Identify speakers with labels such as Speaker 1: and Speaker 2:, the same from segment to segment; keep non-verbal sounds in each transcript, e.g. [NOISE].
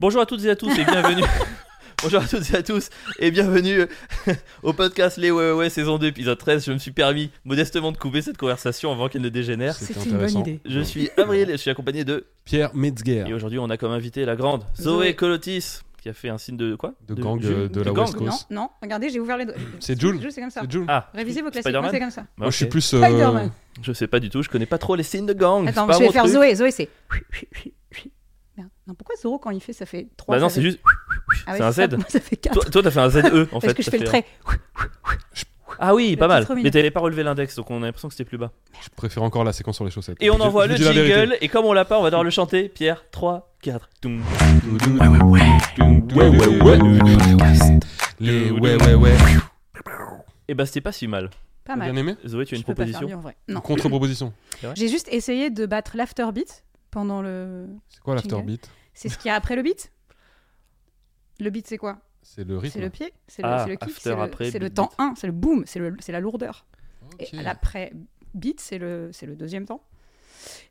Speaker 1: Bonjour à toutes et à tous et bienvenue. [LAUGHS] Bonjour à toutes et à tous et bienvenue [LAUGHS] au podcast Les Ouais Ouais Ouais saison 2 épisode 13. Je me suis permis modestement de couper cette conversation avant qu'elle ne dégénère.
Speaker 2: C'était
Speaker 3: C'était une bonne
Speaker 2: intéressant.
Speaker 3: idée.
Speaker 1: Je suis Avril et je suis accompagné de.
Speaker 2: Pierre Metzger
Speaker 1: Et aujourd'hui, on a comme invité la grande Zoé
Speaker 3: Zoé.
Speaker 1: Colotis qui a fait un signe de quoi
Speaker 2: de gang euh, de, la
Speaker 1: gang.
Speaker 2: West
Speaker 3: Non,
Speaker 2: Coast.
Speaker 3: non, regardez, j'ai ouvert les doigts.
Speaker 2: C'est Jules.
Speaker 3: c'est comme ça.
Speaker 2: C'est Jules.
Speaker 1: Ah,
Speaker 3: Révisez vos classiques,
Speaker 1: Spider-Man
Speaker 3: moi c'est comme ça.
Speaker 1: bah,
Speaker 2: Moi je suis
Speaker 1: ok.
Speaker 2: plus. euh,
Speaker 3: Spider-Man.
Speaker 1: Je sais pas du tout, je connais pas trop les signes de gang. c'est
Speaker 3: Attends,
Speaker 1: pas
Speaker 3: je vais
Speaker 1: mon
Speaker 3: faire
Speaker 1: truc.
Speaker 3: Zoé. Zoé, c'est. Merde. Non, pourquoi Zoro, quand il fait, ça fait 3
Speaker 1: Bah non, c'est juste. c'est un Z.
Speaker 3: Ça fait 4.
Speaker 1: Toi, toi, t'as fait un ZE en fait.
Speaker 3: Parce que je
Speaker 1: t'as
Speaker 3: fais le
Speaker 1: fait-
Speaker 3: trait.
Speaker 1: Ah oui, pas mal.
Speaker 3: titre
Speaker 1: Mais
Speaker 3: mignon.
Speaker 1: t'avais pas relevé l'index, donc on a l'impression que c'était plus bas.
Speaker 2: Je préfère encore la séquence sur les chaussettes.
Speaker 1: Et on
Speaker 2: Je-
Speaker 1: envoie
Speaker 2: je
Speaker 1: le
Speaker 2: dis la vérité.
Speaker 1: jingle, et comme on l'a pas, on va devoir le chanter. Pierre, 3, 4. Toum.
Speaker 2: Ouais, ouais, ouais. Les ouais, ouais, ouais.
Speaker 1: Et bah, c'était pas si mal.
Speaker 3: Pas
Speaker 2: Bien
Speaker 3: mal.
Speaker 2: aimé
Speaker 1: Zoé, tu as
Speaker 3: Je
Speaker 1: une
Speaker 3: peux pas faire mieux
Speaker 1: proposition
Speaker 3: en vrai. Non.
Speaker 2: Contre-proposition.
Speaker 3: J'ai juste essayé de battre l'afterbeat pendant le.
Speaker 2: C'est quoi
Speaker 3: Jingle.
Speaker 2: l'afterbeat
Speaker 3: C'est ce qu'il y a après le beat Le beat, c'est quoi
Speaker 2: C'est le rythme.
Speaker 3: C'est le pied, c'est le,
Speaker 1: Ah,
Speaker 3: c'est le kick,
Speaker 1: after,
Speaker 3: c'est
Speaker 1: après,
Speaker 3: le, c'est le
Speaker 1: beat,
Speaker 3: temps
Speaker 1: beat.
Speaker 3: 1, c'est le boom, c'est le- c'est la lourdeur.
Speaker 2: Ok.
Speaker 3: Et l'après beat, c'est le, c'est le deuxième temps.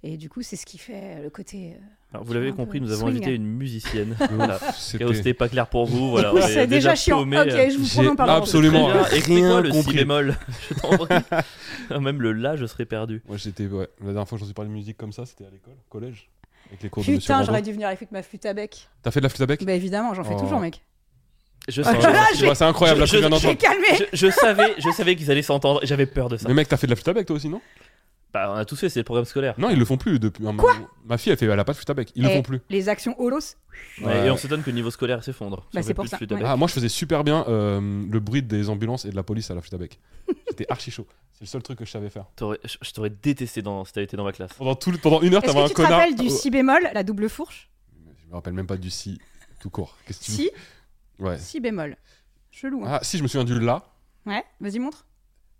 Speaker 3: Et du coup, c'est ce qui fait le côté. euh,
Speaker 1: Alors, vous l'avez
Speaker 3: Un peu
Speaker 1: compris, nous avons
Speaker 3: swing.
Speaker 1: invité une musicienne.
Speaker 2: De [LAUGHS] ouf,
Speaker 1: Voilà.
Speaker 2: c'était-
Speaker 1: Chaos, C'était pas clair pour vous. Voilà, on
Speaker 3: Oui,
Speaker 1: est
Speaker 3: [LAUGHS] c'est déjà chiant.
Speaker 1: paumé,
Speaker 3: ok,
Speaker 1: euh,
Speaker 3: je vous
Speaker 2: J'ai
Speaker 3: promets par
Speaker 2: absolument-
Speaker 1: très bien.
Speaker 2: rien
Speaker 1: Explique-moi le si
Speaker 2: compris.
Speaker 1: bémol. [LAUGHS] Je t'en prie. Ah, Même le la, je serais perdu.
Speaker 2: Moi j'étais. ouais, La dernière fois que j'en suis parlé de musique comme ça, c'était à l'école, au collège. Avec les cours de Monsieur
Speaker 3: Putain, j'aurais
Speaker 2: Rambo.
Speaker 3: dû venir avec ma flûte à bec.
Speaker 2: T'as fait de la flûte à bec
Speaker 3: Bah évidemment, j'en fais
Speaker 2: Oh.
Speaker 3: toujours, mec.
Speaker 1: Je
Speaker 3: Ah, [LAUGHS]
Speaker 1: savais,
Speaker 3: là,
Speaker 2: Tu vois, C'est incroyable,
Speaker 1: je-
Speaker 2: là je viens
Speaker 1: je-
Speaker 3: J'ai
Speaker 2: d'entendre.
Speaker 3: calmé
Speaker 1: je, je savais, je savais qu'ils allaient s'entendre. J'avais peur de ça.
Speaker 2: Mais mec, t'as fait de la flûte à bec toi aussi, non
Speaker 1: Bah, on a tous fait, c'est le programme scolaire.
Speaker 2: Non, ils le font plus depuis. un moment. Ma fille, elle fait, elle a pas de flûte à bec. Ils le
Speaker 3: Eh,
Speaker 2: font plus.
Speaker 3: Les actions holos,
Speaker 1: Ouais,
Speaker 2: Ouais.
Speaker 1: Et on s'étonne que le niveau scolaire s'effondre.
Speaker 3: Bah,
Speaker 1: On
Speaker 3: c'est
Speaker 1: fait
Speaker 3: pour
Speaker 1: plus
Speaker 3: ça,
Speaker 1: flûte à
Speaker 3: ouais.
Speaker 1: bec.
Speaker 2: Ah, moi je faisais super bien euh, le bruit des ambulances et de la police à la flûte à
Speaker 3: [LAUGHS]
Speaker 2: bec. C'était archi chaud. C'est le seul truc que je savais faire.
Speaker 1: T'aurais- Je je t'aurais détesté dans, si t'avais été dans ma classe.
Speaker 2: Pendant, tout, le- pendant une heure,
Speaker 3: Est-ce
Speaker 2: t'avais
Speaker 3: que
Speaker 2: Ah, un
Speaker 3: tu te
Speaker 2: connard.
Speaker 3: rappelles du
Speaker 2: Oh,
Speaker 3: si bémol, la double fourche
Speaker 2: Je me rappelle même pas du si tout court. Qu'est-ce que tu
Speaker 3: Si,
Speaker 2: veux Ouais.
Speaker 3: si bémol. Chelou. hein.
Speaker 2: Ah, si, je me souviens du la.
Speaker 3: Ouais, vas-y, montre.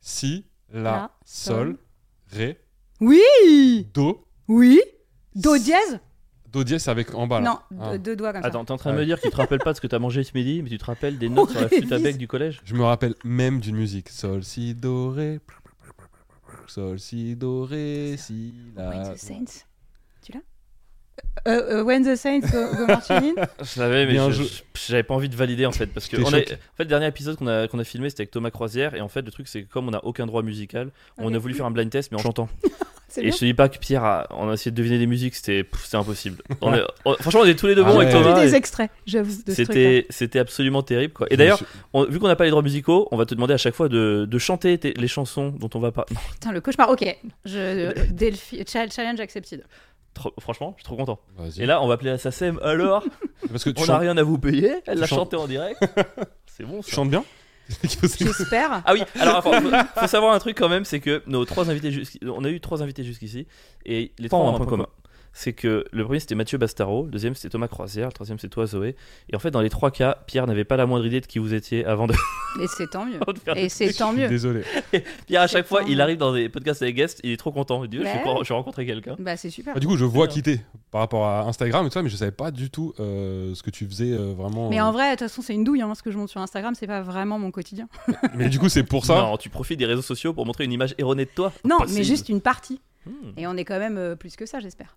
Speaker 2: Si, la,
Speaker 3: La,
Speaker 2: sol, ré,
Speaker 3: Oui
Speaker 2: do.
Speaker 3: Oui Do dièse
Speaker 2: Do dièse avec en bas. là.
Speaker 3: Non,
Speaker 2: Ah.
Speaker 3: deux- deux doigts comme ça.
Speaker 1: Attends, t'es en train de
Speaker 2: Ouais.
Speaker 1: me dire qu'ils te rappellent pas de ce que t'as mangé ce midi, mais tu te rappelles des notes sur la flûte à bec
Speaker 3: révise.
Speaker 1: du collège
Speaker 2: Je me rappelle même d'une musique. Sol, si, do, ré. Sol, si, do, ré, si,
Speaker 3: When
Speaker 2: la.
Speaker 3: the Saints. Tu l'as Euh, euh, When the Saints go, go marching in.
Speaker 1: [LAUGHS] Je l'avais, mais
Speaker 2: Bien
Speaker 1: je-
Speaker 2: joué.
Speaker 1: je- j'avais pas envie de valider en fait. Parce que
Speaker 2: T'es
Speaker 1: on a- en
Speaker 2: choqué.
Speaker 1: fait, le dernier épisode qu'on a, qu'on a filmé, c'était avec Thomas Croisière. Et en fait, le truc, c'est que comme on a aucun droit musical, on
Speaker 3: Ok.
Speaker 1: a voulu faire un blind test, mais en chantant.
Speaker 3: C'est
Speaker 1: Et
Speaker 3: bien.
Speaker 1: je te dis pas que Pierre, a, on a essayé de deviner des musiques, c'était pff, c'était [LAUGHS] impossible. On est- on- franchement, on est tous les deux
Speaker 2: Ah
Speaker 1: bons avec
Speaker 2: ouais.
Speaker 1: Thomas.
Speaker 3: J'ai vu des
Speaker 1: et
Speaker 3: extraits, j'avoue, de ce truc. hein.
Speaker 1: C'était c'était absolument terrible. Quoi. Et d'ailleurs, on- vu qu'on n'a pas les droits musicaux, on va te demander à chaque fois de, de chanter tes- les chansons dont on va pas. [LAUGHS] Non,
Speaker 3: Putain, le cauchemar. Ok, je... Delphi... chal-
Speaker 2: [LAUGHS]
Speaker 3: challenge accepted.
Speaker 1: trop- franchement, je suis trop content.
Speaker 2: Vas-y.
Speaker 1: Et là, on va appeler la SACEM. Alors,
Speaker 2: Parce que tu
Speaker 1: on n'a
Speaker 2: chantes,
Speaker 1: rien à vous payer. Elle
Speaker 2: Tu
Speaker 1: l'a
Speaker 2: chantes-
Speaker 1: chanté en
Speaker 2: [LAUGHS]
Speaker 1: direct. C'est bon
Speaker 2: tu
Speaker 1: ça.
Speaker 2: chantes bien [LAUGHS]
Speaker 3: J'espère.
Speaker 1: Ah oui, alors attends, faut, faut savoir un truc quand même, c'est que nos trois invités jusqu'ici, on a eu trois invités jusqu'ici, et les trois ont un point commun. C'est que le premier c'était Mathieu Bastaro, le deuxième c'était Thomas Croisière, le troisième c'est toi Zoé. Et en fait, dans les trois cas, Pierre n'avait pas la moindre idée de qui vous étiez avant de, [LAUGHS]
Speaker 3: Et c'est tant mieux.
Speaker 2: Oh,
Speaker 1: avant de faire.
Speaker 3: Et c'est tant
Speaker 2: Je suis
Speaker 3: mieux.
Speaker 2: Désolé.
Speaker 1: Pierre, à chaque fois,
Speaker 3: tant
Speaker 1: il
Speaker 3: mieux.
Speaker 1: arrive dans des podcasts avec guests, il est trop content. Il dit oh, Je suis
Speaker 3: Ouais.
Speaker 1: con- Je vais rencontrer quelqu'un.
Speaker 3: Bah, c'est super.
Speaker 2: Ah, du coup, je vois
Speaker 1: bien.
Speaker 2: quitter par rapport à Instagram et tout ça, mais je savais pas du tout euh, ce que tu faisais euh, vraiment.
Speaker 3: Mais
Speaker 2: euh.
Speaker 3: en vrai, de toute façon, c'est une douille. Hein, ce que je monte sur Instagram, c'est pas vraiment mon quotidien.
Speaker 2: Mais du coup, c'est pour ça.
Speaker 1: Non, tu profites des réseaux sociaux pour montrer une image erronée de toi.
Speaker 3: Non,
Speaker 1: Impossible.
Speaker 3: mais juste une partie.
Speaker 1: Hmm.
Speaker 3: Et on est quand même euh, plus que ça, j'espère.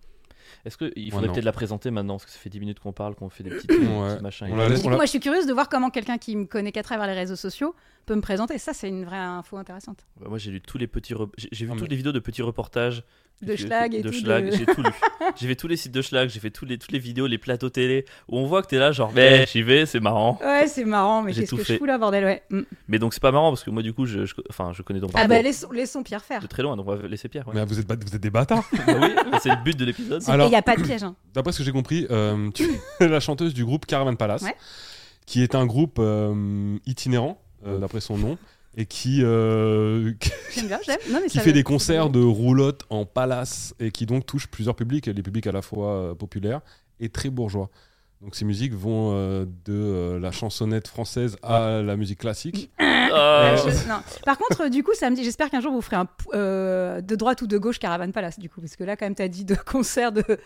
Speaker 1: Est-ce qu'il
Speaker 2: Ouais,
Speaker 1: faudrait
Speaker 2: non.
Speaker 1: peut-être la présenter maintenant Parce que ça fait 10 minutes qu'on parle, qu'on
Speaker 2: [CLEARS THROAT]
Speaker 1: fait des petites, des
Speaker 2: Ouais.
Speaker 1: petits machins.
Speaker 2: On
Speaker 1: et
Speaker 2: la
Speaker 1: tout.
Speaker 3: Du
Speaker 2: laisse,
Speaker 3: coup,
Speaker 2: on la-
Speaker 3: moi, je suis curieuse de voir comment quelqu'un qui me connaît qu'à travers les réseaux sociaux peut me présenter. Ça, c'est une vraie info intéressante.
Speaker 1: Bah, moi, j'ai lu tous les petits. rep- j'ai- J'ai vu
Speaker 2: Ah,
Speaker 1: toutes
Speaker 2: mais-
Speaker 1: les vidéos de petits reportages.
Speaker 3: De
Speaker 1: J'ai-
Speaker 3: schlag et
Speaker 1: de
Speaker 3: tout,
Speaker 1: schlag,
Speaker 3: de-
Speaker 1: J'ai tout lu.
Speaker 3: [LAUGHS]
Speaker 1: j'ai fait tous les sites de schlag, j'ai fait tous les, toutes les vidéos, les plateaux télé où on voit que t'es là, genre, mais j'y vais, c'est marrant.
Speaker 3: Ouais, c'est marrant, mais
Speaker 1: J'ai
Speaker 3: qu'est-ce
Speaker 1: tout
Speaker 3: que
Speaker 1: fait.
Speaker 3: je fous là, bordel ouais. Mm.
Speaker 1: Mais donc, c'est pas marrant parce que moi, du coup, je, je- enfin, je connais donc
Speaker 3: Ah bah, laissons, laissons Pierre faire.
Speaker 1: de très loin, donc on va laisser Pierre. ouais.
Speaker 2: Mais vous êtes, pas- vous êtes des
Speaker 3: [LAUGHS]
Speaker 2: bâtards.
Speaker 1: Bah oui, mais c'est le but de l'épisode.
Speaker 3: Il
Speaker 2: Alors-
Speaker 3: n'y a pas de piège. Hein.
Speaker 2: D'après ce que j'ai compris, euh,
Speaker 3: [LAUGHS]
Speaker 2: tu es la chanteuse du groupe Caravan Palace,
Speaker 3: Ouais.
Speaker 2: qui est un groupe euh, itinérant, euh, d'après son nom, et qui, euh, [LAUGHS] qui
Speaker 3: J'aime bien, j'aime. Non, mais
Speaker 2: qui
Speaker 3: ça-
Speaker 2: fait des concerts de roulotte en palace et qui donc touche plusieurs publics, les publics à la fois euh, populaires et très bourgeois. Donc ces musiques vont euh, de euh, la chansonnette française à la musique classique.
Speaker 3: Ouais,
Speaker 1: Ah,
Speaker 3: je- non. Par contre, euh, du coup, samedi, j'espère qu'un jour vous ferez un p- euh, de droite ou de gauche Caravane Palace, du coup, parce que là, quand même, t'as dit de [LAUGHS] concert de, de,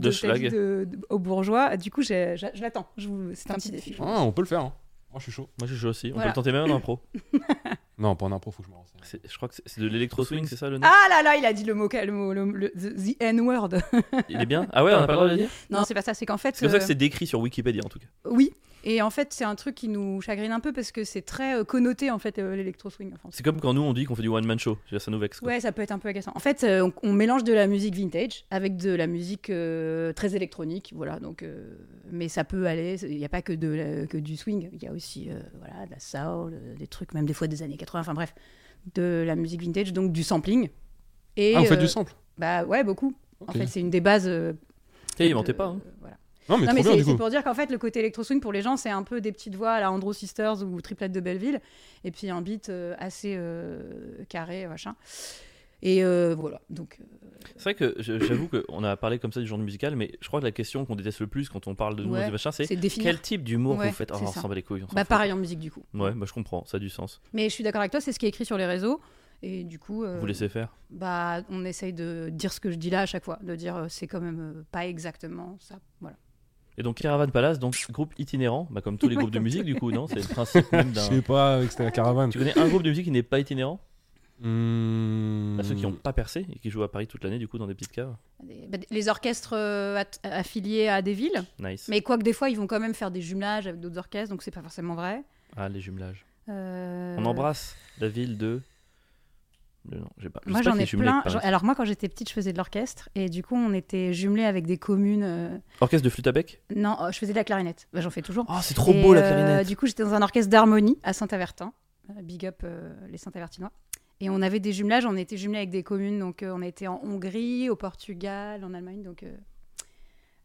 Speaker 3: t'as
Speaker 1: schlag.
Speaker 3: dit de- de- aux bourgeois. Du coup, j'ai- j'a- je l'attends. Je vous- C'est un petit défi.
Speaker 2: Ah, on peut le faire. hein. Moi je suis chaud.
Speaker 1: Moi, je joue aussi. On
Speaker 3: Voilà.
Speaker 1: peut le tenter même en impro.
Speaker 2: Non, pas en impro, faut que je me renseigne.
Speaker 1: C'est- Je crois que c'est- c'est de l'électro-swing, c'est ça le nom
Speaker 3: Ah là là, il a dit le mot, le, mot- le- le- the N-word.
Speaker 1: Il est bien Ah ouais, on n'a pas le droit de le dire
Speaker 3: non, c'est pas ça, c'est qu'en fait.
Speaker 1: C'est comme ça
Speaker 3: euh,
Speaker 1: que c'est décrit sur Wikipédia en tout cas.
Speaker 3: Oui. Et en fait, c'est un truc qui nous chagrine un peu parce que c'est très euh, connoté en fait euh, l'électro swing. Enfin,
Speaker 1: C'est comme quand nous on dit qu'on fait du one-man show. Je veux dire, Ça nous vexe. quoi.
Speaker 3: Ouais, ça peut être un peu agaçant. En fait, euh, on, on mélange de la musique vintage avec de la musique euh, très électronique, voilà. Donc, euh, mais ça peut aller. Il n'y a pas que de la- que du swing. Il y a aussi, euh, voilà, de la soul, euh, des trucs même des fois des années 80. Enfin bref, de la musique vintage, donc du sampling. Et
Speaker 2: ah, vous faites
Speaker 3: euh,
Speaker 2: du sample
Speaker 3: Bah ouais, beaucoup.
Speaker 2: Ok.
Speaker 3: En fait, c'est une des bases. euh,
Speaker 1: Et il
Speaker 3: de- euh,
Speaker 1: mentait pas. hein.
Speaker 3: voilà.
Speaker 2: Non, mais
Speaker 3: Non,
Speaker 2: trop
Speaker 3: mais
Speaker 2: bien,
Speaker 3: c'est
Speaker 2: du
Speaker 3: c'est
Speaker 2: coup.
Speaker 3: pour dire qu'en fait, le côté électro-swing, pour les gens, c'est un peu des petites voix à la Andro Sisters ou Triplette de Belleville, et puis un beat euh, assez euh, carré, machin. Et euh, voilà, donc... euh,
Speaker 1: C'est vrai que je- j'avoue qu'on a parlé comme ça du genre musical, mais je crois que la question qu'on déteste le plus quand on parle de nous,
Speaker 3: Ouais,
Speaker 1: du machin, c'est
Speaker 3: c'est définir.
Speaker 1: quel type d'humour
Speaker 3: Ouais,
Speaker 1: vous faites Oh,
Speaker 3: c'est
Speaker 1: on
Speaker 3: ça.
Speaker 1: s'en bat les couilles. on s'en
Speaker 3: Bah
Speaker 1: fout.
Speaker 3: pareil en musique, du coup.
Speaker 1: Ouais, bah je comprends, ça a du sens.
Speaker 3: Mais je suis d'accord avec toi, c'est ce qui est écrit sur les réseaux, et du coup... euh,
Speaker 1: Vous laissez faire.
Speaker 3: Bah, on essaye de dire ce que je dis là à chaque fois, de dire euh, c'est quand même euh, pas exactement ça, voilà.
Speaker 1: Et donc Caravan Palace, donc groupe itinérant, bah comme tous les
Speaker 3: [LAUGHS] Ouais,
Speaker 1: groupes de
Speaker 3: comme
Speaker 1: musique du coup, non
Speaker 3: [LAUGHS]
Speaker 1: C'est le principe même
Speaker 2: Je
Speaker 1: d'un.
Speaker 2: sais pas, avec c'était la caravane.
Speaker 1: Tu connais un groupe de musique qui n'est pas itinérant
Speaker 2: Mmh.
Speaker 1: À Ceux qui n'ont pas percé et qui jouent à Paris toute l'année du coup dans des petites caves.
Speaker 3: Des- bah, des- Les orchestres euh, at- affiliés à des villes,
Speaker 1: Nice.
Speaker 3: mais quoique des fois, ils vont quand même faire des jumelages avec d'autres orchestres, donc c'est pas forcément vrai.
Speaker 1: Ah les jumelages.
Speaker 3: Euh,
Speaker 1: On embrasse la ville de. de- Non, j'ai pas. je
Speaker 3: Moi,
Speaker 1: sais pas
Speaker 3: j'en
Speaker 1: qui
Speaker 3: ai
Speaker 1: est jumelé avec
Speaker 3: plein.
Speaker 1: Paris.
Speaker 3: J'en- Alors, moi, quand j'étais petite, je faisais de l'orchestre. Et du coup, on était jumelés avec des communes. euh,
Speaker 1: Orchestre de flûte à bec
Speaker 3: Non, euh, je faisais de la clarinette. Bah, j'en fais toujours.
Speaker 1: Oh, c'est trop
Speaker 3: Et,
Speaker 1: beau la
Speaker 3: euh,
Speaker 1: clarinette
Speaker 3: du coup, j'étais dans un orchestre d'harmonie à Saint-Avertin. Euh, Big up euh, les Saint-Avertinois. Et on avait des jumelages. On était jumelés avec des communes. Donc, euh, on était en Hongrie, au Portugal, en Allemagne. Donc, euh,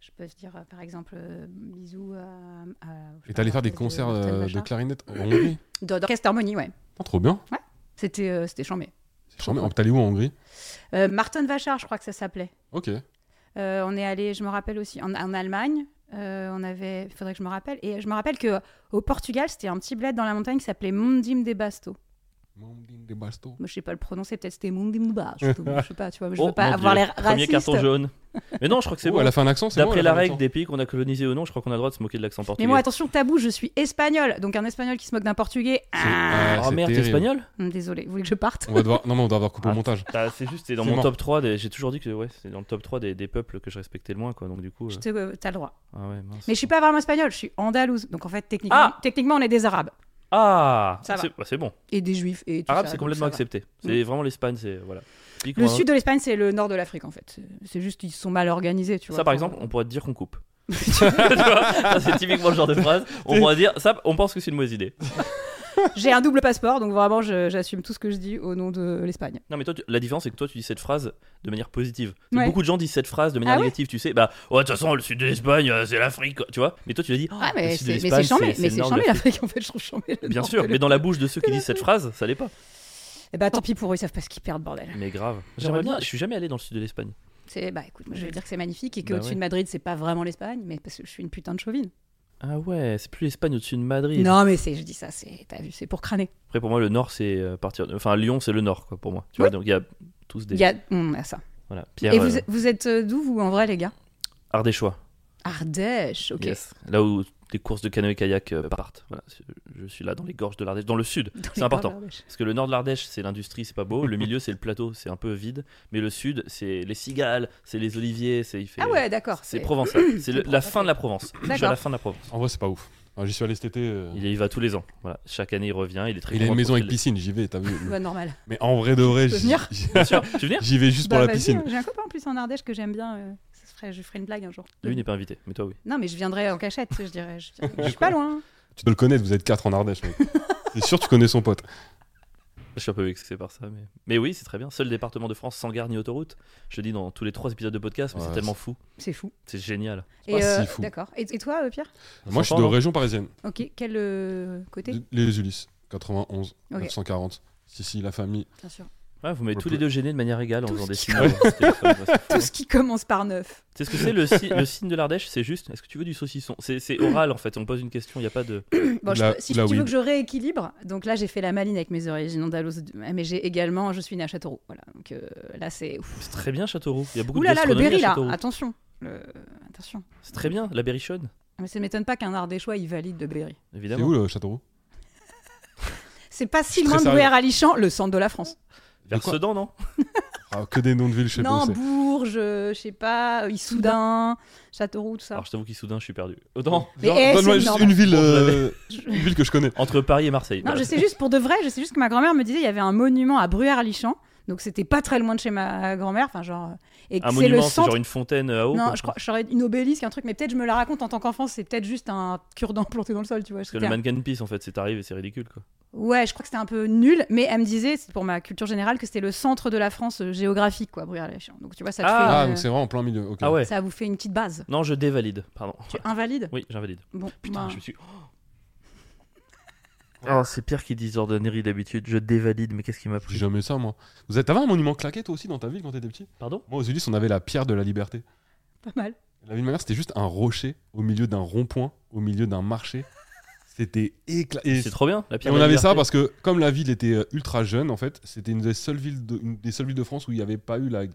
Speaker 3: je peux te dire, euh, par exemple, euh, bisous à. à- je sais
Speaker 2: Et
Speaker 3: pas,
Speaker 2: t'allais faire des
Speaker 3: l'orchestre de
Speaker 2: concerts
Speaker 3: Marcel
Speaker 2: euh, de
Speaker 3: Machin.
Speaker 2: clarinette en Hongrie
Speaker 3: D'or- D'orchestre d'harmonie, ouais.
Speaker 2: Putain, Trop bien.
Speaker 3: C'était euh, c'était chambé.
Speaker 2: C'est charmant. T'es allé où en Hongrie
Speaker 3: Euh, Martin Vachard, je crois que ça s'appelait.
Speaker 2: Ok.
Speaker 3: Euh, on est allé, je me rappelle aussi, en, en Allemagne. euh, on avait, il faudrait que je me rappelle. Et je me rappelle que euh, au Portugal, c'était un petit bled dans la montagne qui s'appelait Mondim de Basto.
Speaker 2: Mondim de Basto.
Speaker 3: Moi, je sais pas le prononcer, peut-être c'était Mondim de Basto. je sais pas, tu vois, je
Speaker 1: Oh,
Speaker 3: veux pas
Speaker 1: mon
Speaker 3: avoir
Speaker 1: Dieu.
Speaker 3: l'air
Speaker 1: Premier
Speaker 3: raciste.
Speaker 1: carton jaune. Mais non, je crois que c'est
Speaker 2: Oh,
Speaker 1: bon.
Speaker 2: Elle a fait un accent, c'est bon,
Speaker 1: D'après
Speaker 2: elle a
Speaker 1: la
Speaker 2: fait un
Speaker 1: règle
Speaker 2: accent.
Speaker 1: des pays qu'on a colonisés ou non, je crois qu'on a le droit de se moquer de l'accent
Speaker 3: Mais
Speaker 1: portugais.
Speaker 3: moi, attention, tabou, je suis espagnol. Donc un espagnol qui se moque d'un portugais. Ah,
Speaker 2: Ah,
Speaker 1: oh
Speaker 2: c'est
Speaker 1: merde, t'es
Speaker 2: terrible.
Speaker 1: espagnol
Speaker 3: Désolé, vous voulez que je parte
Speaker 2: On va devoir... Non, mais on va devoir couper
Speaker 1: Ah.
Speaker 2: le montage.
Speaker 1: Bah, C'est juste, c'est dans
Speaker 2: C'est
Speaker 1: mon
Speaker 2: mort.
Speaker 1: top 3. des- J'ai toujours dit que ouais, c'est dans le top 3 des, des peuples que je respectais le moins, quoi. Donc du coup. euh,
Speaker 3: Je te- euh, T'as le droit.
Speaker 1: Ah ouais, mince.
Speaker 3: Mais je suis pas vraiment espagnol, je suis andalouse. Donc en fait, techniquement,
Speaker 1: Ah
Speaker 3: techniquement on est des arabes.
Speaker 1: Ah
Speaker 3: Ça va.
Speaker 1: C'est bah, c'est bon.
Speaker 3: Et des juifs. Et tout
Speaker 1: Arabe,
Speaker 3: ça,
Speaker 1: c'est
Speaker 3: donc
Speaker 1: complètement
Speaker 3: ça va. Mm.
Speaker 1: accepté. hein. C'est vraiment l'Espagne, c'est. Voilà. Dis
Speaker 3: Le
Speaker 1: qu'on a-
Speaker 3: sud de l'Espagne, c'est le nord de l'Afrique en fait. C'est- C'est juste ils sont mal organisés, tu vois.
Speaker 1: hein. Ça, par
Speaker 3: Enfin,
Speaker 1: exemple, on pourrait te dire qu'on
Speaker 3: [LAUGHS]
Speaker 1: coupe. [LAUGHS] Tu vois, ça, c'est typiquement le genre de phrase. On pourrait dire, ça, on pense que c'est une mauvaise idée.
Speaker 3: J'ai un double passeport, donc vraiment, je- j'assume tout ce que je dis au nom de l'Espagne.
Speaker 1: Non, mais toi, tu- la différence, c'est que toi, tu dis cette phrase de manière positive.
Speaker 3: Ouais.
Speaker 1: Beaucoup de gens disent cette phrase de manière
Speaker 3: Ah ouais
Speaker 1: négative, tu sais. Bah, ouais, de toute façon, le sud de l'Espagne, euh, c'est l'Afrique, quoi, tu vois. Mais toi, tu l'as dit. oh,
Speaker 3: Ah, mais
Speaker 1: le sud de
Speaker 3: c'est mais
Speaker 1: l'Espagne,
Speaker 3: c'est chambé,
Speaker 1: c'est
Speaker 3: mais
Speaker 1: le
Speaker 3: c'est
Speaker 1: nord de
Speaker 3: chambé
Speaker 1: l'Afrique.
Speaker 3: l'Afrique, en fait, je trouve chambé. le
Speaker 1: Bien
Speaker 3: nord
Speaker 1: sûr,
Speaker 3: de
Speaker 1: mais dans [LAUGHS] la bouche de ceux qui disent cette phrase, ça l'est pas.
Speaker 3: l'Afrique. Eh bah, tant pis pour eux, ils savent pas ce qu'ils perdent, bordel.
Speaker 1: Mais grave.
Speaker 3: J'aimerais
Speaker 1: J'aimerais bien.
Speaker 3: bien-
Speaker 1: Je suis jamais allé dans le sud de l'Espagne.
Speaker 3: C'est, bah, écoute, moi, je vais dire que c'est magnifique et
Speaker 1: Bah
Speaker 3: qu'au-dessus
Speaker 1: ouais.
Speaker 3: de Madrid, c'est pas vraiment l'Espagne, mais parce que je suis une putain de chauvine.
Speaker 1: Ah ouais, c'est plus l'Espagne au-dessus de Madrid.
Speaker 3: Non, mais c'est, je dis ça, c'est, t'as vu, c'est pour crâner.
Speaker 1: Après, pour moi, le nord, c'est euh, partir. de- Enfin, Lyon, c'est le nord, quoi, pour moi. Tu
Speaker 3: Oui.
Speaker 1: vois, donc il y a tous des.
Speaker 3: Il y a, on a ça.
Speaker 1: Voilà. Pierre,
Speaker 3: Et vous,
Speaker 1: euh,
Speaker 3: vous êtes euh, d'où, vous, en vrai, les gars
Speaker 1: Ardéchois.
Speaker 3: Ardèche, ok.
Speaker 1: Yes. Là où les courses de canoë-kayak euh, partent. Voilà, c'est- je suis là dans les gorges de l'Ardèche, dans le sud.
Speaker 3: Dans les
Speaker 1: C'est important.
Speaker 3: gorges d'Ardèche.
Speaker 1: Parce que le nord de l'Ardèche, c'est l'industrie, c'est pas beau. Le milieu, c'est le plateau, c'est un peu vide. Mais le sud, c'est les cigales, c'est les oliviers, c'est. il fait-
Speaker 3: Ah ouais, d'accord.
Speaker 1: C'est provençal.
Speaker 3: [COUGHS]
Speaker 1: C'est le- la
Speaker 3: provençal.
Speaker 1: fin de la Provence. Je suis à la fin de la Provence.
Speaker 2: En vrai, c'est pas ouf. Ah, J'y suis allé cet été. euh,
Speaker 1: Il y va tous les ans. Voilà. Chaque année, il revient. Il est très
Speaker 2: Il a une
Speaker 1: content
Speaker 2: maison
Speaker 1: pour
Speaker 2: avec
Speaker 1: qu'il-
Speaker 2: piscine, j'y vais, t'as vu.
Speaker 3: Ouais, normal.
Speaker 2: Mais en vrai de vrai,
Speaker 3: peux
Speaker 2: j'y
Speaker 3: venir
Speaker 2: j'y-
Speaker 1: Bien sûr, tu veux venir
Speaker 2: j'y vais juste pour
Speaker 3: Bah,
Speaker 2: la
Speaker 3: vas-y,
Speaker 2: piscine.
Speaker 3: hein, J'ai un copain en plus en Ardèche que j'aime bien. euh, ça se ferait- je ferai une blague un jour.
Speaker 1: Lui n'est pas invité, mais toi, oui.
Speaker 3: Non, mais je viendrai en cachette, je dirais. Je,
Speaker 2: [LAUGHS]
Speaker 3: je suis pas loin. hein.
Speaker 2: Tu dois le connaître, vous êtes quatre en Ardèche.
Speaker 3: [LAUGHS]
Speaker 2: mec. C'est sûr, tu connais son pote.
Speaker 1: Je suis un peu vexé par ça, mais. Mais oui, c'est très bien. Seul département de France sans gare ni autoroute. Je te dis dans tous les trois épisodes de podcast, mais
Speaker 2: Ouais,
Speaker 1: c'est tellement fou.
Speaker 3: C'est fou.
Speaker 1: C'est génial.
Speaker 2: C'est pas si fou.
Speaker 3: D'accord. Et, et toi, euh, Pierre
Speaker 2: Moi, je suis
Speaker 1: Sympa,
Speaker 2: de
Speaker 1: hein
Speaker 2: région parisienne.
Speaker 3: Ok, quel euh, côté
Speaker 2: De- Les Ulysses, 91,
Speaker 3: Ok.
Speaker 2: 940. Si, si, la famille.
Speaker 3: Bien sûr.
Speaker 1: Ouais, vous m'avez
Speaker 2: On
Speaker 1: tous
Speaker 2: peut-
Speaker 1: les deux gênés de manière égale en
Speaker 3: Tout
Speaker 1: faisant
Speaker 3: ce
Speaker 1: des
Speaker 3: qui-
Speaker 1: signes. avec votre téléphone,
Speaker 3: [LAUGHS]
Speaker 1: ouais, c'est fou,
Speaker 3: Tout
Speaker 1: hein.
Speaker 3: ce qui commence par neuf.
Speaker 1: C'est ce que c'est le, si- le signe de l'Ardèche C'est juste, est-ce que tu veux du saucisson C'est c'est oral en fait, on pose une question, il n'y a pas de.
Speaker 3: Bon, je-
Speaker 2: La-
Speaker 3: si
Speaker 2: la
Speaker 3: tu veux
Speaker 2: weed.
Speaker 3: que je rééquilibre, donc là j'ai fait la maline avec mes origines andalouses, mais j'ai également, je suis née à Châteauroux. Voilà, donc euh, là c'est. ouf.
Speaker 1: C'est très bien Châteauroux, il y a beaucoup
Speaker 3: Ouh
Speaker 1: de
Speaker 3: là là, le
Speaker 1: gastronomie
Speaker 3: Berry
Speaker 1: à
Speaker 3: là,
Speaker 1: Châteauroux.
Speaker 3: attention. Le- Attention.
Speaker 1: C'est très bien, la berrichonne, hein.
Speaker 3: Mais ça ne m'étonne pas qu'un Ardéchois il valide le Berry.
Speaker 2: C'est
Speaker 1: évidemment.
Speaker 2: où le Châteauroux
Speaker 3: C'est pas si
Speaker 2: suis
Speaker 3: loin
Speaker 2: très
Speaker 3: de
Speaker 2: sérieux.
Speaker 3: Bouer-Alichamp, le centre de la France.
Speaker 1: Vers
Speaker 2: quoi
Speaker 1: Sedan, non
Speaker 2: Ah, que des noms de villes, je sais pas
Speaker 3: Non,
Speaker 2: où c'est.
Speaker 3: Bourges, euh, je sais pas, euh, Issoudun, Châteauroux, tout ça.
Speaker 1: Alors je t'avoue qu'Issoudun, je suis perdu. Autant
Speaker 3: Mais,
Speaker 2: Genre,
Speaker 3: eh,
Speaker 2: Donne-moi
Speaker 3: c'est
Speaker 2: juste
Speaker 3: énorme.
Speaker 2: une ville, euh,
Speaker 3: Je-
Speaker 2: une ville que je
Speaker 3: [LAUGHS]
Speaker 2: connais.
Speaker 1: entre Paris et Marseille.
Speaker 3: Non,
Speaker 1: Voilà.
Speaker 3: je sais juste, pour de vrai, je sais juste que ma grand-mère me disait il y avait un monument à Bruères-Lichamp, donc c'était pas très loin de chez ma grand-mère, enfin genre. euh, Et que
Speaker 1: Un
Speaker 3: c'est le
Speaker 1: monument, c'est
Speaker 3: centre.
Speaker 1: genre une fontaine euh, à eau.
Speaker 3: Non,
Speaker 1: quoi.
Speaker 3: je crois, j'aurais une obélisque, un truc, mais peut-être je me la raconte en tant qu'enfant, c'est peut-être juste un cure-dent [LAUGHS] planté dans le sol, tu vois.
Speaker 1: Parce que
Speaker 3: c'était
Speaker 1: le
Speaker 3: un-
Speaker 1: mannequin piece, en fait, c'est arrivé, c'est ridicule, quoi.
Speaker 3: Ouais, je crois que c'était un peu nul, mais elle me disait, c'est pour ma culture générale, que c'était le centre de la France euh, géographique, quoi, Bruères-Lichamp. Donc tu vois, ça, te
Speaker 1: Ah,
Speaker 2: Ah,
Speaker 3: fait une-
Speaker 2: donc c'est vraiment en plein milieu. ok.
Speaker 1: Ah ouais.
Speaker 3: ça vous fait une petite base.
Speaker 1: Non, je dévalide, pardon.
Speaker 3: Tu es invalide
Speaker 1: Oui, j'invalide.
Speaker 3: Bon,
Speaker 1: Putain,
Speaker 3: bah,
Speaker 1: je me suis. Oh, c'est pire qu'ils disent ordonnerie d'habitude. Je dévalide, mais qu'est-ce qui m'a
Speaker 2: J'ai
Speaker 1: pris
Speaker 2: jamais ça, moi. Vous avez- T'avais un monument claqué, toi aussi, dans ta ville quand t'étais petit
Speaker 1: Pardon
Speaker 2: Moi, aux Ulysses, on avait la pierre de la liberté.
Speaker 3: pas mal.
Speaker 2: La ville de ma mère, c'était juste un rocher au milieu d'un rond-point, au milieu d'un marché. C'était éclaté.
Speaker 1: C'est trop bien, la
Speaker 2: Et
Speaker 1: pierre.
Speaker 2: on
Speaker 1: de la
Speaker 2: avait ça
Speaker 1: liberté.
Speaker 2: parce que, comme la ville était euh, ultra jeune, en fait, c'était une des seules villes de, une des seules villes de France où il n'y avait pas eu la-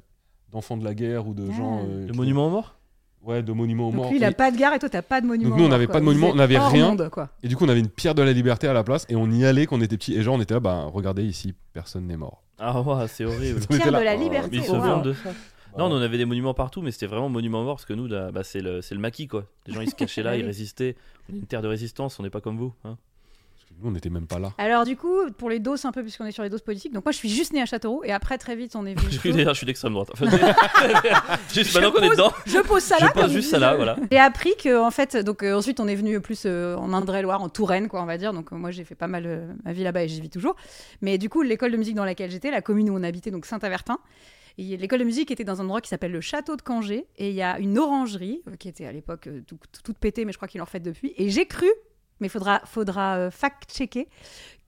Speaker 2: d'enfants de la guerre ou de gens.
Speaker 3: Ah.
Speaker 2: euh,
Speaker 1: Le
Speaker 2: qui-
Speaker 1: monument aux morts
Speaker 2: Ouais, de monuments aux
Speaker 3: Donc
Speaker 2: morts.
Speaker 3: lui, il a
Speaker 2: Et-
Speaker 3: pas de gare et toi, t'as pas de monument.
Speaker 2: nous, on
Speaker 3: au nord,
Speaker 2: avait
Speaker 3: quoi.
Speaker 2: pas de
Speaker 3: Vous
Speaker 2: monument,
Speaker 3: êtes
Speaker 2: on avait
Speaker 3: hors
Speaker 2: rien.
Speaker 3: monde, quoi.
Speaker 2: Et du coup, on avait une pierre de la liberté à la place et on y allait quand on était petit. Et genre, on était là, bah regardez ici, personne n'est mort.
Speaker 1: Ah, ouais, c'est horrible.
Speaker 2: On était
Speaker 3: Pierre
Speaker 2: là,
Speaker 3: de la
Speaker 2: oh,
Speaker 3: liberté.
Speaker 1: Mais ils se
Speaker 3: wow.
Speaker 1: vendent de ça. Non,
Speaker 2: Bah,
Speaker 1: on avait des monuments partout, mais c'était vraiment monument mort parce que nous, là, bah, c'est le, c'est le maquis, quoi. Les gens, ils se cachaient
Speaker 3: [LAUGHS]
Speaker 1: là, ils
Speaker 3: Oui.
Speaker 1: résistaient. On est une terre de résistance, on n'est pas comme vous. hein.
Speaker 2: parce que Nous, on n'était même pas là.
Speaker 3: Alors du coup, pour les doses un peu, puisqu'on est sur les doses politiques, donc moi je suis juste née à Châteauroux et après très
Speaker 1: [LAUGHS]
Speaker 3: vite on est venu.
Speaker 1: Je suis d'ailleurs, je suis d'extrême
Speaker 3: [LAUGHS]
Speaker 1: droite. Enfin, juste maintenant qu'on est dedans,
Speaker 3: Je pose ça là.
Speaker 1: je
Speaker 3: comme
Speaker 1: pose juste
Speaker 3: disent,
Speaker 1: ça là,
Speaker 3: euh,
Speaker 1: voilà.
Speaker 3: J'ai appris que en fait, donc euh, ensuite on est venu plus euh, en Indre-et-Loire, en Touraine, quoi, on va dire. Donc euh, moi j'ai fait pas mal euh, ma vie là-bas et j'y vis toujours. Mais du coup, l'école de musique dans laquelle j'étais, la commune où on habitait, donc Saint-Avertin. et L'école de musique était dans un endroit qui s'appelle le Château de Cangé et il y a une orangerie euh, qui était à l'époque euh, tout- tout- toute pétée, mais je crois qu'ils l'ont refaite depuis. Et j'ai cru, mais faudra, faudra euh, fact-checker,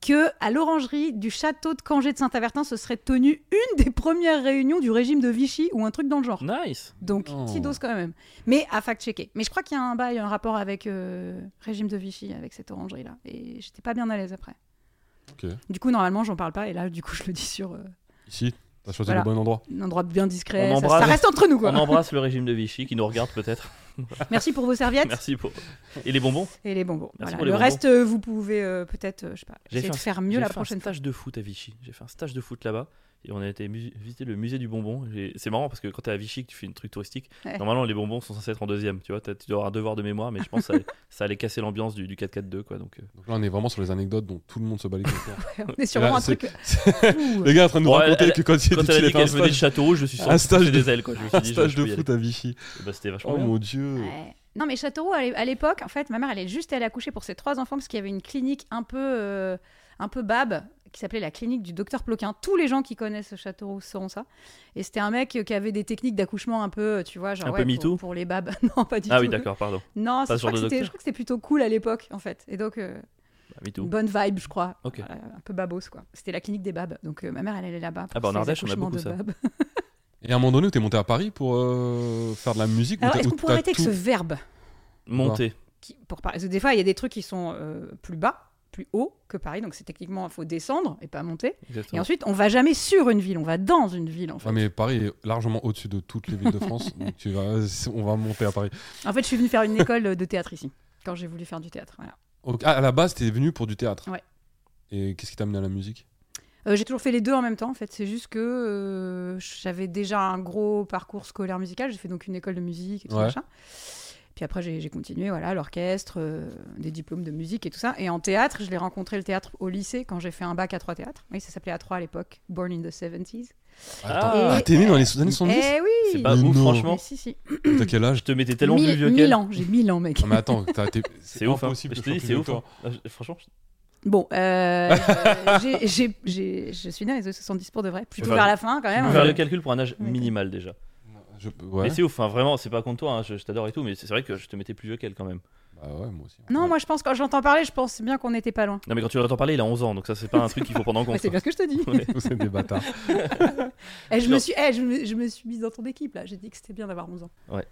Speaker 3: que à l'orangerie du Château de Cangé de Saint-Avertin se serait tenue une des premières réunions du régime de Vichy ou un truc dans le genre.
Speaker 1: Nice.
Speaker 3: Donc,
Speaker 2: Non.
Speaker 3: petite dose quand même. Mais à fact-checker. Mais je crois qu'il y a un bail, un rapport avec euh, régime de Vichy, avec cette orangerie-là. Et j'étais pas bien à l'aise après.
Speaker 2: Ok.
Speaker 3: Du coup, normalement, j'en parle pas. Et là, du coup, je le dis sur euh,
Speaker 2: Ici, t'as choisi
Speaker 3: Voilà.
Speaker 2: le bon endroit.
Speaker 3: un endroit bien discret.
Speaker 1: On
Speaker 3: Ça,
Speaker 1: embrasse-
Speaker 3: ça reste entre nous, quoi.
Speaker 1: On embrasse le régime de Vichy qui nous regarde peut-être.
Speaker 3: Merci pour vos serviettes
Speaker 1: Merci pour. Et les bonbons
Speaker 3: et les bonbons.
Speaker 1: Merci
Speaker 3: Voilà.
Speaker 1: pour les
Speaker 3: Le
Speaker 1: bonbons.
Speaker 3: reste, euh, vous pouvez euh, peut-être, euh, je sais pas,
Speaker 1: J'ai
Speaker 3: essayer
Speaker 1: fait
Speaker 3: de
Speaker 1: un-
Speaker 3: faire mieux
Speaker 1: J'ai
Speaker 3: la
Speaker 1: fait
Speaker 3: prochaine
Speaker 1: un [LAUGHS]
Speaker 3: fois.
Speaker 1: stage de foot à Vichy. J'ai fait un stage de foot là-bas et on a été mu- visiter le musée du bonbon. J'ai- C'est marrant parce que quand t'es à Vichy, que tu fais une truc touristique,
Speaker 3: Ouais.
Speaker 1: normalement les bonbons sont censés être en deuxième. Tu vois, T'as- tu dois avoir un devoir de mémoire, mais je pense que ça, allait- ça allait casser l'ambiance du, du 4-4-2. Quoi, donc, euh.
Speaker 2: Donc là, on est vraiment sur les anecdotes dont tout le monde se bat les
Speaker 3: [LAUGHS]
Speaker 2: couilles.
Speaker 3: On est sur
Speaker 2: Là,
Speaker 3: vraiment un
Speaker 2: c'est-
Speaker 3: truc.
Speaker 1: [LAUGHS]
Speaker 3: euh, fou.
Speaker 2: Les gars, en train de nous
Speaker 1: Bon,
Speaker 2: raconter
Speaker 1: elle-
Speaker 2: que quand il
Speaker 1: Quand
Speaker 2: était
Speaker 1: elle a dit
Speaker 2: petit, il a
Speaker 1: qu'elle
Speaker 2: fait
Speaker 1: venait
Speaker 2: un
Speaker 1: de
Speaker 2: stage,
Speaker 1: Châteauroux, je me suis
Speaker 2: Un
Speaker 1: senti
Speaker 2: stage
Speaker 1: touché
Speaker 2: de-
Speaker 1: des ailes. Quoi.
Speaker 2: [LAUGHS]
Speaker 1: Je me suis
Speaker 2: un
Speaker 1: dit,
Speaker 2: stage
Speaker 1: je peux
Speaker 2: de
Speaker 1: y
Speaker 2: foot
Speaker 1: aller.
Speaker 2: à Vichy.
Speaker 1: Et bah, C'était vachement
Speaker 2: Oh
Speaker 1: bien.
Speaker 2: mon dieu.
Speaker 3: Ouais.
Speaker 1: Mm.
Speaker 3: Non, mais Châteauroux, à l'é- à l'époque, en fait, ma mère, elle est juste allée accoucher pour ses trois enfants parce qu'il y avait une clinique un peu, euh, un peu bab qui s'appelait la clinique du docteur Ploquin. Tous les gens qui connaissent Châteauroux sauront ça. Et c'était un mec euh, qui avait des techniques d'accouchement un peu, euh, tu vois, genre
Speaker 1: Un peu
Speaker 3: ouais,
Speaker 1: MeToo
Speaker 3: pour, pour les babes. [LAUGHS] non, pas du
Speaker 1: Ah
Speaker 3: tout.
Speaker 1: oui, d'accord, pardon.
Speaker 3: Non,
Speaker 1: Pas
Speaker 3: c'est-
Speaker 1: ce
Speaker 3: je
Speaker 1: genre
Speaker 3: crois,
Speaker 1: de
Speaker 3: que c'était-
Speaker 1: docteur.
Speaker 3: je crois que c'était plutôt cool à l'époque, en fait. Et donc, euh,
Speaker 1: Bah, me
Speaker 3: une
Speaker 1: too.
Speaker 3: bonne vibe, je crois.
Speaker 1: Ok.
Speaker 3: Voilà, un peu babos, quoi. C'était la clinique des babes. Donc, euh, ma mère, elle allait là-bas. pour
Speaker 1: Ah bah, en
Speaker 3: ses
Speaker 1: Ardèche, on a
Speaker 3: accouchements
Speaker 1: beaucoup
Speaker 3: de
Speaker 1: ça.
Speaker 3: babes.
Speaker 2: Et à un moment donné, t'es monté à Paris pour euh, faire de la musique ou
Speaker 3: Alors,
Speaker 2: t'as-
Speaker 3: est-ce
Speaker 2: ou
Speaker 3: qu'on pourrait
Speaker 2: t'as
Speaker 3: arrêter
Speaker 2: tout-
Speaker 3: avec ce verbe
Speaker 1: Monter.
Speaker 3: qui- pour Paris. Parce que des fois, il y a des trucs qui sont euh, plus bas, plus haut que Paris. Donc, c'est techniquement, il faut descendre et pas monter. Et
Speaker 1: Exactement.
Speaker 3: ensuite, on va jamais sur une ville, on va dans une ville, en fait.
Speaker 2: Ouais, mais Paris est largement au-dessus de toutes les villes de France.
Speaker 3: [LAUGHS]
Speaker 2: donc tu vas, on va monter à Paris.
Speaker 3: En fait, je suis venue faire une école euh, de théâtre ici, quand j'ai voulu faire du théâtre. voilà.
Speaker 2: Ok, ah, à la base, t'es venu pour du théâtre.
Speaker 3: Ouais.
Speaker 2: Et qu'est-ce qui t'a amené à la musique
Speaker 3: Euh, j'ai toujours fait les deux en même temps, en fait. C'est juste que euh, j'avais déjà un gros parcours scolaire musical. J'ai fait donc une école de musique et tout
Speaker 2: Ouais.
Speaker 3: machin. Puis après, j'ai j'ai continué, voilà, à l'orchestre, euh, des diplômes de musique et tout ça. Et en théâtre, je l'ai rencontré le théâtre au lycée quand j'ai fait un bac à 3 théâtre. Oui, ça s'appelait A3 à l'époque, Born in the 70s.
Speaker 2: Attends,
Speaker 1: Ah.
Speaker 2: ah, t'es né dans les années 70
Speaker 3: Eh oui
Speaker 1: C'est pas
Speaker 2: Mais
Speaker 1: ouf,
Speaker 2: non.
Speaker 1: franchement.
Speaker 3: Mais si, si.
Speaker 2: T'as quel âge
Speaker 1: Je te mettais tellement
Speaker 3: Mille-
Speaker 1: plus vieux
Speaker 3: mille
Speaker 1: qu'elle.
Speaker 3: ans, j'ai 1000 ans, mec.
Speaker 1: Ah,
Speaker 2: Non, mais attends, t'as été-
Speaker 1: [LAUGHS] C'est ouf, hein.
Speaker 2: impossible
Speaker 1: Je
Speaker 2: que
Speaker 1: te
Speaker 2: sois
Speaker 1: dis,
Speaker 2: plus
Speaker 1: c'est
Speaker 2: vieux
Speaker 1: ouf.
Speaker 2: que toi.
Speaker 1: hein. Ah, je- Franchement, je-
Speaker 3: Bon,
Speaker 1: [LAUGHS]
Speaker 3: euh, euh, j'ai- j'ai- j'ai- je suis née dans les années 70 pour de vrai, plutôt
Speaker 1: Enfin,
Speaker 3: vers la fin quand
Speaker 1: tu
Speaker 3: même. Euh,
Speaker 1: peux
Speaker 2: ouais.
Speaker 1: faire le calcul pour un âge
Speaker 3: Ah, Ouais.
Speaker 1: minimal déjà.
Speaker 2: Je- ouais.
Speaker 1: Mais c'est ouf, hein, vraiment, c'est pas contre toi, hein, je, je t'adore et tout, mais c'est vrai que je te mettais plus vieux qu'elle quand même.
Speaker 2: Bah ouais, moi aussi.
Speaker 3: Non, moi je pense, quand je l'entends parler, je pense bien qu'on n'était pas loin.
Speaker 1: Non, mais quand tu l'entends parler, il a 11 ans, donc ça, c'est pas un truc qu'il faut prendre en
Speaker 3: [LAUGHS] Ouais,
Speaker 1: compte.
Speaker 3: c'est bien ce que
Speaker 1: [LAUGHS]
Speaker 3: je te dis.
Speaker 2: C'est des bâtards.
Speaker 3: Eh, je,
Speaker 1: Non.
Speaker 3: me suis, eh, je, me, je me suis mise dans ton équipe là, j'ai dit que c'était bien d'avoir 11 ans.
Speaker 1: Ouais.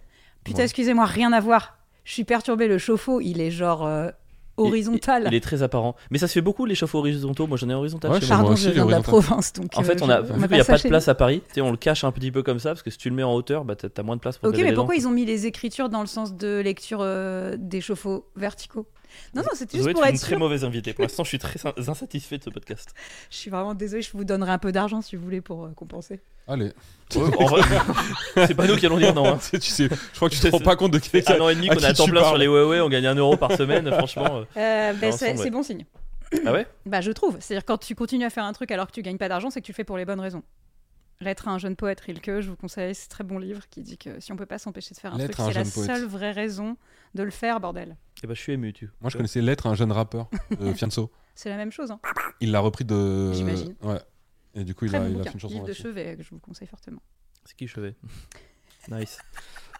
Speaker 3: Putain,
Speaker 2: Ouais.
Speaker 3: excusez-moi, rien à voir. Je suis perturbée, le chauffe-eau, il est genre euh, horizontale.
Speaker 1: Il est très apparent. Mais ça se fait beaucoup les chauffes horizontaux. Moi j'en ai horizontal.
Speaker 2: Ouais,
Speaker 1: chez
Speaker 2: je
Speaker 1: moi.
Speaker 2: moi
Speaker 3: Pardon,
Speaker 2: aussi,
Speaker 3: je viens de la
Speaker 2: l'horizontale.
Speaker 3: province, donc.
Speaker 1: En
Speaker 3: euh,
Speaker 1: fait,
Speaker 3: je-
Speaker 1: on a,
Speaker 3: on
Speaker 1: vu qu'il
Speaker 3: pas
Speaker 1: n'y a
Speaker 3: ça
Speaker 1: pas de
Speaker 3: chez
Speaker 1: place à Paris. Tu sais, on le cache un petit peu comme ça parce que si tu le mets en hauteur, bah t'as t'as moins de place pour
Speaker 3: nous. Ok,
Speaker 1: poser
Speaker 3: mais
Speaker 1: les gens.
Speaker 3: pourquoi ils ont mis les écritures dans le sens de lecture euh, des chauffe-eau verticaux Non, non, c'était
Speaker 1: Zoé,
Speaker 3: juste
Speaker 1: tu
Speaker 3: pour
Speaker 1: es
Speaker 3: être
Speaker 1: une très
Speaker 3: sûr.
Speaker 1: mauvaise invitée. Pour l'instant, je suis très in- insatisfait de ce
Speaker 3: [LAUGHS]
Speaker 1: podcast.
Speaker 3: Je suis vraiment désolée, je vous donnerai un peu d'argent si vous voulez pour euh, compenser.
Speaker 1: [LAUGHS]
Speaker 2: Allez.
Speaker 1: En vrai, c'est pas nous qui allons dire non. hein.
Speaker 2: [LAUGHS]
Speaker 1: Ah,
Speaker 2: Tu sais, je crois que tu te
Speaker 1: C'est-
Speaker 2: rends pas compte de quel
Speaker 1: Un an et demi
Speaker 2: à
Speaker 1: qu'on est
Speaker 2: qui
Speaker 1: à temps
Speaker 2: Ah, tu
Speaker 1: plein sur
Speaker 2: parles
Speaker 1: les Huawei, on gagne un euro par semaine, [LAUGHS] franchement. euh.
Speaker 3: Euh, ben,
Speaker 1: Dans
Speaker 3: c'est
Speaker 1: l'ensemble,
Speaker 3: c'est
Speaker 1: ouais.
Speaker 3: bon signe.
Speaker 1: Ah ouais
Speaker 3: [CLEARS THROAT] Bah, je trouve. C'est-à-dire, quand tu continues à faire un truc alors que tu gagnes pas d'argent, c'est que tu le fais pour les bonnes raisons. Lettre à un jeune poète, Rilke, je vous conseille, c'est un très bon livre qui dit que si on peut pas s'empêcher de faire un
Speaker 2: Lettre à
Speaker 3: truc,
Speaker 2: un
Speaker 3: c'est la
Speaker 2: jeune poète.
Speaker 3: seule vraie raison de le faire, bordel.
Speaker 1: Eh ben, je suis ému, tu.
Speaker 2: Moi, je connaissais Lettre à un jeune rappeur,
Speaker 3: [LAUGHS]
Speaker 2: euh, Fianso.
Speaker 3: C'est la même chose. Hein.
Speaker 2: Il l'a repris de.
Speaker 3: J'imagine.
Speaker 2: Ouais. Et du coup, il
Speaker 3: Très
Speaker 2: a,
Speaker 3: bon
Speaker 2: il a
Speaker 3: bouquin,
Speaker 2: fait une chanson.
Speaker 3: livre de
Speaker 2: là-dessus.
Speaker 3: chevet que je vous conseille fortement.
Speaker 1: C'est qui [LAUGHS] chevet Nice.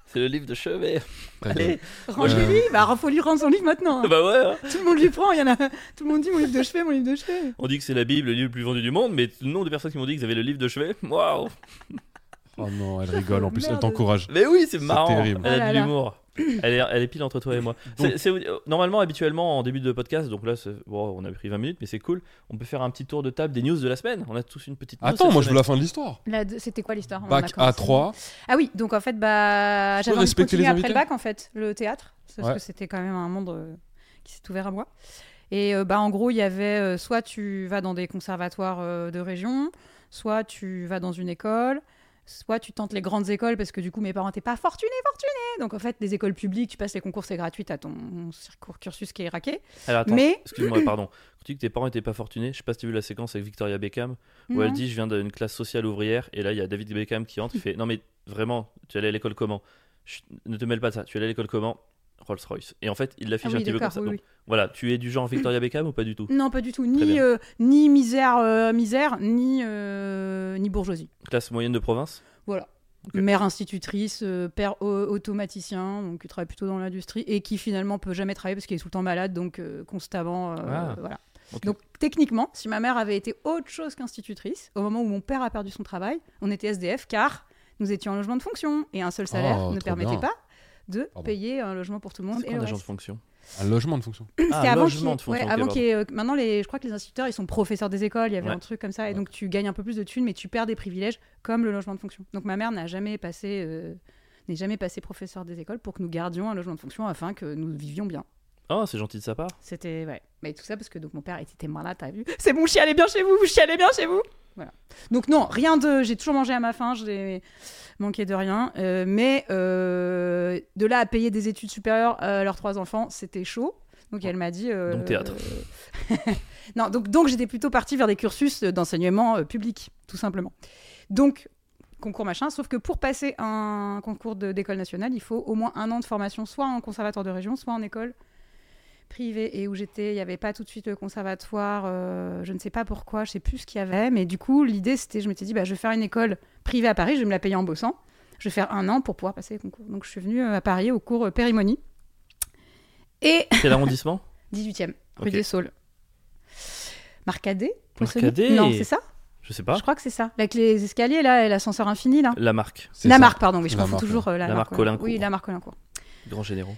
Speaker 1: C'est le livre de chevet.
Speaker 2: Ta gueule.
Speaker 1: Allez.
Speaker 3: Range-lui, bah faut lui rendre son livre maintenant. hein.
Speaker 1: [LAUGHS] bah ouais. hein.
Speaker 3: Tout le monde lui prend, il y en a. Tout le monde dit mon livre de chevet, mon livre de chevet.
Speaker 1: On dit que c'est la Bible, le livre le plus vendu du monde, mais le nombre de personnes qui m'ont dit qu'ils avaient le livre de chevet, [LAUGHS] waouh
Speaker 2: Oh non, elle rigole. En plus, elle
Speaker 3: Merde.
Speaker 2: t'encourage.
Speaker 1: Mais oui, c'est
Speaker 2: C'est
Speaker 1: marrant.
Speaker 2: terrible.
Speaker 1: Elle a
Speaker 3: Oh là
Speaker 1: de
Speaker 3: là.
Speaker 1: l'humour. [CLEARS THROAT] Elle est, elle est pile entre toi et moi.
Speaker 2: Donc-
Speaker 1: C'est- c'est- euh, normalement, habituellement, en début de podcast, donc là, c'est- bon, on a pris 20 minutes, mais c'est cool. On peut faire un petit tour de table des news de la semaine. On a tous une petite. news
Speaker 2: Attends,
Speaker 1: cette
Speaker 2: moi, je veux
Speaker 1: semaine.
Speaker 2: la fin de l'histoire.
Speaker 3: Là, de- C'était quoi l'histoire Oh, On en a
Speaker 2: Bac
Speaker 3: commencé.
Speaker 2: A3.
Speaker 3: Ah oui, donc en fait, bah,
Speaker 2: Je peux
Speaker 3: j'avais envie de
Speaker 2: respecter
Speaker 3: continuer
Speaker 2: les
Speaker 3: après le
Speaker 2: invités
Speaker 3: bac, en fait, le théâtre, parce
Speaker 2: Ouais.
Speaker 3: que c'était quand même un monde euh, qui s'est ouvert à moi. Et euh, bah, en gros, il y avait euh, soit tu vas dans des conservatoires euh, de région, soit tu vas dans une école, soit tu tentes les grandes écoles, parce que du coup, mes parents n'étaient pas fortunés, fortunés. Donc en fait, des écoles publiques, tu passes les concours, c'est gratuit, t'as ton cir- cursus qui est raqué.
Speaker 1: Alors, attends,
Speaker 3: Mais-
Speaker 1: excuse-moi, pardon. Quand tu dis que tes parents n'étaient pas fortunés, je sais pas si tu as vu la séquence avec Victoria Beckham, où elle
Speaker 3: Non.
Speaker 1: dit Je viens d'une classe sociale ouvrière, et là, il y a David Beckham qui entre, il fait Non, mais vraiment, tu allais à l'école comment Chut, Ne te mêle pas de ça, tu allais à l'école comment Rolls Royce. Et en fait, il
Speaker 3: Ah
Speaker 1: l'affiche
Speaker 3: oui,
Speaker 1: un petit peu comme
Speaker 3: d'accord,
Speaker 1: ça.
Speaker 3: oui,
Speaker 1: Donc,
Speaker 3: oui. Mm.
Speaker 1: Voilà, tu es du genre Victoria Beckham ou pas du tout
Speaker 3: Non, pas du tout.
Speaker 1: Très
Speaker 3: Ni,
Speaker 1: bien.
Speaker 3: euh, ni misère, euh, misère, ni, euh, ni bourgeoisie.
Speaker 1: Classe moyenne de province
Speaker 3: Voilà.
Speaker 1: Ok.
Speaker 3: Mère institutrice, euh, père au- automaticien, donc qui travaille plutôt dans l'industrie et qui finalement peut jamais travailler parce qu'il est tout le temps malade, donc euh, constamment. euh,
Speaker 1: Ah.
Speaker 3: Voilà.
Speaker 1: Ok.
Speaker 3: Donc techniquement, si ma mère avait été autre chose qu'institutrice, au moment où mon père a perdu son travail, on était SDF car nous étions en logement de fonction et un seul salaire
Speaker 2: Oh,
Speaker 3: ne
Speaker 2: trop
Speaker 3: permettait
Speaker 2: bien.
Speaker 3: pas de
Speaker 2: Pardon.
Speaker 3: payer un logement pour tout le monde.
Speaker 1: C'est
Speaker 3: et
Speaker 1: quoi un
Speaker 3: le
Speaker 1: agent de
Speaker 3: reste. [CLEARS THROAT]
Speaker 1: fonction
Speaker 2: Un logement de fonction.
Speaker 1: Ah,
Speaker 3: C'était
Speaker 1: un
Speaker 3: avant
Speaker 1: logement
Speaker 3: qu'il-
Speaker 1: de fonction,
Speaker 3: ouais,
Speaker 1: ok,
Speaker 3: avant
Speaker 1: pardon.
Speaker 3: qu'il y ait, euh, maintenant les, je crois que les instituteurs ils sont professeurs des écoles, il y avait
Speaker 1: Ouais.
Speaker 3: un truc comme ça et
Speaker 1: Ouais.
Speaker 3: donc tu gagnes un peu plus de thunes mais tu perds des privilèges comme le logement de fonction. Donc ma mère n'a jamais passé euh, n'est jamais passé professeur des écoles pour que nous gardions un logement de fonction afin que nous vivions bien.
Speaker 1: Ah, c'est gentil de sa part.
Speaker 3: C'était ouais. Mais tout ça parce que donc mon père était témoin là, t'as vu C'est bon, chialez bien chez vous, vous chialez bien chez vous. Voilà. Donc non, rien de j'ai toujours mangé à ma faim, j'ai manqué de rien Euh, mais euh, de là à payer des études supérieures euh, à leurs trois enfants, c'était chaud. Donc elle m'a dit euh,
Speaker 1: Donc théâtre.
Speaker 3: euh, [LAUGHS] non, donc donc j'étais plutôt partie vers des cursus euh, d'enseignement euh, public tout simplement. Donc concours machin, sauf que pour passer un concours de- d'école nationale, il faut au moins un an de formation, soit en conservatoire de région, soit en école privée. Et où j'étais, il n'y avait pas tout de suite le conservatoire, euh, je ne sais pas pourquoi, je sais plus ce qu'il y avait, mais du coup, l'idée, c'était, je m'étais dit, bah, je vais faire une école privée à Paris, je vais me la payer en bossant, je vais faire un an pour pouvoir passer les concours. Donc je suis venue euh, à Paris au cours euh, Périmonie. Et [COUGHS]
Speaker 1: Quel arrondissement
Speaker 3: 18e, rue
Speaker 1: Ok.
Speaker 3: des Saules. Marcadet Poissonnier
Speaker 1: Marcadet
Speaker 3: Non, c'est ça
Speaker 1: Je sais pas.
Speaker 3: Je crois que c'est ça. Avec les escaliers, là, et l'ascenseur infini, là.
Speaker 1: La marque,
Speaker 2: C'est ça.
Speaker 3: La marque, pardon, oui, je
Speaker 2: La
Speaker 3: confonds
Speaker 2: marque,
Speaker 3: toujours euh, la,
Speaker 1: La
Speaker 3: marque
Speaker 1: marque
Speaker 3: Olin- Oui,
Speaker 1: Olincourt.
Speaker 3: la marque Olincourt.
Speaker 1: grand généraux.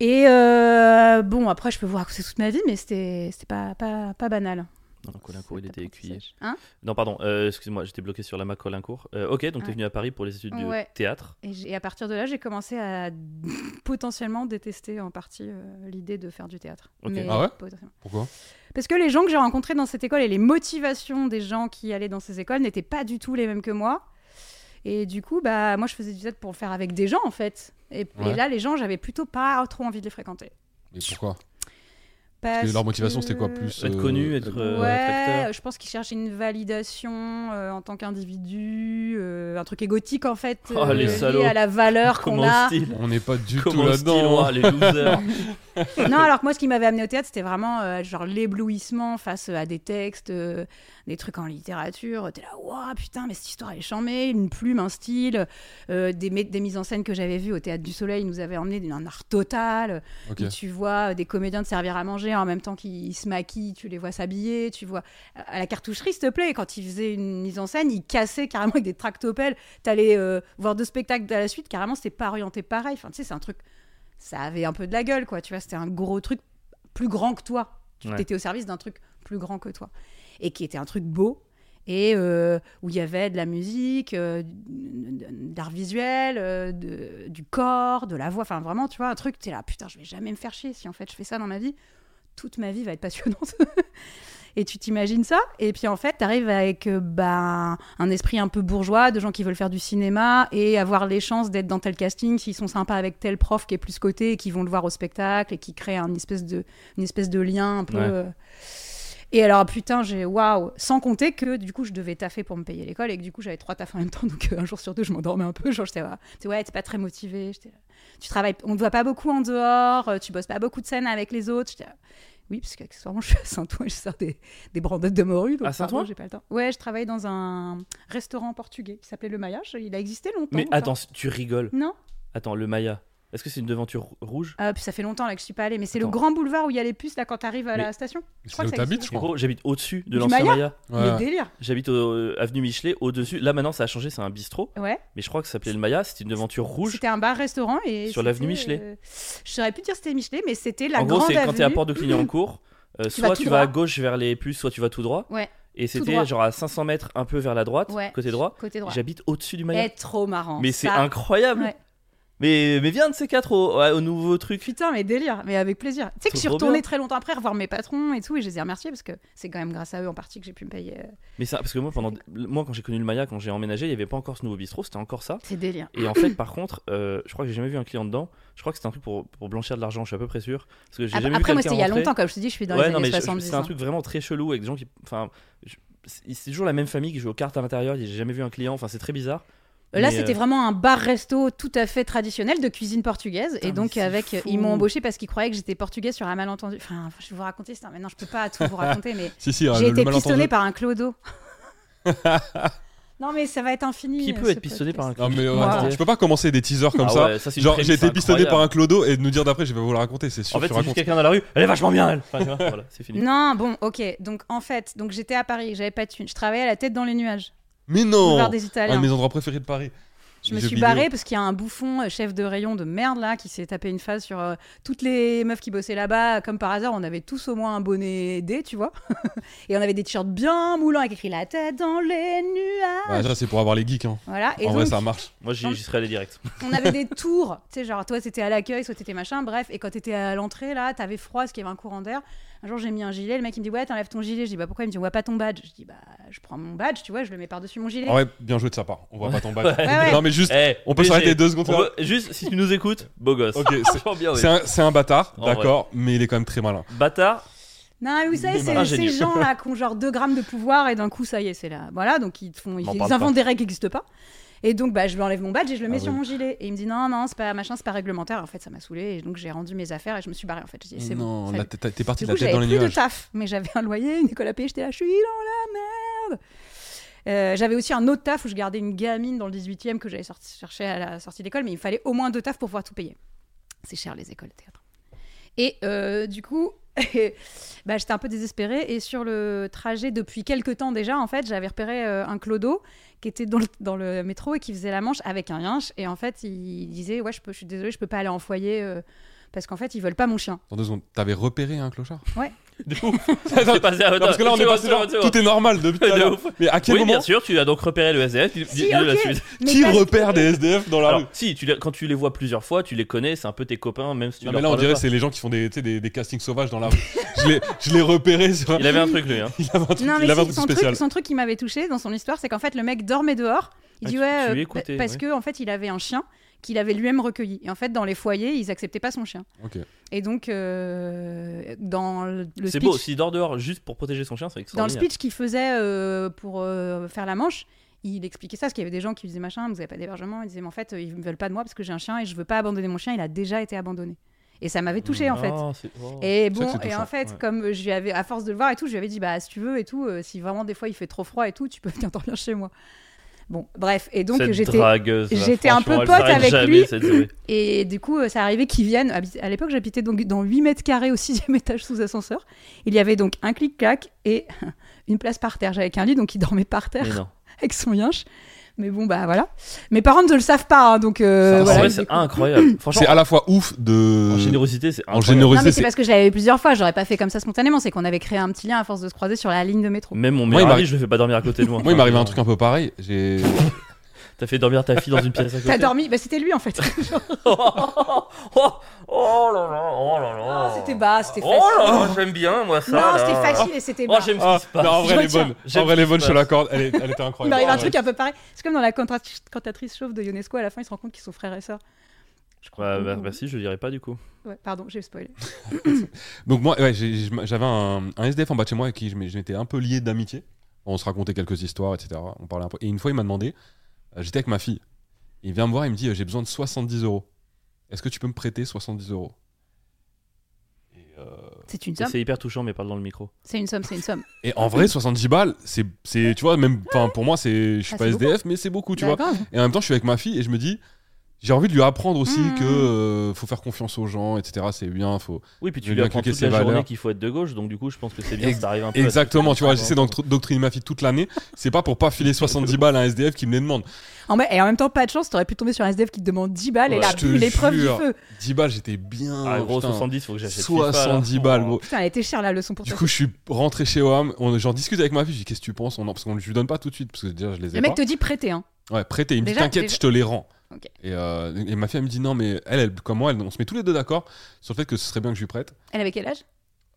Speaker 3: Et euh, bon, après, je peux vous raconter toute ma vie, mais c'était c'était pas, pas, pas banal.
Speaker 1: Non, Colincourt, il
Speaker 3: Cet
Speaker 1: était écuyer.
Speaker 3: apprentissage. Hein
Speaker 1: Non, pardon, euh, excuse-moi, j'étais bloqué sur la marque Colincourt. Euh, ok, donc t'es
Speaker 3: Ouais.
Speaker 1: venu à Paris pour les études
Speaker 3: Ouais.
Speaker 1: de théâtre.
Speaker 3: et, j'ai- et à partir de là, j'ai commencé à [LAUGHS] potentiellement détester en partie euh, l'idée de faire du théâtre.
Speaker 1: Ok.
Speaker 3: Mais
Speaker 2: Ah ouais
Speaker 3: potentiellement.
Speaker 2: Pourquoi
Speaker 3: Parce que les gens que j'ai rencontrés dans cette école et les motivations des gens qui allaient dans ces écoles n'étaient pas du tout les mêmes que moi. Et du coup, bah, moi, je faisais du théâtre pour le faire avec des gens, en fait. Et, et
Speaker 2: Ouais.
Speaker 3: là, les gens, j'avais plutôt pas trop envie de les fréquenter.
Speaker 2: Mais
Speaker 1: [LAUGHS]
Speaker 2: pourquoi
Speaker 3: Parce
Speaker 2: Et Leur motivation,
Speaker 3: que-
Speaker 2: c'était quoi plus
Speaker 1: Être
Speaker 2: euh,
Speaker 1: connu, être, euh,
Speaker 3: ouais,
Speaker 1: acteur.
Speaker 3: je pense qu'ils cherchent une validation euh, en tant qu'individu, euh, un truc égotique en fait, euh,
Speaker 1: Oh, les
Speaker 3: lié
Speaker 1: salauds.
Speaker 3: à la valeur qu'on
Speaker 1: Comment
Speaker 3: a.
Speaker 1: style
Speaker 2: On n'est pas du tout
Speaker 1: Comment style,
Speaker 2: là-dedans. hein.
Speaker 1: ouah, les
Speaker 2: [LAUGHS]
Speaker 1: losers
Speaker 3: [LAUGHS] Non, alors que moi, ce qui m'avait amené au théâtre, c'était vraiment euh, genre l'éblouissement face à des textes, euh, des trucs en littérature. T'es là, waouh, putain, mais cette histoire elle est charmée, une plume, un style, euh, des, mé- des mises en scène que j'avais vues au théâtre du Soleil, ils nous avaient emmené d'un art total.
Speaker 2: Ok.
Speaker 3: où tu vois euh, des comédiens te servir à manger en même temps qu'ils se maquillent, tu les vois s'habiller, tu vois. À la cartoucherie, s'il te plaît, quand ils faisaient une mise en scène, ils cassaient carrément avec des tractopelles. T'allais euh, voir deux spectacles à la suite, carrément, c'était pas orienté pareil. Enfin, tu sais, c'est un truc. Ça avait un peu de la gueule, quoi. Tu vois, c'était un gros truc plus grand que toi. Tu
Speaker 1: Ouais.
Speaker 3: étais au service d'un truc plus grand que toi. Et qui était un truc beau. Et euh, où il y avait de la musique, euh, de- de- de l'art visuel, euh, de- du corps, de la voix. Enfin, vraiment, tu vois, un truc, t'es là, putain, je vais jamais me faire chier si en fait je fais ça dans ma vie. Toute ma vie va être passionnante. [LAUGHS] et tu t'imagines ça. Et puis en fait, t'arrives avec euh, bah, un esprit un peu bourgeois, de gens qui veulent faire du cinéma et avoir les chances d'être dans tel casting s'ils sont sympas avec tel prof qui est plus coté et qui vont le voir au spectacle et qui crée un espèce de, une espèce de lien un peu.
Speaker 1: Ouais.
Speaker 3: euh. Et alors, putain, j'ai waouh! Sans compter que du coup, je devais taffer pour me payer l'école et que du coup, j'avais trois tafs en même temps. Donc, euh, un jour sur deux, je m'endormais un peu. Genre, j'étais là, Tu sais, ouais, t'es pas très motivé. J'étais là, Tu travailles, on te voit pas beaucoup en dehors, euh, tu bosses pas beaucoup de scènes avec les autres. J'étais là, oui, parce qu'accessoirement, [LAUGHS] je suis à Saint-Ouen, je sors des, des brandettes de morue. donc
Speaker 1: À Saint-Ouen
Speaker 3: pardon, J'ai pas le temps. Ouais, je travaille dans un restaurant portugais qui s'appelait Le Maillage. Il a existé longtemps.
Speaker 1: Mais
Speaker 3: ou pas
Speaker 1: attends, tu rigoles.
Speaker 3: Non
Speaker 1: Attends, le Maya. Est-ce que c'est une devanture rouge
Speaker 3: Ah, puis ça fait longtemps là que je suis pas allée, mais c'est le
Speaker 1: Attends.
Speaker 3: grand boulevard où il y a les puces là quand t'arrives à
Speaker 1: Mais-
Speaker 3: la station.
Speaker 2: C'est
Speaker 3: crois
Speaker 2: où
Speaker 3: que ça
Speaker 2: t'habites,
Speaker 3: existe.
Speaker 2: je
Speaker 1: En
Speaker 2: crois.
Speaker 1: gros, j'habite au-dessus de
Speaker 3: Du
Speaker 1: l'ancien
Speaker 3: Maya
Speaker 1: Maya.
Speaker 3: Le
Speaker 2: Ouais.
Speaker 3: délire
Speaker 1: J'habite au- euh, avenue Michelet, au-dessus. Là maintenant, ça a changé, c'est un bistrot.
Speaker 3: Ouais.
Speaker 1: Mais je crois que ça s'appelait le Maya. C'était une devanture rouge.
Speaker 3: C'était un bar-restaurant et.
Speaker 1: Sur l'avenue
Speaker 3: c'était,
Speaker 1: Michelet.
Speaker 3: euh, Je saurais plus dire c'était Michelet, mais c'était la
Speaker 1: en gros,
Speaker 3: grande
Speaker 1: c'est quand
Speaker 3: avenue.
Speaker 1: t'es à Port de
Speaker 3: [CLEARS THROAT]
Speaker 1: Clignancourt, euh, soit
Speaker 3: vas tout
Speaker 1: tu vas à
Speaker 3: droit.
Speaker 1: gauche vers les puces, soit tu vas tout droit.
Speaker 3: Ouais,
Speaker 1: Et
Speaker 3: droit.
Speaker 1: c'était genre à 500 mètres un peu vers la droite,
Speaker 3: Ouais.
Speaker 1: côté droit.
Speaker 3: Côté droit.
Speaker 1: J'habite au-dessus du Maya.
Speaker 3: Eh, trop marrant.
Speaker 1: Mais c'est
Speaker 3: ça.
Speaker 1: incroyable.
Speaker 3: Ouais.
Speaker 1: Mais, mais viens de ces quatre au, ouais, au nouveau truc.
Speaker 3: Putain, mais délire, mais avec plaisir. Tu sais que
Speaker 1: Trop
Speaker 3: je suis retournée
Speaker 1: bien.
Speaker 3: très longtemps après revoir mes patrons et tout, et je les ai remerciés parce que c'est quand même grâce à eux en partie que j'ai pu me payer. euh,
Speaker 1: Mais ça, parce que moi, pendant, moi quand j'ai connu le Maya, quand j'ai emménagé, il n'y avait pas encore ce nouveau bistrot, c'était encore ça.
Speaker 3: C'est délire.
Speaker 1: Et en fait, par contre, euh, je crois que j'ai jamais vu un client dedans. Je crois que c'était un truc pour, pour blanchir de l'argent, je suis à peu près sûr. Parce que j'ai
Speaker 3: Après,
Speaker 1: jamais
Speaker 3: Ah, après,
Speaker 1: vu quelqu'un
Speaker 3: moi, c'était il y a
Speaker 1: rentrer.
Speaker 3: longtemps, comme je te dis, je suis dans
Speaker 1: ouais,
Speaker 3: les
Speaker 1: non,
Speaker 3: années
Speaker 1: mais je- je-
Speaker 3: 70.
Speaker 1: c'est un
Speaker 3: hein.
Speaker 1: truc vraiment très chelou avec des gens qui. Enfin, je- c'est c'est toujours la même famille qui joue aux cartes à l'intérieur. J'ai jamais vu un client. Enfin, c'est très bizarre.
Speaker 3: Là,
Speaker 1: Mais,
Speaker 3: c'était
Speaker 1: euh,
Speaker 3: vraiment un bar-resto tout à fait traditionnel de cuisine portugaise.
Speaker 1: Putain,
Speaker 3: et donc,
Speaker 1: mais c'est
Speaker 3: avec,
Speaker 1: fou.
Speaker 3: ils m'ont embauché parce qu'ils croyaient que j'étais portugaise sur un malentendu. Enfin, je vais vous raconter ça. Maintenant, je peux
Speaker 1: [LAUGHS]
Speaker 3: pas tout vous raconter, mais
Speaker 2: Si, si,
Speaker 3: j'ai
Speaker 2: le,
Speaker 3: été
Speaker 2: le malentendu.
Speaker 3: pistonnée par un clodo. non, mais ça va être infini.
Speaker 1: Qui
Speaker 3: euh,
Speaker 1: peut
Speaker 3: ce
Speaker 1: être pistonné par un
Speaker 3: podcast.
Speaker 1: client
Speaker 2: Non, mais euh,
Speaker 3: Wow.
Speaker 2: attends, tu peux pas commencer des teasers
Speaker 1: Ah
Speaker 2: comme ça. Genre, j'ai été pistonné par un clodo et de nous dire d'après, je vais vous le raconter, c'est sûr.
Speaker 1: En fait,
Speaker 2: tu
Speaker 1: c'est juste
Speaker 2: racontes.
Speaker 1: quelqu'un dans la rue. Elle est vachement bien, elle. Enfin, tu vois, voilà, c'est fini.
Speaker 3: Non, bon, ok. Donc, en fait, donc j'étais à Paris, j'avais pas de thunes. Je travaillais à la tête dans les nuages,
Speaker 2: Mais
Speaker 3: boulevard
Speaker 2: non
Speaker 3: des Italiens.
Speaker 2: Un de mes endroits préférés de Paris.
Speaker 3: Je me
Speaker 2: Les
Speaker 3: suis
Speaker 2: jeux
Speaker 3: barrée
Speaker 2: vidéo.
Speaker 3: parce qu'il y a un bouffon euh, chef de rayon de merde là qui s'est tapé une phase sur euh, toutes les meufs qui bossaient là-bas. Comme par hasard, on avait tous au moins un bonnet D, tu vois. [LAUGHS] et on avait des t-shirts bien moulants avec écrit la tête dans les
Speaker 2: Bah,
Speaker 3: nuages.
Speaker 2: ça, c'est pour avoir les geeks. hein.
Speaker 3: Voilà. Et
Speaker 2: En
Speaker 3: donc,
Speaker 2: vrai, ça marche.
Speaker 1: Moi, j'y
Speaker 3: Non.
Speaker 1: j'y serais allé direct.
Speaker 3: on avait des tours. Tu sais, genre, toi, t'étais à l'accueil, soit t'étais machin. Bref, et quand t'étais à l'entrée, là, t'avais froid parce qu'il y avait un courant d'air. Un jour, j'ai mis un gilet. Le mec, il me dit, ouais, t'enlèves ton gilet. Je dis, bah pourquoi Il me dit, ouais, pas ton badge. Je dis, bah, je prends mon badge, tu vois, je le mets par-dessus mon gilet.
Speaker 2: Ah ouais, bien joué de sa part. On voit pas ton badge.
Speaker 3: Ouais, ouais.
Speaker 2: Non, mais juste,
Speaker 1: [LAUGHS] Eh,
Speaker 2: on peut
Speaker 1: BG,
Speaker 2: s'arrêter deux secondes.
Speaker 1: on
Speaker 2: là
Speaker 1: peut- Juste, si tu nous écoutes, beau gosse.
Speaker 2: Ok,
Speaker 1: [LAUGHS]
Speaker 2: c'est-
Speaker 1: Vachement bien, ouais.
Speaker 2: c'est un, c'est un bâtard,
Speaker 1: En vrai.
Speaker 2: d'accord, mais il est quand même très malin.
Speaker 1: Bâtard.
Speaker 3: Non, mais
Speaker 2: [LAUGHS]
Speaker 3: vous savez,
Speaker 1: Mais
Speaker 3: c'est ces
Speaker 1: ingénieux.
Speaker 3: gens là qui ont genre 2 grammes de pouvoir et d'un coup, ça y est, c'est là. Voilà, donc ils, te font, ils,
Speaker 1: M'en
Speaker 3: ils
Speaker 1: parle
Speaker 3: inventent des règles qui n'existent pas. Et donc, bah, je lui enlève mon badge et je le mets
Speaker 2: Ah
Speaker 3: sur
Speaker 2: oui.
Speaker 3: mon gilet. Et il me dit non, non, c'est pas machin, c'est pas réglementaire. En fait, ça m'a saoulé. Et donc, j'ai rendu mes affaires et je me suis barrée. En fait, j'ai dit c'est bon.
Speaker 2: non,
Speaker 3: salut.
Speaker 2: là, t'es- t'es parti
Speaker 3: Du
Speaker 2: de la
Speaker 3: coup,
Speaker 2: tête dans
Speaker 3: j'avais
Speaker 2: les
Speaker 3: plus de
Speaker 2: nuages.
Speaker 3: taf, mais j'avais un loyer, une école à payer. J'étais là, je suis dans la merde. Euh, j'avais aussi un autre taf où je gardais une gamine dans le 18e que j'avais sorti, cherché à la sortie d'école, mais il me fallait au moins deux tafs pour pouvoir tout payer. C'est cher les écoles de théâtre. Et euh, du coup, [LAUGHS] bah, j'étais un peu désespérée. Et sur le trajet, depuis quelques temps déjà, en fait, j'avais repéré euh, un clodo qui était dans le, dans le métro et qui faisait la manche avec un yinche. Et en fait, il disait Ouais, je, peux, je suis désolée, je peux pas aller en foyer euh, parce qu'en fait, ils veulent pas mon chien.
Speaker 2: Dans deux secondes, t'avais repéré un [LAUGHS] clochard
Speaker 1: [LAUGHS] De ouf.
Speaker 2: Attends,
Speaker 1: C'est passé à
Speaker 2: non, parce que là, on est passé genre, tout est
Speaker 1: [LAUGHS]
Speaker 2: normal depuis tout à
Speaker 1: De
Speaker 2: l'heure.
Speaker 1: ouf.
Speaker 2: Mais à quel
Speaker 1: Oui,
Speaker 2: moment
Speaker 1: bien sûr, tu as donc repéré le SDF. Dis-
Speaker 3: Si,
Speaker 1: dis- dis-le la
Speaker 3: ok.
Speaker 1: suite.
Speaker 3: Mais
Speaker 2: qui
Speaker 3: parce-
Speaker 2: repère des SDF dans la
Speaker 1: Alors,
Speaker 2: rue
Speaker 1: si, tu les- quand tu les vois plusieurs fois, tu les connais, c'est un peu tes copains, même si tu
Speaker 2: Non,
Speaker 1: leur
Speaker 2: mais là, on
Speaker 1: parles
Speaker 2: dirait
Speaker 1: pas.
Speaker 2: que c'est les gens qui font des, tu sais, des, des castings sauvages dans la rue. je l'ai- je l'ai repéré sur un-
Speaker 1: Il avait un truc, lui. Hein.
Speaker 2: [LAUGHS] Il avait un truc,
Speaker 3: Non, mais
Speaker 2: il avait un
Speaker 3: si,
Speaker 2: truc
Speaker 3: son,
Speaker 2: spécial.
Speaker 3: truc, son truc qui m'avait touché dans son histoire, c'est qu'en fait, le mec dormait dehors. Il
Speaker 1: Ah,
Speaker 3: dit
Speaker 1: tu-
Speaker 3: ouais,
Speaker 1: tu
Speaker 3: euh,
Speaker 1: l'écoutais,
Speaker 3: pa- parce
Speaker 1: ouais.
Speaker 3: que en fait, il avait un chien qu'il avait lui-même recueilli. Et en fait, dans les foyers, ils acceptaient pas son chien.
Speaker 2: Ok.
Speaker 3: Et donc, euh, dans le le
Speaker 1: C'est
Speaker 3: speech,
Speaker 1: beau, s'il dort dehors juste pour protéger son chien, c'est
Speaker 3: dans le
Speaker 1: extraordinaire.
Speaker 3: speech qu'il faisait euh, pour euh, faire la manche, il expliquait ça parce qu'il y avait des gens qui lui disaient machin, vous avez pas d'hébergement. Il disait mais en fait, euh, ils me veulent pas de moi parce que j'ai un chien et je veux pas abandonner mon chien. Il a déjà été abandonné. Et ça m'avait touché
Speaker 1: Hmm.
Speaker 3: en fait.
Speaker 1: fait.
Speaker 3: Et
Speaker 2: C'est vrai
Speaker 3: bon,
Speaker 2: que c'est
Speaker 3: et en
Speaker 2: touchant,
Speaker 3: fait,
Speaker 1: ouais.
Speaker 3: comme je lui avais, à force de le voir et tout, je lui avais dit, bah, si tu veux et tout, euh, si vraiment des fois il fait trop froid et tout, tu peux [LAUGHS] venir dormir chez moi. Bon, bref, et donc j'étais. j'étais un peu pote avec lui. [LAUGHS] Et du coup, euh, ça arrivait qu'il vienne. habiter- À l'époque, j'habitais donc dans 8 mètres carrés au sixième [LAUGHS] étage sous ascenseur. Il y avait donc un [LAUGHS] clic-clac et une place par terre. J'avais qu'un lit, donc il dormait par terre
Speaker 1: Mais non.
Speaker 3: avec son yinche. Mais bon, bah voilà. Mes parents ne le savent pas, hein, donc. euh,
Speaker 2: Ça,
Speaker 1: En
Speaker 3: voilà,
Speaker 1: vrai,
Speaker 3: ils
Speaker 1: c'est
Speaker 3: écoutent.
Speaker 1: incroyable. Franchement,
Speaker 2: C'est à la fois ouf de.
Speaker 1: en générosité, c'est
Speaker 2: En
Speaker 1: incroyable.
Speaker 3: Non, mais
Speaker 2: générosité,
Speaker 3: c'est
Speaker 2: c'est.
Speaker 3: parce que je l'avais plusieurs fois, j'aurais pas fait comme ça spontanément, c'est qu'on avait créé un petit lien à force de se croiser sur la ligne de métro.
Speaker 1: Même mon
Speaker 2: Moi, il
Speaker 1: meilleur ami,
Speaker 2: m'arrive-
Speaker 1: je le fais pas dormir à côté de moi.
Speaker 2: Moi, il m'est arrivé un truc un peu pareil.
Speaker 1: [LAUGHS]
Speaker 2: J'ai.
Speaker 1: T'as fait dormir ta fille dans une pièce à côté.
Speaker 3: T'as dormi Bah c'était lui en fait. Genre,
Speaker 1: oh, oh, oh là là, oh là là.
Speaker 3: Ah, c'était bas, c'était facile.
Speaker 1: Oh là là, j'aime bien moi ça.
Speaker 3: non,
Speaker 1: là.
Speaker 3: c'était facile et c'était
Speaker 1: Oh,
Speaker 3: bas.
Speaker 1: j'aime
Speaker 2: Ah,
Speaker 1: ce qui se
Speaker 2: non,
Speaker 1: passe.
Speaker 2: en vrai,
Speaker 3: Je
Speaker 2: elle est
Speaker 3: retiens.
Speaker 2: bonne.
Speaker 1: J'aime
Speaker 2: En vrai, elle est
Speaker 1: ce qui
Speaker 2: bonne,
Speaker 1: se
Speaker 2: je te
Speaker 1: passe.
Speaker 2: l'accorde. Elle, est- elle était
Speaker 3: Il
Speaker 2: incroyable.
Speaker 3: m'arrive un
Speaker 2: Ouais.
Speaker 3: truc un peu pareil. C'est comme dans la cantat- cantatrice chauve de Ionesco, à la fin ils se rendent compte qu'ils sont frères et sœurs. Je
Speaker 1: Ouais,
Speaker 3: qu'on-
Speaker 1: bah, merci, je dirais pas du coup.
Speaker 3: Ouais, pardon, j'ai spoilé.
Speaker 2: Donc moi, ouais, j'ai- j'avais un, un SDF en bas de chez moi avec qui je m'ai- je m'étais un peu lié d'amitié. On se racontait quelques histoires, etc. On parlait un peu. Et une fois, il m'a demandé, euh, j'étais avec ma fille, il vient me voir, il me dit, euh, j'ai besoin de 70 euros. Est-ce que tu peux me prêter 70 euros et, euh,
Speaker 3: C'est une
Speaker 1: Ça,
Speaker 3: somme,
Speaker 1: C'est hyper touchant, mais parle dans le micro.
Speaker 3: c'est une somme, c'est une somme.
Speaker 1: [LAUGHS]
Speaker 2: et en vrai, 70 balles, c'est, c'est- tu vois, même, enfin, pour moi, c'est, je suis
Speaker 3: Ah,
Speaker 2: pas
Speaker 3: c'est
Speaker 2: SDF, mais c'est beaucoup, tu vois.
Speaker 3: D'accord.
Speaker 2: Et en même temps, je suis avec ma fille et je me dis, j'ai envie de lui apprendre aussi
Speaker 3: Mmh.
Speaker 2: que euh, faut faire confiance aux gens, etc. C'est bien, faut.
Speaker 1: Oui, puis
Speaker 2: Je
Speaker 1: tu
Speaker 2: vais
Speaker 1: lui
Speaker 2: bien
Speaker 1: apprends
Speaker 2: cliquer
Speaker 1: toute
Speaker 2: ses
Speaker 1: la journée
Speaker 2: valeurs.
Speaker 1: qu'il faut être de gauche, donc du coup, je pense que c'est bien
Speaker 2: Ex-
Speaker 1: si t'arrives un peu. à-
Speaker 2: Exactement, tu vois, j'essaie
Speaker 1: D'accord.
Speaker 2: d'endoctriner ma fille toute l'année. C'est pas pour pas
Speaker 1: [LAUGHS]
Speaker 2: filer 70 balles à un SDF qui me les demande.
Speaker 3: En mai- et en même temps, pas de chance, t'aurais pu tomber sur un SDF qui te demande 10 balles et
Speaker 1: Ouais.
Speaker 3: là,
Speaker 2: Je te
Speaker 3: l'épreuve du
Speaker 2: jure.
Speaker 3: feu.
Speaker 2: 10 balles, j'étais bien.
Speaker 1: Ah, gros,
Speaker 2: putain.
Speaker 1: 70, faut que j'achète.
Speaker 2: 70 balles, gros.
Speaker 3: Putain, elle était chère la leçon pour
Speaker 2: Du
Speaker 3: toi.
Speaker 2: coup, je suis rentré chez OAM. On, j'en discute avec ma fille. Je dis, qu'est-ce que tu penses on en- Parce qu'on lui donne pas tout de suite. Parce que déjà, je les ai
Speaker 3: Le mec
Speaker 2: pas.
Speaker 3: te dit prêter, hein.
Speaker 2: Ouais, prêté. Il me dit,
Speaker 3: Déjà,
Speaker 2: t'inquiète,
Speaker 3: déjà-
Speaker 2: je te les rends.
Speaker 3: Ok.
Speaker 2: Et, euh, et ma fille, elle me dit, non, mais elle, elle, comme moi, elle, on se met tous les deux d'accord sur le fait que ce serait bien que je lui prête. Ah,
Speaker 3: Elle avait quel âge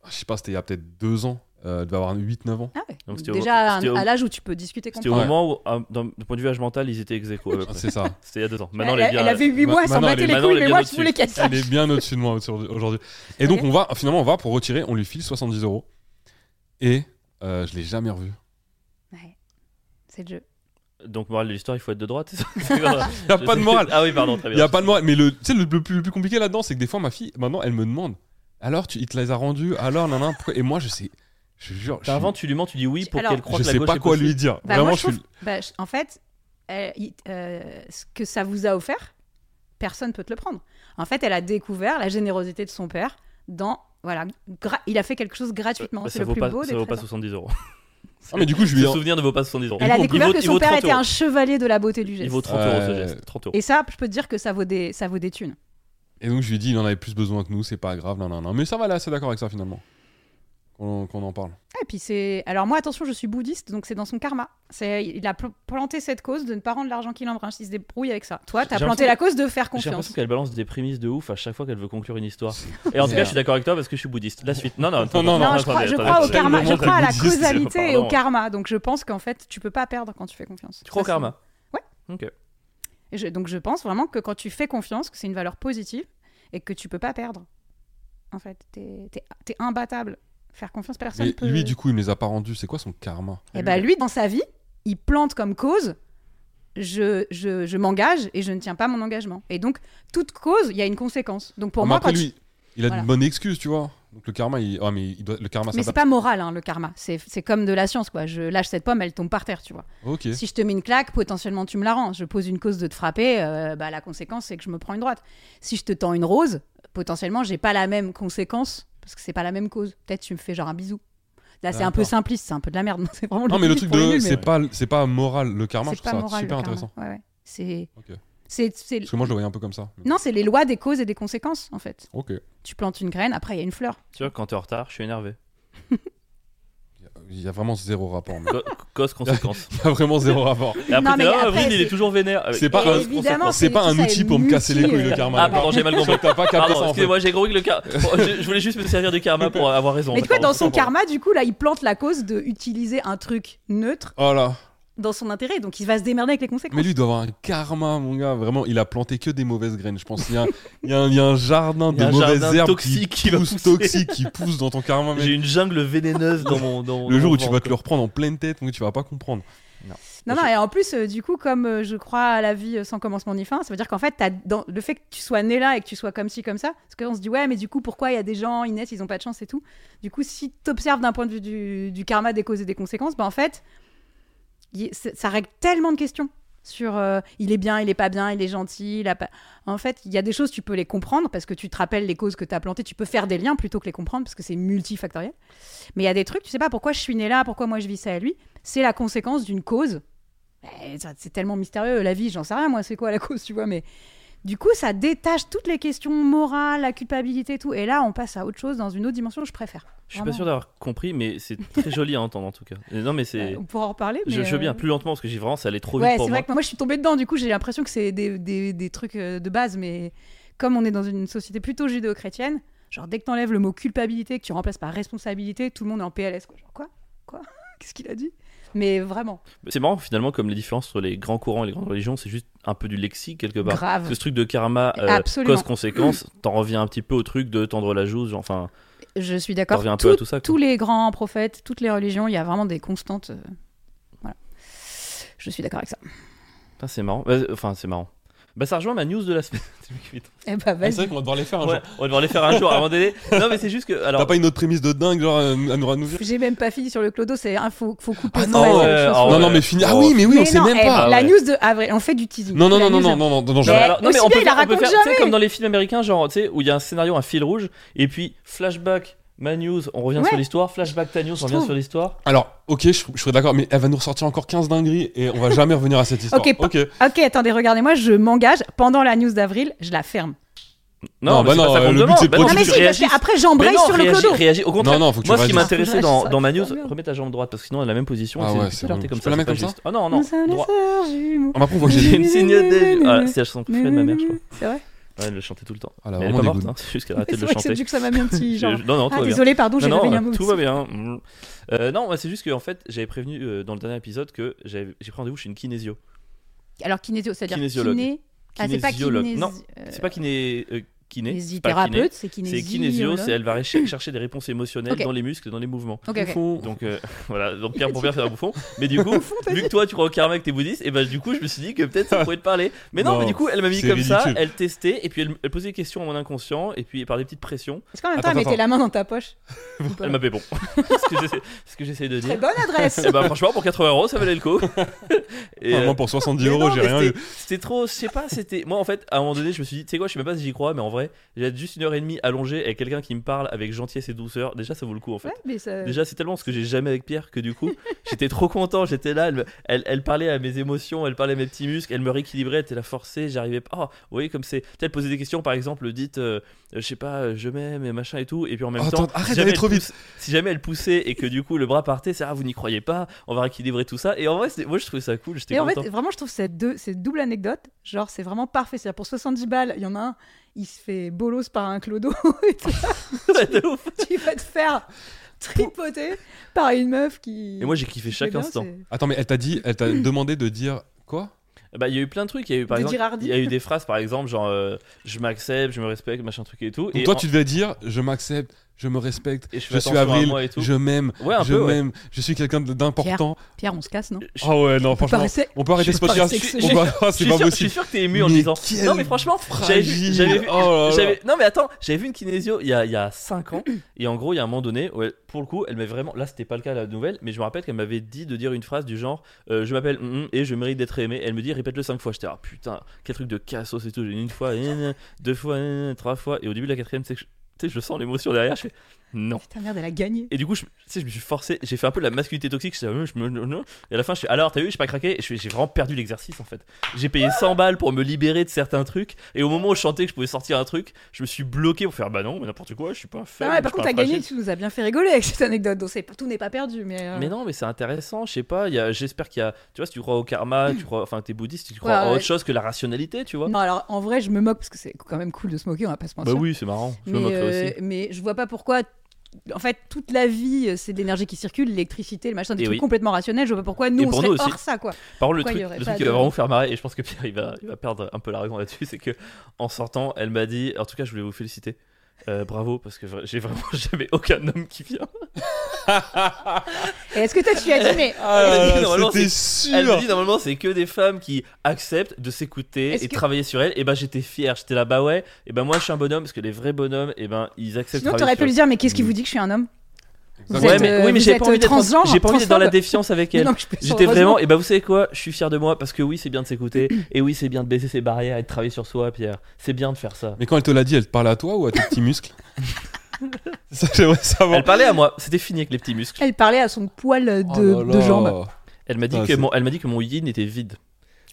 Speaker 2: Je sais pas, c'était il y a peut-être 2 ans. Euh, elle devait avoir 8-9 ans.
Speaker 3: Ah ouais.
Speaker 1: Donc, c'était au-
Speaker 3: Déjà à,
Speaker 1: c'était au-
Speaker 3: à l'âge où tu peux discuter
Speaker 1: C'était
Speaker 3: contre
Speaker 1: au
Speaker 2: Ouais. Ah,
Speaker 1: moment où, ah, d'un d'un point de vue âge mental, ils étaient ex aequo, à peu près.
Speaker 2: C'est ça.
Speaker 1: C'était il y a deux ans. Maintenant,
Speaker 3: elle,
Speaker 1: les
Speaker 3: elle
Speaker 1: biens-
Speaker 3: avait 8 mois, elle s'en
Speaker 2: maintenant,
Speaker 3: battait
Speaker 2: elle est-
Speaker 3: les
Speaker 1: maintenant, elle
Speaker 3: couilles,
Speaker 1: est
Speaker 3: mais moi
Speaker 1: bien
Speaker 3: je voulais qu'elle sache.
Speaker 2: Elle est bien au-dessus de moi aujourd'hui. Et donc,
Speaker 3: Ok.
Speaker 2: on va, finalement, on va pour retirer, on lui file 70 euros. Et euh, je l'ai
Speaker 1: [LAUGHS]
Speaker 2: jamais revu.
Speaker 3: Ouais. C'est le jeu.
Speaker 1: euh, Donc, morale de l'histoire, il faut être de droite. [LAUGHS] Il
Speaker 2: Il a pas de morale.
Speaker 1: Ah oui, pardon, très
Speaker 2: Il
Speaker 1: bien.
Speaker 2: n'y a pas de morale. Mais le, tu sais, le, le plus, le plus compliqué là-dedans, c'est que des fois, ma fille, maintenant, elle me demande Alors, tu, il te les a rendus Alors, nan, nan, pourquoi Et moi, je sais. Je jure. Je,
Speaker 1: T'inventes, tu lui mens, Bah, tu dis oui pour
Speaker 3: Alors-
Speaker 1: qu'elle croit
Speaker 2: je
Speaker 1: que la
Speaker 2: sais
Speaker 1: gauche
Speaker 2: pas
Speaker 1: est
Speaker 2: quoi
Speaker 1: possible.
Speaker 2: lui dire.
Speaker 3: Bah,
Speaker 2: Vraiment,
Speaker 3: moi,
Speaker 2: je
Speaker 3: je
Speaker 2: suis.
Speaker 3: trouve- bah, je- en fait, euh, il- euh, ce que ça vous a offert, personne peut te le prendre. En fait, elle a découvert la générosité de son père dans. Voilà, gra- il a fait quelque chose gratuitement.
Speaker 1: Euh, Bah, Ça
Speaker 3: c'est le
Speaker 1: vaut
Speaker 3: plus
Speaker 1: pas-
Speaker 3: beau des
Speaker 1: Ça vaut pas
Speaker 3: présents.
Speaker 1: 70 euros.
Speaker 2: Ah, mais du coup, je lui
Speaker 1: Le
Speaker 2: ai.
Speaker 1: souvenir ne vaut pas 70 euros.
Speaker 3: Elle a
Speaker 1: Il vaut-
Speaker 3: découvert
Speaker 1: il vaut-
Speaker 3: que
Speaker 1: il
Speaker 3: son
Speaker 1: vaut
Speaker 3: père
Speaker 1: 30
Speaker 3: était
Speaker 1: euros.
Speaker 3: un chevalier de la beauté du
Speaker 1: Il
Speaker 3: geste.
Speaker 1: vaut 30
Speaker 2: Ouais.
Speaker 1: euros ce geste. 30 euros.
Speaker 3: Et ça, je peux te dire que ça vaut des, ça vaut des thunes.
Speaker 2: Et donc, je lui ai dit Il en avait plus besoin que nous, c'est pas grave, nan, nan, nan. Mais ça va, elle est assez d'accord avec ça finalement. Qu'on qu'on en parle.
Speaker 3: Et puis c'est. Alors moi, attention, je suis bouddhiste, donc c'est dans son karma. C'est, il a pl- planté cette cause de ne pas rendre l'argent qu'il embrunche. Il se débrouille avec ça. Toi, t'as
Speaker 1: J'ai
Speaker 3: planté
Speaker 1: l'impression
Speaker 3: la cause de faire
Speaker 1: J'ai l'impression
Speaker 3: confiance.
Speaker 1: qu'elle balance des prémices de ouf à chaque fois qu'elle veut conclure une
Speaker 3: [LAUGHS]
Speaker 1: histoire. Et en tout cas, je suis d'accord avec toi parce que je suis bouddhiste. La suite. Non, non, attends,
Speaker 2: Non,
Speaker 3: Non, je
Speaker 1: attendez,
Speaker 3: crois, je
Speaker 1: attendez,
Speaker 3: crois au
Speaker 1: attendez.
Speaker 3: karma,
Speaker 1: Le
Speaker 3: je
Speaker 1: moment
Speaker 3: crois à la
Speaker 1: bouddhiste, c'est- [LAUGHS]
Speaker 3: causalité et au
Speaker 1: pardon.
Speaker 3: karma. Donc je pense qu'en fait, tu peux pas perdre quand tu fais confiance.
Speaker 1: Tu crois au
Speaker 3: Ça, c'est- [LAUGHS]
Speaker 1: karma
Speaker 3: Et je- donc je pense vraiment que quand tu fais confiance, que c'est une valeur positive et que tu peux pas perdre. En fait, t'es t'es- t'es imbattable. Faire confiance, personne
Speaker 2: Mais
Speaker 3: peut.
Speaker 2: lui, du coup, il me les a pas rendus. C'est quoi son karma
Speaker 3: Et bah lui, dans sa vie, il plante comme cause je, je, je m'engage et je ne tiens pas mon engagement. Et donc, toute cause, il y a une conséquence. Donc pour
Speaker 2: Ah, mais
Speaker 3: moi,
Speaker 2: après,
Speaker 3: quand tu-
Speaker 2: lui, il a
Speaker 3: Voilà.
Speaker 2: une bonne excuse, tu vois. Donc, le karma, il. Ah, mais il doit- le karma, ça
Speaker 3: Mais c'est
Speaker 2: tape.
Speaker 3: pas moral, hein, le karma. C'est c'est comme de la science, quoi. Je lâche cette pomme, elle tombe par terre, tu vois.
Speaker 2: Ok.
Speaker 3: Si je te mets une claque, potentiellement tu me la rends. Je pose une cause de te frapper, euh, bah, la conséquence c'est que je me prends une droite. Si je te tends une rose, potentiellement j'ai pas la même conséquence parce que c'est pas la même cause. Peut-être tu me fais genre un bisou. Là c'est un peu
Speaker 2: D'accord.
Speaker 3: simpliste, c'est un peu de la merde. [LAUGHS] C'est vraiment
Speaker 2: Non, mais le truc
Speaker 3: truc pour les
Speaker 2: de.
Speaker 3: nuls, mais
Speaker 2: C'est pas, c'est pas moral, le karma, je
Speaker 3: c'est
Speaker 2: trouve
Speaker 3: pas
Speaker 2: ça
Speaker 3: moral, le
Speaker 2: super
Speaker 3: karma.
Speaker 2: intéressant.
Speaker 3: Ouais, ouais. C'est
Speaker 2: Ok.
Speaker 3: c'est- c'est-
Speaker 2: Parce que moi, je le voyais un peu comme ça.
Speaker 3: non c'est les lois des causes et des conséquences en fait.
Speaker 2: Ok.
Speaker 3: Tu plantes une graine, après il y a une fleur.
Speaker 1: Tu vois, quand t'es en retard, je suis énervé.
Speaker 2: Il y a vraiment zéro rapport. mais-
Speaker 1: Co-
Speaker 2: [LAUGHS]
Speaker 1: Cause, conséquence.
Speaker 2: Il y a vraiment zéro rapport.
Speaker 1: Et après,
Speaker 3: Non,
Speaker 1: t'es
Speaker 3: mais
Speaker 1: là, ah,
Speaker 3: après,
Speaker 1: Avril, il est
Speaker 3: c'est-
Speaker 1: toujours vénère. Ah, oui.
Speaker 2: C'est pas
Speaker 3: Et
Speaker 2: un-
Speaker 3: évidemment,
Speaker 2: C'est pas
Speaker 3: tout
Speaker 2: un
Speaker 3: ça
Speaker 2: outil
Speaker 3: est
Speaker 2: pour me casser les
Speaker 3: multi,
Speaker 2: couilles, le
Speaker 3: euh,
Speaker 2: karma.
Speaker 1: Ah, pardon, j'ai
Speaker 2: [LAUGHS]
Speaker 1: mal compris.
Speaker 2: T'as pas capté
Speaker 1: Pardon,
Speaker 2: ça en fait.
Speaker 1: excusez-moi, j'ai compris que le
Speaker 2: [LAUGHS]
Speaker 1: karma. je, je voulais juste me servir du karma pour avoir raison.
Speaker 3: Mais
Speaker 1: en
Speaker 3: tu
Speaker 1: fait,
Speaker 3: vois, dans
Speaker 1: pardon.
Speaker 3: son karma, du coup, là, il plante la cause de utiliser un truc neutre
Speaker 2: Oh là.
Speaker 3: dans son intérêt. Donc, il va se démerder avec les
Speaker 2: Mais
Speaker 3: conséquences.
Speaker 2: lui, il doit avoir un karma, mon gars. Vraiment, il a planté que des mauvaises graines. Je pense qu'il y a, un- il y a un- il y a un jardin
Speaker 1: Il y a
Speaker 2: de
Speaker 1: un
Speaker 2: mauvaises
Speaker 1: jardin
Speaker 2: herbes
Speaker 1: toxique qui
Speaker 2: qui
Speaker 1: va
Speaker 2: poussent
Speaker 1: pousser.
Speaker 2: toxiques qui poussent dans ton karma. mec.
Speaker 1: J'ai une jungle vénéneuse dans mon. Dans,
Speaker 2: Le
Speaker 1: dans
Speaker 2: jour
Speaker 1: mon
Speaker 2: où tu vas
Speaker 1: ventre.
Speaker 2: te le reprendre en pleine tête, donc tu vas pas comprendre.
Speaker 3: Non, non, et en plus, euh, du coup, comme euh, je crois à la vie euh, sans commencement ni fin, ça veut dire qu'en fait, t'as- dans, le fait que tu sois né là et que tu sois comme ci, comme ça, parce qu'on se dit, ouais, mais du coup, pourquoi il y a des gens, ils naissent, ils ont pas de chance et tout. Du coup, si t'observes d'un point de vue du, du karma, des causes et des conséquences, bah en fait, y- c'est- ça règle tellement de questions sur euh, il est bien, il est pas bien, il est gentil, il a pas... En fait, il y a des choses, tu peux les comprendre parce que tu te rappelles les causes que t'as plantées, tu peux faire des liens plutôt que les comprendre parce que c'est multifactoriel. Mais il y a des trucs, tu sais pas pourquoi je suis né là, pourquoi moi je vis ça et lui, c'est la conséquence d'une cause Eh, ça- C'est tellement mystérieux, la vie, j'en sais rien, moi, c'est quoi la [LAUGHS] cause, tu vois, mais du coup, ça détache toutes les questions morales, la culpabilité et tout. Et là, on passe à autre chose dans une autre dimension, je préfère.
Speaker 1: Je suis pas
Speaker 3: Vraiment.
Speaker 1: sûr d'avoir compris, mais c'est très joli à entendre en tout cas. Et non, mais c'est.
Speaker 3: Euh, on pourra en reparler.
Speaker 1: je,
Speaker 3: mais,
Speaker 1: je veux bien,
Speaker 3: euh,
Speaker 1: plus lentement parce que j'ai vraiment, ça allait trop
Speaker 3: Ouais,
Speaker 1: vite pour
Speaker 3: c'est vrai
Speaker 1: moi.
Speaker 3: que moi, je suis tombée dedans, du coup, j'ai l'impression que c'est des, des- des trucs euh, de base, mais comme on est dans une société plutôt judéo-chrétienne, genre dès que t'enlèves le mot culpabilité, que tu remplaces par responsabilité, tout le monde est en PLS. Quoi, genre, quoi Quoi [LAUGHS] Qu'est-ce qu'il a dit Mais vraiment,
Speaker 1: C'est marrant finalement, comme les différences entre les grands courants et les grandes religions, c'est juste un peu du lexique quelque part. Parce
Speaker 3: grave.
Speaker 1: que ce truc de karma, euh,
Speaker 3: Absolument.
Speaker 1: cause-conséquence, t'en reviens un petit peu au truc de tendre la joue, genre, enfin,
Speaker 3: Je suis
Speaker 1: t'en
Speaker 3: d'accord.
Speaker 1: reviens un peu
Speaker 3: Tout-
Speaker 1: à tout ça. quoi.
Speaker 3: tous les grands prophètes, toutes les religions, il y a vraiment des constantes. euh, voilà. Je suis d'accord avec ça.
Speaker 1: Putain, c'est marrant. Vas-y, Enfin, c'est marrant. Bah, ça rejoint ma news de la semaine. [LAUGHS]
Speaker 3: Eh bah,
Speaker 2: Ah,
Speaker 3: vas-y.
Speaker 2: c'est vrai qu'on va devoir les faire un
Speaker 1: Ouais,
Speaker 2: jour.
Speaker 1: on va devoir les faire hein, un jour avant d'aider. Non, mais c'est juste que.
Speaker 2: T'as
Speaker 1: Alors,
Speaker 2: pas une autre prémisse de dingue genre, à nous à nous- à nous dire
Speaker 3: J'ai même pas fini sur le clodo, c'est un faut, faut couper.
Speaker 2: Ah
Speaker 3: faut
Speaker 2: non,
Speaker 3: passer à autre
Speaker 1: euh,
Speaker 3: chose.
Speaker 1: alors,
Speaker 2: Non, non,
Speaker 1: ouais.
Speaker 2: mais fini. Ah
Speaker 1: Oh.
Speaker 2: oui, mais oui, on
Speaker 3: Mais
Speaker 2: sait
Speaker 3: non,
Speaker 2: même
Speaker 3: eh,
Speaker 2: pas.
Speaker 1: Ah
Speaker 3: La
Speaker 1: ouais.
Speaker 3: news de avril, on fait du teasing.
Speaker 2: Non, non,
Speaker 3: La
Speaker 2: non, non,
Speaker 3: news-
Speaker 2: non, non, non, non,
Speaker 1: Genre,
Speaker 2: genre-
Speaker 3: Mais-
Speaker 1: alors- non,
Speaker 3: aussi
Speaker 1: mais on
Speaker 3: bien,
Speaker 1: peut,
Speaker 3: il la
Speaker 1: faire- on peut
Speaker 3: raconte
Speaker 1: faire, tu sais,
Speaker 3: jamais.
Speaker 1: comme dans les films américains, genre, tu sais, où il y a un scénario, un fil rouge, et puis flashback, ma news, on revient
Speaker 3: Ouais.
Speaker 1: sur l'histoire, flashback, ta news, on revient
Speaker 3: trouve.
Speaker 1: sur l'histoire.
Speaker 2: Alors, ok, je, je serais d'accord, mais elle va nous ressortir encore 15 dingueries et on va jamais revenir à cette histoire.
Speaker 3: Ok, pa- Ok, attendez, regardez-moi, je m'engage. Pendant la news d'avril, je la ferme.
Speaker 1: Non,
Speaker 2: Non,
Speaker 1: mais
Speaker 2: bah
Speaker 1: c'est
Speaker 2: non,
Speaker 1: pas ça
Speaker 2: euh,
Speaker 1: qu'on
Speaker 2: le
Speaker 1: demande.
Speaker 2: but, c'est de
Speaker 1: Bah non,
Speaker 2: produire.
Speaker 1: mais tu
Speaker 3: mais je rigole,
Speaker 1: réagis.
Speaker 3: parce que après,
Speaker 1: Mais
Speaker 3: j'embraye
Speaker 1: non,
Speaker 3: sur le
Speaker 1: réagis,
Speaker 3: clodo.
Speaker 1: réagis. Au contraire,
Speaker 2: Non, non, faut que
Speaker 1: moi,
Speaker 2: tu
Speaker 1: ce qui
Speaker 2: réagisses.
Speaker 1: m'intéressait
Speaker 3: Ah,
Speaker 1: dans,
Speaker 3: ça,
Speaker 1: dans ma news,
Speaker 3: ça, ça.
Speaker 1: remets ta jambe droite parce que sinon, on est la même position.
Speaker 2: Ah
Speaker 1: et c'est-
Speaker 2: ouais,
Speaker 1: c'est
Speaker 2: c'est
Speaker 1: tarté
Speaker 2: bon.
Speaker 1: comme ça.
Speaker 2: Je peux la
Speaker 1: c'est
Speaker 2: mettre
Speaker 1: pas
Speaker 2: comme ça
Speaker 1: juste. Ah non, non,
Speaker 3: Nous sommes les
Speaker 1: droit.
Speaker 3: sœurs jumeaux.
Speaker 2: Ah, bah, pourquoi j'ai-
Speaker 3: [LAUGHS]
Speaker 1: J'ai une signe de. Ah, c'est la chanson préférée de ma mère, je crois.
Speaker 3: C'est vrai
Speaker 1: Ouais, elle le chantait tout le temps.
Speaker 2: Ah, là,
Speaker 1: Mais elle est
Speaker 2: vraiment
Speaker 1: pas morte,
Speaker 2: dégoût.
Speaker 1: hein, c'est juste qu'elle a arrêté
Speaker 3: C'est
Speaker 1: de le
Speaker 3: vrai que
Speaker 1: chanter.
Speaker 3: c'est que ça m'a mis un petit
Speaker 1: Je-
Speaker 3: genre.
Speaker 1: je- Non, non, tout
Speaker 3: Ah,
Speaker 1: va bien.
Speaker 3: désolé, pardon, j'ai
Speaker 1: Non,
Speaker 3: réveillé un
Speaker 1: non,
Speaker 3: mauvais
Speaker 1: tout va bien. Mm. Euh, non, ouais, c'est juste que en fait, j'avais prévenu euh, dans le dernier épisode que j'avais- j'ai pris rendez-vous chez une kinésio.
Speaker 3: souvenir. Alors, kinésio, c'est-à-dire
Speaker 1: Kinésiologue.
Speaker 3: kiné- Ah, c'est pas
Speaker 1: Kinésiologue.
Speaker 3: kinés-
Speaker 1: Non,
Speaker 3: euh,
Speaker 1: C'est pas kiné, euh, kiné, c'est pas kiné,
Speaker 3: kinésithérapeute, c'est euh,
Speaker 1: c'est
Speaker 3: kinésiologue.
Speaker 1: kinésio. C'est elle va ré- chercher des réponses émotionnelles
Speaker 3: Ok.
Speaker 1: dans les muscles, et dans les mouvements.
Speaker 3: Ok, ok.
Speaker 2: Bouffon.
Speaker 1: Donc euh, [LAUGHS] voilà, donc
Speaker 3: [LAUGHS]
Speaker 1: Pierre pour Pierre c'est un bouffon. Mais du coup, vu que toi tu crois au karma et que t'es bouddhiste, et ben du coup je me suis dit que peut-être ça pourrait te parler. Mais non,
Speaker 2: Non,
Speaker 1: mais du coup elle m'a mis
Speaker 2: c'est
Speaker 1: comme ça,
Speaker 2: ridicule.
Speaker 1: elle testait et puis elle, elle posait des questions à mon inconscient et puis par des petites pressions,
Speaker 3: Est-ce qu'en même temps,
Speaker 2: Attends,
Speaker 3: elle mettait
Speaker 2: attends.
Speaker 3: la main dans ta poche
Speaker 1: [LAUGHS] elle m'a fait bon. [LAUGHS] ce que j'essaie- ce que j'essaie de
Speaker 3: Très
Speaker 1: dire.
Speaker 3: bonne adresse
Speaker 1: Et bah franchement pour 80 euros ça valait le coup. Et,
Speaker 2: Ah,
Speaker 1: euh,
Speaker 2: moi, pour 70
Speaker 1: Mais
Speaker 2: euros,
Speaker 1: non,
Speaker 2: j'ai
Speaker 1: mais
Speaker 2: rien eu.
Speaker 1: c'était- C'était trop, je sais pas, c'était. Moi en fait, à un moment donné, je me suis dit, tu sais quoi, je sais même pas si j'y crois, mais en vrai, j'ai juste une heure et demie allongée avec quelqu'un qui me parle avec gentillesse et douceur. Déjà, ça vaut le coup en fait.
Speaker 3: [LAUGHS] Ouais, mais ça.
Speaker 1: Déjà, c'est tellement ce que j'ai jamais avec Pierre que du
Speaker 3: [LAUGHS]
Speaker 1: coup, j'étais trop content, j'étais là, elle, me- elle, elle parlait à mes émotions, elle parlait à mes petits muscles, elle me rééquilibrait, elle était la forcée, j'arrivais pas. Oh, vous voyez comme c'est. Peut-être poser des questions, par exemple, dites, euh, je sais pas, euh, je m'aime et machin et tout, et puis en même
Speaker 2: Oh,
Speaker 1: temps.
Speaker 2: attends, arrête
Speaker 1: si
Speaker 2: d'aller
Speaker 1: jamais
Speaker 2: trop
Speaker 1: elle
Speaker 2: vite.
Speaker 1: pousse- Si jamais elle poussait et que du coup le bras partait, c'est ah, vous n'y croyez pas, on va rééquilibrer tout ça. Et en vrai, c'était- moi je trouvais ça cool, j'étais
Speaker 3: Et en
Speaker 1: content.
Speaker 3: fait, [LAUGHS] vraiment, je trouve cette, deux, cette double anecdote, genre, c'est vraiment parfait. C'est-à-dire, pour 70 balles, il y en a un, il se fait bolos par un clodo, [LAUGHS] et
Speaker 1: [LAUGHS]
Speaker 3: toi,
Speaker 1: Ouais, de ouf.
Speaker 3: tu vas te faire tripoter par une meuf qui.
Speaker 1: Et moi j'ai kiffé
Speaker 3: qui
Speaker 1: chaque
Speaker 3: fait bien,
Speaker 1: instant.
Speaker 3: c'est-
Speaker 2: Attends, mais elle t'a dit, elle
Speaker 3: [CLEARS THROAT]
Speaker 2: t'a demandé de dire quoi
Speaker 1: Bah, il y a eu plein de trucs. Il y a eu, par
Speaker 3: De
Speaker 1: exemple,
Speaker 3: Girardi.
Speaker 1: il y a eu des phrases, par exemple, genre euh, je m'accepte, je me respecte, machin truc et tout.
Speaker 2: Donc
Speaker 1: et
Speaker 2: toi,
Speaker 1: en-
Speaker 2: tu devais dire je m'accepte, je me respecte,
Speaker 1: et je, fais
Speaker 2: je suis
Speaker 1: attention à
Speaker 2: Avril,
Speaker 1: moi et tout.
Speaker 2: je m'aime,
Speaker 1: Ouais, un
Speaker 2: je
Speaker 1: peu. Ouais.
Speaker 2: m'aime, je suis quelqu'un d'important.
Speaker 3: Pierre, on se casse, non Bah,
Speaker 1: Je-
Speaker 2: Ah ouais, non, franchement.
Speaker 3: Paraissait-
Speaker 2: On peut arrêter
Speaker 3: Je
Speaker 2: ce podcast.
Speaker 3: suis pas
Speaker 2: On peut- Ah,
Speaker 1: Je
Speaker 2: [LAUGHS] C'est
Speaker 1: suis,
Speaker 2: pas
Speaker 1: sûr, je suis
Speaker 2: possible.
Speaker 1: sûr que t'es ému en
Speaker 2: Mais
Speaker 1: disant.
Speaker 2: quel
Speaker 1: Non, mais franchement, j'avais vu.
Speaker 2: Fragile.
Speaker 1: j'avais vu-
Speaker 2: Oh là là.
Speaker 1: j'avais- Non, mais attends, j'avais vu une kinésio il y a, il y a 5 ans. Et en gros, il y a un moment donné, où elle- pour le coup, elle m'avait vraiment. Là, c'était pas le cas la nouvelle, mais je me rappelle qu'elle m'avait dit de dire une phrase du genre euh, Je m'appelle hum, hum, et je mérite d'être aimé. Elle me dit Répète-le 5 fois. J'étais Ah putain, quel truc de cassos et tout. J'ai dit une fois, euh, deux fois, euh, trois fois. Et au début de la quatrième, c'est que je- tu sais, je sens l'émotion derrière. Je fais Non.
Speaker 3: Putain, merde, elle a gagné.
Speaker 1: Et du coup, je, tu sais, je me suis forcé, j'ai fait un peu de la masculinité toxique, je, me- je me- et à la fin, je suis alors, t'as vu, j'ai pas craqué, et je fais, j'ai vraiment perdu l'exercice en fait. J'ai payé 100 balles pour me libérer de certains trucs, et au moment où je sentais que je pouvais sortir un truc, je me suis bloqué pour faire bah non, mais n'importe quoi, je suis pas faible.
Speaker 3: Ah ouais,
Speaker 1: je suis pas
Speaker 3: par contre, t'as
Speaker 1: un fragile.
Speaker 3: gagné, tu nous as bien fait rigoler avec cette anecdote. Donc, c'est pas- tout n'est pas perdu, mais. euh,
Speaker 1: Mais non, mais c'est intéressant, je sais pas, il y a- j'espère qu'il y a, tu vois, si tu crois au karma, tu crois, enfin, t'es bouddhiste, tu crois
Speaker 3: Ouais,
Speaker 1: à
Speaker 3: ouais.
Speaker 1: autre chose que la rationalité, tu vois.
Speaker 3: Non, alors, en vrai, je me moque parce que c'est quand même cool de se moquer, on va pas se
Speaker 1: Bah
Speaker 3: mentir.
Speaker 1: oui, c'est marrant, je me
Speaker 3: mais,
Speaker 1: moquerais
Speaker 3: euh,
Speaker 1: aussi.
Speaker 3: mais je vois pas pourquoi. En fait, toute la vie, euh, c'est de l'énergie qui circule, l'électricité, le machin, des
Speaker 1: Et
Speaker 3: trucs
Speaker 1: oui.
Speaker 3: complètement rationnels. Je vois pas pourquoi nous,
Speaker 1: Et
Speaker 3: on
Speaker 1: pour
Speaker 3: serait
Speaker 1: nous aussi.
Speaker 3: hors ça, quoi.
Speaker 1: Par contre, le
Speaker 3: Pourquoi
Speaker 1: truc,
Speaker 3: il y aurait
Speaker 1: le
Speaker 3: pas
Speaker 1: truc qui
Speaker 3: de-
Speaker 1: va vraiment vous faire marrer, et je pense que Pierre il va, il va perdre un peu la raison là-dessus, c'est que en sortant, elle m'a dit, en tout cas, je voulais vous féliciter. Euh, bravo, parce que vra- j'ai vraiment [LAUGHS] jamais aucun homme qui vient.
Speaker 3: Et Est-ce que toi, tu as
Speaker 1: [LAUGHS]
Speaker 3: dit, mais.
Speaker 2: Ah là
Speaker 1: Elle me dit,
Speaker 2: là,
Speaker 1: normalement,
Speaker 2: C'était
Speaker 1: Elle me
Speaker 2: sûr.
Speaker 1: dit normalement, c'est que des femmes qui acceptent de s'écouter
Speaker 3: Est-ce
Speaker 1: et de
Speaker 3: que-
Speaker 1: travailler sur elles. Et ben j'étais fier, j'étais là, bah ouais. Et ben moi, je suis un bonhomme, parce que les vrais bonhommes, et ben ils acceptent. de
Speaker 3: Sinon,
Speaker 1: travailler
Speaker 3: t'aurais pu lui
Speaker 1: sur Mm.
Speaker 3: dire, mais qu'est-ce qui vous dit que je suis un homme
Speaker 1: elles.
Speaker 3: vous
Speaker 1: Ouais,
Speaker 3: êtes,
Speaker 1: mais,
Speaker 3: euh,
Speaker 1: oui, mais
Speaker 3: vous
Speaker 1: j'ai
Speaker 3: êtes,
Speaker 1: pas envie
Speaker 3: euh,
Speaker 1: d'être,
Speaker 3: transgenre,
Speaker 1: j'ai pas envie d'être dans la
Speaker 3: transphobe.
Speaker 1: défiance avec elle.
Speaker 3: Non, mais je plaisante,
Speaker 1: J'étais
Speaker 3: heureusement.
Speaker 1: vraiment, et bah vous savez quoi, je suis fier de moi parce que oui, c'est bien de s'écouter [CLEARS THROAT] et oui, c'est bien de baisser ses barrières et de travailler sur soi, Pierre. C'est bien de faire ça.
Speaker 2: Mais quand elle te l'a dit, elle te parle à toi ou à tes petits
Speaker 3: [LAUGHS]
Speaker 2: muscles Ça, j'aimerais savoir.
Speaker 1: Elle parlait à moi, c'était fini avec les petits muscles.
Speaker 3: Elle parlait à son poil de,
Speaker 2: Oh là là.
Speaker 3: de jambe.
Speaker 1: Elle m'a dit,
Speaker 2: Ah,
Speaker 1: que
Speaker 2: c'est-
Speaker 1: mon- elle m'a dit que mon yin était vide.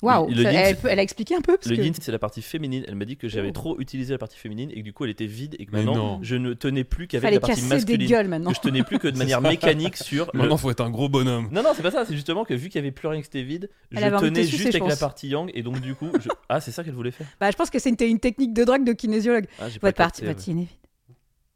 Speaker 3: Waouh,
Speaker 1: Le
Speaker 3: ça-
Speaker 1: yin,
Speaker 3: elle,
Speaker 1: c'est-
Speaker 3: peut- elle a expliqué un peu parce
Speaker 1: Le
Speaker 3: que-
Speaker 1: yin, c'est la partie féminine. Elle m'a dit que j'avais
Speaker 3: Oh.
Speaker 1: trop utilisé la partie féminine et que du coup, elle était vide et que
Speaker 2: Mais
Speaker 1: maintenant,
Speaker 2: non.
Speaker 1: je ne tenais plus qu'avec
Speaker 3: fallait
Speaker 1: la partie
Speaker 3: casser des
Speaker 1: masculine.
Speaker 3: gueules maintenant.
Speaker 1: Que je tenais plus que
Speaker 2: [LAUGHS]
Speaker 1: de manière mécanique sur. le-
Speaker 2: Maintenant, faut être un gros bonhomme.
Speaker 1: Non, non, c'est pas ça. C'est justement que vu qu'il y avait plus rien que c'était vide,
Speaker 3: Elle avait
Speaker 1: je
Speaker 3: envie de te
Speaker 1: tenais
Speaker 3: sucer,
Speaker 1: juste
Speaker 3: je
Speaker 1: avec la
Speaker 3: pense.
Speaker 1: partie yang et donc du coup, je- ah, c'est ça qu'elle voulait faire.
Speaker 3: Bah, je pense que c'était une technique de drague de kinésiologue.
Speaker 1: Ah, j'ai pas
Speaker 3: Votre partie,
Speaker 1: capté, ouais.
Speaker 3: votre yin est vide.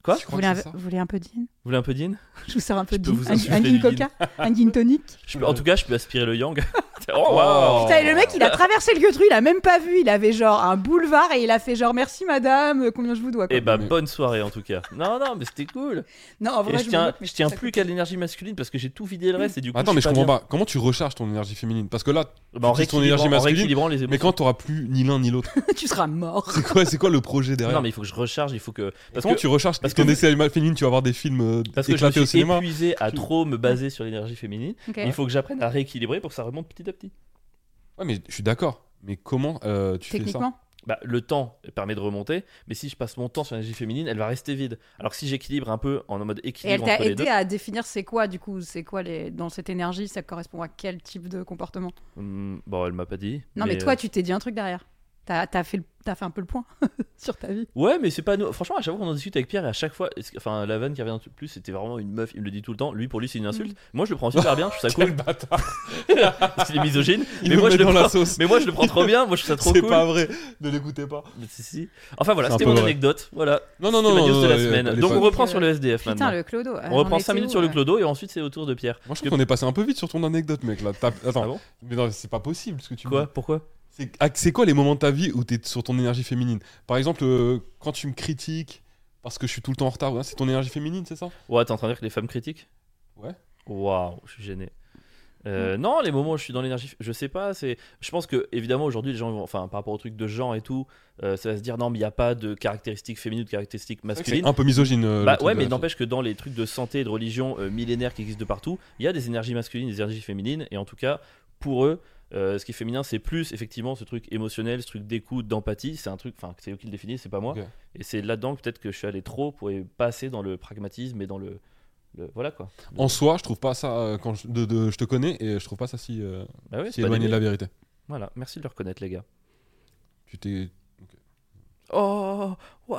Speaker 1: Quoi
Speaker 2: Je
Speaker 3: Vous
Speaker 2: crois
Speaker 3: voulez,
Speaker 2: que
Speaker 3: un,
Speaker 2: c'est ça.
Speaker 3: vous voulez un peu de yin
Speaker 1: Vous voulez un peu de yin
Speaker 3: Je vous sers un peu
Speaker 1: Je
Speaker 3: de
Speaker 1: peux
Speaker 3: yin.
Speaker 1: vous
Speaker 3: Un, un
Speaker 1: insuffler
Speaker 3: yin
Speaker 1: du yin.
Speaker 3: coca Un yin tonic
Speaker 1: Je peux- En tout cas, je peux aspirer le yang. [LAUGHS] oh waouh
Speaker 3: Putain, et le mec, il a traversé le gueutru, il a même pas vu. Il avait genre un boulevard et il a fait genre merci madame, euh, combien je vous dois. quoi.
Speaker 1: Eh bah,
Speaker 2: Mais-
Speaker 1: bonne soirée en tout cas. Non, non, mais c'était cool.
Speaker 3: Non, en vrai,
Speaker 1: Et
Speaker 3: je,
Speaker 1: je
Speaker 3: me
Speaker 1: tiens,
Speaker 3: moque, mais
Speaker 1: je tiens
Speaker 3: trouve ça
Speaker 1: plus
Speaker 3: cool.
Speaker 1: qu'à l'énergie masculine parce que j'ai tout vidé le reste et du coup.
Speaker 2: Attends, mais je
Speaker 1: suis
Speaker 2: comprends
Speaker 1: bien.
Speaker 2: pas. Comment tu recharges ton énergie féminine Parce que là,
Speaker 1: Bah, en
Speaker 2: Tu utilises ton
Speaker 1: rééquilibrant-
Speaker 2: énergie
Speaker 1: en
Speaker 2: masculine,
Speaker 1: rééquilibrant les
Speaker 2: mais
Speaker 1: émotions.
Speaker 2: quand t'auras plus ni l'un ni l'autre
Speaker 3: [LAUGHS] tu
Speaker 1: [LAUGHS]
Speaker 3: seras mort.
Speaker 2: C'est quoi, c'est quoi le projet derrière
Speaker 1: Non, mais il faut que je recharge, il faut que. Parce
Speaker 2: Comment
Speaker 1: que,
Speaker 2: tu recharges
Speaker 1: parce
Speaker 2: ton
Speaker 1: que-
Speaker 2: essai animal féminine Tu vas voir des films euh,
Speaker 1: parce que je
Speaker 2: éclatés
Speaker 1: me
Speaker 2: au
Speaker 1: suis
Speaker 2: cinéma Mmh.
Speaker 1: épuisé à trop me baser sur l'énergie féminine.
Speaker 3: Ok.
Speaker 1: Il faut que j'apprenne à rééquilibrer pour que ça remonte petit à petit.
Speaker 2: Ouais, mais je suis d'accord. Mais comment euh, tu fais ça
Speaker 3: Techniquement.
Speaker 1: Bah, le temps permet de remonter, mais si je passe mon temps sur l'énergie féminine, elle va rester vide. Alors que si j'équilibre un peu en mode
Speaker 3: Et elle
Speaker 1: équilibre
Speaker 3: t'a
Speaker 1: entre les deux,
Speaker 3: aidé à définir c'est quoi du coup, c'est quoi les... dans cette énergie, ça correspond à quel type de comportement
Speaker 1: Hmm, bon, elle m'a pas dit.
Speaker 3: Non mais, toi
Speaker 1: euh,
Speaker 3: tu t'es dit un truc derrière. T'as as fait, le- t'as fait un peu le point [LAUGHS] sur ta vie.
Speaker 1: Ouais, mais c'est pas nous. Franchement, à chaque fois qu'on en discute avec Pierre, et à chaque fois, est-ce que- enfin, la vanne qui revient le plus, c'était vraiment une meuf. Il me le dit tout le temps. Lui, pour lui, c'est une insulte.
Speaker 2: Mm.
Speaker 1: Moi, je le prends super bien. Je
Speaker 2: [LAUGHS]
Speaker 1: trouve ça [LAUGHS]
Speaker 2: Quel
Speaker 1: cool
Speaker 2: bâtard
Speaker 1: parce qu'il est misogyne.
Speaker 2: [LAUGHS] Il
Speaker 1: mais
Speaker 2: nous
Speaker 1: moi,
Speaker 2: met
Speaker 1: je le
Speaker 2: dans la
Speaker 1: prends.
Speaker 2: sauce.
Speaker 1: Mais moi, je le prends trop bien. Moi, je trouve ça trop
Speaker 2: C'est
Speaker 1: cool.
Speaker 2: pas vrai. Ne l'écoutez pas.
Speaker 1: Mais si, si. Enfin voilà,
Speaker 2: C'est un
Speaker 1: c'était
Speaker 2: peu
Speaker 1: mon
Speaker 2: vrai.
Speaker 1: anecdote. Voilà,
Speaker 2: Non, non, non.
Speaker 1: c'était ma
Speaker 2: non,
Speaker 1: news
Speaker 2: non,
Speaker 1: de la
Speaker 2: elle est-
Speaker 1: semaine.
Speaker 2: elle est
Speaker 1: Donc
Speaker 2: pas-
Speaker 1: on
Speaker 3: pas-
Speaker 1: reprend sur le SDF
Speaker 3: Putain
Speaker 1: maintenant.
Speaker 3: le clodo. euh,
Speaker 1: On reprend
Speaker 3: en
Speaker 1: 5
Speaker 3: était
Speaker 1: minutes
Speaker 3: où,
Speaker 1: sur le
Speaker 3: euh
Speaker 1: clodo et ensuite c'est au tour de Pierre.
Speaker 2: Moi, je trouve qu'on est passé un peu vite sur ton anecdote, mec. Là. T'as- Attends,
Speaker 1: Ah bon
Speaker 2: mais non, c'est pas possible ce que tu me
Speaker 1: Quoi
Speaker 2: dis.
Speaker 1: Pourquoi
Speaker 2: C'est- ah, C'est quoi les moments de ta vie où t'es sur ton énergie féminine Par exemple, euh, quand tu me critiques parce que je suis tout le temps en retard, hein, c'est ton énergie féminine, c'est ça
Speaker 1: Ouais, t'es en train de dire que les femmes critiquent
Speaker 2: Ouais.
Speaker 1: Waouh, je suis gêné. Euh, Non, les moments où je suis dans l'énergie, je sais pas. C'est, je pense que évidemment aujourd'hui les gens vont, enfin par rapport au truc de genre et tout, euh, ça va se dire non mais il y a pas de caractéristiques féminines, de caractéristiques
Speaker 2: C'est
Speaker 1: masculines.
Speaker 2: un peu misogyne. euh, le
Speaker 1: Bah
Speaker 2: truc
Speaker 1: ouais,
Speaker 2: de
Speaker 1: mais
Speaker 2: la-
Speaker 1: n'empêche que dans les trucs de santé et de religion euh, millénaires qui existent de partout, il y a des énergies masculines, des énergies féminines, et en tout cas, pour eux, euh, ce qui est féminin, c'est plus effectivement ce truc émotionnel, ce truc d'écoute, d'empathie. C'est un truc, enfin, c'est eux qui le définissent, c'est pas moi.
Speaker 2: Ok.
Speaker 1: Et c'est là-dedans que peut-être que je suis allé trop pour passer dans le pragmatisme et dans le, le- voilà quoi.
Speaker 2: En soi, je trouve pas ça. euh, quand je, de- de- je te connais et je trouve pas ça si, euh,
Speaker 1: Bah ouais,
Speaker 2: si
Speaker 1: c'est pas
Speaker 2: éloigné de
Speaker 1: des-
Speaker 2: la vérité.
Speaker 1: Voilà, merci de le reconnaître, les gars.
Speaker 2: Tu t'es.
Speaker 1: Oh, waouh.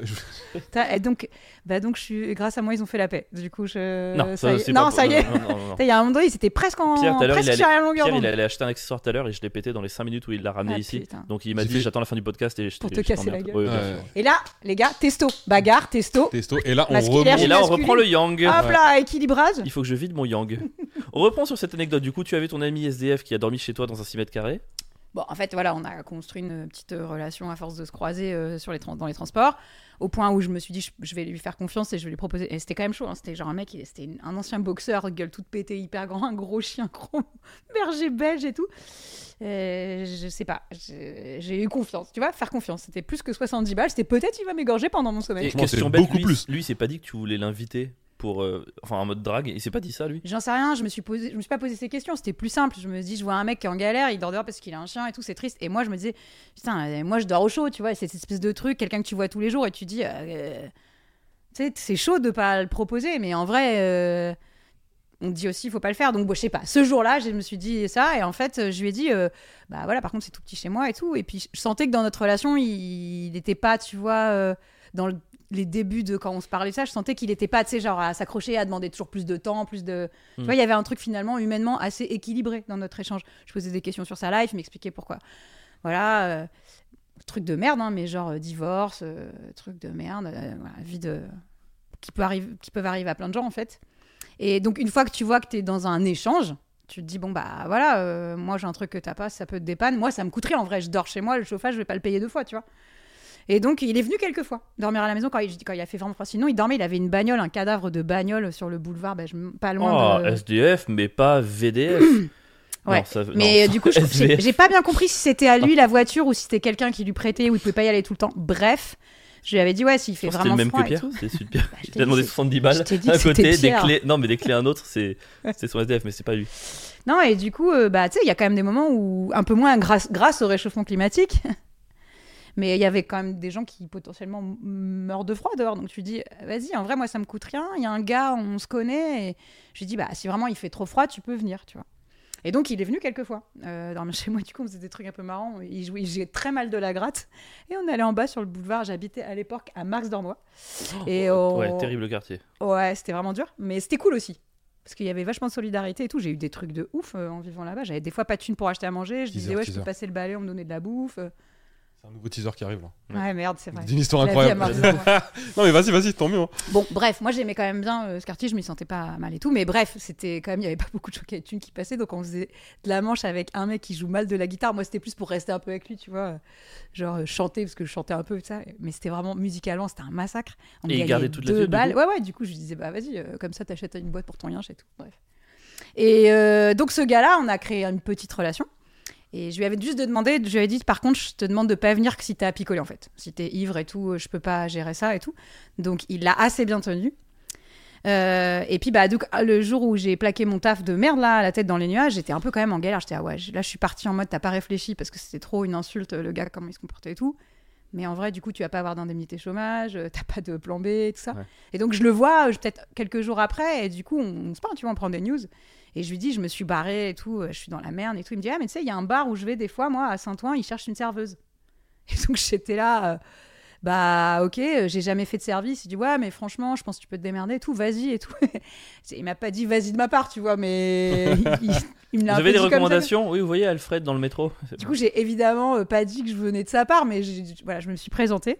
Speaker 2: je-
Speaker 3: Putain, et donc, bah donc je suis, grâce à moi ils ont fait la paix. Du coup je.
Speaker 1: [LAUGHS] Non,
Speaker 3: Euh, ça, y est.
Speaker 1: c'est
Speaker 3: Non,
Speaker 1: pas-
Speaker 3: ça y est.
Speaker 1: non, non, non, non.
Speaker 3: Putain, Il y a un moment donné, ils étaient presque en
Speaker 1: Pierre, tout à l'heure,
Speaker 3: presque
Speaker 1: il
Speaker 3: sur la longueur
Speaker 1: Pierre, il
Speaker 3: d'onde.
Speaker 1: allait acheter un accessoire tout à l'heure et je l'ai pété dans les 5 minutes où il l'a ramené
Speaker 3: Ah,
Speaker 1: ici.
Speaker 3: putain.
Speaker 1: Donc il m'a
Speaker 2: J'ai
Speaker 1: dit
Speaker 2: fait-
Speaker 1: j'attends la fin du podcast et je
Speaker 3: Pour
Speaker 1: je
Speaker 3: te casser
Speaker 1: t'emmerde.
Speaker 3: la
Speaker 1: Ouais, bien
Speaker 2: Ouais.
Speaker 1: sûr.
Speaker 3: Et là, les gars, testo, bagarre, testo.
Speaker 2: Testo. euh, Et là, on
Speaker 3: Parce qu'il a l'air
Speaker 1: Et
Speaker 2: remonte.
Speaker 1: là on
Speaker 3: masculine.
Speaker 1: reprend le yang.
Speaker 3: Hop là, équilibrage.
Speaker 1: Il faut que je vide mon yang. on reprend sur cette anecdote. Du coup, tu avais ton ami SDF qui a dormi chez toi dans un 6 mètres carrés.
Speaker 3: Bon, en fait, voilà, on a construit une petite euh, relation à force de se croiser euh, sur les trans- dans les transports, au point où je me suis dit, je, je vais lui faire confiance et je vais lui proposer. Et c'était quand même chaud, hein, c'était genre un mec, il- c'était une- un ancien boxeur, gueule toute pétée, hyper grand, un gros chien, [LAUGHS] gros berger belge et tout. Euh, je sais pas, je- j'ai eu confiance, tu vois, faire confiance. C'était plus que 70 balles, c'était peut-être il va m'égorger pendant mon
Speaker 1: Et
Speaker 3: sommeil.
Speaker 2: Franchement,
Speaker 1: question
Speaker 2: c'est
Speaker 1: bête,
Speaker 2: beaucoup
Speaker 1: lui,
Speaker 2: plus.
Speaker 1: lui, il s'est pas dit que tu voulais l'inviter pour. euh, enfin, en mode drague. Il s'est pas dit ça, lui.
Speaker 3: J'en sais rien, je me suis posé, je me suis pas posé ces questions, c'était plus simple. Je me dis, je vois un mec qui est en galère, il dort dehors parce qu'il a un chien et tout, c'est triste. Et moi, je me disais, putain, euh, moi je dors au chaud, tu vois, et c'est cette espèce de truc, quelqu'un que tu vois tous les jours et tu dis, euh, euh, tu sais, c'est chaud de pas le proposer, mais en vrai, euh, on dit aussi, il faut pas le faire. Donc, bon, je sais pas, ce jour-là, je me suis dit ça, et en fait, euh, je lui ai dit, euh, bah voilà, par contre, c'est tout petit chez moi et tout. Et puis, je sentais que dans notre relation, il n'était pas, tu vois, euh, dans le- les débuts de quand on se parlait de ça, je sentais qu'il n'était pas, tu sais, genre à s'accrocher, à demander toujours plus de temps, plus de. Tu
Speaker 1: Mm.
Speaker 3: vois, il y avait un truc finalement humainement assez équilibré dans notre échange. Je posais des questions sur sa life, il m'expliquait pourquoi. Voilà, euh, truc de merde, hein, mais genre euh, divorce, euh, truc de merde, euh, voilà, vie de. Qui, peut arriver, qui peuvent arriver à plein de gens en fait. Et donc, une fois que tu vois que tu es dans un échange, tu te dis, bon, bah voilà, euh, moi j'ai un truc que t'as pas, ça peut te dépanner. Moi, ça me coûterait en vrai, je dors chez moi, le chauffage, je vais pas le payer deux fois, tu vois. Et donc, il est venu quelques fois dormir à la maison quand il, je dis quand il a fait vraiment froid. Sinon, il dormait, il avait une bagnole, un cadavre de bagnole sur le boulevard, bah, je, pas loin
Speaker 1: Oh,
Speaker 3: de.
Speaker 1: SDF, mais pas VDF.
Speaker 3: [COUGHS] Ouais.
Speaker 1: Non, ça-
Speaker 3: Mais
Speaker 1: non.
Speaker 3: euh, du
Speaker 1: [LAUGHS]
Speaker 3: coup, je- j'ai
Speaker 1: SDF.
Speaker 3: j'ai pas bien compris si c'était à lui la voiture ou si c'était quelqu'un qui lui prêtait ou il pouvait pas y aller tout le temps. Bref, je lui avais dit, ouais, s'il fait
Speaker 1: C'était le
Speaker 3: vraiment
Speaker 1: même
Speaker 3: froid
Speaker 1: que
Speaker 3: et
Speaker 1: Pierre.
Speaker 3: tout.
Speaker 1: C'est
Speaker 3: [LAUGHS]
Speaker 1: celui de Pierre.
Speaker 3: Bah,
Speaker 1: Il
Speaker 3: je t'ai
Speaker 1: t'a
Speaker 3: dit,
Speaker 1: demandé
Speaker 3: c'est-
Speaker 1: 70
Speaker 3: je
Speaker 1: balles.
Speaker 3: t'ai dit
Speaker 1: Un
Speaker 3: que c'était
Speaker 1: côté, des
Speaker 3: Pierre.
Speaker 1: clés. Non, mais des clés à un autre, c'est c'est son SDF, mais c'est pas lui.
Speaker 3: Non, et du coup, euh, bah, tu sais, il y a quand même des moments où, un peu moins grâce, grâce au réchauffement climatique, [LAUGHS] Mais il y avait quand même des gens qui potentiellement m- meurent de froid dehors. Donc tu dis, vas-y, en vrai, moi, ça me coûte rien. Il y a un gars, on se connaît. Et je lui dis, bah, si vraiment il fait trop froid, tu peux venir, tu vois. Et donc, il est venu quelques fois euh, dormir [LAUGHS] chez moi. Du coup, on faisait des trucs un peu marrants. Il jouait, il jouait très mal de la gratte. Et on allait en bas sur le boulevard. J'habitais à l'époque à Marx-Dormois. Et on-
Speaker 1: Oh, Ouais, terrible quartier.
Speaker 3: Ouais, c'était vraiment dur, mais c'était cool aussi. Parce qu'il y avait vachement de solidarité et tout. J'ai eu des trucs de ouf euh, en vivant là-bas. J'avais des fois pas de thunes pour acheter à manger. Je
Speaker 2: Teaser,
Speaker 3: disais, ouais, je
Speaker 2: teaser.
Speaker 3: peux passer le balai, on me donnait de la bouffe. euh.
Speaker 2: C'est un nouveau teaser qui arrive là.
Speaker 1: Ouais.
Speaker 3: Ouais, merde, c'est vrai.
Speaker 2: D'une histoire
Speaker 3: La vie à
Speaker 2: incroyable.
Speaker 3: Marseille.
Speaker 2: non mais vas-y, vas-y, tant mieux. hein.
Speaker 3: bon, bref, moi j'aimais quand même bien euh, ce quartier, je m'y sentais pas mal et tout. Mais bref, c'était quand même, il y avait pas beaucoup de choquets de thunes qui passaient. Donc on faisait de la manche avec un mec qui joue mal de la guitare. Moi, c'était plus pour rester un peu avec lui, tu vois. euh, Genre euh, chanter, parce que je chantais un peu, ça. Mais c'était vraiment musicalement, c'était un massacre. On
Speaker 1: Et il
Speaker 3: gagnait
Speaker 1: gardait toute la
Speaker 3: deux
Speaker 1: thune, du
Speaker 3: balles.
Speaker 1: coup
Speaker 3: Ouais, ouais, du coup, je lui disais, bah vas-y, euh, comme ça, t'achètes une boîte pour ton yinche et tout. Bref. Et euh, donc, ce gars-là, on a créé une petite relation. Et je lui avais juste de demander, je lui avais dit, par contre, je te demande de pas venir que si t'as picolé, en fait. Si t'es ivre et tout, euh, je peux pas gérer ça et tout. Donc, il l'a assez bien tenu. Euh, et puis, bah, donc, le jour où j'ai plaqué mon taf de merde, là, à la tête dans les nuages, j'étais un peu quand même en galère. J'étais, ah ouais, je- là, je suis partie en mode, t'as pas réfléchi parce que c'était trop une insulte, le gars, comment il se comportait et tout. Mais en vrai, du coup, tu vas pas avoir d'indemnité chômage, euh, t'as pas de plan B, et tout ça.
Speaker 2: Ouais.
Speaker 3: Et donc, je le vois euh, peut-être quelques jours après, et du coup, on, on se parle, tu vois, on prend des news. Et je lui dis, je me suis barrée et tout, euh, je suis dans la merde et tout. Il me dit, ah, mais tu sais, il y a un bar où je vais des fois, moi, à Saint-Ouen, ils cherchent une serveuse. [LAUGHS] Et donc, j'étais là, euh, bah, ok, euh, j'ai jamais fait de service. Il dit, ouais, mais franchement, je pense que tu peux te démerder et tout, vas-y et tout. [LAUGHS] il m'a pas dit, vas-y de ma part, tu
Speaker 1: [LAUGHS]
Speaker 3: vois, mais il, il- il me
Speaker 1: Vous
Speaker 3: l'a un peu
Speaker 1: avez des
Speaker 3: dit comme ça.
Speaker 1: recommandations Oui, vous voyez Alfred dans le métro.
Speaker 3: Du coup, j'ai évidemment euh, pas dit que je venais de sa part, mais j'ai- voilà, je me suis présentée.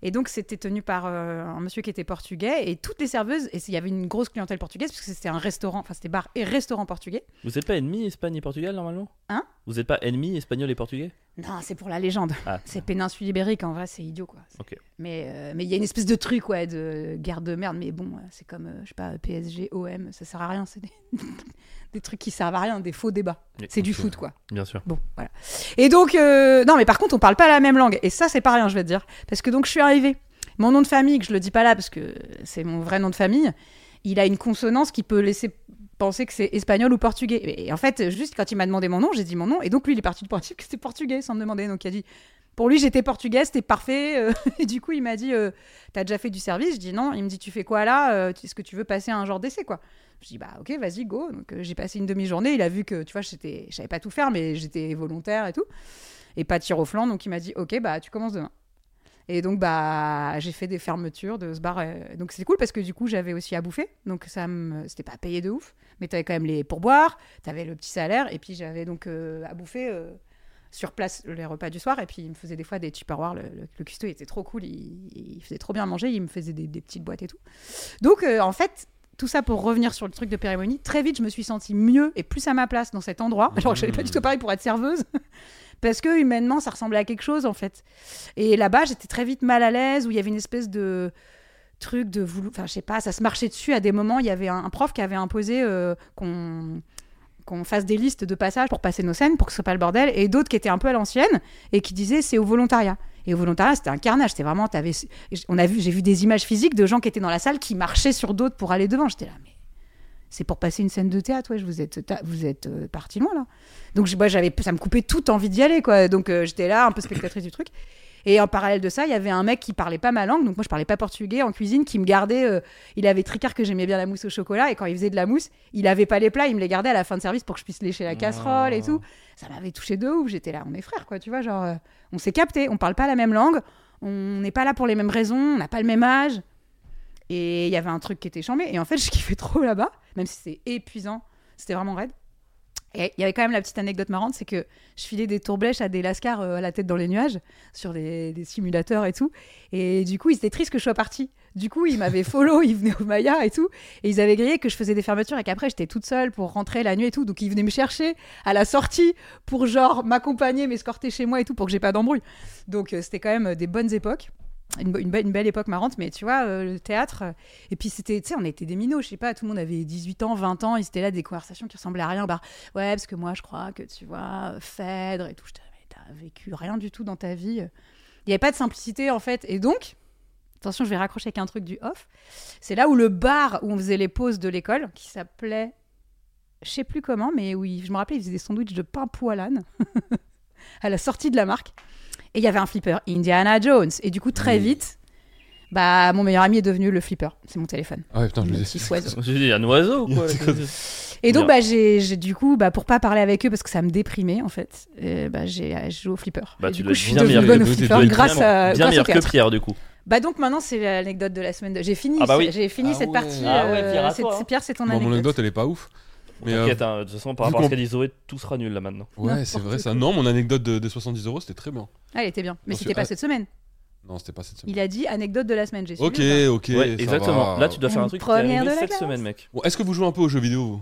Speaker 3: Et donc, c'était tenu par euh, un monsieur qui était portugais et toutes les serveuses. Et il y avait une grosse clientèle portugaise parce que c'était un restaurant, enfin, c'était bar et restaurant portugais.
Speaker 1: Vous n'êtes pas ennemi Espagne et Portugal normalement
Speaker 3: Hein
Speaker 1: Vous n'êtes pas ennemi espagnol et portugais
Speaker 3: Non, c'est pour la légende.
Speaker 1: Ah.
Speaker 3: C'est péninsule ibérique, en vrai, c'est idiot, quoi. C'est-
Speaker 1: Ok.
Speaker 3: Mais euh, mais il y a une espèce de truc, ouais, de guerre de merde. Mais bon, euh, c'est comme, euh, je sais pas, PSG, OM, ça sert à rien. C'est des... [LAUGHS] des trucs qui servent à rien, des faux débats.
Speaker 1: Oui,
Speaker 3: C'est du
Speaker 2: ok.
Speaker 3: foot, quoi.
Speaker 1: Bien sûr.
Speaker 3: Bon, voilà. Et donc, euh, non, mais par contre, on parle pas la même langue. Et ça, c'est pas rien, je vais te dire. Parce que donc, je suis arrivée. Mon nom de famille, que je le dis pas là parce que c'est mon vrai nom de famille, il a une consonance qui peut laisser penser que c'est espagnol ou portugais. Et en fait, juste quand il m'a demandé mon nom, j'ai dit mon nom. Et donc, lui, il est parti du principe que c'était portugais sans me demander. Donc, il a dit. Pour lui, j'étais portugais, c'était parfait. euh, [LAUGHS] et du coup, il m'a dit euh, T'as déjà fait du service Je dis non. Il me dit Tu fais quoi là Euh, Est-ce que tu veux passer un genre d'essai, quoi je dis bah ok vas-y go donc euh, j'ai passé une demi-journée il a vu que tu vois j'étais je savais pas tout faire mais j'étais volontaire et tout et pas de tir au flanc donc il m'a dit ok bah tu commences demain et donc bah j'ai fait des fermetures de ce bar euh, donc c'est cool parce que du coup j'avais aussi à bouffer donc ça me c'était pas payé de ouf mais t'avais quand même les pourboires t'avais le petit salaire et puis j'avais donc euh, à bouffer euh, sur place les repas du soir et puis il me faisait des fois des tupperwares le, le, le cuistot il était trop cool il, il faisait trop bien manger il me faisait des, des petites boîtes et tout donc euh, en fait tout ça pour revenir sur le truc de périmonie, très vite je me suis sentie mieux et plus à ma place dans cet endroit, alors que je n'avais pas du tout pareil pour être serveuse, [LAUGHS] parce que humainement ça ressemblait à quelque chose en fait. Et là-bas j'étais très vite mal à l'aise, où il y avait une espèce de truc de vouloir, enfin je sais pas, ça se marchait dessus à des moments, il y avait un, un prof qui avait imposé euh, qu'on qu'on fasse des listes de passages pour passer nos scènes, pour que ce soit pas le bordel, et d'autres qui étaient un peu à l'ancienne et qui disaient c'est au volontariat. Et au volontariat, c'était un carnage. C'était vraiment, t'avais, on a vu, j'ai vu des images physiques de gens qui étaient dans la salle qui marchaient sur d'autres pour aller devant. J'étais là, mais c'est pour passer une scène de théâtre, ouais. je Vous êtes, ta- vous êtes euh, parti loin là. Donc je- moi, j'avais, ça me coupait toute envie d'y aller, quoi. Donc euh, j'étais là, un peu spectatrice du truc. Et en parallèle de ça, il y avait un mec qui parlait pas ma langue, donc moi je parlais pas portugais en cuisine, qui me gardait. euh, il avait tricard que j'aimais bien la mousse au chocolat, et quand il faisait de la mousse, il avait pas les plats, il me les gardait à la fin de service pour que je puisse lécher la casserole et
Speaker 1: Oh.
Speaker 3: tout. Ça m'avait touché de ouf. J'étais là, on est frères, quoi, tu vois, genre, euh, on s'est capté, on parle pas la même langue, on n'est pas là pour les mêmes raisons, on n'a pas le même âge. Et il y avait un truc qui était chambé. Et en fait, [LAUGHS] je kiffais trop là-bas, même si c'est épuisant. C'était vraiment raide. Et il y avait quand même la petite anecdote marrante, c'est que je filais des tourblèches à des lascars euh, à la tête dans les nuages, sur les, les simulateurs et tout. Et du coup, ils étaient tristes que je sois partie. Du coup, ils m'avaient follow, [LAUGHS] ils venaient au Maya et tout. Et ils avaient grillé que je faisais des fermetures et qu'après, j'étais toute seule pour rentrer la nuit et tout. Donc, ils venaient me chercher à la sortie pour genre m'accompagner, m'escorter chez moi et tout pour que j'ai pas d'embrouille. Donc, euh, c'était quand même euh, des bonnes époques. Une, bo- une belle, une belle époque marrante, mais tu vois, euh, le théâtre. euh, Et puis, c'était, tu sais, on était des minots, je sais pas, tout le monde avait 18 ans, 20 ans, ils étaient là, des conversations qui ressemblaient à rien. Bah, ouais, parce que moi, je crois que tu vois, euh, Phèdre et tout. Je mais t'as vécu rien du tout dans ta vie. Il n'y avait pas de simplicité, en fait. Et donc, attention, je vais raccrocher avec un truc du off. C'est là où le bar où on faisait les pauses de l'école, qui s'appelait, je sais plus [LAUGHS] comment, mais oui, je me rappelais, ils faisaient des sandwichs de pain poilane à la sortie de la marque. Et il y avait un flipper, Indiana Jones. Et du coup, très
Speaker 2: Mm.
Speaker 3: vite, bah, mon meilleur ami est devenu le flipper. C'est mon téléphone.
Speaker 2: Ah ouais, putain, je
Speaker 3: Le
Speaker 2: les ai
Speaker 3: petit oiseau.
Speaker 1: Je dis, un oiseau,
Speaker 2: Il y a
Speaker 1: quoi. [LAUGHS]
Speaker 2: des codes.
Speaker 3: Et donc,
Speaker 1: Bien.
Speaker 3: bah, j'ai, j'ai- du coup, bah, pour pas parler avec eux parce que ça me déprimait en fait, euh, bah, j'ai euh, joué au flipper.
Speaker 1: Bah,
Speaker 3: Et
Speaker 1: tu
Speaker 3: du
Speaker 1: dois
Speaker 3: coup,
Speaker 1: être
Speaker 3: je suis
Speaker 1: bien
Speaker 3: devenue
Speaker 1: meilleur
Speaker 3: bonne
Speaker 2: que
Speaker 3: au
Speaker 2: nous, t'es
Speaker 3: flipper
Speaker 2: devenue
Speaker 3: grâce, à,
Speaker 1: Bien
Speaker 3: grâce au
Speaker 1: meilleur que
Speaker 3: théâtre.
Speaker 1: Pierre, du coup.
Speaker 3: Bah donc maintenant c'est l'anecdote de la semaine. de- J'ai fini,
Speaker 1: Ah bah
Speaker 3: c'est-
Speaker 1: oui.
Speaker 3: j'ai fini
Speaker 2: Ah
Speaker 3: cette
Speaker 2: ouais.
Speaker 3: partie.
Speaker 1: Ah ouais,
Speaker 3: euh,
Speaker 1: Pierre, à
Speaker 3: c'est-
Speaker 1: toi, hein.
Speaker 3: c'est- Pierre, c'est ton
Speaker 2: Bon, mon
Speaker 3: anecdote.
Speaker 2: anecdote, elle est pas ouf. Mais euh,
Speaker 1: T'inquiète, hein, de toute façon, par
Speaker 2: vu
Speaker 1: rapport à ce
Speaker 2: qu'on-
Speaker 1: qu'a dit Zoé, tout sera nul là maintenant.
Speaker 2: ouais, c'est vrai ça. Non, mon anecdote de, des 70 euros, c'était très bien.
Speaker 3: Ah, elle était bien, mais
Speaker 2: Ensuite,
Speaker 3: c'était pas
Speaker 2: ah.
Speaker 3: cette semaine.
Speaker 2: Non, c'était pas cette semaine.
Speaker 3: Il a dit anecdote de la semaine. J'ai
Speaker 2: Ok,
Speaker 3: suivi,
Speaker 2: ok.
Speaker 1: ouais,
Speaker 2: ça
Speaker 1: exactement.
Speaker 2: va.
Speaker 1: Là, tu dois faire un truc qui t'est
Speaker 3: Première
Speaker 1: arrivé
Speaker 3: de la
Speaker 1: cette
Speaker 3: classe.
Speaker 1: semaine, mec.
Speaker 2: Bon, Est-ce que vous jouez un peu aux jeux vidéo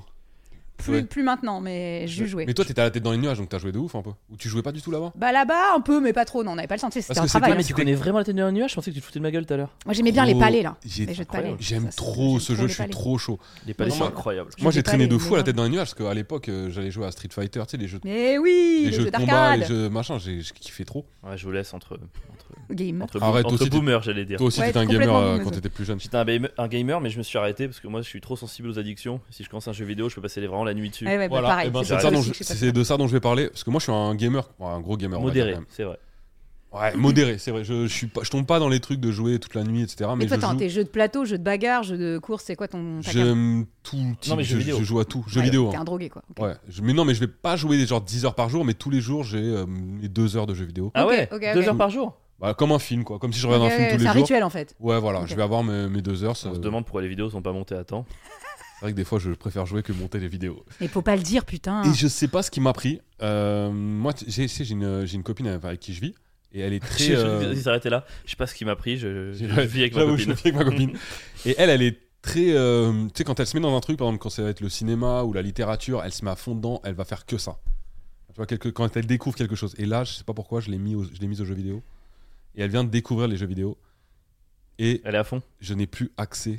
Speaker 2: vous
Speaker 3: ou pas plus, plus maintenant, mais je jouais.
Speaker 2: Mais toi, t'étais à la tête dans les nuages, donc t'as joué de ouf un peu. Ou tu jouais pas du tout là-bas
Speaker 3: Bah là-bas un peu, mais pas trop. Non, on n'avait pas le senti. C'était
Speaker 2: que
Speaker 3: un
Speaker 2: c'était-
Speaker 3: travail.
Speaker 1: Ah, mais
Speaker 3: hein.
Speaker 1: tu connais vraiment la tête dans les nuages Je pensais que tu te foutais de ma gueule tout à l'heure.
Speaker 3: Moi j'aimais bien les
Speaker 2: Oh,
Speaker 3: palais là.
Speaker 2: j'ai-
Speaker 3: Les jeux de
Speaker 1: incroyable.
Speaker 3: palais.
Speaker 2: J'aime
Speaker 3: Bah, Ça, c'est-
Speaker 2: trop
Speaker 3: j'aime
Speaker 2: ce
Speaker 3: trop
Speaker 2: jeu,
Speaker 3: les
Speaker 2: je suis
Speaker 3: palais.
Speaker 2: trop chaud.
Speaker 1: Les palais
Speaker 2: Non,
Speaker 1: sont
Speaker 2: moi-
Speaker 1: incroyables.
Speaker 3: Je
Speaker 2: Moi,
Speaker 3: sais
Speaker 2: j'ai
Speaker 3: pas
Speaker 2: traîné
Speaker 3: les-
Speaker 2: de
Speaker 3: les
Speaker 2: fou à la
Speaker 3: gens.
Speaker 2: tête dans les nuages parce qu'à l'époque, euh, j'allais jouer à Street Fighter, tu sais, les jeux,
Speaker 3: Mais oui,
Speaker 2: les
Speaker 3: les,
Speaker 2: jeux de combat, les
Speaker 3: d'arcade.
Speaker 2: jeux machin, j'ai j'ai kiffé trop.
Speaker 1: Ouais, je vous laisse entre, entre,
Speaker 3: Game.
Speaker 1: entre,
Speaker 2: Arrête,
Speaker 1: entre
Speaker 2: toi aussi, t'es-
Speaker 1: boomers, j'allais dire.
Speaker 2: Toi aussi,
Speaker 3: Ouais,
Speaker 2: t'étais un gamer
Speaker 3: complètement,
Speaker 2: euh,
Speaker 3: mais
Speaker 2: quand
Speaker 3: ça-
Speaker 2: t'étais plus jeune.
Speaker 1: J'étais un, bame- un gamer, mais je me suis arrêté parce que moi, je suis trop sensible aux addictions. Si je commence un jeu vidéo, je peux passer les- vraiment la nuit dessus.
Speaker 3: Ouais, ouais, bah,
Speaker 2: Voilà,
Speaker 3: pareil.
Speaker 2: eh ben, c'est
Speaker 3: c'est
Speaker 1: ça
Speaker 2: de
Speaker 3: pour
Speaker 2: ça dont
Speaker 3: aussi
Speaker 2: je-
Speaker 3: que je suis pas
Speaker 2: c'est de ça dont je vais parler parce que moi, je suis un gamer, bon, un gros gamer. on va dire,
Speaker 1: Modéré,
Speaker 2: quand même.
Speaker 1: c'est vrai.
Speaker 2: Ouais, modéré, c'est vrai. Je, je suis pas, je tombe pas dans les trucs de jouer toute la nuit, etc. Mais,
Speaker 3: Mais toi,
Speaker 2: je
Speaker 3: t'as
Speaker 2: joue.
Speaker 3: tes jeux de plateau, jeux de bagarre, jeux de course, c'est quoi ton. ta carte
Speaker 2: J'aime tout. type
Speaker 1: mais
Speaker 2: de
Speaker 1: jeux
Speaker 2: jeu,
Speaker 1: vidéo.
Speaker 2: Je joue à tout. Jeux
Speaker 3: Ouais,
Speaker 2: vidéo.
Speaker 3: T'es
Speaker 2: hein.
Speaker 3: un drogué quoi. Ok.
Speaker 2: Ouais. Je- mais non, mais je vais pas jouer genre 10 heures par jour, mais tous les jours, j'ai euh, mes 2 heures de jeux vidéo.
Speaker 1: Ah
Speaker 3: Ok,
Speaker 1: ouais
Speaker 3: ok,
Speaker 1: Deux
Speaker 3: ok.
Speaker 1: heures par jour
Speaker 2: Bah, comme un film, quoi. Comme si je regardais
Speaker 3: Ouais,
Speaker 2: un film
Speaker 3: ouais,
Speaker 2: tous
Speaker 3: C'est
Speaker 2: les
Speaker 3: un
Speaker 2: jours.
Speaker 3: rituel en fait.
Speaker 2: Ouais, voilà.
Speaker 3: Ok.
Speaker 2: Je vais avoir mes, mes 2 heures. euh, ça-
Speaker 1: On se demande pourquoi les vidéos sont pas montées à
Speaker 2: [LAUGHS]
Speaker 1: temps.
Speaker 2: C'est vrai que des fois, je préfère jouer que monter les vidéos.
Speaker 3: Mais faut pas le dire, putain.
Speaker 2: Et je sais pas ce qui m'a pris. Euh, moi, t- j'ai j'ai une, j'ai une copine avec qui je vis.
Speaker 1: [LAUGHS]
Speaker 2: Et elle est très.
Speaker 1: Je-
Speaker 2: euh,
Speaker 1: je- Ils s'arrêtaient là. Je sais pas ce qui m'a pris, je, je vis avec ma
Speaker 2: J'avoue,
Speaker 1: copine.
Speaker 2: je
Speaker 1: [LAUGHS]
Speaker 2: vis avec ma copine. Et elle, elle est très. euh, tu sais, quand elle se met dans un truc, par exemple, quand ça va être le cinéma ou la littérature, elle se met à fond dedans, elle va faire que ça. Tu vois, quelque, quand elle découvre quelque chose. Et là, je sais pas pourquoi, je l'ai mis, au- je l'ai mise aux jeux vidéo. Et elle vient de découvrir les jeux vidéo. Et
Speaker 1: Elle est à fond.
Speaker 2: je n'ai plus accès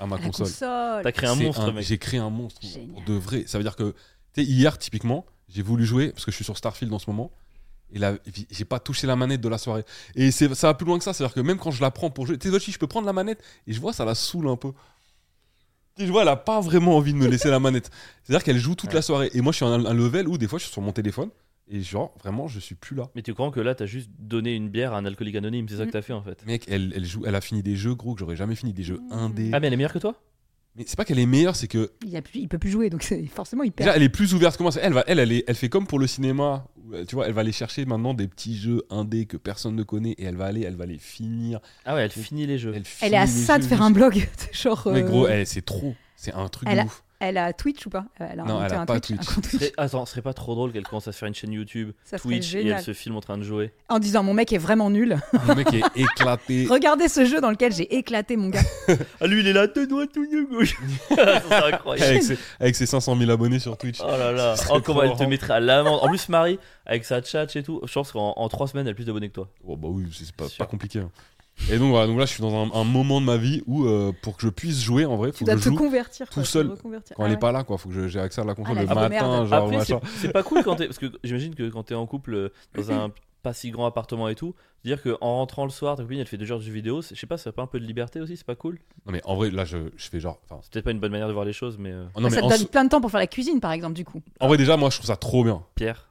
Speaker 2: à ma
Speaker 3: La
Speaker 2: console.
Speaker 3: console.
Speaker 1: T'as créé un
Speaker 2: C'est
Speaker 1: monstre,
Speaker 2: un-
Speaker 1: mec.
Speaker 2: J'ai créé un monstre
Speaker 3: Génial.
Speaker 2: pour de vrai. Ça veut dire que, tu sais, hier, typiquement, j'ai voulu jouer, parce que je suis sur Starfield en ce moment, et là, vi- j'ai pas touché la manette de la soirée. Et c'est- ça va plus loin que ça, c'est-à-dire que même quand je la prends pour jouer, tu sais, Zoshi, je peux prendre la manette, et je vois, ça la saoule un peu. Tu sais, je vois, elle a pas vraiment envie de me laisser la manette. C'est-à-dire qu'elle joue toute
Speaker 1: Ouais.
Speaker 2: la soirée. Et moi, je suis à un, un level où, des fois, je suis sur mon téléphone, et genre, vraiment, je suis plus là.
Speaker 1: Mais tu crois que là, t'as juste donné une bière à un alcoolique anonyme,
Speaker 3: Mm.
Speaker 1: c'est ça que t'as fait en fait
Speaker 2: Mec, elle, elle joue, elle a fini des jeux, gros, que j'aurais jamais fini, des jeux indés.
Speaker 1: Ah, mais elle est meilleure que toi
Speaker 2: Mais c'est pas qu'elle est meilleure, c'est que
Speaker 3: Il, a plus, il peut plus jouer, donc c'est forcément il perd.
Speaker 2: Déjà, elle est plus ouverte que moi. Elle, va, elle, elle, est- elle fait comme pour le cinéma. où, euh, Tu vois, elle va aller chercher maintenant des petits jeux indés que personne ne connaît et elle va aller, elle va les finir.
Speaker 1: Ah ouais, elle finit les jeux.
Speaker 2: Elle,
Speaker 3: Elle est à
Speaker 2: finit les
Speaker 3: ça de
Speaker 2: jeux
Speaker 3: faire un
Speaker 2: jusqu'à-
Speaker 3: blog. [LAUGHS] Genre.
Speaker 2: Mais
Speaker 3: euh,
Speaker 2: gros, elle, c'est trop. C'est un truc
Speaker 3: elle
Speaker 2: de
Speaker 3: a-
Speaker 2: ouf.
Speaker 3: Elle a Twitch ou pas Elle a
Speaker 2: Non,
Speaker 3: inventé
Speaker 2: elle a
Speaker 3: un
Speaker 2: pas
Speaker 3: un compte Twitch.
Speaker 1: Serait- Attends, ce serait pas trop drôle qu'elle commence à se faire une chaîne YouTube,
Speaker 3: Ça serait
Speaker 1: Twitch, et
Speaker 3: génial.
Speaker 1: elle se filme en train de jouer.
Speaker 3: En disant mon mec est vraiment nul.
Speaker 2: Le mec
Speaker 3: [LAUGHS]
Speaker 2: est éclaté.
Speaker 3: Regardez ce jeu dans lequel j'ai éclaté mon gars.
Speaker 1: Ah, lui, il est là, deux doigts, tout nu, gauche. Ça, [LAUGHS] c'est incroyable.
Speaker 2: avec, ses, avec ses 500 000 abonnés sur Twitch.
Speaker 1: Oh là
Speaker 2: [LAUGHS]
Speaker 1: là,
Speaker 2: Ce serait
Speaker 1: oh, comment
Speaker 2: trop
Speaker 1: elle te
Speaker 2: marrant.
Speaker 1: mettrait à l'amende. En plus, Marie, avec sa chat et tout, je pense qu'en en trois semaines, elle a plus d'abonnés que toi.
Speaker 2: Oh, bah oui, c'est pas,
Speaker 1: Sûr.
Speaker 2: pas compliqué. hein. Et donc voilà, donc là, je suis dans un, un moment de ma vie où euh, pour que je puisse jouer en vrai,
Speaker 3: Tu
Speaker 2: faut que
Speaker 3: dois
Speaker 2: je
Speaker 3: te
Speaker 2: joue
Speaker 3: convertir.
Speaker 2: tout
Speaker 3: quoi, te
Speaker 2: seul,
Speaker 3: reconvertir.
Speaker 2: quand
Speaker 3: Ah
Speaker 2: elle est
Speaker 3: ouais. Ah,
Speaker 2: pas là, quoi. Faut que je- j'ai accès à la console
Speaker 3: la
Speaker 2: le
Speaker 3: pauvre
Speaker 2: matin,
Speaker 3: merde.
Speaker 2: genre
Speaker 1: Après, c'est-
Speaker 2: machin.
Speaker 1: c'est pas cool quand t'es. Parce que j'imagine que quand t'es en couple euh, dans un pas si grand appartement et tout, dire qu'en rentrant le soir, ta copine elle fait deux heures de jeux vidéo, c'est- je sais pas, ça fait pas un peu de liberté aussi, c'est pas cool.
Speaker 2: Non mais en vrai, là, je, je fais genre. enfin,
Speaker 1: C'est peut-être pas une bonne manière de voir les choses, mais euh,
Speaker 2: non, mais
Speaker 3: Ah, ça te
Speaker 2: en,
Speaker 3: donne plein de temps pour faire la cuisine, par exemple, du coup.
Speaker 2: en vrai, déjà, moi, je trouve ça trop bien.
Speaker 1: Pierre.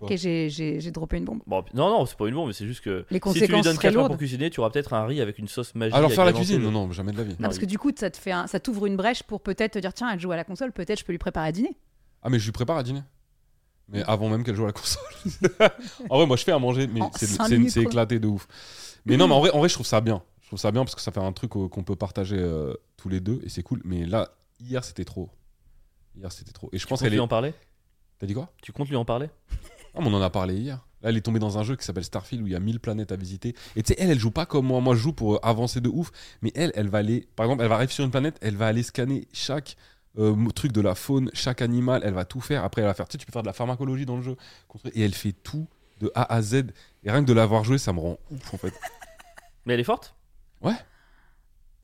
Speaker 2: Ouais.
Speaker 3: Ok, j'ai- j'ai j'ai droppé une bombe.
Speaker 1: Bon, non, non, c'est pas une bombe, mais c'est juste que
Speaker 3: Les
Speaker 1: si tu lui
Speaker 3: conséquences
Speaker 1: donnes
Speaker 3: très
Speaker 1: 4 heures pour
Speaker 3: lourdes.
Speaker 1: cuisiner, tu auras peut-être un riz avec une sauce magique.
Speaker 2: Alors faire la
Speaker 1: agrémentée
Speaker 2: cuisine
Speaker 1: de-
Speaker 2: Non, non, jamais de la vie.
Speaker 1: Non,
Speaker 3: Non, parce que du coup, ça te fait un- ça t'ouvre une brèche pour peut-être te dire tiens, elle joue à la console, peut-être je peux lui préparer à dîner.
Speaker 2: Ah, mais je lui prépare à dîner. Mais avant même qu'elle joue à la console. [LAUGHS] en vrai, moi, je fais à manger, mais
Speaker 3: En
Speaker 2: c'est-
Speaker 3: cinq
Speaker 2: c'est
Speaker 3: minutes,
Speaker 2: c'est
Speaker 3: quoi.
Speaker 2: éclaté de ouf. Mais non, mais en vrai, en vrai, je trouve ça bien. Je trouve ça bien parce que ça fait un truc euh, qu'on peut partager euh, tous les deux et c'est cool. Mais là, hier, c'était trop. Hier, c'était trop. Et je pense
Speaker 1: Tu comptes
Speaker 2: qu'elle est.
Speaker 1: lui en parler
Speaker 2: T'as dit quoi
Speaker 1: Tu comptes lui en parler
Speaker 2: Ah, mais on en a parlé hier. Là, elle est tombée dans un jeu qui s'appelle Starfield où il y a 1000 planètes à visiter. Et tu sais, elle, elle joue pas comme moi. Moi, je joue pour euh, avancer de ouf. Mais elle, elle va aller. Par exemple, elle va arriver sur une planète, elle va aller scanner chaque euh, mo- truc de la faune, chaque animal. Elle va tout faire. Après, elle va faire. Tu sais, tu peux faire de la pharmacologie dans le jeu. Et elle fait tout de A à Z. Et rien que de l'avoir joué, ça me rend ouf
Speaker 1: [LAUGHS]
Speaker 2: en fait.
Speaker 1: Mais elle est forte
Speaker 2: Ouais.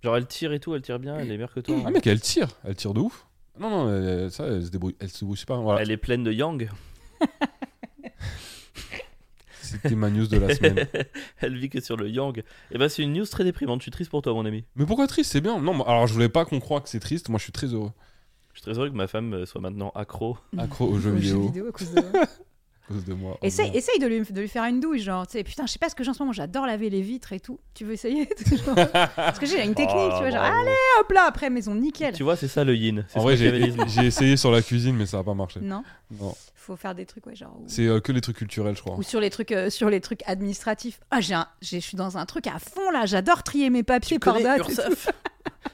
Speaker 1: Genre elle tire et tout, elle tire bien, elle est meilleure que toi.
Speaker 2: Ah, mec, elle tire. Elle tire de ouf. Non, non, elle- ça, elle se débrouille. Elle se débrouille pas. Voilà.
Speaker 1: Elle est pleine de yang.
Speaker 2: C'était ma news de
Speaker 1: [LAUGHS]
Speaker 2: la semaine.
Speaker 1: elle vit que sur le yang. Et bah c'est une news très déprimante, je suis triste pour toi mon ami.
Speaker 2: Mais pourquoi triste C'est bien. Non, mais- alors je voulais pas qu'on croie que c'est triste. Moi, je suis très heureux.
Speaker 1: Je suis très heureux que ma femme euh, soit maintenant accro.
Speaker 2: Accro aux jeux
Speaker 3: Aux jeux
Speaker 2: vidéo.
Speaker 3: à cause de-
Speaker 2: cause de moi. Oh
Speaker 3: Essaye,
Speaker 2: non.
Speaker 3: essaye de, lui, de lui faire une douche, genre, tu sais, putain, je sais pas ce que j'ai en ce moment, j'adore laver les vitres et tout. Tu veux essayer [LAUGHS] Genre, Parce que j'ai une technique,
Speaker 1: Oh,
Speaker 3: tu vois, genre,
Speaker 1: bravo.
Speaker 3: allez, hop là, après, maison nickel.
Speaker 1: Tu vois, c'est ça le yin. C'est
Speaker 2: En
Speaker 1: ce
Speaker 2: vrai, j'ai
Speaker 1: machiavélisme.
Speaker 2: j'ai essayé sur la cuisine, mais ça n'a pas marché.
Speaker 3: Non,
Speaker 2: Non.
Speaker 3: faut faire des trucs, ouais, genre. ou-
Speaker 2: C'est euh, que les trucs culturels, je crois.
Speaker 3: Ou sur les trucs, euh, sur les trucs administratifs. Ah, j'ai, un- j'ai- je suis dans un truc à fond là. J'adore trier mes papiers
Speaker 1: Tu
Speaker 3: par
Speaker 1: connais
Speaker 3: date. et tout. [LAUGHS]
Speaker 1: Ursaf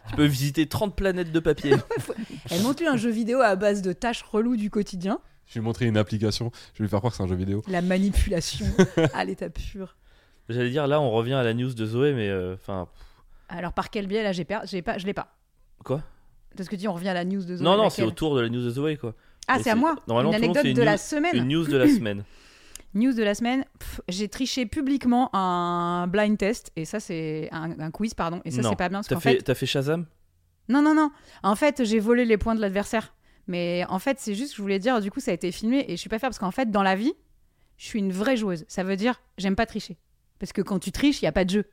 Speaker 1: Tu peux visiter 30 planètes de papier.
Speaker 3: Elle monte lui un jeu vidéo à base de tâches reloues du quotidien.
Speaker 2: Je vais lui montrer une application, je vais lui faire croire que c'est un jeu vidéo.
Speaker 3: La manipulation à l'état pur.
Speaker 1: [LAUGHS] J'allais dire, là, on revient à la news de Zoé, mais euh, enfin.
Speaker 3: Alors par quel biais là j'ai per- j'ai pas, je l'ai pas.
Speaker 1: Quoi
Speaker 3: De ce que tu dis, on revient à la news de Zoé.
Speaker 1: non, non, c'est
Speaker 3: laquelle
Speaker 1: autour de la news de Zoé, quoi.
Speaker 3: Ah,
Speaker 1: mais
Speaker 3: c'est à
Speaker 1: c'est-
Speaker 3: moi.
Speaker 1: normalement,
Speaker 3: une
Speaker 1: tout le monde
Speaker 3: anecdote
Speaker 1: fait une
Speaker 3: de la
Speaker 1: news-
Speaker 3: semaine.
Speaker 1: Une news de
Speaker 3: [LAUGHS]
Speaker 1: la semaine.
Speaker 3: News de la semaine. Pff, j'ai triché publiquement un blind test et ça c'est un, un quiz pardon et ça
Speaker 1: Non.
Speaker 3: c'est pas bien parce
Speaker 1: T'as
Speaker 3: qu'en
Speaker 1: fait,
Speaker 3: fait
Speaker 1: t'as fait Shazam
Speaker 3: Non, non, non. En fait, j'ai volé les points de l'adversaire. Mais en fait, c'est juste que je voulais dire, du coup, ça a été filmé et je suis pas fière parce qu'en fait, dans la vie, je suis une vraie joueuse. Ça veut dire, j'aime pas tricher. Parce que quand tu triches, il y a pas de jeu.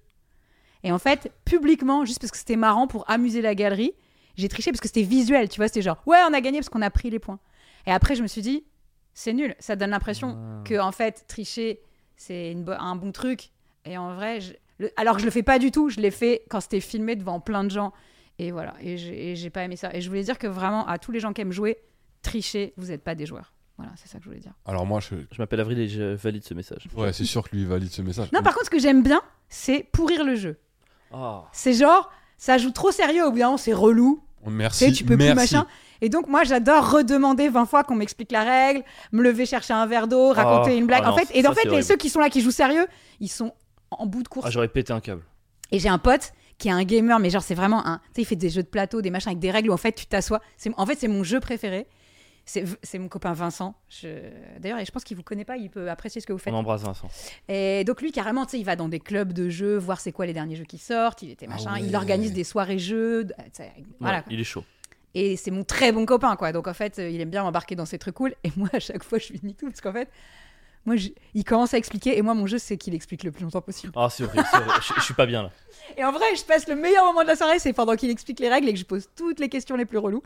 Speaker 3: Et en fait, publiquement, juste parce que c'était marrant pour amuser la galerie, j'ai triché parce que c'était visuel. Tu vois, c'était genre, ouais, on a gagné parce qu'on a pris les points. Et après, je me suis dit, c'est nul. Ça donne l'impression
Speaker 1: Ah.
Speaker 3: que en fait tricher c'est une bo- un bon truc et en vrai je- le- alors que je le fais pas du tout je l'ai fait quand c'était filmé devant plein de gens et voilà et j'ai et j'ai pas aimé ça et je voulais dire que vraiment à tous les gens qui aiment jouer tricher vous êtes pas des joueurs voilà c'est ça que je voulais dire
Speaker 2: Alors moi, je...
Speaker 1: Je m'appelle Avril et je valide ce message.
Speaker 2: ouais, c'est sûr que lui valide ce message.
Speaker 3: non par contre ce que j'aime bien c'est pourrir le jeu
Speaker 1: Ah.
Speaker 3: c'est genre ça joue trop sérieux au bout d'un moment c'est relou tu
Speaker 2: Merci.
Speaker 3: sais, tu peux
Speaker 2: merci.
Speaker 3: plus machin. Et donc, moi, j'adore redemander 20 fois qu'on m'explique la règle, me lever chercher un verre d'eau, raconter
Speaker 1: Ah,
Speaker 3: une blague.
Speaker 1: ah
Speaker 3: en
Speaker 1: non,
Speaker 3: fait, et
Speaker 1: ça,
Speaker 3: en fait,
Speaker 1: c'est
Speaker 3: les,
Speaker 1: horrible.
Speaker 3: ceux qui sont là, qui jouent sérieux, ils sont en bout de course.
Speaker 1: Ah, j'aurais pété un câble.
Speaker 3: Et j'ai un pote qui est un gamer, mais genre c'est vraiment un. Tu sais, il fait des jeux de plateau, des machins avec des règles où en fait tu t'assois. C'est- En fait, c'est mon jeu préféré. C'est c'est mon copain Vincent. Je- D'ailleurs, et je pense qu'il vous connaît pas, il peut apprécier ce que vous faites.
Speaker 1: On embrasse Vincent.
Speaker 3: Et donc lui, carrément, tu sais, il va dans des clubs de jeux, voir c'est quoi les derniers jeux qui sortent. Il était
Speaker 2: Ah
Speaker 3: machin.
Speaker 2: ouais.
Speaker 3: Il organise des soirées jeux. de- tu sais, Voilà.
Speaker 1: Ouais, il est chaud.
Speaker 3: Et c'est mon très bon copain, quoi. Donc en fait, euh, il aime bien m'embarquer dans ces trucs cool. Et moi, à chaque fois, je lui nique tout parce qu'en fait, moi, je- il commence à expliquer. Et moi, mon jeu, c'est qu'il explique le plus longtemps possible.
Speaker 1: Ah, c'est horrible. c'est horrible. je, je suis pas bien là.
Speaker 3: Et en vrai, je passe le meilleur moment de la soirée, c'est pendant qu'il explique les règles et que je pose toutes les questions les plus reloues.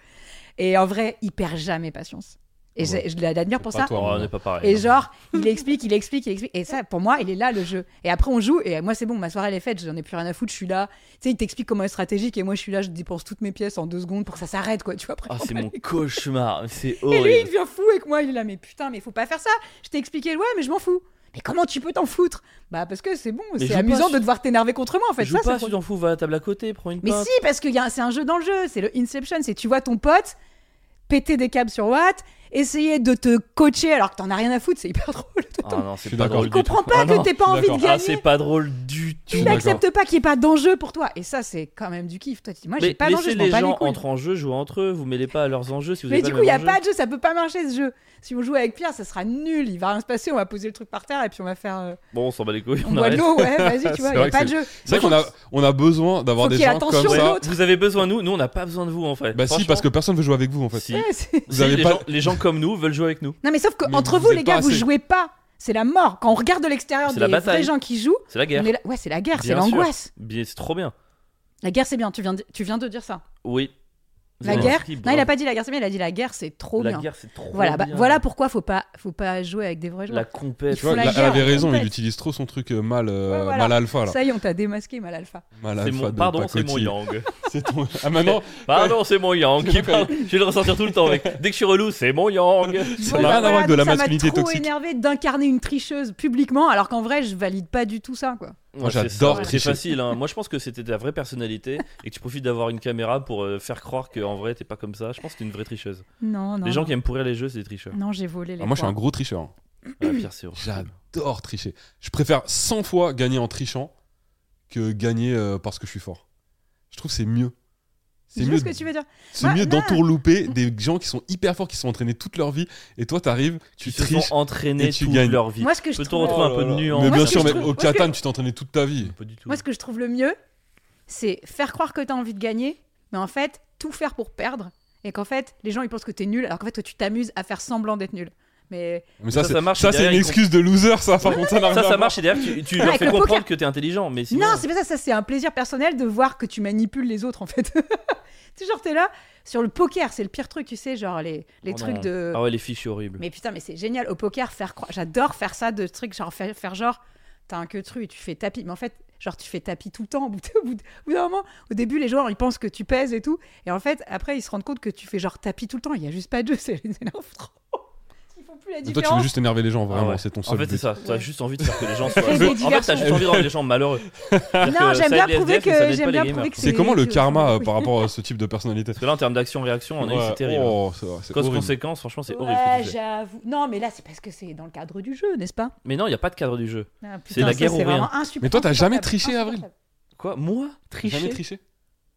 Speaker 3: Et en vrai, il perd jamais patience. Et
Speaker 2: Ouais.
Speaker 3: j'ai- je l'admire pour
Speaker 2: pas
Speaker 3: ça.
Speaker 2: toi,
Speaker 1: Oh, on
Speaker 2: maman.
Speaker 1: n'est Ah pas pareil.
Speaker 3: Et
Speaker 1: non.
Speaker 3: genre, il explique, il explique, il explique. Et ça, pour moi, il est là le jeu. Et après, on joue. Et moi, c'est bon, ma soirée, elle est faite. J'en ai plus rien à foutre. Je suis là. Tu sais, il t'explique comment est stratégique. Et moi, je suis là, je dépense toutes mes pièces en deux secondes pour que ça s'arrête, quoi. Tu vois, après.
Speaker 1: Ah,
Speaker 3: on
Speaker 1: c'est
Speaker 3: va
Speaker 1: mon
Speaker 3: les-
Speaker 1: cauchemar. mais C'est
Speaker 3: [LAUGHS] Et lui, il
Speaker 1: horrible.
Speaker 3: devient fou. Et que moi, il est là, mais putain, mais faut pas faire ça. Je t'ai expliqué, ouais, mais je m'en fous. Mais comment tu peux t'en foutre Bah, parce que c'est bon,
Speaker 1: Mais
Speaker 3: c'est
Speaker 1: joue pas
Speaker 3: amusant
Speaker 1: sur-
Speaker 3: de devoir t'énerver contre moi, en fait.
Speaker 1: Joue
Speaker 3: ça, c'est
Speaker 1: pas,
Speaker 3: pour-
Speaker 1: tu t'en fous, va à la table à côté, prends une
Speaker 3: mais
Speaker 1: pinte.
Speaker 3: si, parce que y a- c'est un jeu dans le jeu, c'est le Inception, c'est tu vois ton pote péter des câbles sur Watt, essayer de te coacher alors que t'en as rien à foutre, c'est hyper drôle.
Speaker 1: Ah non,
Speaker 2: Je suis
Speaker 1: c'est pas
Speaker 2: d'accord.
Speaker 1: drôle
Speaker 3: Il
Speaker 1: du tout.
Speaker 3: comprend pas
Speaker 1: Ah non,
Speaker 3: que t'es pas
Speaker 2: je suis
Speaker 3: envie de
Speaker 1: Ah, c'est
Speaker 3: gagner.
Speaker 1: pas drôle du tout.
Speaker 3: tu
Speaker 2: D'accord.
Speaker 3: n'acceptes pas qu'il n'y ait pas d'enjeu pour toi. Et ça, c'est quand même du kiff. Toi, tu dis, moi, j'ai
Speaker 1: Mais
Speaker 3: pas d'enjeu,
Speaker 1: laissez
Speaker 3: je m'en
Speaker 1: les
Speaker 3: bats les
Speaker 1: gens
Speaker 3: couilles.
Speaker 1: entre en jeu, jouer entre eux, vous mêlez pas à leurs enjeux si vous
Speaker 3: Mais
Speaker 1: avez
Speaker 3: du
Speaker 1: pas
Speaker 3: coup, il
Speaker 1: le
Speaker 3: n'y
Speaker 1: même
Speaker 3: a pas
Speaker 1: enjeu.
Speaker 3: de jeu, ça peut pas marcher ce jeu. Si on joue avec Pierre, ça sera nul, il va rien se passer, on va poser le truc par terre et puis on va faire. euh,
Speaker 1: Bon, on s'en bat les
Speaker 2: [LAUGHS]
Speaker 1: couilles,
Speaker 3: on
Speaker 1: on
Speaker 3: boit de
Speaker 1: arrête.
Speaker 3: l'eau, ouais, vas-y, tu vois,
Speaker 2: C'est
Speaker 3: il n'y
Speaker 2: vrai
Speaker 3: a pas
Speaker 2: que
Speaker 3: de jeu.
Speaker 2: C'est vrai qu'on a, on a besoin d'avoir
Speaker 3: Faut
Speaker 2: des
Speaker 3: qu'il y ait
Speaker 2: gens
Speaker 3: attention
Speaker 2: comme
Speaker 3: aux
Speaker 1: Ouais,
Speaker 2: ça.
Speaker 3: l'autre.
Speaker 1: vous avez besoin de nous, nous on n'a pas besoin de vous en fait.
Speaker 2: Bah si,
Speaker 1: Franchement,
Speaker 2: parce que personne veut jouer avec vous en fait.
Speaker 1: si.
Speaker 3: Ouais, c'est-
Speaker 1: Si,
Speaker 2: Vous avez
Speaker 1: les,
Speaker 2: pas-
Speaker 1: gens, les gens comme nous veulent jouer avec nous.
Speaker 3: Non, mais sauf
Speaker 2: Mais
Speaker 3: qu'entre
Speaker 2: vous
Speaker 3: vous,
Speaker 2: êtes
Speaker 3: les
Speaker 2: pas
Speaker 3: gars, vous
Speaker 2: assez.
Speaker 3: jouez pas. C'est la mort. Quand on regarde de l'extérieur
Speaker 1: C'est
Speaker 3: des
Speaker 1: la
Speaker 3: vrais
Speaker 1: bataille.
Speaker 3: gens qui jouent,
Speaker 1: C'est la guerre.
Speaker 3: on est là- ouais, c'est la guerre, c'est
Speaker 1: Bien sûr.
Speaker 3: l'angoisse.
Speaker 1: Bien, C'est trop bien.
Speaker 3: La guerre, c'est bien. Tu viens, de, tu viens de dire ça.
Speaker 1: Oui.
Speaker 3: La
Speaker 1: Zelensky,
Speaker 3: guerre. Non, il a
Speaker 1: bravo.
Speaker 3: pas dit la guerre, c'est bien. Il a dit la guerre, c'est trop
Speaker 1: La
Speaker 3: bien.
Speaker 1: guerre, c'est trop
Speaker 3: voilà, bah,
Speaker 1: bien.
Speaker 3: voilà pourquoi faut pas, faut pas jouer avec des vrais
Speaker 1: La
Speaker 3: joueurs.
Speaker 1: compète.
Speaker 3: Il
Speaker 2: Tu vois,
Speaker 3: faut la
Speaker 2: là, elle
Speaker 3: guerre,
Speaker 2: avait raison,
Speaker 3: complète.
Speaker 2: il utilise trop son truc euh, mal, euh,
Speaker 3: Ouais, voilà.
Speaker 2: mal alpha là.
Speaker 3: Ça y est, on t'a démasqué, mal alpha.
Speaker 2: Mal
Speaker 1: C'est
Speaker 2: alpha
Speaker 1: mon...
Speaker 2: de
Speaker 1: Pardon, c'est mon
Speaker 2: pacotille.
Speaker 1: yang.
Speaker 2: [LAUGHS] C'est ton- Ah
Speaker 3: [LAUGHS]
Speaker 2: maintenant,
Speaker 1: Pardon, c'est mon yang.
Speaker 2: [LAUGHS] C'est
Speaker 1: qui
Speaker 2: bon, quand
Speaker 1: parle. Je vais le ressortir tout le temps, mec. Dès que je suis relou, c'est mon yang.
Speaker 2: Ça n'a rien à voir avec de
Speaker 3: donc
Speaker 2: la
Speaker 3: ça m'a
Speaker 2: masculinité
Speaker 3: trop
Speaker 2: toxique.
Speaker 3: énervé d'incarner une tricheuse publiquement, alors qu'en vrai, je valide pas du tout ça, quoi.
Speaker 2: Moi,
Speaker 1: Ouais, c'est
Speaker 2: j'adore
Speaker 1: ça, ouais. C'est
Speaker 2: tricher.
Speaker 1: facile. hein. Moi, je pense que c'était ta vraie personnalité et que tu profites d'avoir une caméra pour euh, faire croire qu'en vrai, t'es pas comme ça. Je pense que t'es une vraie tricheuse.
Speaker 3: Non, Mm. non.
Speaker 1: les gens
Speaker 3: non.
Speaker 1: qui aiment pourrir les jeux, c'est des tricheurs.
Speaker 3: Non, j'ai volé les.
Speaker 2: Ah, moi je suis
Speaker 3: points.
Speaker 2: un gros tricheur. hein.
Speaker 1: Ah, Pierre, c'est horrible.
Speaker 2: J'adore tricher. Je préfère 100 fois gagner en trichant que gagner euh, parce que je suis fort. Je trouve que c'est mieux. C'est
Speaker 3: Je vois
Speaker 2: mieux,
Speaker 3: ce que tu veux Bah, dire.
Speaker 2: c'est
Speaker 3: Moi,
Speaker 2: mieux
Speaker 3: non.
Speaker 2: d'entourlouper des gens qui sont hyper forts, qui sont entraînés toute leur vie, et toi t'arrives, tu
Speaker 1: Ils se
Speaker 2: triches.
Speaker 1: sont entraînés
Speaker 2: et tu
Speaker 1: toute
Speaker 2: gagnes.
Speaker 1: leur vie.
Speaker 3: Moi, ce que je
Speaker 1: Peut-on
Speaker 3: trouve.
Speaker 1: retrouver un peu de
Speaker 2: Oh là là.
Speaker 1: nuance
Speaker 2: Mais bien
Speaker 3: Moi, ce
Speaker 2: sûr,
Speaker 3: que
Speaker 2: mais
Speaker 3: je trouve-
Speaker 2: au
Speaker 3: moi, ce que-
Speaker 2: katane, tu t'es entraîné toute ta vie.
Speaker 1: Pas du tout.
Speaker 3: Moi, ce que je trouve le mieux, c'est faire croire que t'as envie de gagner, mais en fait, tout faire pour perdre. Et qu'en fait, les gens, ils pensent que t'es nul, alors qu'en fait, toi, tu t'amuses à faire semblant d'être nul. Mais
Speaker 2: Mais ça,
Speaker 1: ça,
Speaker 2: c'est-
Speaker 1: ça marche,
Speaker 2: ça,
Speaker 1: derrière,
Speaker 2: c'est une
Speaker 1: ils
Speaker 2: excuse de loser, ça. Par contre, ça n'a rien
Speaker 1: Ça,
Speaker 2: à
Speaker 1: ça
Speaker 2: voir.
Speaker 1: marche et derrière, tu, tu leur
Speaker 3: Avec
Speaker 1: fais
Speaker 3: le
Speaker 1: comprendre
Speaker 3: poker.
Speaker 1: que t'es intelligent. Mais sinon,
Speaker 3: non, c'est pas ça, ça c'est un plaisir personnel de voir que tu manipules les autres en fait. [LAUGHS] Toujours, t'es là. Sur le poker, c'est le pire truc, tu sais, genre les, les
Speaker 1: Oh
Speaker 3: trucs
Speaker 1: non.
Speaker 3: de.
Speaker 1: Ah ouais, les fiches, c'est horrible.
Speaker 3: Mais putain, mais c'est génial au poker, faire croire. J'adore faire ça de trucs, genre faire, faire genre, t'as un queutru et tu fais tapis. Mais en fait, genre, tu fais tapis tout le temps. [LAUGHS] Au bout de- au bout de- au bout d'un moment, au début, les joueurs, ils pensent que tu pèses et tout. Et en fait, après, ils se rendent compte que tu fais genre tapis tout le temps. Il y a juste pas de jeu, [LAUGHS] c'est les énerve trop. Ils font plus la
Speaker 2: Mais Toi, tu veux
Speaker 3: différence.
Speaker 2: juste énerver les gens,
Speaker 1: Ah
Speaker 2: vraiment,
Speaker 1: ouais.
Speaker 2: c'est ton
Speaker 1: En
Speaker 2: seul
Speaker 1: fait, c'est
Speaker 2: but.
Speaker 1: ça. T'as
Speaker 3: Ouais.
Speaker 1: juste envie de faire que les
Speaker 3: [LAUGHS]
Speaker 1: gens soient.
Speaker 3: Fais des
Speaker 1: heureux. En fait, t'as juste
Speaker 3: diversions.
Speaker 1: envie de rendre les gens
Speaker 2: [LAUGHS]
Speaker 1: malheureux. C'est-à-dire
Speaker 3: Non,
Speaker 1: que
Speaker 3: j'aime
Speaker 1: ça
Speaker 3: bien
Speaker 1: aide les
Speaker 3: prouver
Speaker 1: SDF, mais ça
Speaker 3: que
Speaker 1: aide pas
Speaker 3: j'aime
Speaker 1: les
Speaker 3: bien
Speaker 1: gamers.
Speaker 3: prouver que
Speaker 2: C'est comment le
Speaker 3: que-
Speaker 2: karma euh, par rapport à ce type de personnalité
Speaker 1: Parce que là, en termes d'action-réaction, [LAUGHS] on a eu,
Speaker 2: Ouais,
Speaker 1: c'est terrible.
Speaker 2: oh, c'est- c'est horrible.
Speaker 1: Cause-conséquence, franchement, c'est horrible. ce que
Speaker 3: Ouais,
Speaker 1: tu fais.
Speaker 3: j'avoue. Non, mais là, c'est parce que c'est dans le cadre du jeu, n'est-ce pas
Speaker 1: Mais non, il n'y a pas de cadre du jeu.
Speaker 3: Ah,
Speaker 1: C'est
Speaker 3: putain,
Speaker 1: la
Speaker 3: ça,
Speaker 1: guerre au rien.
Speaker 3: vraiment insupportable.
Speaker 2: Mais toi, t'as jamais triché, Avril
Speaker 3: Insupportable.
Speaker 1: Quoi Moi Tricher
Speaker 2: Jamais triché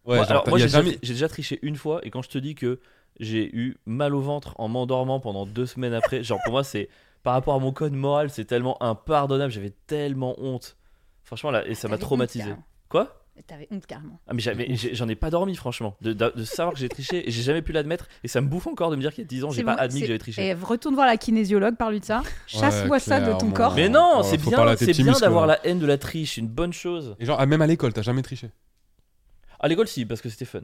Speaker 1: Ouais,
Speaker 2: Ouais, genre,
Speaker 1: alors,
Speaker 2: t'as-
Speaker 1: moi,
Speaker 2: y a
Speaker 1: j'ai
Speaker 2: jamais.
Speaker 1: déjà, j'ai déjà triché une fois, et quand je te dis que j'ai eu mal au ventre en m'endormant pendant deux semaines après, genre pour moi, c'est par rapport à mon code moral, c'est tellement impardonnable, j'avais tellement honte. Franchement, là, et ça m'a
Speaker 3: T'avais honte,
Speaker 1: traumatisé.
Speaker 3: carrément.
Speaker 1: Quoi
Speaker 3: T'avais honte carrément.
Speaker 1: ah mais j'avais- j'ai- j'en ai pas dormi franchement de, de- de savoir que j'ai triché et j'ai jamais pu l'admettre et ça me bouffe encore de me dire qu'il y a 10 ans j'ai
Speaker 3: C'est
Speaker 1: pas
Speaker 3: bon,
Speaker 1: admis que
Speaker 3: c'est-
Speaker 1: j'avais triché.
Speaker 3: Et retourne voir la kinésiologue, parle-lui de ça. Chasse-moi
Speaker 2: Ouais,
Speaker 3: ça de ton
Speaker 2: clairement.
Speaker 3: corps.
Speaker 1: Mais non,
Speaker 2: Ouais,
Speaker 1: c'est
Speaker 2: faut parler
Speaker 1: bien,
Speaker 2: à tes
Speaker 1: c'est
Speaker 2: petits
Speaker 1: bien
Speaker 2: muscles, hein.
Speaker 1: d'avoir
Speaker 2: ouais.
Speaker 1: la haine de la triche, une bonne chose.
Speaker 2: Et genre, ah, même à l'école, t'as jamais triché
Speaker 1: À l'école si parce que c'était fun.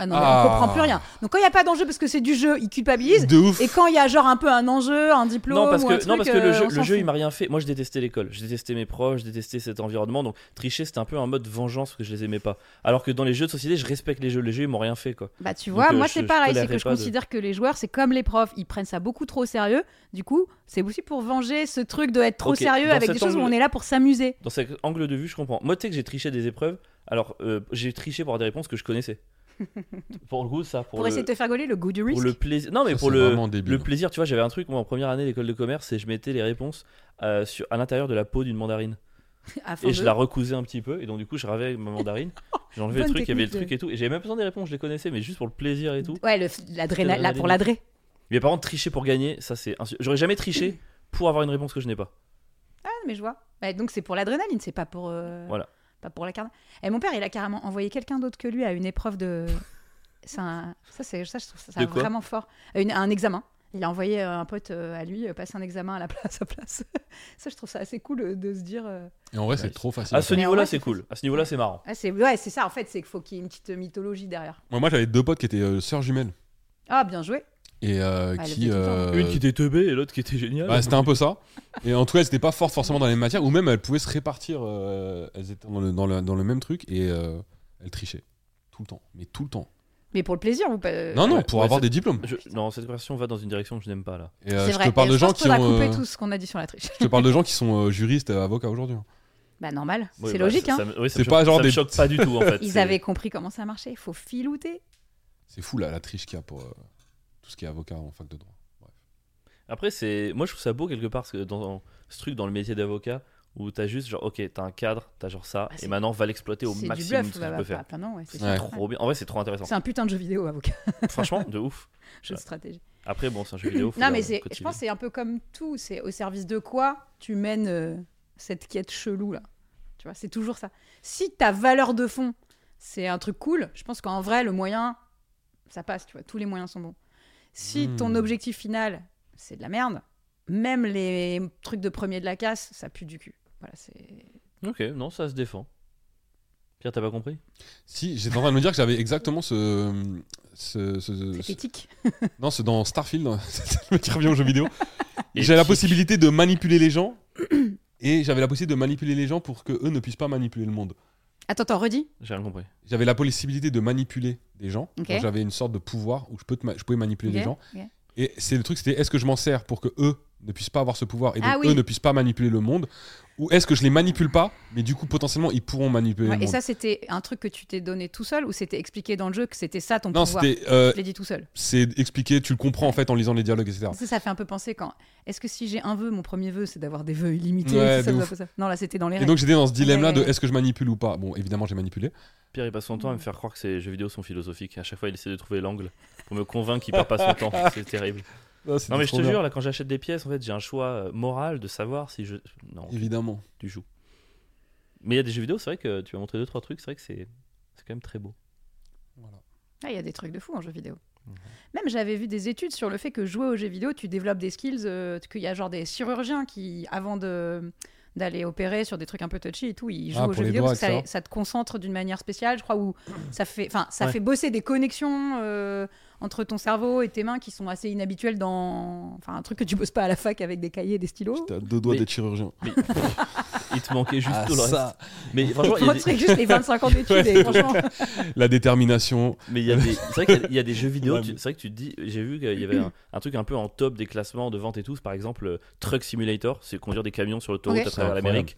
Speaker 3: Ah non, mais
Speaker 2: Ah.
Speaker 3: on comprend plus rien. Donc quand il n'y a pas d'enjeu parce que c'est du jeu, il culpabilise.
Speaker 2: De ouf
Speaker 3: Et quand il y a genre un peu un enjeu, un diplôme.
Speaker 1: Non, parce
Speaker 3: ou
Speaker 1: que,
Speaker 3: un
Speaker 1: non,
Speaker 3: truc,
Speaker 1: parce que le
Speaker 3: euh,
Speaker 1: jeu,
Speaker 3: on
Speaker 1: le
Speaker 3: s'en
Speaker 1: jeu,
Speaker 3: fout.
Speaker 1: il m'a rien fait. Moi, je détestais l'école. Je détestais mes proches, je détestais cet environnement. Donc, tricher, c'était un peu un mode vengeance parce que je les aimais pas. Alors que dans les jeux de société, je respecte les jeux. Les jeux, ils m'ont rien fait, quoi.
Speaker 3: Bah tu
Speaker 1: Donc,
Speaker 3: vois,
Speaker 1: euh,
Speaker 3: moi
Speaker 1: je-
Speaker 3: c'est
Speaker 1: je
Speaker 3: pareil, c'est
Speaker 1: tolérerais
Speaker 3: que je
Speaker 1: pas de-
Speaker 3: considère que les joueurs, c'est comme les profs, ils prennent ça beaucoup trop au sérieux. Du coup, c'est aussi pour venger ce truc de être trop
Speaker 1: Ok,
Speaker 3: sérieux
Speaker 1: dans
Speaker 3: avec
Speaker 1: cet
Speaker 3: des choses où
Speaker 1: angle-
Speaker 3: on est là pour s'amuser.
Speaker 1: Dans cet angle de vue, je comprends. Moi, tu sais que j'ai triché des épreuves. Alors, euh, j'ai triché pour avoir des réponses que je
Speaker 2: [LAUGHS]
Speaker 1: connaissais. pour le goût, ça. Pour,
Speaker 3: Pour,
Speaker 1: le,
Speaker 3: essayer de te faire gauler le goût du
Speaker 1: pour
Speaker 3: risque. [LAUGHS]
Speaker 1: le plaisir. Non, mais
Speaker 2: Ça,
Speaker 1: pour
Speaker 2: c'est
Speaker 1: le.
Speaker 2: vraiment débile. hein.
Speaker 1: Le plaisir, tu vois, j'avais un truc, moi, en première année d'école de commerce, et je mettais les réponses euh, sur, à l'intérieur de la peau d'une mandarine.
Speaker 3: afin
Speaker 1: Et je
Speaker 3: de-
Speaker 1: la recousais un petit peu, et donc, du coup, je ravais ma
Speaker 3: [LAUGHS]
Speaker 1: mandarine, j'enlevais le
Speaker 3: Bonne
Speaker 1: truc, il y avait le
Speaker 3: technique,
Speaker 1: truc et tout. Et j'avais même pas besoin des réponses, je les connaissais, mais juste pour le plaisir et tout.
Speaker 3: Ouais, le f- l'adréna- la- pour
Speaker 1: L'adrénaline.
Speaker 3: l'adré.
Speaker 1: Mais par contre, tricher pour gagner, ça c'est. insu- J'aurais jamais
Speaker 3: [LAUGHS]
Speaker 1: triché pour avoir une réponse que je n'ai pas.
Speaker 3: Ah, mais je vois. Ouais, donc c'est pour l'adrénaline, c'est pas pour. euh,
Speaker 1: Voilà.
Speaker 3: Pas pour la carte. Et mon père, il a carrément envoyé quelqu'un d'autre que lui à une épreuve de. C'est un- Ça, c'est ça, je trouve ça, ça
Speaker 1: De quoi
Speaker 3: vraiment fort. À une- à un examen. Il a envoyé euh, un pote euh, à lui euh, passer un examen à la [LAUGHS] place. À place. ça, je trouve ça assez cool euh, de se dire. euh,
Speaker 2: Et en vrai, c'est trop facile. hein.
Speaker 1: À ce
Speaker 3: Mais en
Speaker 1: niveau-là,
Speaker 3: vrai,
Speaker 1: c'est
Speaker 3: c'est
Speaker 1: cool. À ce niveau-là, c'est marrant.
Speaker 3: Ah, c'est ouais, c'est ça en fait, c'est qu'il faut qu'il y ait une petite mythologie derrière.
Speaker 2: Moi, moi, j'avais deux potes qui étaient euh, sœurs jumelles.
Speaker 3: Ah, bien joué.
Speaker 2: Et euh,
Speaker 3: Ah, elle
Speaker 2: qui.
Speaker 3: était tout le temps.
Speaker 2: euh,
Speaker 1: était teubée et l'autre qui était géniale.
Speaker 2: bah, c'était un peu ça. Et en tout cas, elles étaient pas fortes forcément dans les mêmes matières, ou même elles pouvaient se répartir. euh, elles étaient dans le, dans le- dans le même truc et euh, elles trichaient. Tout le temps. Mais tout le temps.
Speaker 3: Mais pour le plaisir ou pas euh,
Speaker 2: non, non,
Speaker 1: ouais,
Speaker 2: pour
Speaker 1: ouais,
Speaker 2: avoir
Speaker 1: c'est-
Speaker 2: des diplômes.
Speaker 1: non, cette conversation va dans une direction que je n'aime pas là.
Speaker 2: Et, euh,
Speaker 3: C'est
Speaker 2: je
Speaker 3: vrai.
Speaker 2: te parle
Speaker 3: Et
Speaker 2: de gens
Speaker 3: pense
Speaker 2: qui
Speaker 3: qu'on a
Speaker 2: ont.
Speaker 3: coupé
Speaker 2: euh,
Speaker 3: tout ce qu'on a dit sur la triche.
Speaker 2: Je te parle de gens qui sont euh, juristes et avocats aujourd'hui. hein.
Speaker 3: Bah normal,
Speaker 1: Ouais,
Speaker 3: c'est
Speaker 1: bah,
Speaker 3: logique.
Speaker 1: ça-
Speaker 3: hein.
Speaker 1: ça me- oui, ça
Speaker 2: C'est
Speaker 1: me
Speaker 2: pas
Speaker 1: choque-
Speaker 2: genre
Speaker 1: ça me
Speaker 2: des
Speaker 1: choque pas du
Speaker 3: [LAUGHS]
Speaker 1: tout en fait.
Speaker 3: Ils
Speaker 1: C'est-
Speaker 3: avaient compris comment ça marchait. Il faut filouter.
Speaker 2: C'est fou la, la triche qu'il y a pour euh, tout ce qui est avocat en fac de droit.
Speaker 1: Après, c'est. Moi, je trouve ça beau quelque part parce que dans, dans ce truc dans le métier d'avocat où t'as juste genre ok, t'as un cadre, t'as genre ça,
Speaker 3: Ah,
Speaker 1: et
Speaker 3: c'est-
Speaker 1: maintenant va l'exploiter
Speaker 3: C'est
Speaker 1: au
Speaker 3: du
Speaker 1: maximum de
Speaker 3: bluff.
Speaker 1: ce que
Speaker 3: bah,
Speaker 1: tu
Speaker 3: bah,
Speaker 1: peux
Speaker 3: bah,
Speaker 1: faire.
Speaker 3: bah, non, ouais, c'est
Speaker 2: Ouais.
Speaker 3: sûr.
Speaker 1: Trop bien. En vrai, c'est trop intéressant.
Speaker 3: C'est un putain de jeu vidéo, avocat, [LAUGHS]
Speaker 1: Franchement, de ouf.
Speaker 3: jeu
Speaker 1: Ouais.
Speaker 3: de stratégie.
Speaker 1: Après, bon, c'est un jeu vidéo. faut
Speaker 3: Non, mais
Speaker 1: dire,
Speaker 3: c'est,
Speaker 1: quand
Speaker 3: je
Speaker 1: il-
Speaker 3: pense que c'est un peu comme tout. C'est au service de quoi tu mènes euh, cette quête chelou là. Tu vois, c'est toujours ça. Si ta valeur de fond, c'est un truc cool, je pense qu'en vrai, le moyen, ça passe. Tu vois, tous les moyens sont bons. Si ton
Speaker 2: Hmm.
Speaker 3: objectif final, c'est de la merde, même les trucs de premier de la casse, ça pue du cul. Voilà, c'est.
Speaker 1: Ok, non, ça se défend. Pierre, t'as pas compris
Speaker 2: Si, j'étais en train de me dire que j'avais exactement ce. ce- ce-
Speaker 3: C'est
Speaker 2: ce-
Speaker 3: éthique.
Speaker 2: non, c'est dans Starfield, [LAUGHS] c'est le mec qui revient aux jeux vidéo.
Speaker 1: Et
Speaker 2: J'avais la
Speaker 1: qui-
Speaker 2: possibilité de manipuler les gens et j'avais la possibilité de manipuler les gens pour que eux ne puissent pas manipuler le monde.
Speaker 3: Attends, attends, redis.
Speaker 1: J'ai rien compris.
Speaker 2: J'avais la possibilité de manipuler des gens.
Speaker 3: Ok.
Speaker 2: Donc, J'avais une sorte de pouvoir où je, peux te ma- je pouvais manipuler les
Speaker 3: Ok,
Speaker 2: gens.
Speaker 3: ok.
Speaker 2: Et c'est le truc, c'était est-ce que je m'en sers pour que eux ne puissent pas avoir ce pouvoir et donc
Speaker 3: Ah oui.
Speaker 2: eux ne puissent pas manipuler le monde ou est-ce que je les manipule pas mais du coup potentiellement ils pourront manipuler
Speaker 3: Ouais,
Speaker 2: le
Speaker 3: et
Speaker 2: monde.
Speaker 3: ça, c'était un truc que tu t'es donné tout seul ou c'était expliqué dans le jeu que c'était ça ton
Speaker 2: non,
Speaker 3: pouvoir
Speaker 2: c'était euh,
Speaker 3: Je l'ai dit tout seul.
Speaker 2: c'est expliqué, tu le comprends en fait en lisant les dialogues etc.
Speaker 3: Ça, ça fait un peu penser quand. Est-ce que si j'ai un vœu, mon premier vœu, c'est d'avoir des vœux illimités
Speaker 2: Ouais,
Speaker 3: c'est ça,
Speaker 2: de
Speaker 3: ça,
Speaker 2: ouf.
Speaker 3: ça. Non, là, c'était dans les
Speaker 2: Et
Speaker 3: règles.
Speaker 2: donc j'étais dans ce dilemme là
Speaker 3: Ouais, ouais,
Speaker 2: de
Speaker 3: ouais.
Speaker 2: est-ce que je manipule ou pas. Bon évidemment j'ai manipulé.
Speaker 1: Pierre, il passe son temps à
Speaker 3: Mm.
Speaker 1: me faire croire que ses jeux vidéo sont philosophiques. Et à chaque fois, il essaie de trouver l'angle pour me
Speaker 3: [LAUGHS]
Speaker 1: convaincre qu'il perd pas son temps. C'est [LAUGHS] terrible.
Speaker 4: Ah,
Speaker 1: Non, mais je te jure, là, quand j'achète des pièces, en fait, j'ai un choix euh, moral de savoir si je. Non,
Speaker 2: Évidemment.
Speaker 1: tu joues. Mais il y a des jeux vidéo, c'est vrai que tu as montré deux, trois trucs, c'est vrai que c'est. C'est quand même très beau.
Speaker 2: Voilà.
Speaker 3: Ah, Il y a des trucs de fou en jeux vidéo.
Speaker 2: Mhm.
Speaker 3: Même j'avais vu des études sur le fait que jouer aux jeux vidéo, tu développes des skills, euh, qu'il y a genre des chirurgiens qui, avant de d'aller opérer sur des trucs un peu touchy et tout. Ils jouent
Speaker 2: Ah,
Speaker 3: aux
Speaker 2: pour
Speaker 3: jeux
Speaker 2: les
Speaker 3: vidéo
Speaker 2: doigts,
Speaker 3: parce que ça,
Speaker 2: etc.
Speaker 3: ça te concentre d'une manière spéciale, je
Speaker 2: [CLEARS THROAT]
Speaker 3: crois, où ça fait, enfin, ça
Speaker 1: Ouais.
Speaker 3: fait bosser des connexions euh, entre ton cerveau et tes mains qui sont assez inhabituelles dans, enfin, un truc que tu bosses pas à la fac avec des cahiers et des stylos.
Speaker 4: T'as deux doigts
Speaker 1: Mais-
Speaker 4: d'être chirurgien.
Speaker 1: Il te manquait juste
Speaker 2: Ah,
Speaker 1: tout le reste.
Speaker 2: ça.
Speaker 1: [LAUGHS] Mais franchement, il y a
Speaker 3: Moi,
Speaker 1: des-
Speaker 3: c'est
Speaker 2: [LAUGHS]
Speaker 3: juste les 25 ans d'études.
Speaker 2: Ouais,
Speaker 3: et franchement,
Speaker 2: La détermination.
Speaker 1: Mais il y a des, c'est vrai qu'il y a- il y a des jeux vidéo.
Speaker 2: Ouais,
Speaker 1: tu-
Speaker 2: mais-
Speaker 1: C'est vrai que tu te dis, j'ai vu qu'il y avait un, un truc un peu en top des classements de vente et tout. Par exemple, euh, Truck Simulator, c'est conduire des camions sur l'autoroute
Speaker 3: Ok.
Speaker 1: à travers
Speaker 2: C'est
Speaker 1: l'Amérique.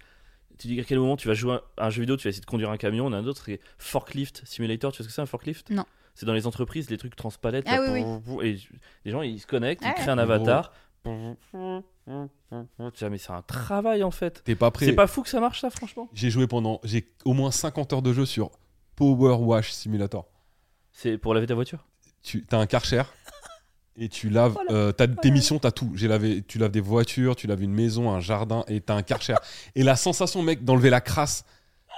Speaker 1: Tu dis à quel moment tu vas jouer à un jeu vidéo, tu vas essayer de conduire un camion. On a un autre, c'est Forklift Simulator. Tu sais ce que c'est un forklift
Speaker 3: Non.
Speaker 1: C'est dans les entreprises, les trucs transpalettes.
Speaker 3: Ah
Speaker 1: là,
Speaker 3: oui,
Speaker 1: pou- pou- Et les gens, ils se connectent,
Speaker 3: Ah
Speaker 1: ils
Speaker 3: ouais.
Speaker 1: créent un
Speaker 2: En gros.
Speaker 1: avatar. Tu dis, ah, mais c'est un travail en fait.
Speaker 2: T'es pas prêt.
Speaker 1: C'est pas fou que ça marche ça, franchement.
Speaker 2: J'ai joué pendant. J'ai au moins 50 heures de jeu sur Power Wash Simulator.
Speaker 1: C'est pour laver ta voiture.
Speaker 2: Tu as un Karcher et tu laves.
Speaker 3: Oh là,
Speaker 2: euh, t'as- tes
Speaker 3: là.
Speaker 2: missions, t'as tout. J'ai lavé, tu laves des voitures, tu laves une maison, un jardin et t'as un Karcher. et la sensation, mec, d'enlever la crasse,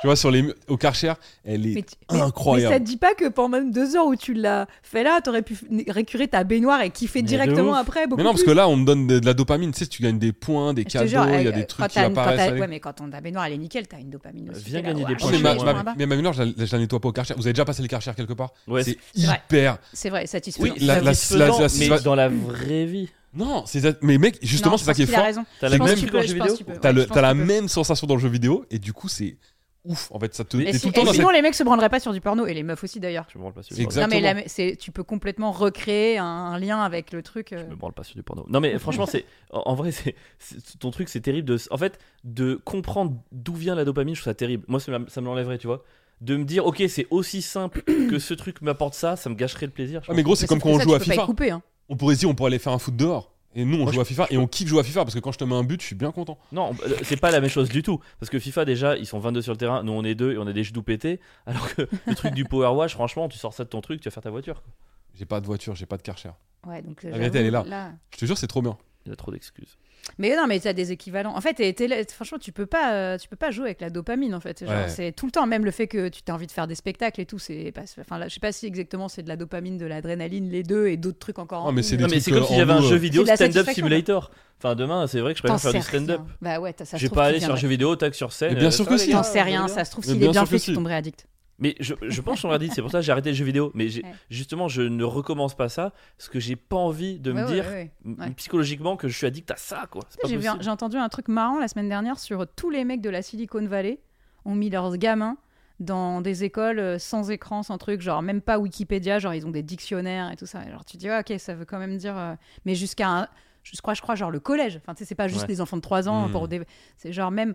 Speaker 2: tu vois, sur les, mu- au Karcher, elle est
Speaker 3: mais tu- mais- Mais ça te
Speaker 2: incroyable.
Speaker 3: dit pas que pendant même deux heures où tu l'as fait là, t'aurais pu f- récurer ta baignoire et kiffer
Speaker 1: Mais de
Speaker 3: directement
Speaker 1: ouf.
Speaker 3: après. Beaucoup
Speaker 2: Mais non, parce
Speaker 3: plus.
Speaker 2: que là, on me donne de, de la dopamine. Tu sais, tu gagnes des points, des
Speaker 3: Je te
Speaker 2: cadeaux, il
Speaker 3: jure,
Speaker 2: y a
Speaker 3: euh,
Speaker 2: des trucs
Speaker 3: quand
Speaker 2: qui
Speaker 3: t'as une- quand
Speaker 2: apparaissent.
Speaker 3: t'as-
Speaker 2: à
Speaker 3: Ouais, mais quand t'as ta baignoire, elle est nickel, t'as une dopamine aussi.
Speaker 1: Viens
Speaker 3: t'es là,
Speaker 1: gagner des
Speaker 3: ouais,
Speaker 1: points
Speaker 2: Non,
Speaker 3: je
Speaker 2: mais
Speaker 1: chez moi.
Speaker 2: ma,
Speaker 3: suis allée
Speaker 2: ma-
Speaker 3: loin là-bas.
Speaker 2: mais ma baignoire, je la, je la nettoie pas au Karcher. Vous avez déjà passé le Karcher quelque part
Speaker 1: Ouais,
Speaker 2: C'est
Speaker 3: c'est vrai.
Speaker 2: hyper.
Speaker 3: C'est vrai, satisfaisant.
Speaker 2: Oui, la, la-
Speaker 1: Satisfaisant,
Speaker 2: la- la-
Speaker 1: mais
Speaker 2: la-
Speaker 1: dans la vraie vie.
Speaker 2: Non, c'est mais mec, justement,
Speaker 3: Non,
Speaker 2: c'est ça
Speaker 3: je pense
Speaker 2: qui est
Speaker 3: qu'il a
Speaker 2: fort.
Speaker 3: raison.
Speaker 1: T'as
Speaker 2: la
Speaker 3: Je pense
Speaker 2: même
Speaker 3: que tu
Speaker 1: chose qu'en
Speaker 3: peux,
Speaker 1: jeu
Speaker 3: je
Speaker 1: vidéo.
Speaker 3: pense que tu peux.
Speaker 2: T'as
Speaker 3: Ouais,
Speaker 2: le-
Speaker 3: je pense
Speaker 2: t'as la
Speaker 3: que tu peux.
Speaker 2: même sensation dans le jeu vidéo et du coup c'est ouf en fait ça te
Speaker 1: Mais
Speaker 2: t'es
Speaker 3: Et
Speaker 2: tout
Speaker 3: si-
Speaker 2: le temps
Speaker 3: et
Speaker 2: dans
Speaker 3: sinon,
Speaker 2: cette-
Speaker 3: les mecs se branleraient pas sur du porno et les meufs aussi d'ailleurs.
Speaker 1: Je me branle pas sur
Speaker 2: Exact.
Speaker 3: Non, mais
Speaker 2: Exactement.
Speaker 3: la- c'est- tu peux complètement recréer un, un lien avec le truc. euh.
Speaker 1: Je me branle pas sur du porno. Non
Speaker 3: [LAUGHS]
Speaker 1: mais franchement, c'est en en vrai, c'est c'est- ton truc, c'est terrible de, en fait, de comprendre d'où vient la dopamine. Je trouve ça terrible. Moi, ça me ça me l'enlèverait, tu vois. De me dire, ok, c'est aussi simple que ce truc m'apporte ça, ça me gâcherait le plaisir. je
Speaker 2: Ouais, Ah, mais gros c'est
Speaker 3: Mais
Speaker 2: comme
Speaker 3: sauf
Speaker 2: quand
Speaker 3: que
Speaker 2: on
Speaker 3: ça,
Speaker 2: joue
Speaker 3: tu
Speaker 2: à
Speaker 3: peux pas y
Speaker 2: FIFA
Speaker 3: couper, hein.
Speaker 2: on pourrait se dire on pourrait aller faire un foot dehors et nous on
Speaker 1: Moi,
Speaker 2: joue à FIFA et on kiffe jouer à FIFA parce que quand je te mets un but je suis bien content
Speaker 1: pense. Non, euh, c'est pas la même chose du tout. Parce que FIFA, déjà, ils sont 22 sur le terrain, nous on est deux et on a des genoux pétés. Alors
Speaker 3: [LAUGHS]
Speaker 1: que le truc du Power Wash, franchement, tu sors ça de ton truc, tu vas faire ta voiture. quoi.
Speaker 2: j'ai pas de voiture j'ai pas de Karcher
Speaker 3: Ouais, donc,
Speaker 2: La vérité, elle est là.
Speaker 3: j'avoue, là.
Speaker 2: je te jure c'est trop bien
Speaker 1: Il y a trop d'excuses.
Speaker 3: Mais non, mais t'as des équivalents. En fait, t'es- t'es là- franchement, tu peux pas, euh, tu peux pas jouer avec la dopamine en fait. Genre,
Speaker 2: Ouais.
Speaker 3: C'est tout le temps, même le fait que tu t'as envie de faire des spectacles et tout. C'est, pas- enfin, là, je sais pas si exactement c'est de la dopamine, de l'adrénaline, les deux et d'autres trucs encore.
Speaker 2: Non, mais c'est
Speaker 3: en-
Speaker 2: des
Speaker 1: Non, mais
Speaker 2: trucs,
Speaker 1: c'est comme
Speaker 2: euh,
Speaker 1: si
Speaker 2: en
Speaker 1: j'avais un
Speaker 2: nous,
Speaker 1: jeu
Speaker 2: euh,
Speaker 1: vidéo
Speaker 3: C'est de la
Speaker 1: stand-up
Speaker 3: satisfaction,
Speaker 1: simulator. Enfin, demain, c'est vrai que je
Speaker 3: T'en
Speaker 1: préfère faire
Speaker 3: sais
Speaker 1: du stand-up.
Speaker 3: rien. Bah ouais, t'as- ça se
Speaker 1: J'ai
Speaker 3: trouve,
Speaker 1: pas
Speaker 3: tu
Speaker 1: aller sur
Speaker 3: viendrais.
Speaker 1: jeu vidéo, tac sur scène.
Speaker 2: Mais bien
Speaker 1: euh,
Speaker 2: sûr
Speaker 1: ça
Speaker 2: que
Speaker 1: va, les
Speaker 2: si.
Speaker 1: gars,
Speaker 3: T'en sais
Speaker 1: vous
Speaker 3: rien,
Speaker 1: allez
Speaker 3: ça se trouve,
Speaker 2: Mais
Speaker 3: s'il
Speaker 2: bien
Speaker 3: est bien
Speaker 2: sûr que
Speaker 3: fait, tu
Speaker 2: si.
Speaker 3: tomberais addict.
Speaker 1: Mais je, je pense qu'on l'a dit, c'est pour ça que j'ai arrêté le jeu vidéo. Mais j'ai-
Speaker 3: Ouais.
Speaker 1: justement, je ne recommence pas ça parce que j'ai pas envie de me
Speaker 3: Ouais, ouais,
Speaker 1: dire
Speaker 3: ouais, ouais.
Speaker 1: m- psychologiquement que je suis addict à ça, quoi. C'est pas
Speaker 3: J'ai vu un-
Speaker 1: possible.
Speaker 3: j'ai entendu un truc marrant la semaine dernière sur tous les mecs de la Silicon Valley ont mis leurs gamins dans des écoles euh, sans écran, sans truc, genre même pas Wikipédia, genre ils ont des dictionnaires et tout ça. Alors tu dis, ouais, ok, ça veut quand même dire. euh, Mais jusqu'à. un- Je crois, je crois, genre le collège. Enfin, tu sais, c'est pas juste
Speaker 1: Ouais.
Speaker 3: des enfants de 3 ans. hein,
Speaker 2: Mm.
Speaker 3: pour dé- C'est genre même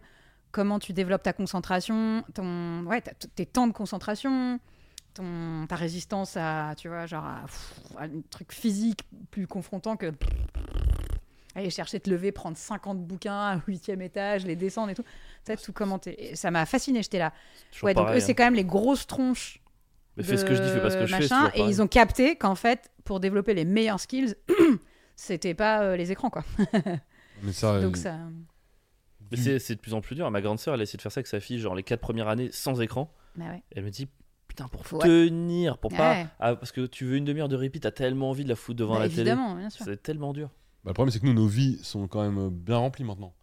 Speaker 3: comment tu développes ta concentration, ton... ouais, ta- tes temps de concentration, ton... ta résistance à, tu vois, genre à, pff, à un truc physique plus confrontant que aller chercher, te lever, prendre 50 bouquins au 8 étage, les descendre et tout. Ça, tout commenter. Et ça m'a fasciné, j'étais là.
Speaker 1: C'est toujours
Speaker 3: Ouais, donc
Speaker 1: pareil,
Speaker 3: eux, c'est
Speaker 1: hein.
Speaker 3: quand même les grosses tronches.
Speaker 1: Mais fais ce que je dis, fais pas ce que
Speaker 3: de
Speaker 1: je fais. c'est
Speaker 3: machin,
Speaker 1: toujours
Speaker 3: Et
Speaker 1: pareil.
Speaker 3: ils ont capté qu'en fait, pour développer les meilleurs skills, [CLEARS THROAT] c'était pas euh, les écrans, quoi.
Speaker 2: mais
Speaker 1: Ah
Speaker 2: ça
Speaker 3: Donc
Speaker 2: euh,
Speaker 3: ça.
Speaker 1: Mais c'est- c'est de plus en plus dur. Ma grande sœur, elle a essayé de faire ça avec sa fille, genre les 4 premières années sans écran.
Speaker 3: Bah ouais.
Speaker 1: Elle me dit. Putain, pour
Speaker 3: Faut- ouais.
Speaker 1: tenir, pour pas.
Speaker 3: Ouais.
Speaker 1: ah, parce que tu veux une demi-heure de répit, t'as tellement envie de la foutre devant
Speaker 3: Bah,
Speaker 1: la télé.
Speaker 3: évidemment, bien sûr.
Speaker 1: C'est tellement dur.
Speaker 2: bah, le problème c'est que nous nos vies sont quand même euh, bien remplies maintenant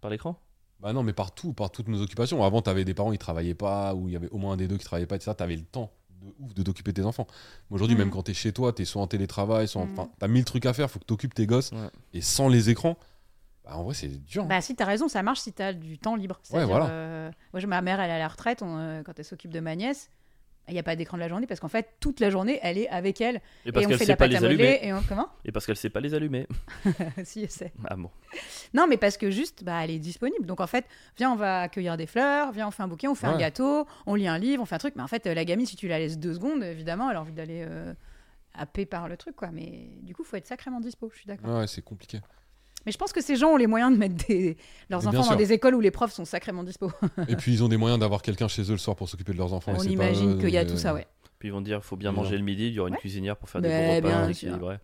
Speaker 1: Par l'écran
Speaker 2: bah non mais partout par toutes nos occupations avant t'avais des parents ils travaillaient pas ou il y avait au moins un des deux qui travaillait pas etc t'avais le temps de ouf de t'occuper de tes enfants mais aujourd'hui
Speaker 3: Mm.
Speaker 2: même quand t'es chez toi t'es soit en télétravail soit en-
Speaker 3: Mm.
Speaker 2: enfin t'as mille trucs à faire faut que t'occupes tes gosses
Speaker 1: Ouais.
Speaker 2: et sans les écrans bah en vrai c'est dur hein.
Speaker 3: Bah si, t'as raison, ça marche si t'as du temps libre. C'est-à-dire,
Speaker 2: voilà.
Speaker 3: euh, moi, je- ma mère, elle est à la retraite, on, euh, quand elle s'occupe de ma nièce, il n'y a pas d'écran de la journée parce qu'en fait, toute la journée, elle est avec elle.
Speaker 1: Et parce
Speaker 3: et on
Speaker 1: qu'elle
Speaker 3: fait de
Speaker 1: sait
Speaker 3: la
Speaker 1: pas
Speaker 3: pâte à
Speaker 1: les
Speaker 3: modeler.
Speaker 1: allumer.
Speaker 3: Et on... Comment [LAUGHS]
Speaker 1: Et parce qu'elle sait pas les allumer. [LAUGHS]
Speaker 3: Si, elle sait.
Speaker 1: Ah bon.
Speaker 3: Non, mais parce que juste, bah, elle est disponible. Donc en fait, viens, on va cueillir des fleurs, viens, on fait un bouquet, on fait un
Speaker 2: Ouais.
Speaker 3: gâteau, on lit un livre, on fait un truc. Mais en fait, euh, la gamine, si tu la laisses deux secondes, évidemment, elle a envie d'aller euh, happée par le truc, quoi. Mais du coup, faut être sacrément dispo, je suis d'accord.
Speaker 2: Ouais, c'est
Speaker 3: [LAUGHS]
Speaker 2: compliqué.
Speaker 3: Mais je pense que ces gens ont les moyens de mettre des... leurs
Speaker 2: Mais bien
Speaker 3: enfants
Speaker 2: sûr.
Speaker 3: dans des écoles où les profs sont sacrément dispo.
Speaker 2: Et puis ils ont des moyens d'avoir quelqu'un chez eux le soir pour s'occuper de leurs enfants. et
Speaker 3: on
Speaker 2: c'est pas
Speaker 3: imagine
Speaker 2: eux,
Speaker 3: qu'il y a
Speaker 2: donc,
Speaker 3: tout
Speaker 2: euh,
Speaker 3: ça, ouais.
Speaker 1: Puis ils vont dire, faut bien
Speaker 2: Évidemment.
Speaker 1: manger le midi, il y aura une
Speaker 3: Ouais.
Speaker 1: cuisinière pour faire
Speaker 3: Mais
Speaker 1: des bons repas
Speaker 3: bien sûr.
Speaker 1: équilibrés.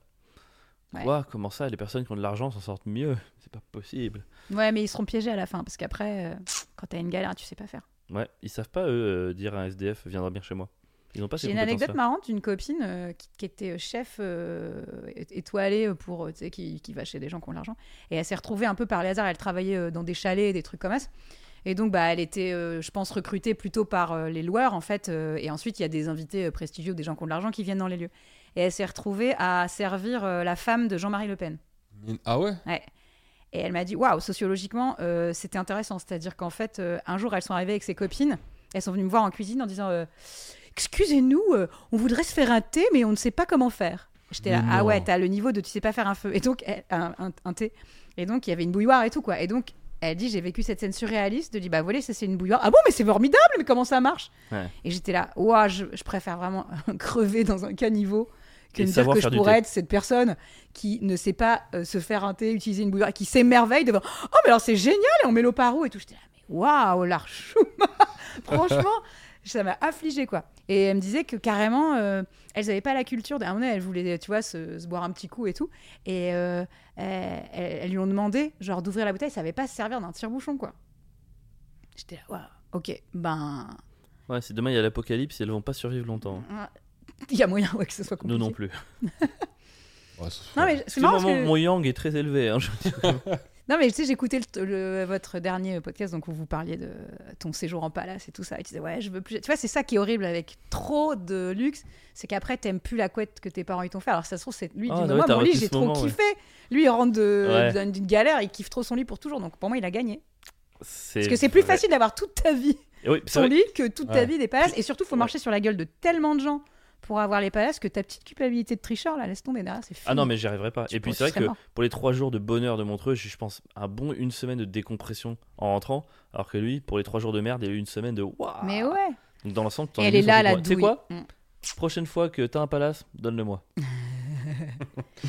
Speaker 3: Ouais.
Speaker 1: Quoi Comment ça Les personnes qui ont de l'argent s'en sortent mieux [LAUGHS] C'est pas possible.
Speaker 3: Ouais, mais ils seront piégés à la fin parce qu'après, euh, quand t'as une galère, tu sais pas faire.
Speaker 1: Ouais, ils savent pas, eux, euh, dire à un SDF, viens dormir chez moi. Ils n'ont pas ces
Speaker 3: J'ai une
Speaker 1: compétences
Speaker 3: anecdote marrante d'une copine euh, qui, qui était chef euh, é- étoilée pour, euh, tu sais, qui, qui va chez des gens qui ont de l'argent. Et elle s'est retrouvée un peu par les hasards. Elle travaillait euh, dans des chalets, des trucs comme ça. Et donc, bah, elle était, euh, je pense, recrutée plutôt par euh, les loueurs, en fait. euh, et ensuite, il y a des invités euh, prestigieux, des gens qui ont de l'argent qui viennent dans les lieux. Et elle s'est retrouvée à servir euh, la femme de Jean-Marie Le Pen.
Speaker 2: Mine- Ah ouais
Speaker 3: Et elle m'a dit Waouh, sociologiquement, euh, c'était intéressant. C'est-à-dire qu'en fait, euh, un jour, elles sont arrivées avec ses copines. Elles sont venues me voir en cuisine en disant euh, Excusez-nous, euh, on voudrait se faire un thé, mais on ne sait pas comment faire. J'étais là
Speaker 2: Mais
Speaker 3: Ah
Speaker 2: non.
Speaker 3: ouais, t'as le niveau de tu sais pas faire un feu. Et donc, elle- un, un- un thé. Et donc, il y avait une bouilloire et tout, quoi. Et donc, elle dit J'ai vécu cette scène surréaliste de dire Bah, voilà, ça c'est une bouilloire. Ah bon, mais c'est formidable, [LAUGHS] mais comment ça marche
Speaker 1: Ouais.
Speaker 3: Et j'étais là Waouh, je, je préfère vraiment [LAUGHS] crever dans un caniveau que
Speaker 1: Et
Speaker 3: de dire
Speaker 1: savoir
Speaker 3: que je
Speaker 1: faire du
Speaker 3: pourrais
Speaker 1: thé.
Speaker 3: être cette personne qui ne sait pas euh, se faire un thé, utiliser une bouilloire, qui s'émerveille devant Oh, mais alors c'est génial, et on met l'eau par où et tout. J'étais là, mais waouh, l'archouma [LAUGHS] Franchement, ça m'a affligé quoi. Et elle me disait que carrément, euh, elles n'avaient pas la culture. À un moment, donné, elles voulaient, tu vois, se, se boire un petit coup et tout. Et euh, euh, elles, elles lui ont demandé, genre, d'ouvrir la bouteille, elles ne savaient pas se servir d'un tire-bouchon quoi. J'étais là, waouh, ok, ben.
Speaker 1: Ouais, si demain il y a l'apocalypse, elles vont pas survivre longtemps.
Speaker 3: Ah, Il y a moyen ouais, que ce soit
Speaker 1: Nous
Speaker 3: compliqué.
Speaker 1: non plus.
Speaker 2: Ouais, ça se fait.
Speaker 3: Non, mais c'est
Speaker 1: Excuse-moi,
Speaker 3: marrant parce
Speaker 1: mon,
Speaker 3: que-
Speaker 1: mon yang est très élevé. hein, [LAUGHS] je-
Speaker 3: Non, mais tu sais, j'écoutais le- le- votre dernier podcast, donc où vous parliez de ton séjour en palace et tout ça. Et tu disais, ouais, je veux plus. Tu vois, c'est ça qui est horrible avec trop de luxe, c'est qu'après, t'aimes plus la couette que tes parents ils t'ont fait. Alors, ça se trouve, c'est lui, il
Speaker 1: Ah, non,
Speaker 3: dit, mais
Speaker 1: mais
Speaker 3: moi,
Speaker 1: t'as
Speaker 3: mon
Speaker 1: retenu
Speaker 3: lit,
Speaker 1: ce
Speaker 3: j'ai trop
Speaker 1: moment, ouais.
Speaker 3: kiffé. Lui, il rentre de-
Speaker 1: Ouais.
Speaker 3: d'une d'une galère, il kiffe trop son lit pour toujours. Donc, pour moi, il a gagné.
Speaker 1: C'est
Speaker 3: Parce que c'est plus
Speaker 1: vrai.
Speaker 3: facile d'avoir toute ta vie
Speaker 1: Et oui, c'est
Speaker 3: son
Speaker 1: vrai.
Speaker 3: lit que toute ta
Speaker 2: Ouais.
Speaker 3: vie des palaces. Et surtout, faut
Speaker 1: Ouais.
Speaker 3: marcher sur la gueule de tellement de gens pour avoir les palaces que ta petite culpabilité de tricheur, là, laisse tomber derrière, c'est fini.
Speaker 1: Ah non, mais j'y arriverai pas.
Speaker 3: Je
Speaker 1: Et puis
Speaker 3: pense
Speaker 1: c'est vrai
Speaker 3: que ce serait
Speaker 1: que
Speaker 3: mort.
Speaker 1: pour les trois jours de bonheur de Montreux, j'ai, je pense, un bon une semaine de décompression en rentrant, alors que lui, pour les trois jours de merde, il a eu une semaine de waouh.
Speaker 3: Mais ouais.
Speaker 1: Donc dans l'ensemble, Ah, t'en
Speaker 3: Et
Speaker 1: as
Speaker 3: elle
Speaker 1: mis
Speaker 3: est
Speaker 1: son
Speaker 3: là,
Speaker 1: petit
Speaker 3: la
Speaker 1: point. Tu sais
Speaker 3: douille.
Speaker 1: quoi
Speaker 3: Mm.
Speaker 1: Prochaine fois que t'as un palace, donne-le-moi.
Speaker 3: Mm.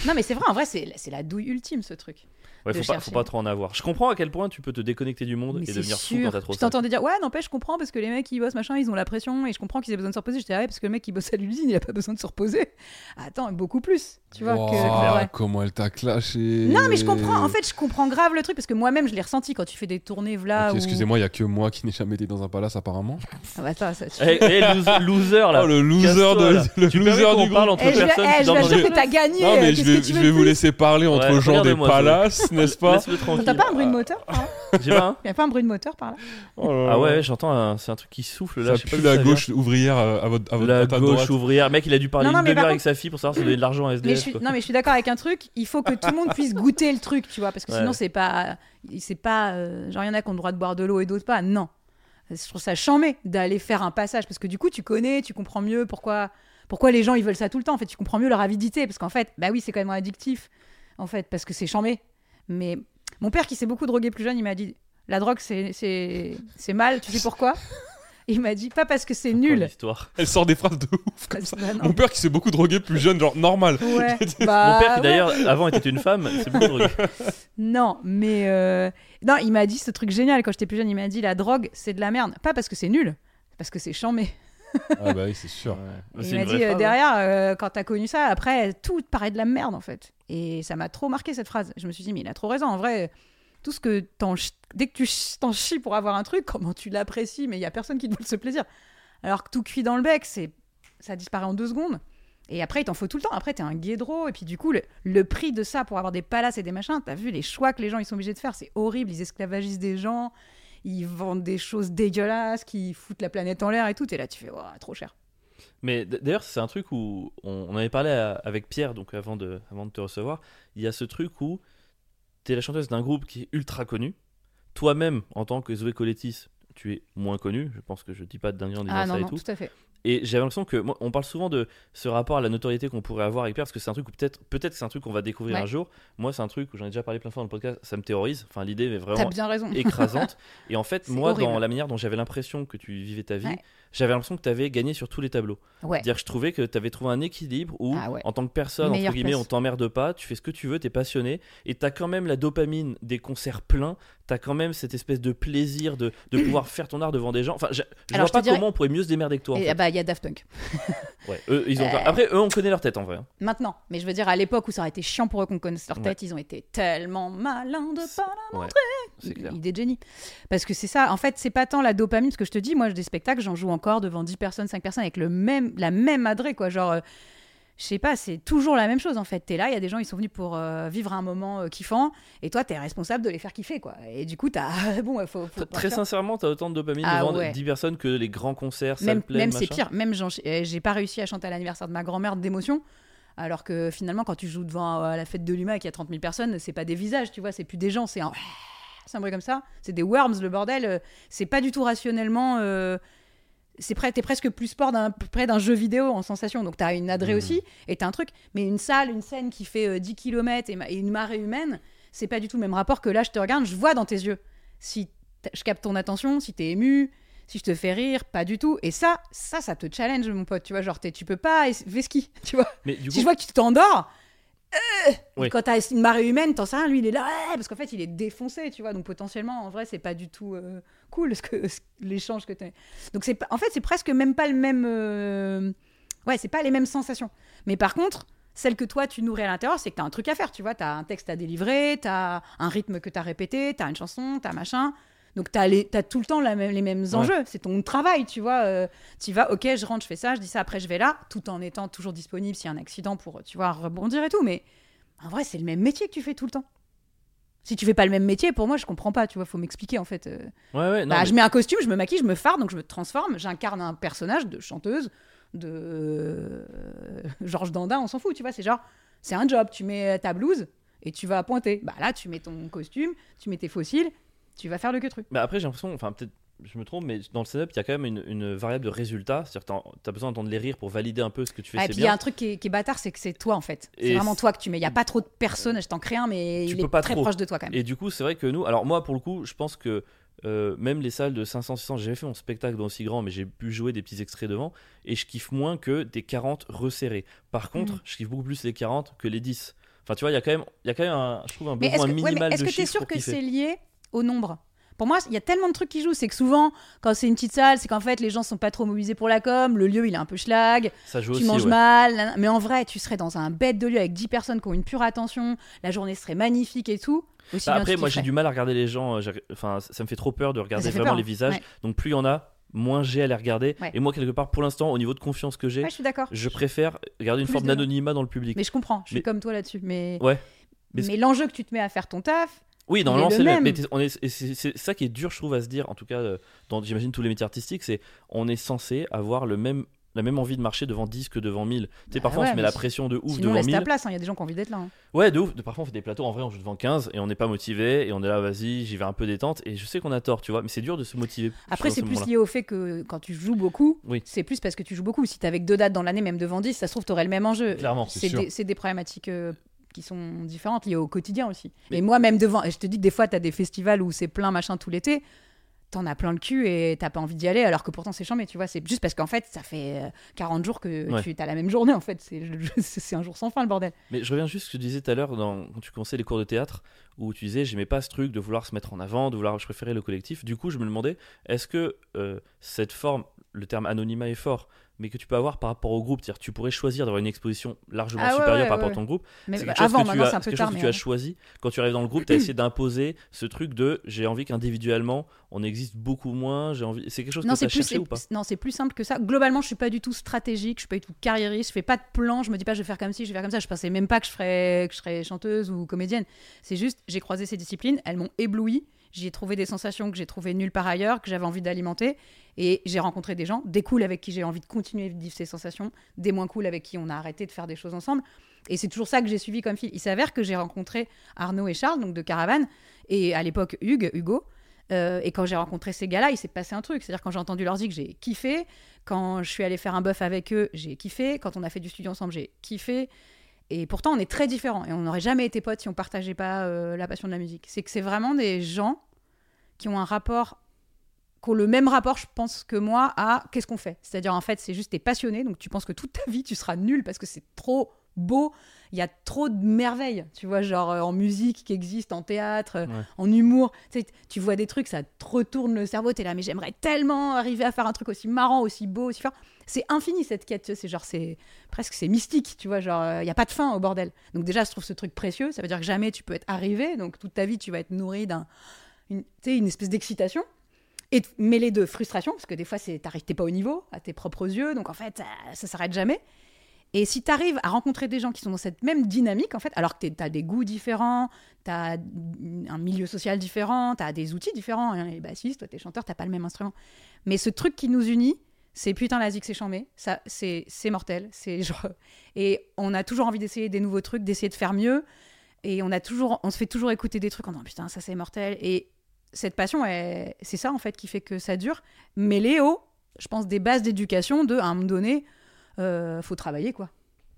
Speaker 3: Non, mais c'est vrai, en vrai, c'est c'est la douille ultime, ce truc.
Speaker 1: Ouais,
Speaker 3: De
Speaker 1: faut pas, faut
Speaker 3: chercher.
Speaker 1: pas trop en avoir. Je comprends à quel point tu peux te déconnecter du monde et devenir fou quand t'as trop
Speaker 3: je
Speaker 1: ça.
Speaker 3: t'entendais dire ouais n'empêche je comprends parce que les mecs qui bossent machin ils ont la pression et je comprends qu'ils aient besoin de se reposer. J'étais ah ouais parce que le mec qui bosse à l'usine il a pas besoin de se reposer. Attends beaucoup plus tu vois.
Speaker 2: Wouah,
Speaker 3: que- ouais.
Speaker 2: Comment elle t'a clashé
Speaker 3: Non mais je comprends en fait je comprends grave le truc parce que moi-même je l'ai ressenti quand tu fais des tournées
Speaker 2: Ok,
Speaker 3: v'là ou-
Speaker 2: Excusez-moi, il y a que moi qui n'ai jamais été dans un palace apparemment.
Speaker 3: Ah bah, attends, ça-
Speaker 1: Eh, eh, lose- loser là.
Speaker 2: Oh le loser
Speaker 1: Casse-toi, là.
Speaker 2: de le
Speaker 1: Tu permets
Speaker 2: loser
Speaker 1: qu'on
Speaker 2: du
Speaker 1: parle
Speaker 2: groupe.
Speaker 1: entre
Speaker 3: Eh, je vais-
Speaker 1: personnes
Speaker 3: eh,
Speaker 1: qui
Speaker 3: je vais
Speaker 1: dorment dans
Speaker 3: dire
Speaker 1: des-
Speaker 3: que t'as gagné.
Speaker 2: Non
Speaker 3: euh,
Speaker 2: mais je
Speaker 3: qu'est-ce
Speaker 2: vais,
Speaker 3: que tu
Speaker 2: je
Speaker 3: veux
Speaker 2: vais
Speaker 3: de
Speaker 2: vous
Speaker 3: plus
Speaker 2: laisser parler entre
Speaker 1: Ouais,
Speaker 2: gens des
Speaker 1: regardez-moi, ça.
Speaker 2: palaces, [LAUGHS] n'est-ce pas
Speaker 1: Laisse-le tranquille. Ah.
Speaker 3: T'as pas un bruit de moteur par là
Speaker 1: J'ai pas un
Speaker 3: Y a pas un bruit de moteur par là
Speaker 2: Oh là là.
Speaker 1: Ah ouais, j'entends un- c'est un truc qui souffle là.
Speaker 2: ça
Speaker 1: je sais pas
Speaker 2: pue
Speaker 1: d'où ça
Speaker 2: la
Speaker 1: vient.
Speaker 2: gauche ouvrière euh, à votre à votre
Speaker 1: La
Speaker 2: patate
Speaker 1: gauche
Speaker 2: droite.
Speaker 1: ouvrière. Mec, il a dû parler
Speaker 3: Non, non,
Speaker 1: une
Speaker 3: mais par
Speaker 1: demi-heure avec sa fille pour savoir si donner de l'argent à
Speaker 3: mais je
Speaker 1: SDF.
Speaker 3: suis...
Speaker 1: quoi.
Speaker 3: Non mais je suis d'accord avec un truc, il faut que tout le monde puisse goûter le truc, tu vois, parce que
Speaker 1: Ouais.
Speaker 3: sinon c'est pas, c'est pas, euh, genre il y en a qui ont le droit de boire de l'eau et d'autres pas, non. Je trouve ça chambé d'aller faire un passage, parce que du coup tu connais, tu comprends mieux pourquoi, pourquoi les gens ils veulent ça tout le temps, en fait tu comprends mieux leur avidité, parce qu'en fait, bah oui c'est quand même addictif, en fait, parce que c'est chambé. Mais mon père qui s'est beaucoup drogué plus jeune, il m'a dit, la drogue c'est- c'est c'est mal, tu sais pourquoi Il m'a dit, pas parce que c'est
Speaker 1: Encore une
Speaker 3: nul.
Speaker 1: histoire.
Speaker 2: Elle sort des phrases de ouf comme
Speaker 3: Parce-
Speaker 2: ça.
Speaker 3: bah non.
Speaker 2: Mon père qui s'est beaucoup drogué plus jeune, genre normal.
Speaker 1: [LAUGHS]
Speaker 3: Ouais,
Speaker 1: Mon père,
Speaker 3: bah
Speaker 1: qui
Speaker 3: ouais.
Speaker 1: d'ailleurs, avant était une femme, c'est beaucoup de
Speaker 3: [LAUGHS]
Speaker 1: trucs.
Speaker 3: Non, mais euh, non, il m'a dit ce truc génial quand j'étais plus jeune. Il m'a dit la drogue, c'est de la merde. Pas parce que c'est nul, parce que c'est chambé.
Speaker 2: Ah bah oui, c'est sûr.
Speaker 1: C'est
Speaker 3: Il
Speaker 1: une
Speaker 3: m'a
Speaker 1: vraie
Speaker 3: dit euh,
Speaker 1: phrase, hein.
Speaker 3: derrière, euh, quand t'as connu ça, après tout te paraît de la merde en fait. Et ça m'a trop marqué cette phrase. Je me suis dit mais il a trop raison. En vrai, tout ce que t'en ch- dès que tu ch- t'en chies pour avoir un truc, comment tu l'apprécies Mais il y a personne qui te vole ce plaisir. Alors que tout cuit dans le bec, c'est ça disparaît en deux secondes. Et après, il t'en faut tout le temps. Après, t'es un guédro. Et puis, du coup, le, le prix de ça pour avoir des palaces et des machins, t'as vu les choix que les gens ils sont obligés de faire, c'est horrible. Ils esclavagisent des gens, ils vendent des choses dégueulasses, qui foutent la planète en l'air et tout. Et là, tu fais, Ouah, trop cher.
Speaker 1: Mais d- d'ailleurs, c'est un truc où on, on avait parlé à- avec Pierre, donc avant de, avant de te recevoir. Il y a ce truc où t'es la chanteuse d'un groupe qui est ultra connu. Toi-même, en tant que Zoé Colettis, tu es moins connu. Je pense que je dis pas de dinguerie en disant
Speaker 3: Ah
Speaker 1: ça
Speaker 3: non,
Speaker 1: et
Speaker 3: non,
Speaker 1: tout.
Speaker 3: tout à fait.
Speaker 1: Et j'ai l'impression que moi, on parle souvent de ce rapport à la notoriété qu'on pourrait avoir avec Pierre, parce que c'est un truc où peut-être, peut-être que c'est un truc qu'on va découvrir
Speaker 3: Ouais.
Speaker 1: un jour. Moi, c'est un truc où j'en ai déjà parlé plein de fois dans le podcast. Ça me terrorise. Enfin, l'idée est
Speaker 3: T'as
Speaker 1: vraiment
Speaker 3: bien raison.
Speaker 1: écrasante. Et en fait,
Speaker 3: C'est
Speaker 1: moi,
Speaker 3: horrible.
Speaker 1: dans la manière dont j'avais l'impression que tu vivais ta vie,
Speaker 3: Ouais.
Speaker 1: j'avais l'impression que tu avais gagné sur tous les tableaux.
Speaker 3: Ouais.
Speaker 1: C'est-à-dire que je trouvais que tu avais trouvé un équilibre où,
Speaker 3: Ah ouais.
Speaker 1: en tant que personne, entre
Speaker 3: Meilleure
Speaker 1: guillemets,
Speaker 3: place.
Speaker 1: on t'emmerde pas, tu fais ce que tu veux, t'es passionné, et t'as quand même la dopamine des concerts pleins, t'as quand même cette espèce de plaisir de,
Speaker 3: [COUGHS]
Speaker 1: de pouvoir faire ton art devant des gens. Enfin, je, je vois
Speaker 3: Alors, je te
Speaker 1: pas
Speaker 3: dirais-
Speaker 1: comment on pourrait mieux se démerder que toi. en
Speaker 3: Et,
Speaker 1: fait.
Speaker 3: ah bah, il y a Daft Punk.
Speaker 1: Ouais, eux, ils ont
Speaker 3: Euh.
Speaker 1: pas- Après, eux, on connaît leur tête en vrai. hein.
Speaker 3: Maintenant, mais je veux dire, à l'époque où ça aurait été chiant pour eux qu'on connaisse leur
Speaker 1: Ouais.
Speaker 3: tête, ils ont été tellement malins de
Speaker 1: C'est-
Speaker 3: pas
Speaker 1: C'est clair.
Speaker 3: idée de génie. Parce que c'est ça, en fait, c'est pas tant la dopamine, parce que je te dis, moi, des spectacles, j'en joue encore devant 10 personnes, 5 personnes, avec le même, la même adresse, quoi. Genre, euh, je sais pas, c'est toujours la même chose, en fait. T'es là, il y a des gens, ils sont venus pour euh, vivre un moment euh, kiffant, et toi, t'es responsable de les faire kiffer, quoi. Et du coup, t'as. [LAUGHS] bon, ouais, faut.
Speaker 1: T-
Speaker 3: faut pas
Speaker 1: Très
Speaker 3: faire.
Speaker 1: sincèrement, t'as autant de dopamine
Speaker 3: Ah
Speaker 1: devant
Speaker 3: ouais.
Speaker 1: 10 personnes que les grands concerts,
Speaker 3: Même,
Speaker 1: salles pleines,
Speaker 3: même c'est
Speaker 1: machin.
Speaker 3: pire, même j'en- euh, j'ai pas réussi à chanter à l'anniversaire de ma grand-mère d'émotion. Alors que finalement, quand tu joues devant euh, la fête de l'humain et qu'il y a 30 000 personnes, c'est pas des visages, tu vois, c'est plus des gens, c'est un. [SNIFFS] C'est un bruit comme ça. C'est des worms, le bordel. euh, C'est pas du tout rationnellement. euh, C'est près, t'es presque plus sport d'un, près d'un jeu vidéo en sensation. Donc t'as une adré
Speaker 1: Mhm.
Speaker 3: aussi et t'as un truc. Mais une salle, une scène qui fait euh, 10 km et, ma- et une marée humaine, c'est pas du tout le même rapport que là, je te regarde, je vois dans tes yeux. Si t'as- je capte ton attention, si t'es ému, si je te fais rire, pas du tout. Et ça, ça, ça te challenge, mon pote. Tu vois, genre, t'es- tu peux pas. Fais ski, [LAUGHS] tu vois.
Speaker 1: Mais du
Speaker 3: Si
Speaker 1: coup,
Speaker 3: je vois que tu t'endors, euh,
Speaker 1: Oui.
Speaker 3: quand t'as une marée humaine, t'en sais rien, lui il est là, ouais, parce qu'en fait il est défoncé, tu vois. Donc potentiellement, en vrai, c'est pas du tout euh, cool ce que ce- l'échange que t'as. Donc c'est pas- en fait c'est presque même pas le même, euh, ouais, c'est pas les mêmes sensations. Mais par contre, celle que toi tu nourris à l'intérieur, c'est que t'as un truc à faire, tu vois. T'as un texte à délivrer, t'as un rythme que t'as répété, t'as une chanson, t'as machin. Donc t'as les- t'as tout le temps la même- les mêmes enjeux, c'est ton travail, tu vois. euh, tu vas, ok, je rentre, je fais ça, je dis ça, après je vais là, tout en étant toujours disponible s'il y a un accident pour, tu vois, rebondir et tout. Mais en vrai, c'est le même métier que tu fais tout le temps. Si tu fais pas le même métier, pour moi, je comprends pas, tu vois, faut m'expliquer en fait. euh.
Speaker 1: ouais, ouais, non,
Speaker 3: Bah,
Speaker 1: mais-
Speaker 3: Je mets un costume, je me maquille, je me farde, donc je me transforme, j'incarne un personnage de chanteuse, de euh, Georges Dandin, on s'en fout, tu vois, c'est genre, c'est un job, tu mets ta blouse et tu vas pointer. Bah là, tu mets ton costume, tu mets tes fossiles, tu vas faire le que truc.
Speaker 1: Bah après, j'ai l'impression, enfin peut-être je me trompe, mais dans le setup, il y a quand même une, une variable de résultat. C'est-à-dire que t'as- t'as besoin d'entendre les rires pour valider un peu ce que tu fais,
Speaker 3: Ah, et
Speaker 1: c'est
Speaker 3: puis il y a
Speaker 1: bien.
Speaker 3: un truc qui est, qui est bâtard, c'est que c'est toi en fait. C'est
Speaker 1: Et
Speaker 3: vraiment
Speaker 1: c'est-
Speaker 3: toi que tu mets. Il n'y a pas trop de personnes, je t'en crée un, mais
Speaker 1: Tu
Speaker 3: il
Speaker 1: peux
Speaker 3: est
Speaker 1: pas
Speaker 3: très
Speaker 1: trop.
Speaker 3: proche de toi quand même.
Speaker 1: Et du coup, c'est vrai que nous, alors moi pour le coup, je pense que euh, même les salles de 500-600, j'avais fait mon spectacle dans aussi grand, mais j'ai pu jouer des petits extraits devant, et je kiffe moins que des 40 resserrés.
Speaker 3: Hmm.
Speaker 1: Par contre, je kiffe beaucoup plus les 40 que les 10. Enfin, tu vois, il y a quand même, il y a quand même un, je trouve un
Speaker 3: Mais est-ce
Speaker 1: besoin
Speaker 3: que ouais,
Speaker 1: minimal
Speaker 3: mais est-ce
Speaker 1: de
Speaker 3: que tu es
Speaker 1: chiffres
Speaker 3: sûr
Speaker 1: pour
Speaker 3: que
Speaker 1: kiffer.
Speaker 3: c'est lié au nombre pour moi, il y a tellement de trucs qui jouent. C'est que souvent, quand c'est une petite salle, c'est qu'en fait, les gens sont pas trop mobilisés pour la com. Le lieu, il est un peu schlag.
Speaker 1: Ça joue
Speaker 3: Tu
Speaker 1: aussi.
Speaker 3: manges
Speaker 1: ouais.
Speaker 3: mal. nan, nan. Mais en vrai, tu serais dans un bête de lieu avec 10 personnes qui ont une pure attention. La journée serait magnifique et tout. Aussi
Speaker 1: Bah,
Speaker 3: bien
Speaker 1: après,
Speaker 3: tu t'y
Speaker 1: moi j'ai
Speaker 3: ferais.
Speaker 1: du mal à regarder les gens. euh, j'ai- Enfin, ça ça me fait trop peur de regarder
Speaker 3: fait
Speaker 1: vraiment
Speaker 3: peur,
Speaker 1: les
Speaker 3: hein.
Speaker 1: visages.
Speaker 3: Ouais.
Speaker 1: Donc plus il y en a, moins j'ai à les regarder.
Speaker 3: Ouais.
Speaker 1: Et moi quelque part, pour l'instant, au niveau de confiance que j'ai,
Speaker 3: Ouais, je suis d'accord.
Speaker 1: je préfère garder une
Speaker 3: Plus
Speaker 1: forme
Speaker 3: de gens.
Speaker 1: d'anonymat dans le public.
Speaker 3: Mais je comprends. Je suis
Speaker 1: Mais-
Speaker 3: comme toi là-dessus. Mais,
Speaker 1: Ouais. Mais
Speaker 3: mais,
Speaker 1: c'est-
Speaker 3: l'enjeu que tu te mets à faire ton taf,
Speaker 1: Oui,
Speaker 3: il
Speaker 1: normalement,
Speaker 3: est le
Speaker 1: c'est le-
Speaker 3: même.
Speaker 1: mais t'es- on est- et c'est c'est ça qui est dur, je trouve, à se dire. En tout cas, euh, dans j'imagine tous les métiers artistiques, c'est on est censé avoir le même la même envie de marcher devant 10 que devant 1000. Tu sais,
Speaker 3: Bah
Speaker 1: parfois, on
Speaker 3: ouais,
Speaker 1: se met
Speaker 3: mais
Speaker 1: la
Speaker 3: si-
Speaker 1: pression de ouf
Speaker 3: sinon,
Speaker 1: devant
Speaker 3: laisse
Speaker 1: 1000.
Speaker 3: ta place. hein. Il y a des gens qui ont envie d'être là. hein.
Speaker 1: Ouais, de ouf. De, parfois, on fait des plateaux. En vrai, on joue devant 15 et on n'est pas motivé. Et on est là, vas-y, j'y vais un peu détente. Et je sais qu'on a tort, tu vois. Mais c'est dur de se motiver.
Speaker 3: Après,
Speaker 1: sur
Speaker 3: c'est
Speaker 1: ce
Speaker 3: plus
Speaker 1: moment-là.
Speaker 3: lié au fait que quand tu joues beaucoup,
Speaker 1: Oui.
Speaker 3: c'est plus parce que tu joues beaucoup. Si t'es avec deux dates dans l'année, même devant 10, ça se trouve, t'aurais le même enjeu.
Speaker 1: Clairement.
Speaker 2: c'est
Speaker 3: C'est
Speaker 2: sûr.
Speaker 3: des, c'est des problématiques euh, qui sont différentes, liées au quotidien aussi. Et moi, même devant, et je te dis que des fois, t'as des festivals où c'est plein machin tout l'été, t'en as plein le cul et t'as pas envie d'y aller, alors que pourtant c'est chiant, mais tu vois, c'est juste parce qu'en fait, ça fait euh, 40 jours que
Speaker 1: Ouais.
Speaker 3: tu as la même journée, en fait. C'est [LAUGHS] c'est un jour sans fin, le bordel.
Speaker 1: Mais je reviens juste à ce que tu disais tout à l'heure dans- quand tu commençais les cours de théâtre, où tu disais j'aimais pas ce truc de vouloir se mettre en avant, de vouloir, je préférais le collectif. Du coup, je me demandais, est-ce que euh, cette forme, le terme anonymat est fort, mais que tu peux avoir par rapport au groupe, c'est-à-dire tu pourrais choisir d'avoir une exposition largement
Speaker 3: Ah ouais,
Speaker 1: supérieure
Speaker 3: ouais,
Speaker 1: par rapport
Speaker 3: ouais.
Speaker 1: à ton groupe,
Speaker 3: Mais
Speaker 1: c'est
Speaker 3: bah,
Speaker 1: quelque chose
Speaker 3: avant,
Speaker 1: que tu
Speaker 3: maintenant,
Speaker 1: as,
Speaker 3: c'est un peu
Speaker 1: quelque
Speaker 3: tard.
Speaker 1: chose que
Speaker 3: mais euh.
Speaker 1: tu as
Speaker 3: avant.
Speaker 1: choisi. Quand tu arrives dans le groupe, tu as essayé d'imposer ce truc de j'ai envie qu'individuellement on existe beaucoup moins, j'ai envie. C'est quelque chose
Speaker 3: Non,
Speaker 1: que tu
Speaker 3: c'est
Speaker 1: as
Speaker 3: plus,
Speaker 1: cherché ou pas
Speaker 3: c'est- non, c'est plus simple que ça. Globalement, je suis pas du tout stratégique, je suis pas du tout carriériste, je fais pas de plan, je me dis pas je vais faire comme ci, je vais faire comme ça. Je pensais même pas que je ferais, que je serais chanteuse ou comédienne. C'est juste, j'ai croisé ces disciplines, elles m'ont ébloui. J'y ai trouvé des sensations que j'ai trouvées nulle part ailleurs, que j'avais envie d'alimenter. Et j'ai rencontré des gens, des cools avec qui j'ai envie de continuer de vivre ces sensations, des moins cools avec qui on a arrêté de faire des choses ensemble. Et c'est toujours ça que j'ai suivi comme fil. Il s'avère que j'ai rencontré Arnaud et Charles, donc de Caravane, et à l'époque Hugues, Hugo. Euh, et quand j'ai rencontré ces gars-là, il s'est passé un truc. C'est-à-dire quand j'ai entendu leur zik, j'ai kiffé. Quand je suis allée faire un bœuf avec eux, j'ai kiffé. Quand on a fait du studio ensemble, j'ai kiffé. Et pourtant, on est très différents. Et on n'aurait jamais été potes si on partageait pas euh, la passion de la musique. C'est que c'est vraiment des gens qui ont un rapport, qui ont le même rapport, je pense, que moi à qu'est-ce qu'on fait. C'est-à-dire, en fait, c'est juste, t'es passionné, donc tu penses que toute ta vie, tu seras nul parce que c'est trop beau. Il y a trop de merveilles, tu vois, genre euh, en musique qui existe, en théâtre, euh,
Speaker 1: Ouais.
Speaker 3: en humour. Tu, sais, tu vois des trucs, ça te retourne le cerveau. T'es là, mais j'aimerais tellement arriver à faire un truc aussi marrant, aussi beau, aussi fort. C'est infini cette quête. tu sais, C'est genre, c'est presque, c'est mystique, tu vois. Genre, il y a pas de fin au bordel. Donc déjà, je trouve ce truc précieux. Ça veut dire que jamais tu peux être arrivé. Donc toute ta vie, tu vas être nourri d'un, une, tu sais, une espèce d'excitation et de- mêlé de frustration, parce que des fois, c'est t'arrives- t'es pas au niveau à tes propres yeux, donc en fait, ça, ça s'arrête jamais. Et si tu arrives à rencontrer des gens qui sont dans cette même dynamique, en fait, alors que tu as des goûts différents, tu as un milieu social différent, tu as des outils différents, hein, les bassistes, toi, t'es chanteur, t'as pas le même instrument. Mais ce truc qui nous unit, c'est putain, la zik, c'est chambé, ça, c'est c'est mortel, c'est genre... [LAUGHS] Et on a toujours envie d'essayer des nouveaux trucs, d'essayer de faire mieux, et on, a toujours, on se fait toujours écouter des trucs en disant putain, ça c'est mortel. Et cette passion, elle- c'est ça en fait qui fait que ça dure. Mais Léo, je pense des bases d'éducation de à un moment donné, euh, faut travailler quoi.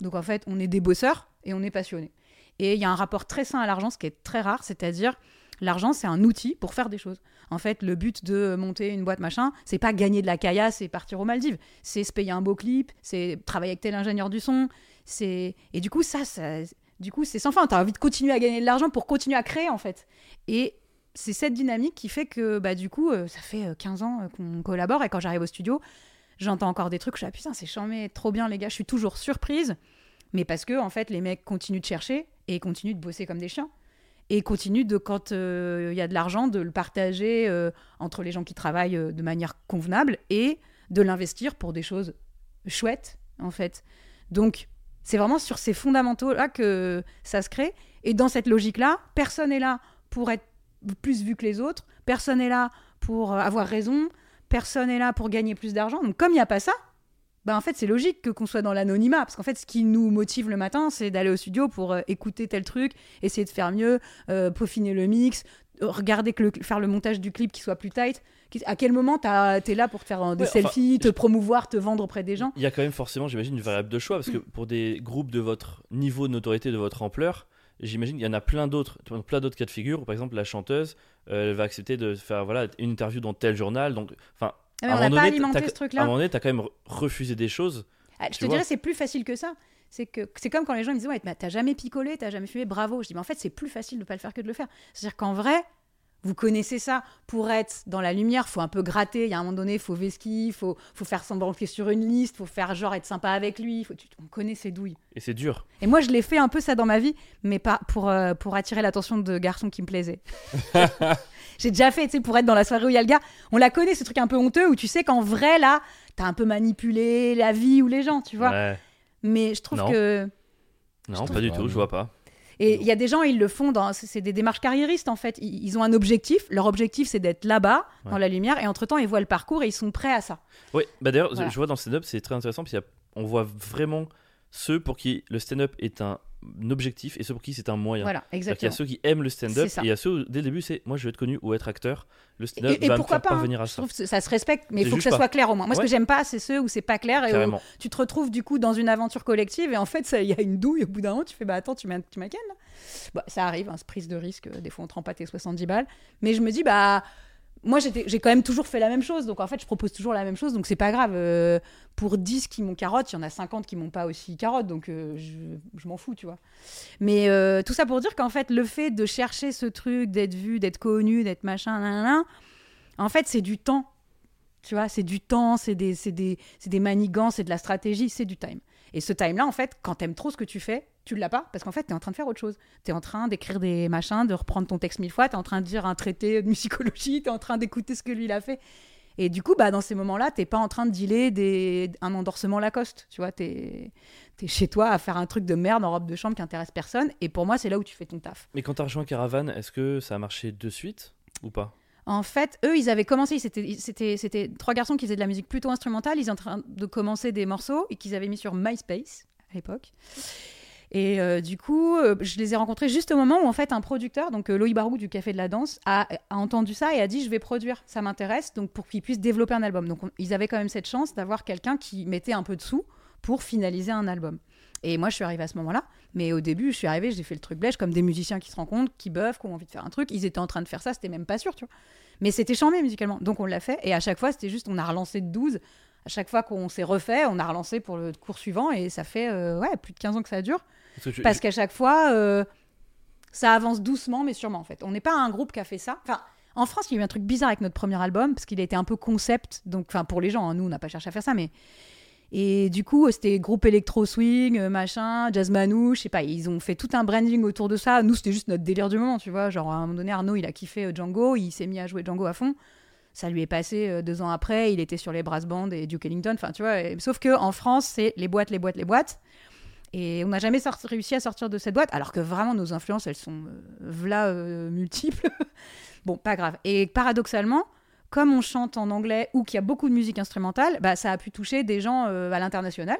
Speaker 3: Donc en fait, on est des bosseurs et on est passionnés. Et il y a un rapport très sain à l'argent, ce qui est très rare, c'est-à-dire l'argent c'est un outil pour faire des choses. En fait, le but de monter une boîte machin, c'est pas gagner de la caillasse et partir aux Maldives, c'est se payer un beau clip, c'est travailler avec tel ingénieur du son, c'est et du coup ça, ça du coup c'est sans fin. T'as envie de continuer à gagner de l'argent pour continuer à créer en fait. Et c'est cette dynamique qui fait que bah du coup euh, ça fait euh, 15 ans euh, qu'on collabore et quand j'arrive au studio j'entends encore des trucs je suis là, putain c'est charmé trop bien les gars je suis toujours surprise mais parce que en fait les mecs continuent de chercher et continuent de bosser comme des chiens et continuent de quand euh, il y a de l'argent de le partager euh, entre les gens qui travaillent euh, de manière convenable et de l'investir pour des choses chouettes en fait donc c'est vraiment sur ces fondamentaux là que ça se crée et dans cette logique là personne n'est là pour être plus vu que les autres, personne n'est là pour euh, avoir raison, personne n'est là pour gagner plus d'argent. Donc comme il n'y a pas ça, bah en fait c'est logique que qu'on soit dans l'anonymat, parce qu'en fait ce qui nous motive le matin, c'est d'aller au studio pour euh, écouter tel truc, essayer de faire mieux, euh, peaufiner le mix, euh, regarder que le, faire le montage du clip qui soit plus tight. Qui- À quel moment t'as- t'es là pour te faire euh, des
Speaker 1: Ouais, enfin,
Speaker 3: selfies, te
Speaker 1: je-
Speaker 3: promouvoir, te vendre auprès des gens
Speaker 1: Il y a quand même forcément, j'imagine, une variable de choix, parce que pour des groupes de votre niveau de notoriété, de votre ampleur, j'imagine qu'il y en a plein d'autres, plein d'autres cas de figure. où, Par exemple, la chanteuse, euh, elle va accepter de faire voilà une interview dans tel journal. Donc, enfin,
Speaker 3: Ah, mais
Speaker 1: à un
Speaker 3: On n'a
Speaker 1: moment
Speaker 3: pas
Speaker 1: donné,
Speaker 3: alimenté
Speaker 1: t'as-
Speaker 3: ce
Speaker 1: à un
Speaker 3: truc-là.
Speaker 1: moment donné, t'as quand même re- refusé des choses.
Speaker 3: Ah, je
Speaker 1: Tu
Speaker 3: te
Speaker 1: vois
Speaker 3: dirais, c'est plus facile que ça. C'est que c'est comme quand les gens ils me disent ouais, mais t'as jamais picolé, t'as jamais fumé, bravo. Je dis mais en fait c'est plus facile de pas le faire que de le faire. C'est-à-dire qu'en vrai, vous connaissez ça. Pour être dans la lumière, faut un peu gratter. Il y a un moment donné, faut vesquiller, faut faut faire semblant que t'es sur une liste, faut faire genre être sympa avec lui. Faut, tu- on connaît ses douilles.
Speaker 1: Et c'est dur.
Speaker 3: Et moi, je l'ai fait un peu ça dans ma vie, mais pas pour, euh, pour attirer l'attention de garçons qui me plaisaient. J'ai déjà fait, tu sais, pour être dans la soirée où il y a le gars. On la connaît, ce truc un peu honteux où tu sais qu'en vrai, là, t'as un peu manipulé la vie ou les gens, tu vois.
Speaker 1: Ouais.
Speaker 3: Mais je trouve
Speaker 1: Non.
Speaker 3: que.
Speaker 1: Non,
Speaker 2: trouve
Speaker 1: pas du
Speaker 2: pas,
Speaker 1: tout, je
Speaker 2: non.
Speaker 1: vois pas.
Speaker 3: Et il y a des gens, ils le font dans. C'est c'est des démarches carriéristes, en fait. Ils, ils ont un objectif. Leur objectif, c'est d'être là-bas, dans
Speaker 1: Ouais.
Speaker 3: la lumière. Et entre-temps, ils voient le parcours et ils sont prêts à ça.
Speaker 1: Oui, bah d'ailleurs,
Speaker 3: Voilà.
Speaker 1: je vois dans le stand-up, c'est très intéressant parce qu'on voit vraiment ceux pour qui le stand-up est un objectif et ceux pour qui c'est un moyen.
Speaker 3: Voilà,
Speaker 1: Il y a
Speaker 3: exactement.
Speaker 1: ceux qui aiment le stand-up
Speaker 3: C'est
Speaker 1: et
Speaker 3: ça.
Speaker 1: il y a ceux où, dès le début, c'est moi je veux être connu ou être acteur. Le stand-up
Speaker 3: Et, et
Speaker 1: va me
Speaker 3: pourquoi
Speaker 1: faire
Speaker 3: pas hein.
Speaker 1: parvenir à
Speaker 3: Je
Speaker 1: ça.
Speaker 3: trouve que ça se respecte, mais il
Speaker 1: Je
Speaker 3: faut que
Speaker 1: juge
Speaker 3: ça
Speaker 1: pas.
Speaker 3: soit clair au moins. Moi, ce
Speaker 1: Ouais.
Speaker 3: que j'aime pas, c'est ceux où c'est pas clair et où
Speaker 1: Carrément.
Speaker 3: tu te retrouves du coup dans une aventure collective et en fait, ça- il y a une douille. Au bout d'un moment, tu fais bah attends, tu m'as tu m'as ken, là Bah, Ça arrive, hein, ce prise de risque. euh, Des fois, on te rend pas tes 70 balles. Mais je me dis, bah. Moi, j'étais- j'ai quand même toujours fait la même chose. Donc, en fait, je propose toujours la même chose. Donc, c'est pas grave. euh, pour 10 qui m'ont carotte, il y en a 50 qui m'ont pas aussi carotte. Donc, euh, je, je m'en fous, tu vois. Mais euh, tout ça pour dire qu'en fait, le fait de chercher ce truc, d'être vu, d'être connu, d'être machin, nan, nan, nan, en fait, c'est du temps. Tu vois, c'est du temps, c'est des, c'est des, c'est des manigances, c'est de la stratégie, c'est du time. Et ce time-là, en fait, quand t'aimes trop ce que tu fais, tu l'as pas parce qu'en fait, t'es en train de faire autre chose. T'es en train d'écrire des machins, de reprendre ton texte mille fois, t'es en train de dire un traité de musicologie, t'es en train d'écouter ce que lui il a fait. Et du coup, bah, dans ces moments-là, t'es pas en train de dealer des... un endorsement Lacoste. Tu vois, t'es es chez toi à faire un truc de merde en robe de chambre qui intéresse personne. Et pour moi, c'est là où tu fais ton taf.
Speaker 1: Mais quand t'as rejoint Caravane, est-ce que ça a marché de suite ou pas
Speaker 3: En fait, eux, ils avaient commencé, ils- c'était- ils- c'était c'était trois garçons qui faisaient de la musique plutôt instrumentale, ils étaient en train de commencer des morceaux et qu'ils avaient mis sur MySpace à l'époque. Et euh, du coup, euh, je les ai rencontrés juste au moment où en fait un producteur, donc euh, Loïc Barou du Café de la Danse, a, a entendu ça et a dit je vais produire, ça m'intéresse, donc pour qu'ils puissent développer un album. Donc on- ils avaient quand même cette chance d'avoir quelqu'un qui mettait un peu de sous pour finaliser un album. Et moi, je suis arrivée à ce moment-là. Mais au début, je suis arrivée, j'ai fait le truc blèche, comme des musiciens qui se rencontrent, qui bœuvent, qui ont envie de faire un truc. Ils étaient en train de faire ça, c'était même pas sûr, tu vois. Mais c'était chambé musicalement. Donc on l'a fait. Et à chaque fois, c'était juste, on a relancé de 12. à chaque fois qu'on s'est refait, on a relancé pour le cours suivant et ça fait euh, ouais, plus de 15 ans que ça dure.
Speaker 1: Parce que je-
Speaker 3: Parce qu'à chaque fois, euh, ça avance doucement, mais sûrement en fait. On n'est pas un groupe qui a fait ça. Enfin, en France, il y a eu un truc bizarre avec notre premier album parce qu'il a été un peu concept. Donc, enfin, pour les gens, hein, nous, on n'a pas cherché à faire ça, mais. Et du coup, euh, c'était groupe électro swing, euh, machin, jazz manouche, je sais pas, ils ont fait tout un branding autour de ça. Nous, c'était juste notre délire du moment, tu vois. Genre, à un moment donné, Arnaud, il a kiffé euh, Django, il s'est mis à jouer Django à fond. Ça lui est passé euh, deux ans après, il était sur les brass bands et Duke Ellington, enfin, tu vois. et- sauf que en France, c'est les boîtes, les boîtes, les boîtes. Et on n'a jamais sorti- réussi à sortir de cette boîte, alors que vraiment nos influences, elles sont euh, v'là euh, multiples. [LAUGHS] bon, pas grave. Et paradoxalement, comme on chante en anglais ou qu'il y a beaucoup de musique instrumentale, bah, ça a pu toucher des gens euh, à l'international.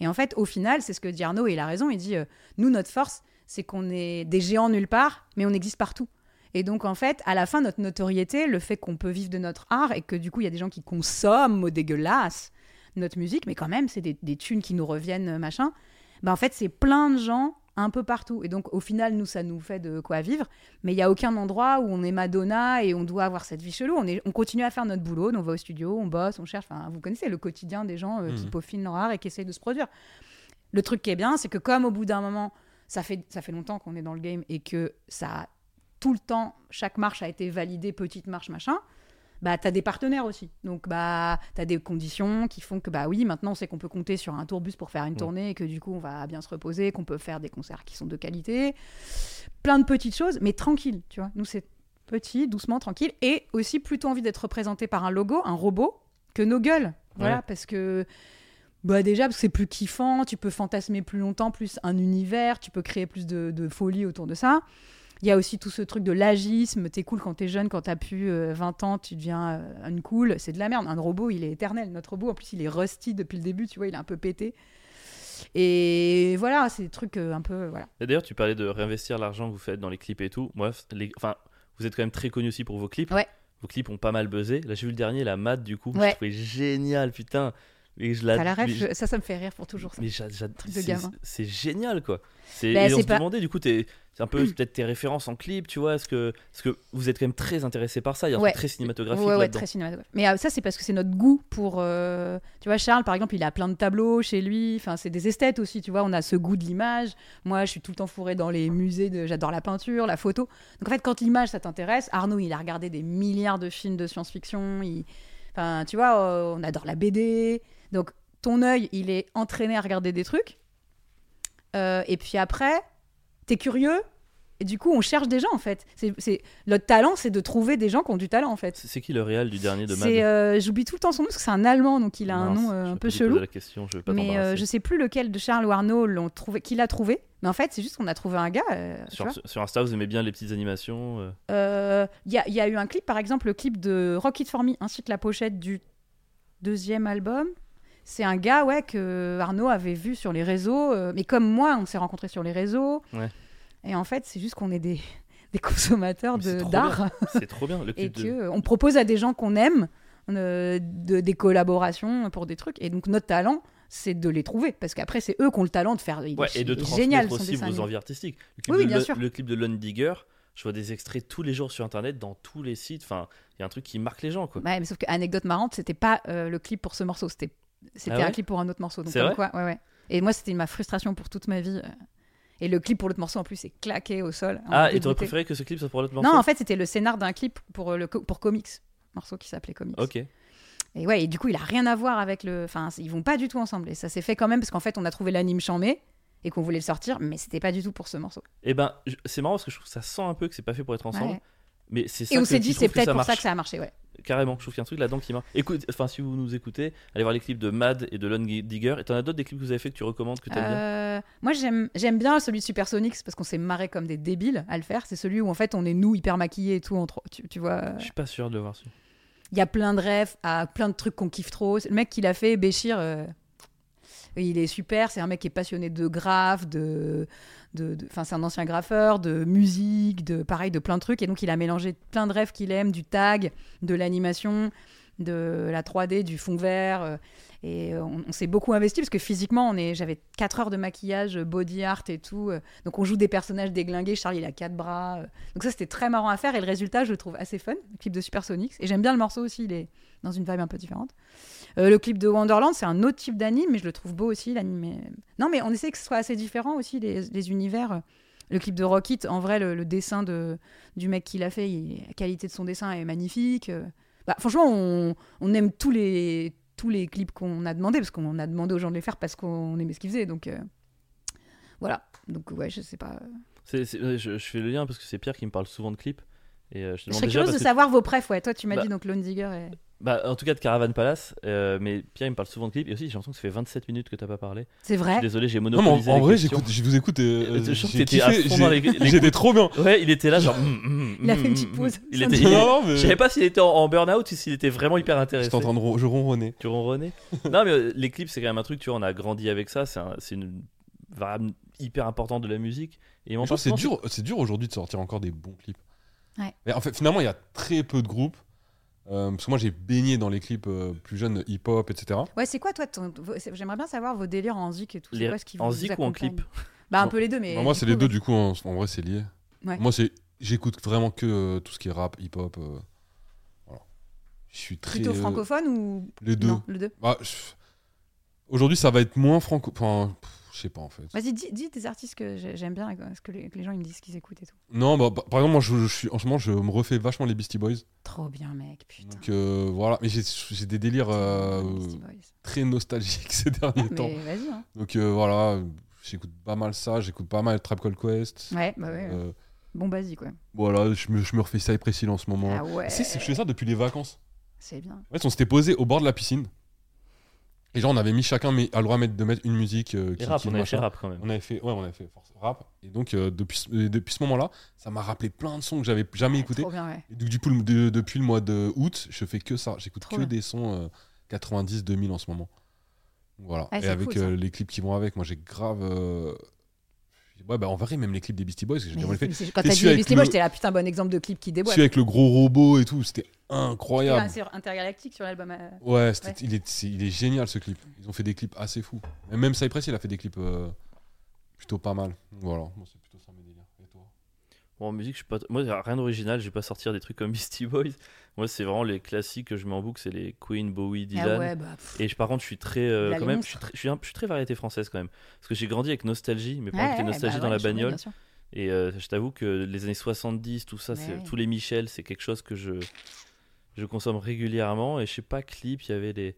Speaker 3: Et en fait, au final, c'est ce que dit Arnaud, et il a raison, il dit, euh, nous, notre force, c'est qu'on est des géants nulle part, mais on existe partout. Et donc, en fait, à la fin, notre notoriété, le fait qu'on peut vivre de notre art et que du coup, il y a des gens qui consomment au dégueulasse notre musique, mais quand même, c'est des, des thunes qui nous reviennent, euh, machin bah en fait c'est plein de gens un peu partout et donc au final nous ça nous fait de quoi vivre mais il y a aucun endroit où on est Madonna et on doit avoir cette vie chelou on, est, on continue à faire notre boulot donc on va au studio on bosse on cherche enfin vous connaissez le quotidien des gens euh, qui
Speaker 2: Mhm.
Speaker 3: peaufinent leur art et qui essayent de se produire le truc qui est bien c'est que comme au bout d'un moment ça fait, ça fait longtemps qu'on est dans le game et que ça a tout le temps chaque marche a été validée petite marche machin bah t'as des partenaires aussi donc bah t'as des conditions qui font que bah oui maintenant on sait qu'on peut compter sur un tourbus pour faire une tournée et que du coup on va bien se reposer qu'on peut faire des concerts qui sont de qualité plein de petites choses mais tranquille tu vois nous c'est petit doucement tranquille et aussi plutôt envie d'être représenté par un logo un robot que nos gueules voilà
Speaker 1: Ouais.
Speaker 3: parce que bah déjà parce que c'est plus kiffant tu peux fantasmer plus longtemps plus un univers tu peux créer plus de, de folie autour de ça il y a aussi tout ce truc de l'agisme. T'es cool quand t'es jeune, quand t'as plus euh, 20 ans, tu deviens euh, une cool. C'est de la merde. Un robot, il est éternel. Notre robot, en plus, il est rusty depuis le début, tu vois, il est un peu pété. Et voilà, c'est des trucs euh, un peu. Voilà.
Speaker 1: Et D'ailleurs, tu parlais de réinvestir l'argent que vous faites dans les clips et tout. Moi, les... enfin, vous êtes quand même très connu aussi pour vos clips.
Speaker 3: Ouais.
Speaker 1: Vos clips ont pas mal buzzé. Là, j'ai vu le dernier, la mat du coup.
Speaker 3: Ouais.
Speaker 1: Je trouvais génial, putain. Et je la.
Speaker 3: T'as la ref,
Speaker 1: mais je-
Speaker 3: je- ça, ça me fait rire pour toujours ça.
Speaker 1: mais j'a- j'a-
Speaker 3: Truc de
Speaker 1: c'est-
Speaker 3: gamin.
Speaker 1: c'est génial quoi. C'est
Speaker 3: Bah,
Speaker 1: et on
Speaker 3: c'est
Speaker 1: se
Speaker 3: pas- Mm.
Speaker 1: demandait du coup t'es- c'est un peu peut-être tes références en clip, tu vois, est-ce que parce que vous êtes quand même très intéressé par ça, il y a un
Speaker 3: Ouais.
Speaker 1: truc très cinématographique
Speaker 3: Ouais, ouais,
Speaker 1: là-dedans.
Speaker 3: très cinématographique. Mais euh, ça, c'est parce que c'est notre goût pour. euh, Tu vois, Charles, par exemple, il a plein de tableaux chez lui. Enfin, c'est des esthètes aussi, tu vois. On a ce goût de l'image. Moi, je suis tout le temps fourré dans les musées. De... J'adore la peinture, la photo. Donc, en fait, quand l'image, ça t'intéresse, Arnaud, il a regardé des milliards de films de science-fiction. Il... Enfin, tu vois, euh, on adore la BD. Donc, ton œil, il est entraîné à regarder des trucs. Euh, et puis après, t'es curieux. Et du coup, on cherche des gens, en fait. C'est, c'est... Notre talent, c'est de trouver des gens qui ont du talent, en fait.
Speaker 1: C'est c'est qui le réal du dernier de Mad
Speaker 3: C'est, euh, j'oublie tout le temps son nom parce que c'est un Allemand, donc il a un
Speaker 1: Mince,
Speaker 3: nom euh,
Speaker 1: j'aurais
Speaker 3: un
Speaker 1: pas
Speaker 3: peu
Speaker 1: dû poser
Speaker 3: chelou.
Speaker 1: la question, je vais pas
Speaker 3: Mais euh,
Speaker 1: t'embarrasser.
Speaker 3: je sais plus lequel de Charles ou Arnaud l'ont trouvé, qui l'a trouvé. Mais en fait, c'est juste qu'on a trouvé un gars. euh, tu
Speaker 1: sur,
Speaker 3: vois.
Speaker 1: sur Insta, vous aimez bien les petites animations. euh. [LAUGHS]
Speaker 3: Euh, Il y, a- il y a eu un clip, par exemple, le clip de Rocket For Me, ainsi que la pochette du deuxième album. C'est un gars, ouais, que Arnaud avait vu sur les réseaux. euh, mais comme moi, on s'est rencontrés sur les réseaux.
Speaker 1: Ouais.
Speaker 3: Et en fait, c'est juste qu'on est des, [LAUGHS] des consommateurs
Speaker 1: Mais c'est
Speaker 3: de-
Speaker 1: trop
Speaker 3: d'art.
Speaker 1: C'est trop bien le
Speaker 3: et
Speaker 1: clip de-
Speaker 3: que euh, on propose à des gens qu'on aime euh, de- des collaborations pour des trucs et donc notre talent c'est de les trouver parce qu'après c'est eux qui ont le talent de faire il est-
Speaker 1: Ouais, et de
Speaker 3: il est
Speaker 1: transmettre
Speaker 3: génial son
Speaker 1: aussi
Speaker 3: dessin
Speaker 1: vos
Speaker 3: animé.
Speaker 1: envies artistiques. Le
Speaker 3: Oui, oui,
Speaker 1: de
Speaker 3: bien
Speaker 1: Lon-
Speaker 3: sûr.
Speaker 1: le clip de Lone Digger, je vois des extraits tous les jours sur internet dans tous les sites, enfin, il y a un truc qui marque les gens quoi.
Speaker 3: Ouais, mais sauf que anecdote marrante c'était pas euh, le clip pour ce morceau c'était c'était
Speaker 1: Ah ouais
Speaker 3: un clip pour un autre morceau donc
Speaker 1: C'est
Speaker 3: comme
Speaker 1: vrai
Speaker 3: quoi, ouais, ouais. et moi c'était ma frustration pour toute ma vie euh. et le clip pour l'autre morceau en plus c'est claqué au sol On
Speaker 1: Ah,
Speaker 3: est
Speaker 1: et t'aurais
Speaker 3: dégoûté.
Speaker 1: préféré que ce clip soit pour l'autre morceau
Speaker 3: non en fait c'était le scénar d'un clip pour euh, le co- pour comics morceau qui s'appelait comics
Speaker 1: OK.
Speaker 3: Et ouais, et du coup, il a rien à voir avec le. Enfin, c- ils vont pas du tout ensemble. Et ça s'est fait quand même parce qu'en fait, on a trouvé l'anime chambé et qu'on voulait le sortir, mais c'était pas du tout pour ce morceau.
Speaker 1: Et ben, je- c'est marrant parce que je trouve que ça sent un peu que c'est pas fait pour être ensemble.
Speaker 3: Ouais.
Speaker 1: Mais c'est ça
Speaker 3: Et on
Speaker 1: que-
Speaker 3: s'est
Speaker 1: qui
Speaker 3: dit,
Speaker 1: trouve
Speaker 3: c'est peut-être pour
Speaker 1: marche.
Speaker 3: ça que ça a marché, ouais.
Speaker 1: Carrément, je trouve qu'il y a un truc là-dedans qui marche. Écoute, enfin, si vous nous écoutez, allez voir les clips de Mad et de Lone Digger. Et t'en as d'autres des clips que vous avez fait que tu recommandes, que t'aimes bien
Speaker 3: Euh, moi, j'aime j'aime bien celui de Supersonics parce qu'on s'est marré comme des débiles à le faire. C'est celui où en fait, on est nous hyper maquillés et tout. Entre... Tu, tu vois.
Speaker 1: Je suis pas sûr de le voir. celui-là.
Speaker 3: Il y a plein de rêves, à plein de trucs qu'on kiffe trop. C'est Le mec qui l'a fait, Béchir, euh, il est super. C'est un mec qui est passionné de graphe, de, de, de- enfin, c'est un ancien graffeur, de musique, de pareil, de plein de trucs. Et donc il a mélangé plein de rêves qu'il aime, du tag, de l'animation, de la 3D, du fond vert. euh, et euh, on, on s'est beaucoup investi parce que physiquement, on est, j'avais 4 heures de maquillage, euh, body art et tout. euh, donc on joue des personnages déglingués. Charlie, il a 4 bras. euh. donc ça, c'était très marrant à faire. Et le résultat, je le trouve assez fun. Le clip de Supersonics. Et j'aime bien le morceau aussi. Il est dans une vibe un peu différente. Euh, le clip de Wonderland, c'est un autre type d'anime, mais je le trouve beau aussi. L'anime. est- Non, mais on essaie que ce soit assez différent aussi, les, les univers. Le clip de Rocket, en vrai, le, le dessin de, du mec qui l'a fait, il- la qualité de son dessin est magnifique. Euh, bah, franchement, on, on aime tous les, tous les clips qu'on a demandé, parce qu'on a demandé aux gens de les faire parce qu'on aimait ce qu'ils faisaient. Donc euh, voilà. Donc ouais, je sais pas.
Speaker 1: C'est- c'est- euh, je, je fais le lien parce que c'est Pierre qui me parle souvent de clips. Et euh, je te
Speaker 3: Je
Speaker 1: demande
Speaker 3: serais
Speaker 1: déjà
Speaker 3: curieuse
Speaker 1: parce
Speaker 3: de
Speaker 1: que-
Speaker 3: savoir vos prefs. Ouais, toi, tu m'as
Speaker 1: Bah.
Speaker 3: dit donc Lone Digger. Et...
Speaker 1: bah, en tout cas de Caravan Palace, euh, mais Pierre il me parle souvent de clips et aussi j'ai l'impression que ça fait 27 minutes que t'as pas parlé.
Speaker 3: C'est
Speaker 1: Je
Speaker 3: vrai.
Speaker 1: suis désolé, j'ai
Speaker 2: Non, mais
Speaker 1: monopolisé.
Speaker 2: en, en
Speaker 1: les
Speaker 2: vrai,
Speaker 1: questions.
Speaker 2: j'écoute- je vous écoute. et,
Speaker 1: Euh,
Speaker 2: euh,
Speaker 1: je suis sûr que
Speaker 2: j'ai
Speaker 1: t'étais à
Speaker 2: kiffé,
Speaker 1: fond dans les-
Speaker 2: j'ai-
Speaker 1: les
Speaker 2: [LAUGHS] J'étais
Speaker 1: [LAUGHS]
Speaker 2: trop bien.
Speaker 1: Ouais, il était là genre. mm, mm,
Speaker 3: Il a
Speaker 1: mm,
Speaker 3: fait une petite
Speaker 1: mm,
Speaker 3: pause.
Speaker 1: Il était. il-
Speaker 2: Non, non, mais
Speaker 1: Je savais pas s'il était en, en burn-out ou s'il était vraiment hyper intéressé.
Speaker 2: j'étais en train de ron- Euh, je ronronnais.
Speaker 1: Tu ronronnais [LAUGHS] Non, mais euh, les clips, c'est quand même un truc, tu vois, on a grandi avec ça, c'est un- c'est une variable hyper importante de la musique. Et en
Speaker 2: Je trouve que c'est
Speaker 1: passant,
Speaker 2: dur, c'est dur aujourd'hui de sortir encore des bons clips.
Speaker 3: Ouais.
Speaker 2: Mais en fait, finalement, il y a très peu de groupes. euh, parce que moi, j'ai baigné dans les clips euh, plus jeunes, hip-hop, etc.
Speaker 3: Ouais, c'est quoi toi ton- vos- c'est- J'aimerais bien savoir vos délires en zik et tout. c'est
Speaker 1: Les-
Speaker 3: quoi ce qui
Speaker 1: en
Speaker 3: vous
Speaker 1: zik ou en
Speaker 3: accompagne
Speaker 1: clip
Speaker 3: Bah un
Speaker 2: Non.
Speaker 3: peu les deux, mais.
Speaker 2: Non, moi,
Speaker 3: du
Speaker 2: c'est
Speaker 3: coup,
Speaker 2: les deux,
Speaker 3: ouais.
Speaker 2: du coup, en, en vrai, c'est lié.
Speaker 3: Ouais.
Speaker 2: Moi, c'est, j'écoute vraiment que euh, tout ce qui est rap, hip-hop. euh, voilà. Je suis très.
Speaker 3: Plutôt
Speaker 2: euh,
Speaker 3: francophone ou
Speaker 2: Les deux.
Speaker 3: non le deux.
Speaker 2: Bah, je- Aujourd'hui, ça va être moins franco. Enfin, pff, je sais pas en fait.
Speaker 3: Vas-y, dis, dis des artistes que j'ai- j'aime bien, quoi, ce que les, que les gens ils me disent qu'ils écoutent et tout.
Speaker 2: Non, bah, bah, par exemple, moi, je, je suis, en ce moment, je me refais vachement les Beastie Boys.
Speaker 3: Trop bien, mec, putain.
Speaker 2: Donc euh, voilà, mais j'ai, j'ai des délires euh,
Speaker 3: Beastie Boys.
Speaker 2: [LAUGHS] très nostalgiques ces derniers temps.
Speaker 3: Mais vas-y. hein.
Speaker 2: Donc euh, voilà, j'écoute pas mal ça, j'écoute pas mal Trap Call Quest.
Speaker 3: Ouais, bah ouais.
Speaker 2: Euh,
Speaker 3: Bon, vas-y, quoi.
Speaker 2: voilà, je me, je me refais Cypress Hill en ce moment.
Speaker 3: Ah ouais.
Speaker 2: Tu sais, c'est que je fais ça depuis les vacances.
Speaker 3: C'est bien.
Speaker 2: En fait, on s'était posé au bord de la piscine. Et genre, on avait mis chacun mais, à le droit de mettre- de mettre une musique. euh,
Speaker 1: Les
Speaker 2: qui-
Speaker 1: rap,
Speaker 2: qui-
Speaker 1: on avait
Speaker 2: machin.
Speaker 1: fait rap quand même.
Speaker 2: On avait fait, ouais, on avait fait force rap. Et donc, euh, depuis, ce- euh, depuis ce moment-là, ça m'a rappelé plein de sons que j'avais jamais
Speaker 3: Ouais,
Speaker 2: écoutés.
Speaker 3: Ah, Trop bien, ouais.
Speaker 2: Et donc, du coup, le- de- depuis le mois de août, je fais que ça. J'écoute
Speaker 3: Trop
Speaker 2: que
Speaker 3: bien.
Speaker 2: des sons euh, 90-2000 en ce moment. Voilà.
Speaker 3: Ah,
Speaker 2: et
Speaker 3: c'est
Speaker 2: avec
Speaker 3: cool, ça.
Speaker 2: euh, les clips qui vont avec, moi, j'ai grave. euh, Ouais, bah en vrai, même les clips des Beastie Boys, que j'ai
Speaker 3: Mais-
Speaker 2: jamais fait.
Speaker 3: mais c'est- quand
Speaker 2: Et
Speaker 3: t'as
Speaker 2: celui
Speaker 3: dit
Speaker 2: avec
Speaker 3: Beastie Boys,
Speaker 2: le-
Speaker 3: j'étais là, putain, bon exemple de clip qui déboîte.
Speaker 2: Celui avec le gros robot et tout, c'était
Speaker 3: Il y a
Speaker 2: incroyable.
Speaker 3: un sur Intergalactique sur l'album. euh,
Speaker 2: Ouais, c'était-
Speaker 3: Ouais.
Speaker 2: Il, est, c'est- il est génial ce clip. Ils ont fait des clips assez fous. Et même Cypress, il a fait des clips euh, plutôt pas mal. Voilà, moi c'est plutôt ça mes délires. Et toi
Speaker 1: Bon, en musique, je suis pas. Moi, rien d'original, je vais pas sortir des trucs comme [LAUGHS] Beastie Boys. Moi, c'est vraiment les classiques que je mets en boucle, c'est les Queen, Bowie, Dylan.
Speaker 3: Ah ouais, bah. pff.
Speaker 1: Et je, par contre, je suis très. euh,
Speaker 3: Là,
Speaker 1: quand
Speaker 3: les
Speaker 1: même, je
Speaker 3: monstres.
Speaker 1: suis, très, je, suis un- je suis très variété française quand même. Parce que j'ai grandi avec Nostalgie, mes
Speaker 3: Ouais,
Speaker 1: parents étaient
Speaker 3: ouais,
Speaker 1: Nostalgie
Speaker 3: bah
Speaker 1: dans
Speaker 3: ouais,
Speaker 1: la
Speaker 3: je connais,
Speaker 1: bagnole.
Speaker 3: bien sûr.
Speaker 1: Et euh, je t'avoue que les années 70, tout ça,
Speaker 3: Ouais.
Speaker 1: c'est- tous les Michel, c'est quelque chose que je, je consomme régulièrement. Et je sais pas, clip, il y avait les.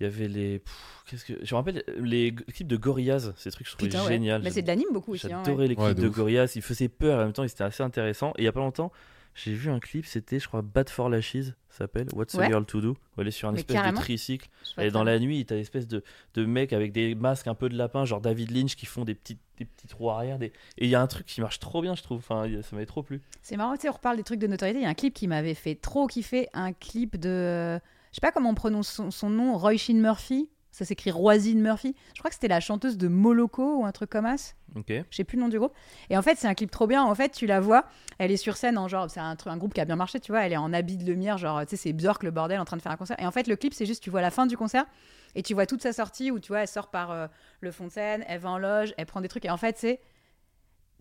Speaker 1: Il y avait les. pff, Qu'est-ce que. Je me rappelle les g- clips de Gorillaz, ces trucs que je trouvais
Speaker 3: Putain, ouais.
Speaker 1: génial.
Speaker 3: Bah, c'est de l'anime beaucoup aussi. hein, ouais.
Speaker 1: J'adorais les clips
Speaker 2: Ouais, de
Speaker 1: de
Speaker 2: ouf.
Speaker 1: Gorillaz, ils faisaient peur en même temps, ils étaient assez intéressants. Et il y a pas longtemps, j'ai vu un clip, c'était, je crois, Bad for Lashes, ça s'appelle What's a
Speaker 3: Ouais.
Speaker 1: Girl to Do où Elle est sur un
Speaker 3: Mais
Speaker 1: espèce
Speaker 3: carrément.
Speaker 1: de tricycle.
Speaker 3: Je vois
Speaker 1: Et dans
Speaker 3: très
Speaker 1: la nuit, t'as l'espèce de, de mec avec des masques un peu de lapin, genre David Lynch, qui font des petits, des petits trous arrière. Des... Et il y a un truc qui marche trop bien, je trouve. Enfin, il- ça m'avait trop plu.
Speaker 3: C'est marrant, tu sais, on reparle des trucs de notoriété. Il y a un clip qui m'avait fait trop kiffer, un clip de, je sais pas comment on prononce son, son nom, Roisin Murphy. Ça s'écrit Roisin Murphy. Je crois que c'était la chanteuse de Moloko ou un truc comme ça.
Speaker 1: Ok.
Speaker 3: Je sais plus le nom du groupe. Et en fait, c'est un clip trop bien. En fait, tu la vois, elle est sur scène en genre, c'est un, tru- un groupe qui a bien marché, tu vois. Elle est en habit de lumière, genre, tu sais, c'est Björk le bordel en train de faire un concert. Et en fait, le clip, c'est juste, tu vois la fin du concert et tu vois toute sa sortie où tu vois, elle sort par euh, le fond de scène, elle va en loge, elle prend des trucs. Et en fait, c'est.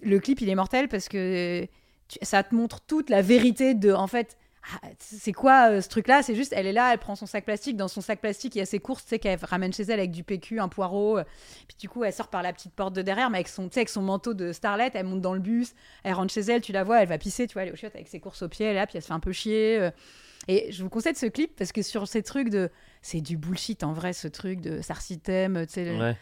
Speaker 3: Le clip, il est mortel parce que tu- ça te montre toute la vérité de. En fait. ah, C'est quoi euh, ce truc-là C'est juste, elle est là, elle prend son sac plastique. Dans son sac plastique, il y a ses courses, tu sais, qu'elle ramène chez elle avec du PQ, un poireau, euh, puis du coup, elle sort par la petite porte de derrière, mais avec son, tu sais, avec son manteau de starlette, elle monte dans le bus, elle rentre chez elle, tu la vois, elle va pisser, tu vois, elle est au chiottes avec ses courses aux pieds, là, puis elle se fait un peu chier. euh. Et je vous conseille de ce clip parce que sur ces trucs de. C'est du bullshit en vrai, ce truc de Sarcitem, tu sais. le-
Speaker 1: Ouais.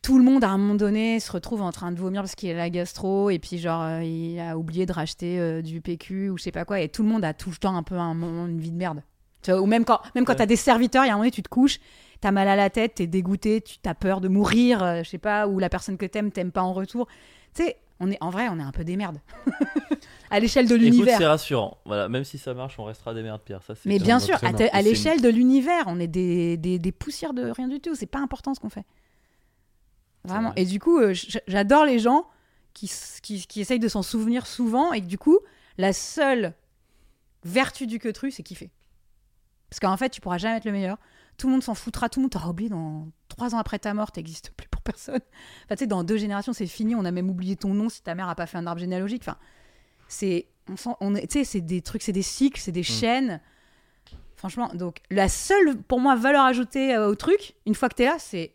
Speaker 3: Tout le monde à un moment donné se retrouve en train de vomir parce qu'il a la gastro et puis genre euh, il a oublié de racheter euh, du PQ ou je sais pas quoi et tout le monde a tout le temps un peu un moment une vie de merde. Tu vois, ou même quand même quand
Speaker 1: Ouais.
Speaker 3: t'as des serviteurs, il y a un moment donné tu te couches, t'as mal à la tête, t'es dégoûté, tu t'as peur de mourir, euh, je sais pas, ou la personne que t'aimes t'aime pas en retour. Tu sais, on est en vrai on est un peu des merdes [LAUGHS] à l'échelle de
Speaker 1: Écoute, c'est
Speaker 3: l'univers.
Speaker 1: rassurant. Voilà, même si ça marche, on restera des merdes, Pierre. Ça, c'est
Speaker 3: Mais
Speaker 1: clair.
Speaker 3: bien
Speaker 2: ça
Speaker 3: sûr,
Speaker 2: va
Speaker 3: à,
Speaker 2: très mal.
Speaker 3: te- à
Speaker 1: Et c'est-
Speaker 3: l'échelle de l'univers, on est des, des, des poussières de rien du tout. C'est pas important ce qu'on fait. Vraiment.
Speaker 1: C'est vrai.
Speaker 3: Et du coup, euh, j- j'adore les gens qui, s- qui, qui essayent de s'en souvenir souvent et que du coup, la seule vertu du queutru, c'est kiffer. Parce qu'en fait, tu pourras jamais être le meilleur. Tout le monde s'en foutra, tout le monde t'aura oublié dans trois ans après ta mort, t'existes plus pour personne. [LAUGHS] Enfin, tu sais, dans deux générations, c'est fini, on a même oublié ton nom si ta mère a pas fait un arbre généalogique. Enfin, c'est. On s'en- on est- tu sais, c'est des trucs, c'est des cycles, c'est des
Speaker 1: Mm.
Speaker 3: chaînes. Franchement, donc, la seule, pour moi, valeur ajoutée euh, au truc, une fois que t'es là, c'est.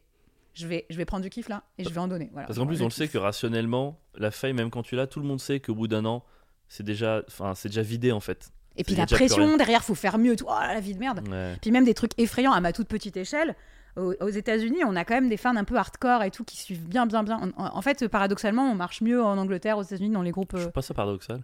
Speaker 3: Je vais, je vais prendre du kiff là et je vais en donner. Voilà.
Speaker 1: Parce qu'en plus, on le sait que rationnellement, la faille, même quand tu l'as, tout le monde sait qu'au bout d'un an, c'est déjà, enfin, c'est déjà vidé en fait.
Speaker 3: Et puis
Speaker 1: Il y a
Speaker 3: la
Speaker 1: déjà plus
Speaker 3: pression
Speaker 1: rien.
Speaker 3: derrière, faut faire mieux, tout. Oh, la vie de merde.
Speaker 1: Ouais.
Speaker 3: Puis même des trucs effrayants à ma toute petite échelle. Aux, aux États-Unis, on a quand même des fans un peu hardcore et tout qui suivent bien, bien, bien. On- en, en fait, paradoxalement, on marche mieux en Angleterre, aux États-Unis, dans les groupes.
Speaker 1: Je
Speaker 3: euh,
Speaker 1: trouve pas ça paradoxal.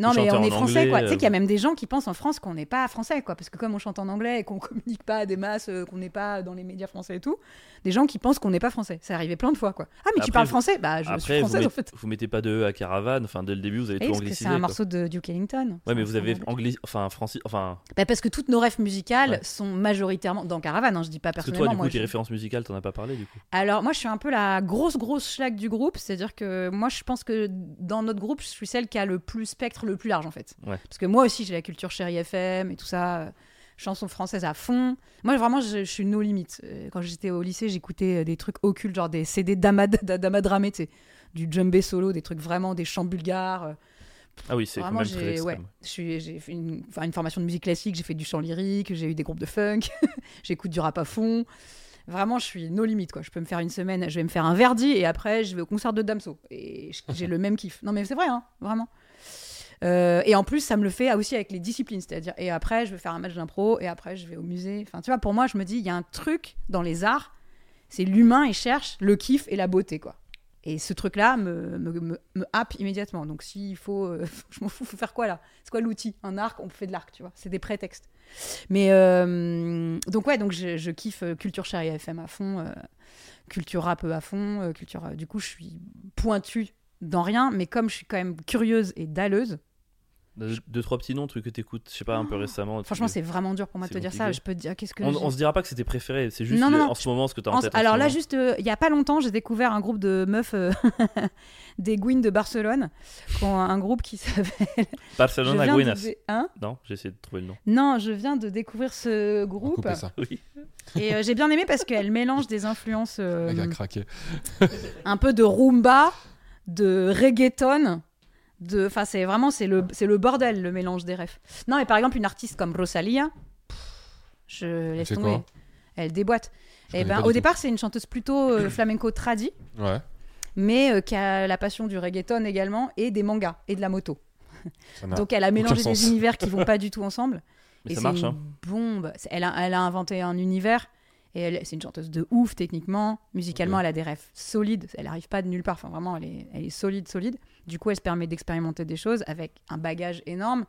Speaker 3: Non, mais
Speaker 1: chanteur
Speaker 3: on est
Speaker 1: en
Speaker 3: français,
Speaker 1: anglais,
Speaker 3: quoi. Tu sais
Speaker 1: euh,
Speaker 3: qu'il y a même des gens qui pensent en France qu'on n'est pas français, quoi. Parce que comme on chante en anglais et qu'on [LAUGHS] communique pas à des masses, euh, qu'on n'est pas dans les médias français et tout, des gens qui pensent qu'on n'est pas français. Ça arrivé plein de fois, quoi. Ah, mais
Speaker 1: Après,
Speaker 3: tu parles
Speaker 1: vous-
Speaker 3: français Bah, je suis
Speaker 1: Après, vous,
Speaker 3: française,
Speaker 1: met-
Speaker 3: en fait.
Speaker 1: vous mettez pas de E à caravane. Enfin, dès le début, vous avez
Speaker 3: Eh,
Speaker 1: tout
Speaker 3: parce que c'est
Speaker 1: anglicisé.
Speaker 3: un
Speaker 1: quoi.
Speaker 3: morceau de Duke Ellington.
Speaker 1: Ouais,
Speaker 3: C'est
Speaker 1: mais
Speaker 3: un-
Speaker 1: vous
Speaker 3: c'est un
Speaker 1: avez
Speaker 3: anglais.
Speaker 1: angli... enfin, francis... enfin,
Speaker 3: Bah, parce que toutes nos rêves musicales
Speaker 1: Ouais.
Speaker 3: sont majoritairement dans Caravane, hein, je dis pas
Speaker 1: parce que toi,
Speaker 3: personnellement.
Speaker 1: du coup,
Speaker 3: moi,
Speaker 1: tes
Speaker 3: je-
Speaker 1: références musicales, t'en as pas parlé du coup.
Speaker 3: Alors moi je suis un peu la grosse grosse schlag du groupe, c'est-à-dire que moi je pense que dans notre groupe je suis celle qui a le plus spectre le plus large en fait.
Speaker 1: Ouais.
Speaker 3: Parce que moi aussi j'ai la culture chérie FM et tout ça, euh, chansons françaises à fond. Moi vraiment je, je suis no limites. Euh, Quand j'étais au lycée j'écoutais euh, des trucs occultes, genre des CD d'Amad [LAUGHS] d'Amadramé, tu sais, du djembé solo, des trucs vraiment des chants bulgares. euh,
Speaker 1: Ah oui, c'est quand
Speaker 3: Vraiment,
Speaker 1: même très
Speaker 3: j'ai ouais,
Speaker 1: extrême.
Speaker 3: je suis- j'ai fait une, enfin, une formation de musique classique, j'ai fait du chant lyrique, j'ai eu des groupes de funk, [LAUGHS] j'écoute du rap à fond. Vraiment, je suis no limite quoi. Je peux me faire une semaine, je vais me faire un Verdi et après je vais au concert de Damso et je- j'ai le même kiff. Non mais c'est vrai, hein, vraiment. Euh, et en plus, ça me le fait aussi avec les disciplines, c'est-à-dire et après je vais faire un match d'impro et après je vais au musée. Enfin, tu vois, pour moi, je me dis il y a un truc dans les arts, c'est l'humain et cherche le kiff et la beauté quoi. Et ce truc-là me, me, me- me happe immédiatement. Donc s'il faut, euh, [LAUGHS] je m'en fous, faut faire quoi là C'est quoi l'outil Un arc, on fait de l'arc, tu vois. C'est des prétextes. Mais euh, donc ouais, donc je, je kiffe euh, culture chérie FM à fond, euh, culture rap à fond, euh, culture. euh, du coup, je suis pointue dans rien, mais comme je suis quand même curieuse et dalleuse,
Speaker 1: Deux, deux, trois petits noms, trucs que t'écoutes, je sais pas, un peu récemment.
Speaker 3: franchement,
Speaker 1: tu-
Speaker 3: c'est vraiment dur pour moi de te
Speaker 1: C'est
Speaker 3: dire ça.
Speaker 1: compliqué.
Speaker 3: Je peux te dire qu'est-ce que
Speaker 1: On,
Speaker 3: j'ai-
Speaker 1: on se dira pas que c'était préféré, c'est juste
Speaker 3: Non, non,
Speaker 1: le-
Speaker 3: non.
Speaker 1: en ce moment ce que t'as
Speaker 3: En-
Speaker 1: en tête. hein, en
Speaker 3: alors
Speaker 1: ce
Speaker 3: là,
Speaker 1: moment.
Speaker 3: juste, euh, il y a pas longtemps, j'ai découvert un groupe de meufs euh, [LAUGHS] des Gouines de Barcelone, qui ont un groupe qui s'appelle. Je
Speaker 1: Barcelona
Speaker 3: viens de
Speaker 1: Guinness.
Speaker 3: dé- hein
Speaker 1: Non, j'ai essayé de trouver le nom.
Speaker 3: non, je viens de découvrir ce
Speaker 2: On va
Speaker 3: groupe
Speaker 2: couper ça.
Speaker 1: Oui.
Speaker 3: et euh, j'ai bien aimé parce qu'elle mélange des influences euh,
Speaker 2: Le mec a craqué.
Speaker 3: un peu de rumba, de reggaeton, de, enfin c'est vraiment c'est le c'est le bordel le mélange des rêves. Non mais par exemple une artiste comme Rosalia, pff, je laisse
Speaker 2: fait
Speaker 3: tomber.
Speaker 2: quoi
Speaker 3: elle déboîte.
Speaker 2: Je
Speaker 3: Et
Speaker 2: connais pas
Speaker 3: ben au
Speaker 2: du tout.
Speaker 3: départ c'est une chanteuse
Speaker 2: [CLEARS THROAT]
Speaker 3: plutôt euh, flamenco tradi.
Speaker 2: Ouais.
Speaker 3: mais euh, qui a la passion du reggaeton également et des mangas et de la moto.
Speaker 2: ça n'a-
Speaker 3: Donc elle a mélangé
Speaker 2: Ah. sens.
Speaker 3: des univers
Speaker 2: [LAUGHS]
Speaker 3: qui vont pas du tout ensemble.
Speaker 1: Mais
Speaker 3: et
Speaker 1: ça
Speaker 3: c'est
Speaker 1: marche,
Speaker 3: une
Speaker 1: hein.
Speaker 3: bombe. C'est- Elle a, elle a inventé un univers et elle, c'est une chanteuse de ouf techniquement. Musicalement, elle a des rêves solides. Elle arrive pas de nulle part. Enfin vraiment, elle est, elle est solide, solide. Du coup, elle se permet d'expérimenter des choses avec un bagage énorme.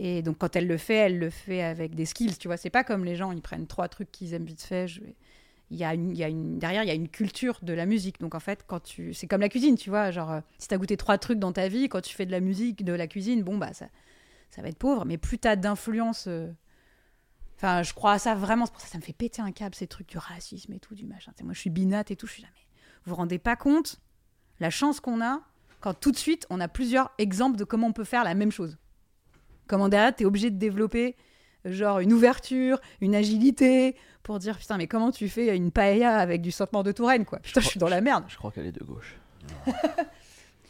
Speaker 3: Et donc quand elle le fait, elle le fait avec des skills. Tu vois, c'est pas comme les gens, ils prennent trois trucs qu'ils aiment vite fait. je vais- il y a une, il y a une- derrière, il y a une culture de la musique. Donc en fait, quand tu, c'est comme la cuisine, tu vois. Genre, euh, si t'as goûté trois trucs dans ta vie, quand tu fais de la musique, de la cuisine, bon bah ça, ça va être pauvre. Mais plus t'as d'influence, euh, enfin, je crois à ça vraiment. C'est pour ça, que ça me fait péter un câble ces trucs du racisme et tout, du machin. Tu sais, moi, je suis binate et tout. Je suis jamais. Vous vous rendez pas compte la chance qu'on a quand tout de suite on a plusieurs exemples de comment on peut faire la même chose. Comment derrière, t'es obligé de développer euh, genre une ouverture, une agilité, pour dire putain mais comment tu fais une paella avec du sortement de Touraine quoi Putain je suis dans la merde.
Speaker 1: Je crois qu'elle est de gauche.
Speaker 2: ça
Speaker 3: Moi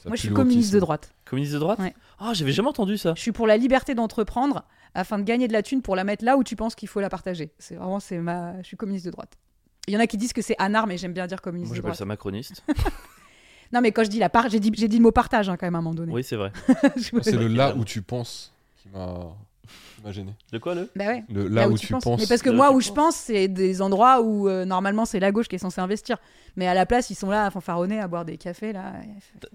Speaker 3: je
Speaker 2: pue
Speaker 3: suis
Speaker 2: le
Speaker 3: communiste
Speaker 2: wokisme.
Speaker 3: de droite.
Speaker 1: Communiste de droite Ah,
Speaker 3: Ouais.
Speaker 1: j'avais jamais entendu ça.
Speaker 3: Je suis pour la liberté d'entreprendre afin de gagner de la thune pour la mettre là où tu penses qu'il faut la partager. C'est vraiment c'est ma je suis communiste de droite. Il y en a qui disent que c'est anard mais j'aime bien dire communiste
Speaker 1: Moi,
Speaker 3: de
Speaker 1: j'appelle
Speaker 3: droite.
Speaker 1: ça macroniste.
Speaker 3: Non mais quand je dis la part j'ai dit j'ai dit le mot partage hein, quand même à un moment donné.
Speaker 1: oui, c'est vrai.
Speaker 3: [LAUGHS] Je me-
Speaker 2: Moi, Ah,
Speaker 3: [LAUGHS]
Speaker 2: C'est le là
Speaker 1: Évidemment.
Speaker 2: où tu penses qui m'a qui m'a gêné.
Speaker 1: De quoi le
Speaker 3: Bah ouais.
Speaker 2: Le là, où, tu penses.
Speaker 3: Mais parce que
Speaker 1: Là où
Speaker 3: moi,
Speaker 1: tu
Speaker 3: où je pense, c'est des endroits où euh, normalement c'est la gauche qui est censée investir. Mais à la place, ils sont là à fanfaronner, à boire des cafés. là.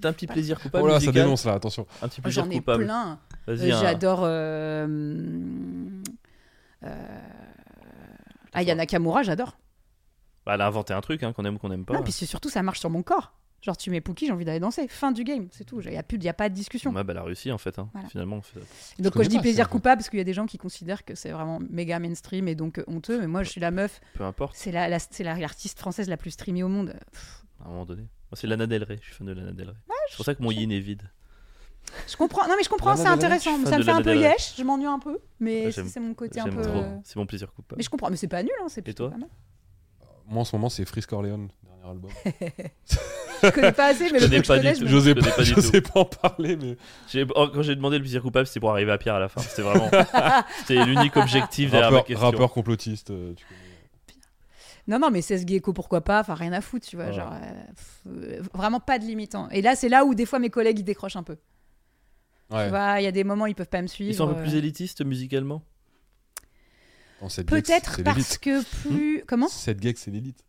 Speaker 1: T'as un petit plaisir coupable
Speaker 2: Oh là, ça
Speaker 1: musical
Speaker 2: dénonce là, attention.
Speaker 1: Un petit
Speaker 3: Oh,
Speaker 1: plaisir
Speaker 3: J'en ai
Speaker 1: coupable.
Speaker 3: plein. Euh,
Speaker 1: Vas-y, un-
Speaker 3: J'adore. euh, hum, euh, ah, Aya Nakamura, j'adore.
Speaker 1: Bah, elle a inventé un truc hein, qu'on aime ou qu'on aime pas.
Speaker 3: Non, puis c'est surtout, ça marche sur mon corps. Genre, tu mets Pookie, j'ai envie d'aller danser. Fin du game, c'est tout. Il n'y a, plus- y a pas de discussion.
Speaker 1: Ouais, bah, elle a réussi en fait. hein.
Speaker 3: Voilà.
Speaker 1: Finalement, on fait ça.
Speaker 2: Je
Speaker 3: Et donc, quand
Speaker 2: connais
Speaker 3: je dis
Speaker 2: pas,
Speaker 3: plaisir
Speaker 2: ça.
Speaker 3: coupable, parce qu'il y a des gens qui considèrent que c'est vraiment méga mainstream et donc euh, honteux. Mais moi, je suis la meuf.
Speaker 1: peu importe.
Speaker 3: C'est la- la- c'est la- l'artiste française la plus streamée au monde.
Speaker 1: À un moment donné. Moi, c'est Lana Del Rey. Je suis fan de Lana Del Rey. c'est pour ça que mon yin est vide.
Speaker 3: Je comprends. Non, mais je comprends,
Speaker 1: Non, non, non,
Speaker 3: c'est
Speaker 1: non,
Speaker 3: intéressant.
Speaker 1: je suis fan
Speaker 3: Ça
Speaker 1: de
Speaker 3: me fait un
Speaker 1: Lana
Speaker 3: peu
Speaker 1: Del Rey.
Speaker 3: yesh, je m'ennuie un peu, mais
Speaker 1: Ouais,
Speaker 3: c'est
Speaker 1: j'aime-
Speaker 3: c'est mon côté un
Speaker 1: J'aime
Speaker 3: peu.
Speaker 1: trop.
Speaker 3: euh,
Speaker 1: C'est mon plaisir coupable.
Speaker 3: Mais je comprends, mais c'est pas nul, hein, c'est plutôt
Speaker 1: toi
Speaker 3: pas mal.
Speaker 2: Moi en ce moment c'est Freeze Corleone, dernier album.
Speaker 3: Je connais pas assez, mais le
Speaker 1: connais
Speaker 3: peu que je
Speaker 1: pas
Speaker 3: connais,
Speaker 1: du
Speaker 3: je me-
Speaker 1: tout.
Speaker 2: J'osais
Speaker 1: connais
Speaker 2: pas,
Speaker 1: pas du
Speaker 2: j'osais pas en parler, mais
Speaker 1: J'ai- oh, Quand j'ai demandé le plaisir coupable, c'était pour arriver à Pierre à la fin. C'était vraiment.
Speaker 3: [LAUGHS]
Speaker 1: C'était l'unique objectif derrière ma
Speaker 2: rappeur,
Speaker 1: question.
Speaker 2: rappeur complotiste. euh, tu connais.
Speaker 3: Non, non, mais 16 gecko, pourquoi pas Enfin, rien à foutre, tu vois.
Speaker 1: Voilà.
Speaker 3: Genre, euh, pff, euh, vraiment pas de limitant. Et là, c'est là où des fois mes collègues ils décrochent un peu. Tu
Speaker 2: Ouais,
Speaker 3: vois, il y a des moments ils peuvent pas me suivre.
Speaker 1: Ils sont un peu plus
Speaker 3: euh,
Speaker 1: élitistes musicalement.
Speaker 2: dans cette gig,
Speaker 3: Peut-être
Speaker 2: c'est
Speaker 3: parce
Speaker 2: l'élite.
Speaker 3: que plus. Comment
Speaker 2: Cette gag, c'est l'élite.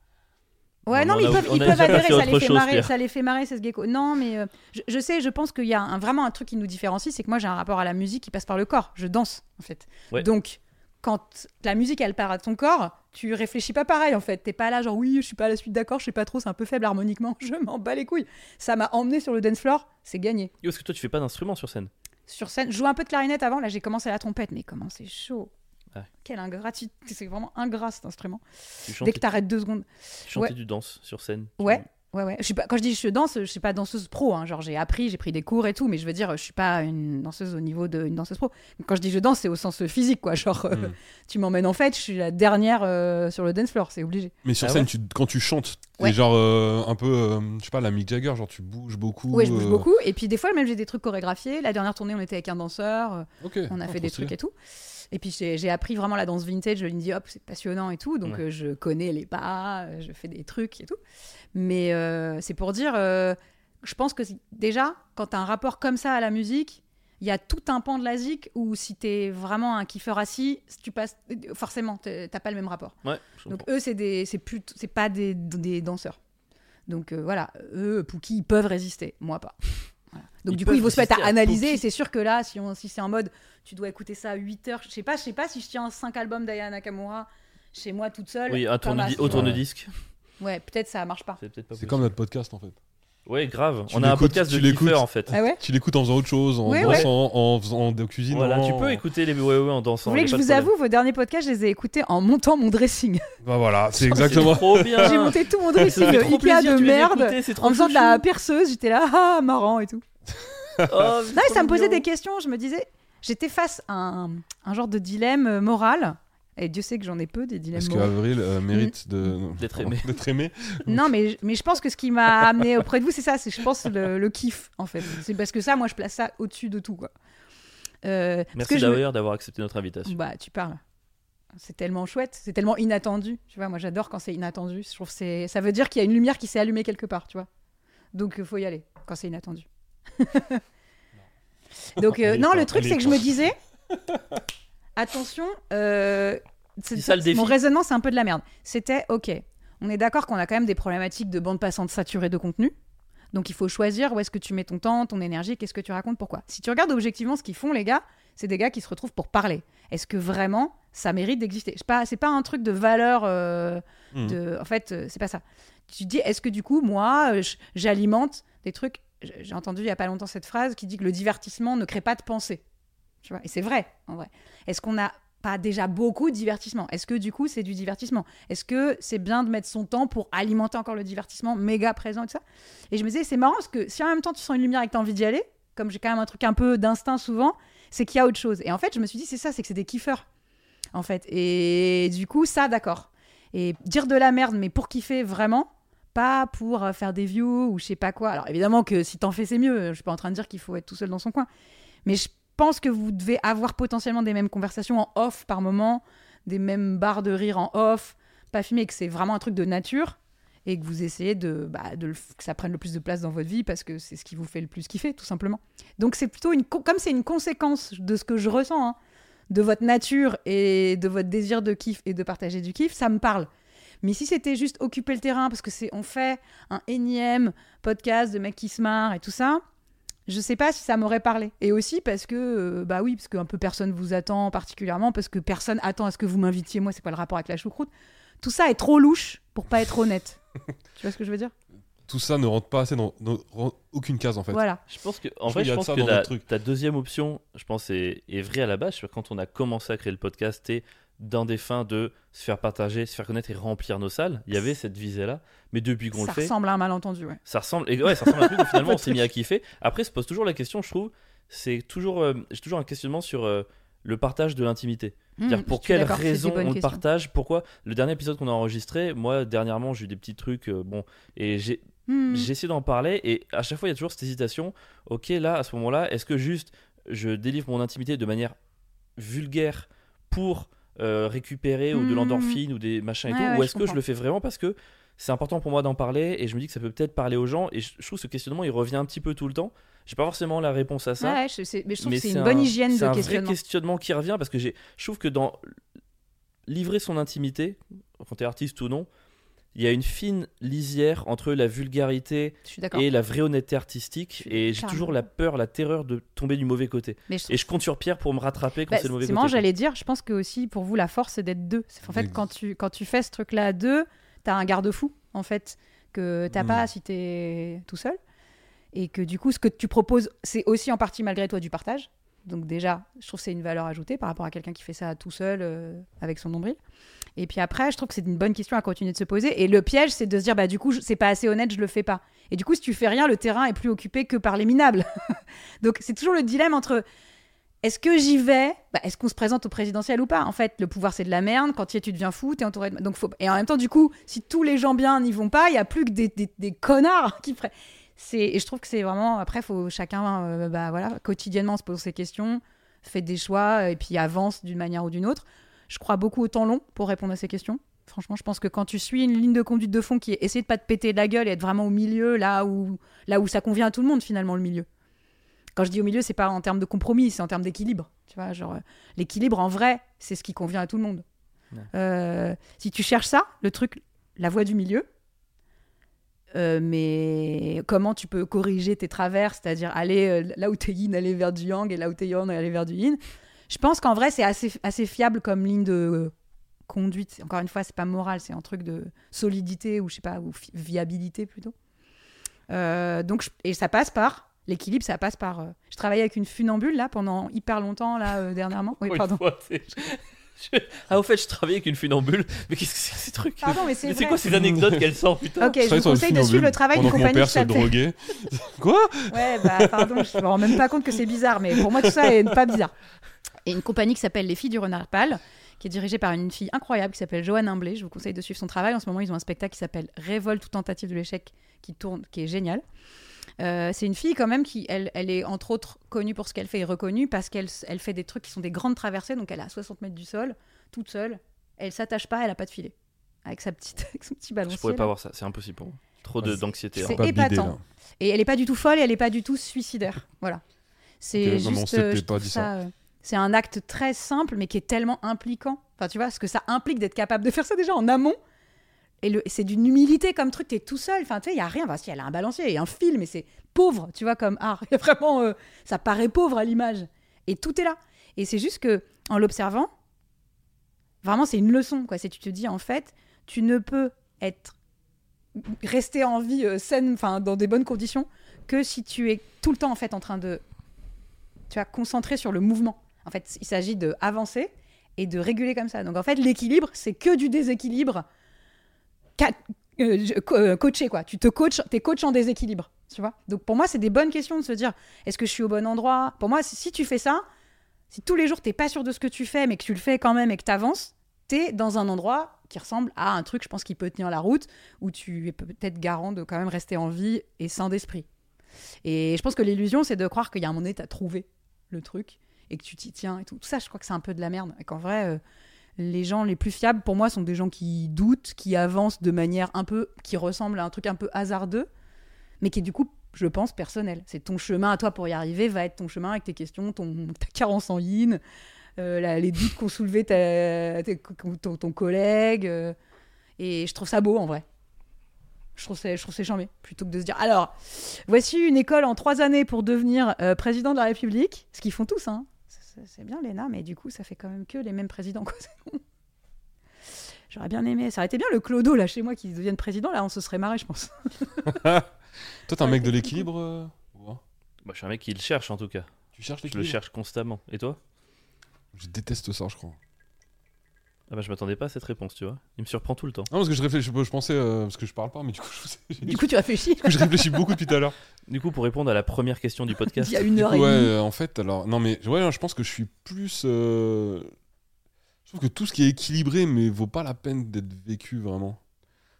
Speaker 3: Ouais,
Speaker 1: Hmm Non,
Speaker 3: non, mais
Speaker 1: on
Speaker 3: ils
Speaker 1: a-
Speaker 3: peuvent,
Speaker 1: on
Speaker 3: ils
Speaker 1: a
Speaker 3: peuvent
Speaker 1: déjà
Speaker 3: adhérer,
Speaker 1: passé à
Speaker 3: ça
Speaker 1: autre
Speaker 3: les, fait
Speaker 1: chose,
Speaker 3: marrer,
Speaker 1: Pierre.
Speaker 3: ça les fait marrer, c'est ce gecko. Non, mais euh, je, je sais, je pense qu'il y a un- vraiment un truc qui nous différencie, c'est que moi j'ai un rapport à la musique qui passe par le corps. Je danse, en fait.
Speaker 1: Ouais.
Speaker 3: Donc, quand la musique elle part à ton corps, tu réfléchis pas pareil, en fait. T'es pas là, genre oui, je suis pas à la suite d'accord, je sais pas trop, c'est un peu faible harmoniquement, [LAUGHS] je m'en bats les couilles. Ça m'a emmené sur le dance floor, c'est gagné.
Speaker 1: Et Parce que toi, tu fais pas d'instrument sur scène.
Speaker 3: Sur scène, je jouais un peu de clarinette avant, là j'ai commencé à la trompette, mais comment c'est chaud.
Speaker 1: Ouais.
Speaker 3: Quelle ingratitude, c'est vraiment ingrat cet instrument.
Speaker 1: Tu
Speaker 3: Dès
Speaker 1: chantais,
Speaker 3: que t'arrêtes deux secondes.
Speaker 1: tu chantais
Speaker 3: ouais.
Speaker 1: du danse sur scène.
Speaker 3: Ouais, ouais, ouais. Je suis pas, quand je dis je danse, je suis pas danseuse pro. hein. Genre, j'ai appris, j'ai pris des cours et tout, mais je veux dire, je suis pas une danseuse au niveau d'une danseuse pro. Quand je dis je danse, c'est au sens physique, quoi. Genre, euh,
Speaker 2: Mm.
Speaker 3: tu m'emmènes en fait, je suis la dernière euh, sur le dance floor, c'est obligé.
Speaker 2: Mais sur
Speaker 1: Ah
Speaker 2: scène, tu- quand tu chantes, t'es
Speaker 3: Ouais.
Speaker 2: genre euh, un peu, euh, je sais pas, la Mick Jagger, genre tu bouges beaucoup.
Speaker 3: Ouais, je bouge
Speaker 2: euh,
Speaker 3: beaucoup. Et puis, des fois, même, j'ai des trucs chorégraphiés. La dernière tournée, on était avec un danseur. euh,
Speaker 2: ok.
Speaker 3: On a
Speaker 2: Ah,
Speaker 3: fait
Speaker 2: trop
Speaker 3: des
Speaker 2: stylé.
Speaker 3: trucs et tout. Et puis j'ai j'ai appris vraiment la danse vintage, le lindy hop, c'est passionnant et tout. Donc
Speaker 1: Ouais.
Speaker 3: euh, je connais les pas, euh, je fais des trucs et tout. Mais euh, c'est pour dire, euh, je pense que si- déjà, quand tu as un rapport comme ça à la musique, il y a tout un pan de la zik où si tu es vraiment un kiffeur assis, tu passes forcément, t'es- t'as pas le même rapport.
Speaker 1: Ouais, je
Speaker 3: Donc
Speaker 1: comprends.
Speaker 3: eux, c'est des, c'est plus, c'est pas des, des danseurs. Donc euh, voilà, eux, Pookie, ils peuvent résister, moi pas. [LAUGHS] Voilà. Donc
Speaker 1: Ils
Speaker 3: du coup,
Speaker 1: peuvent
Speaker 3: ils vont se mettre
Speaker 1: résister
Speaker 3: à
Speaker 1: à
Speaker 3: analyser.
Speaker 1: Pookie.
Speaker 3: Et c'est sûr que là, si, on- si c'est en mode, tu dois écouter ça à 8 heures, je sais pas, je sais pas si je tiens 5 albums d'Aya Nakamura chez moi toute seule.
Speaker 1: Oui, un
Speaker 3: comme
Speaker 1: tourne-
Speaker 3: à-
Speaker 1: au tourne-disque.
Speaker 3: Ouais, peut-être ça marche pas.
Speaker 1: C'est peut-être pas
Speaker 2: C'est
Speaker 1: possible.
Speaker 2: comme notre podcast en fait.
Speaker 1: Ouais, grave.
Speaker 2: Tu
Speaker 1: On a un
Speaker 2: l'écoutes,
Speaker 1: podcast de
Speaker 2: tu l'écoutes. Euh,
Speaker 1: kiffeurs en fait.
Speaker 3: Ah ouais
Speaker 2: Tu l'écoutes en faisant autre chose, en
Speaker 3: Ouais,
Speaker 2: dansant,
Speaker 3: ouais.
Speaker 2: en faisant de la cuisine.
Speaker 1: Voilà,
Speaker 2: en-
Speaker 1: tu peux écouter les ouais, ouais, ouais en dansant.
Speaker 3: Vous
Speaker 1: y
Speaker 3: voulez
Speaker 1: a
Speaker 3: que je
Speaker 1: pas de
Speaker 3: vous
Speaker 1: problème.
Speaker 3: avoue, vos derniers podcasts, je les ai écoutés en montant mon dressing. [LAUGHS]
Speaker 2: Bah voilà, c'est
Speaker 1: C'est
Speaker 2: exactement.
Speaker 1: trop bien. [LAUGHS]
Speaker 3: J'ai monté tout mon
Speaker 1: Ça fait
Speaker 3: dressing
Speaker 1: trop
Speaker 3: Ikea
Speaker 1: plaisir,
Speaker 3: de
Speaker 1: tu les as
Speaker 3: merde.
Speaker 1: écoutés, c'est trop
Speaker 3: En faisant de la
Speaker 1: chouchou.
Speaker 3: perceuse, j'étais là, ah, marrant et tout.
Speaker 1: Oh,
Speaker 3: Non, et
Speaker 1: trop
Speaker 3: ça me posait
Speaker 1: mignon.
Speaker 3: des questions. Je me disais, j'étais face à un, un genre de dilemme euh, moral. Et Dieu sait que j'en ai peu des dilemmes
Speaker 2: Est-ce que
Speaker 3: moraux.
Speaker 2: Avril euh,
Speaker 3: Mm.
Speaker 2: mérite [LAUGHS] de
Speaker 1: D'être
Speaker 2: pardon,
Speaker 1: aimé.
Speaker 2: D'être aimé.
Speaker 3: Non, mais, mais je pense que ce qui m'a
Speaker 1: [LAUGHS]
Speaker 3: amené auprès de vous, c'est ça. C'est, je pense, le, le kiff, en fait. C'est parce que ça, moi, je place ça au-dessus de tout. Quoi. Euh, parce que
Speaker 1: Merci
Speaker 3: je me-
Speaker 1: d'ailleurs d'avoir accepté notre invitation.
Speaker 3: Bah, tu parles. C'est tellement chouette, c'est tellement inattendu. Tu vois, moi j'adore quand c'est inattendu. Je trouve que c'est, ça veut dire qu'il y a une lumière qui s'est allumée quelque part, tu vois. Donc il faut y aller quand c'est inattendu. Donc euh,
Speaker 2: On y est
Speaker 3: non,
Speaker 2: pas,
Speaker 3: le
Speaker 2: on
Speaker 3: truc
Speaker 2: y est
Speaker 3: c'est que je
Speaker 2: pas. [LAUGHS]
Speaker 3: me disais, attention, euh, c'est-
Speaker 1: Dis ça, le défi.
Speaker 3: mon raisonnement c'est un peu de la merde. C'était ok, on est d'accord qu'on a quand même des problématiques de bande passante saturée de contenu. Donc il faut choisir où est-ce que tu mets ton temps, ton énergie, qu'est-ce que tu racontes, pourquoi. Si tu regardes objectivement ce qu'ils font les gars, c'est des gars qui se retrouvent pour parler. Est-ce que vraiment ça mérite d'exister C'est pas, c'est pas un truc de valeur. euh,
Speaker 2: Mhm.
Speaker 3: de... En fait, euh, c'est pas ça. Tu te dis, est-ce que du coup, moi, euh, je- j'alimente des trucs J- J'ai entendu il y a pas longtemps cette phrase qui dit que le divertissement ne crée pas de pensée. Tu vois Et c'est vrai, en vrai. Est-ce qu'on n'a pas déjà beaucoup de divertissement Est-ce que du coup, c'est du divertissement Est-ce que c'est bien de mettre son temps pour alimenter encore le divertissement méga présent et tout ça Et je me disais, c'est marrant parce que si en même temps tu sens une lumière et que tu as envie d'y aller, comme j'ai quand même un truc un peu d'instinct souvent, c'est qu'il y a autre chose. Et en fait, je me suis dit, c'est ça, c'est que c'est des kiffeurs, en fait. Et du coup, ça, d'accord. Et dire de la merde, mais pour kiffer vraiment, pas pour euh, faire des views ou je sais pas quoi. Alors évidemment que si t'en fais, c'est mieux. Je suis pas en train de dire qu'il faut être tout seul dans son coin. Mais je pense que vous devez avoir potentiellement des mêmes conversations en off par moment, des mêmes barres de rire en off, pas filmé, que c'est vraiment un truc de nature et que vous essayez de, bah, de le f- que ça prenne le plus de place dans votre vie parce que c'est ce qui vous fait le plus kiffer, tout simplement. Donc c'est plutôt une, con- comme c'est une conséquence de ce que je ressens, hein, de votre nature et de votre désir de kiff et de partager du kiff, ça me parle. Mais si c'était juste occuper le terrain, parce que c'est on fait un énième podcast de mecs qui se marrent et tout ça, je sais pas si ça m'aurait parlé. Et aussi parce que, euh, bah oui, parce que un peu personne vous attend particulièrement, parce que personne attend à ce que vous m'invitiez. Moi, c'est quoi le rapport avec la choucroute Tout ça est trop louche pour pas
Speaker 1: [LAUGHS]
Speaker 3: être honnête. tu vois ce que je veux dire
Speaker 2: Tout ça ne rentre pas assez dans, ne rentre aucune case en fait.
Speaker 3: Voilà.
Speaker 1: Je pense que, en
Speaker 2: Je
Speaker 1: vrai, je
Speaker 2: regarde
Speaker 1: pense
Speaker 2: ça
Speaker 1: que
Speaker 2: dans
Speaker 1: la-
Speaker 2: d'autres trucs.
Speaker 1: ta deuxième option, je pense, est, est vraie à la base. Je veux dire, Quand on a commencé à créer le podcast, et dans des fins de se faire partager, se faire connaître et remplir nos salles. Il y avait cette visée-là. Mais depuis qu'on le
Speaker 3: Ça
Speaker 1: fait,
Speaker 3: ressemble à un malentendu, ouais.
Speaker 1: ça ressemble. Et ouais, ça ressemble à un truc où
Speaker 3: [LAUGHS]
Speaker 1: finalement on s'est mis à kiffer. Après, se pose toujours la question, je trouve, c'est toujours. euh, J'ai toujours un questionnement sur euh, le partage de l'intimité.
Speaker 3: Hmm,
Speaker 1: C'est-à-dire pour
Speaker 3: je suis
Speaker 1: quelles
Speaker 3: d'accord, c'est des
Speaker 1: raisons
Speaker 3: bonnes
Speaker 1: on le
Speaker 3: questions.
Speaker 1: partage Pourquoi Le dernier épisode qu'on a enregistré, moi, dernièrement, j'ai eu des petits trucs. euh, bon, et j'ai
Speaker 3: Hmm.
Speaker 1: j'ai essayé d'en parler et à chaque fois il y a toujours cette hésitation. Ok, là à ce moment-là, est-ce que juste je délivre mon intimité de manière vulgaire pour euh, récupérer ou de
Speaker 3: Mhm.
Speaker 1: l'endorphine ou des machins et
Speaker 3: Ouais,
Speaker 1: tout,
Speaker 3: ouais,
Speaker 1: ou
Speaker 3: je
Speaker 1: est-ce que je
Speaker 3: comprends.
Speaker 1: le fais vraiment parce que c'est important pour moi d'en parler et je me dis que ça peut peut-être parler aux gens et je, je trouve que ce questionnement il revient un petit peu tout le temps. J'ai pas forcément la réponse à ça.
Speaker 3: Ouais, je sais- mais je trouve
Speaker 1: mais
Speaker 3: que c'est une bonne
Speaker 1: un-
Speaker 3: hygiène
Speaker 1: c'est un
Speaker 3: de
Speaker 1: vrai
Speaker 3: questionnement.
Speaker 1: questionnement qui revient parce que j'ai, je trouve que dans livrer son intimité, quand t'es artiste ou non, il y a une fine lisière entre la vulgarité
Speaker 3: Je suis d'accord.
Speaker 1: et la vraie honnêteté artistique.
Speaker 3: suis
Speaker 1: Et j'ai
Speaker 3: carrément.
Speaker 1: toujours la peur, la terreur de tomber du mauvais côté.
Speaker 3: Mais je trouve-
Speaker 1: Et je compte sur Pierre pour me rattraper quand
Speaker 3: Bah,
Speaker 1: c'est le mauvais
Speaker 3: c'est
Speaker 1: côté.
Speaker 3: marrant, j'allais dire, je pense que aussi pour vous, la force, c'est d'être deux. C'est- En fait,
Speaker 2: Exact.
Speaker 3: quand tu, quand tu fais ce truc-là à deux, t'as un garde-fou, en fait, que t'as
Speaker 2: Mm.
Speaker 3: pas si t'es tout seul. Et que du coup, ce que tu proposes, c'est aussi en partie malgré toi du partage. Donc déjà, je trouve que c'est une valeur ajoutée par rapport à quelqu'un qui fait ça tout seul euh, avec son nombril. Et puis après, je trouve que c'est une bonne question à continuer de se poser. Et le piège, c'est de se dire, bah du coup, je- c'est pas assez honnête, je le fais pas. Et du coup, si tu fais rien, le terrain est plus occupé que par les minables. [LAUGHS] Donc c'est toujours le dilemme entre est-ce que j'y vais Bah, Est-ce qu'on se présente au présidentiel ou pas En fait, le pouvoir c'est de la merde. Quand tu y es, tu deviens fou. T'es entouré de donc faut. Et en même temps, du coup, si tous les gens bien n'y vont pas, il y a plus que des, des- des connards [LAUGHS] qui feraient. C'est et je trouve que c'est vraiment après faut chacun euh, bah voilà quotidiennement se pose ses questions, fait des choix et puis avance d'une manière ou d'une autre. Je crois beaucoup au temps long pour répondre à ces questions. Franchement, je pense que quand tu suis une ligne de conduite de fond qui est essayer de pas te péter de la gueule et être vraiment au milieu, là où, là où ça convient à tout le monde finalement, le milieu. Quand je dis au milieu, c'est pas en termes de compromis, c'est en termes d'équilibre. Tu vois, genre euh, l'équilibre en vrai, c'est ce qui convient à tout le monde.
Speaker 1: Ouais.
Speaker 3: Euh, si tu cherches ça, le truc, la voie du milieu. euh, mais comment tu peux corriger tes travers, c'est-à-dire aller euh, là où t'es yin, aller vers du yang, et là où t'es yang, aller vers du yin. Je pense qu'en vrai, c'est assez, assez fiable comme ligne de euh, conduite. Encore une fois, c'est pas moral, c'est un truc de solidité ou je sais pas, ou fi- viabilité plutôt. Euh, donc je- et ça passe par l'équilibre, ça passe par. euh, je travaillais avec une funambule là pendant hyper longtemps là euh, dernièrement. Oui,
Speaker 1: Une [LAUGHS]
Speaker 3: pardon.
Speaker 1: fois, c'est- je- Ah, au fait, je travaillais avec une funambule. [LAUGHS] Mais qu'est-ce que c'est que ces trucs
Speaker 3: Pardon, mais Ah, c'est
Speaker 1: Mais c'est
Speaker 3: vrai. Ah, bah,
Speaker 1: quoi ces anecdotes qu'elle sort, putain
Speaker 3: Ok, je vous conseille de suivre le travail d'une
Speaker 2: pendant que mon
Speaker 3: compagnie
Speaker 2: père
Speaker 3: qui
Speaker 2: se
Speaker 3: s'appelle.
Speaker 2: droguait. [LAUGHS] Quoi
Speaker 3: Ouais, bah pardon, je me rends même pas compte que c'est bizarre, mais pour moi tout ça est pas bizarre. Et une compagnie qui s'appelle Les Filles du Renard Pâle, qui est dirigée par une fille incroyable qui s'appelle Joanne Imblé. Je vous conseille de suivre son travail. En ce moment, ils ont un spectacle qui s'appelle Révolte ou tentative de l'échec, qui tourne, qui est génial. Euh, c'est une fille quand même qui, elle, elle est entre autres connue pour ce qu'elle fait et reconnue parce qu'elle s- elle fait des trucs qui sont des grandes traversées, donc elle est à 60 mètres du sol, toute seule. Elle s'attache pas, elle a pas de filet, avec sa petite, [LAUGHS] avec son petit ballon.
Speaker 1: Je pourrais pas voir ça, c'est impossible pour moi. Trop de- d'anxiété.
Speaker 3: C'est
Speaker 1: hein.
Speaker 2: Pas bidé,
Speaker 3: épatant.
Speaker 2: là.
Speaker 3: Et elle n'est pas du tout folle et elle n'est pas du tout suicidaire. Voilà.
Speaker 2: Ok,
Speaker 3: C'est
Speaker 2: non, mais on
Speaker 3: juste.
Speaker 2: s'était
Speaker 3: euh, je
Speaker 2: pas
Speaker 3: trouve
Speaker 2: dit
Speaker 3: ça, euh, c'est un acte très simple, mais qui est tellement impliquant. Enfin, tu vois, ce que ça implique d'être capable de faire ça déjà en amont. Et le- c'est d'une humilité comme truc, t'es tout seul. Enfin, tu sais, il n'y a rien. Enfin, si, elle a un balancier et un film, mais c'est pauvre, tu vois, comme art. [LAUGHS] Il y a vraiment. euh, ça paraît pauvre à l'image. Et tout est là. Et c'est juste que, en l'observant, vraiment, c'est une leçon, quoi. C'est tu te dis, en fait, tu ne peux être. rester en vie euh, saine, enfin, dans des bonnes conditions, que si tu es tout le temps en fait en train de tu as concentré sur le mouvement. En fait, il s'agit de avancer et de réguler comme ça. Donc en fait, l'équilibre, c'est que du déséquilibre ca- euh, je- co- euh, coaché quoi. Tu te coaches, t'es coach en déséquilibre, tu vois. Donc pour moi, c'est des bonnes questions de se dire est-ce que je suis au bon endroit Pour moi, si, si tu fais ça, si tous les jours t'es pas sûr de ce que tu fais mais que tu le fais quand même et que t'avances, t'es dans un endroit qui ressemble à un truc, je pense, qui peut tenir la route, où tu es peut-être garant de quand même rester en vie et sain d'esprit. Et je pense que l'illusion, c'est de croire qu'il y a un moment donné, t'as trouvé le truc et que tu t'y tiens et tout. Tout ça, je crois que c'est un peu de la merde. Et qu'en vrai, euh, les gens les plus fiables, pour moi, sont des gens qui doutent, qui avancent de manière un peu. qui ressemble à un truc un peu hasardeux, mais qui est du coup, je pense, personnel. C'est ton chemin à toi pour y arriver, va être ton chemin avec tes questions, ton, ta carence en yin, euh, la- les doutes qu'ont soulevé ta- tes- ton, ton collègue. euh, et je trouve ça beau en vrai. Je trouve ça- je trouve c'est charmé plutôt que de se dire alors Voici une école en trois années pour devenir euh, président de la République, ce qu'ils font tous. Hein. C'est- c'est- C'est bien, Léna, mais du coup, ça fait quand même que les mêmes présidents. quoi. C'est con. J'aurais bien aimé. Ça aurait été bien le Clodo, là, chez moi, qui devienne président. Là, on se serait marré, je pense.
Speaker 2: Toi, t'es un
Speaker 3: Ouais,
Speaker 2: mec de
Speaker 3: c'est-
Speaker 2: l'équilibre euh, ou pas
Speaker 1: Moi, hein. Bah, je suis un mec qui le cherche en tout cas.
Speaker 2: Tu cherches
Speaker 1: Je le
Speaker 2: l'équilibre
Speaker 1: cherche constamment. Et toi
Speaker 2: Je déteste ça, je crois.
Speaker 1: Ah bah, je m'attendais pas à cette réponse, tu vois. Il me surprend tout le temps.
Speaker 2: Non, parce que je réfléchis, je, je pensais, euh, parce que je parle pas, mais du coup, [LAUGHS] je,
Speaker 3: Du coup, tu réfléchis
Speaker 2: je réfléchis beaucoup depuis tout à
Speaker 3: [LAUGHS]
Speaker 2: l'heure.
Speaker 1: Du coup, pour répondre à la première question du podcast,
Speaker 3: il y a une
Speaker 2: Du
Speaker 3: heure
Speaker 2: coup, ouais,
Speaker 3: et demie.
Speaker 2: euh, en fait, alors, non, mais ouais, je pense que je suis plus. euh, Je trouve que tout ce qui est équilibré, mais vaut pas la peine d'être vécu vraiment.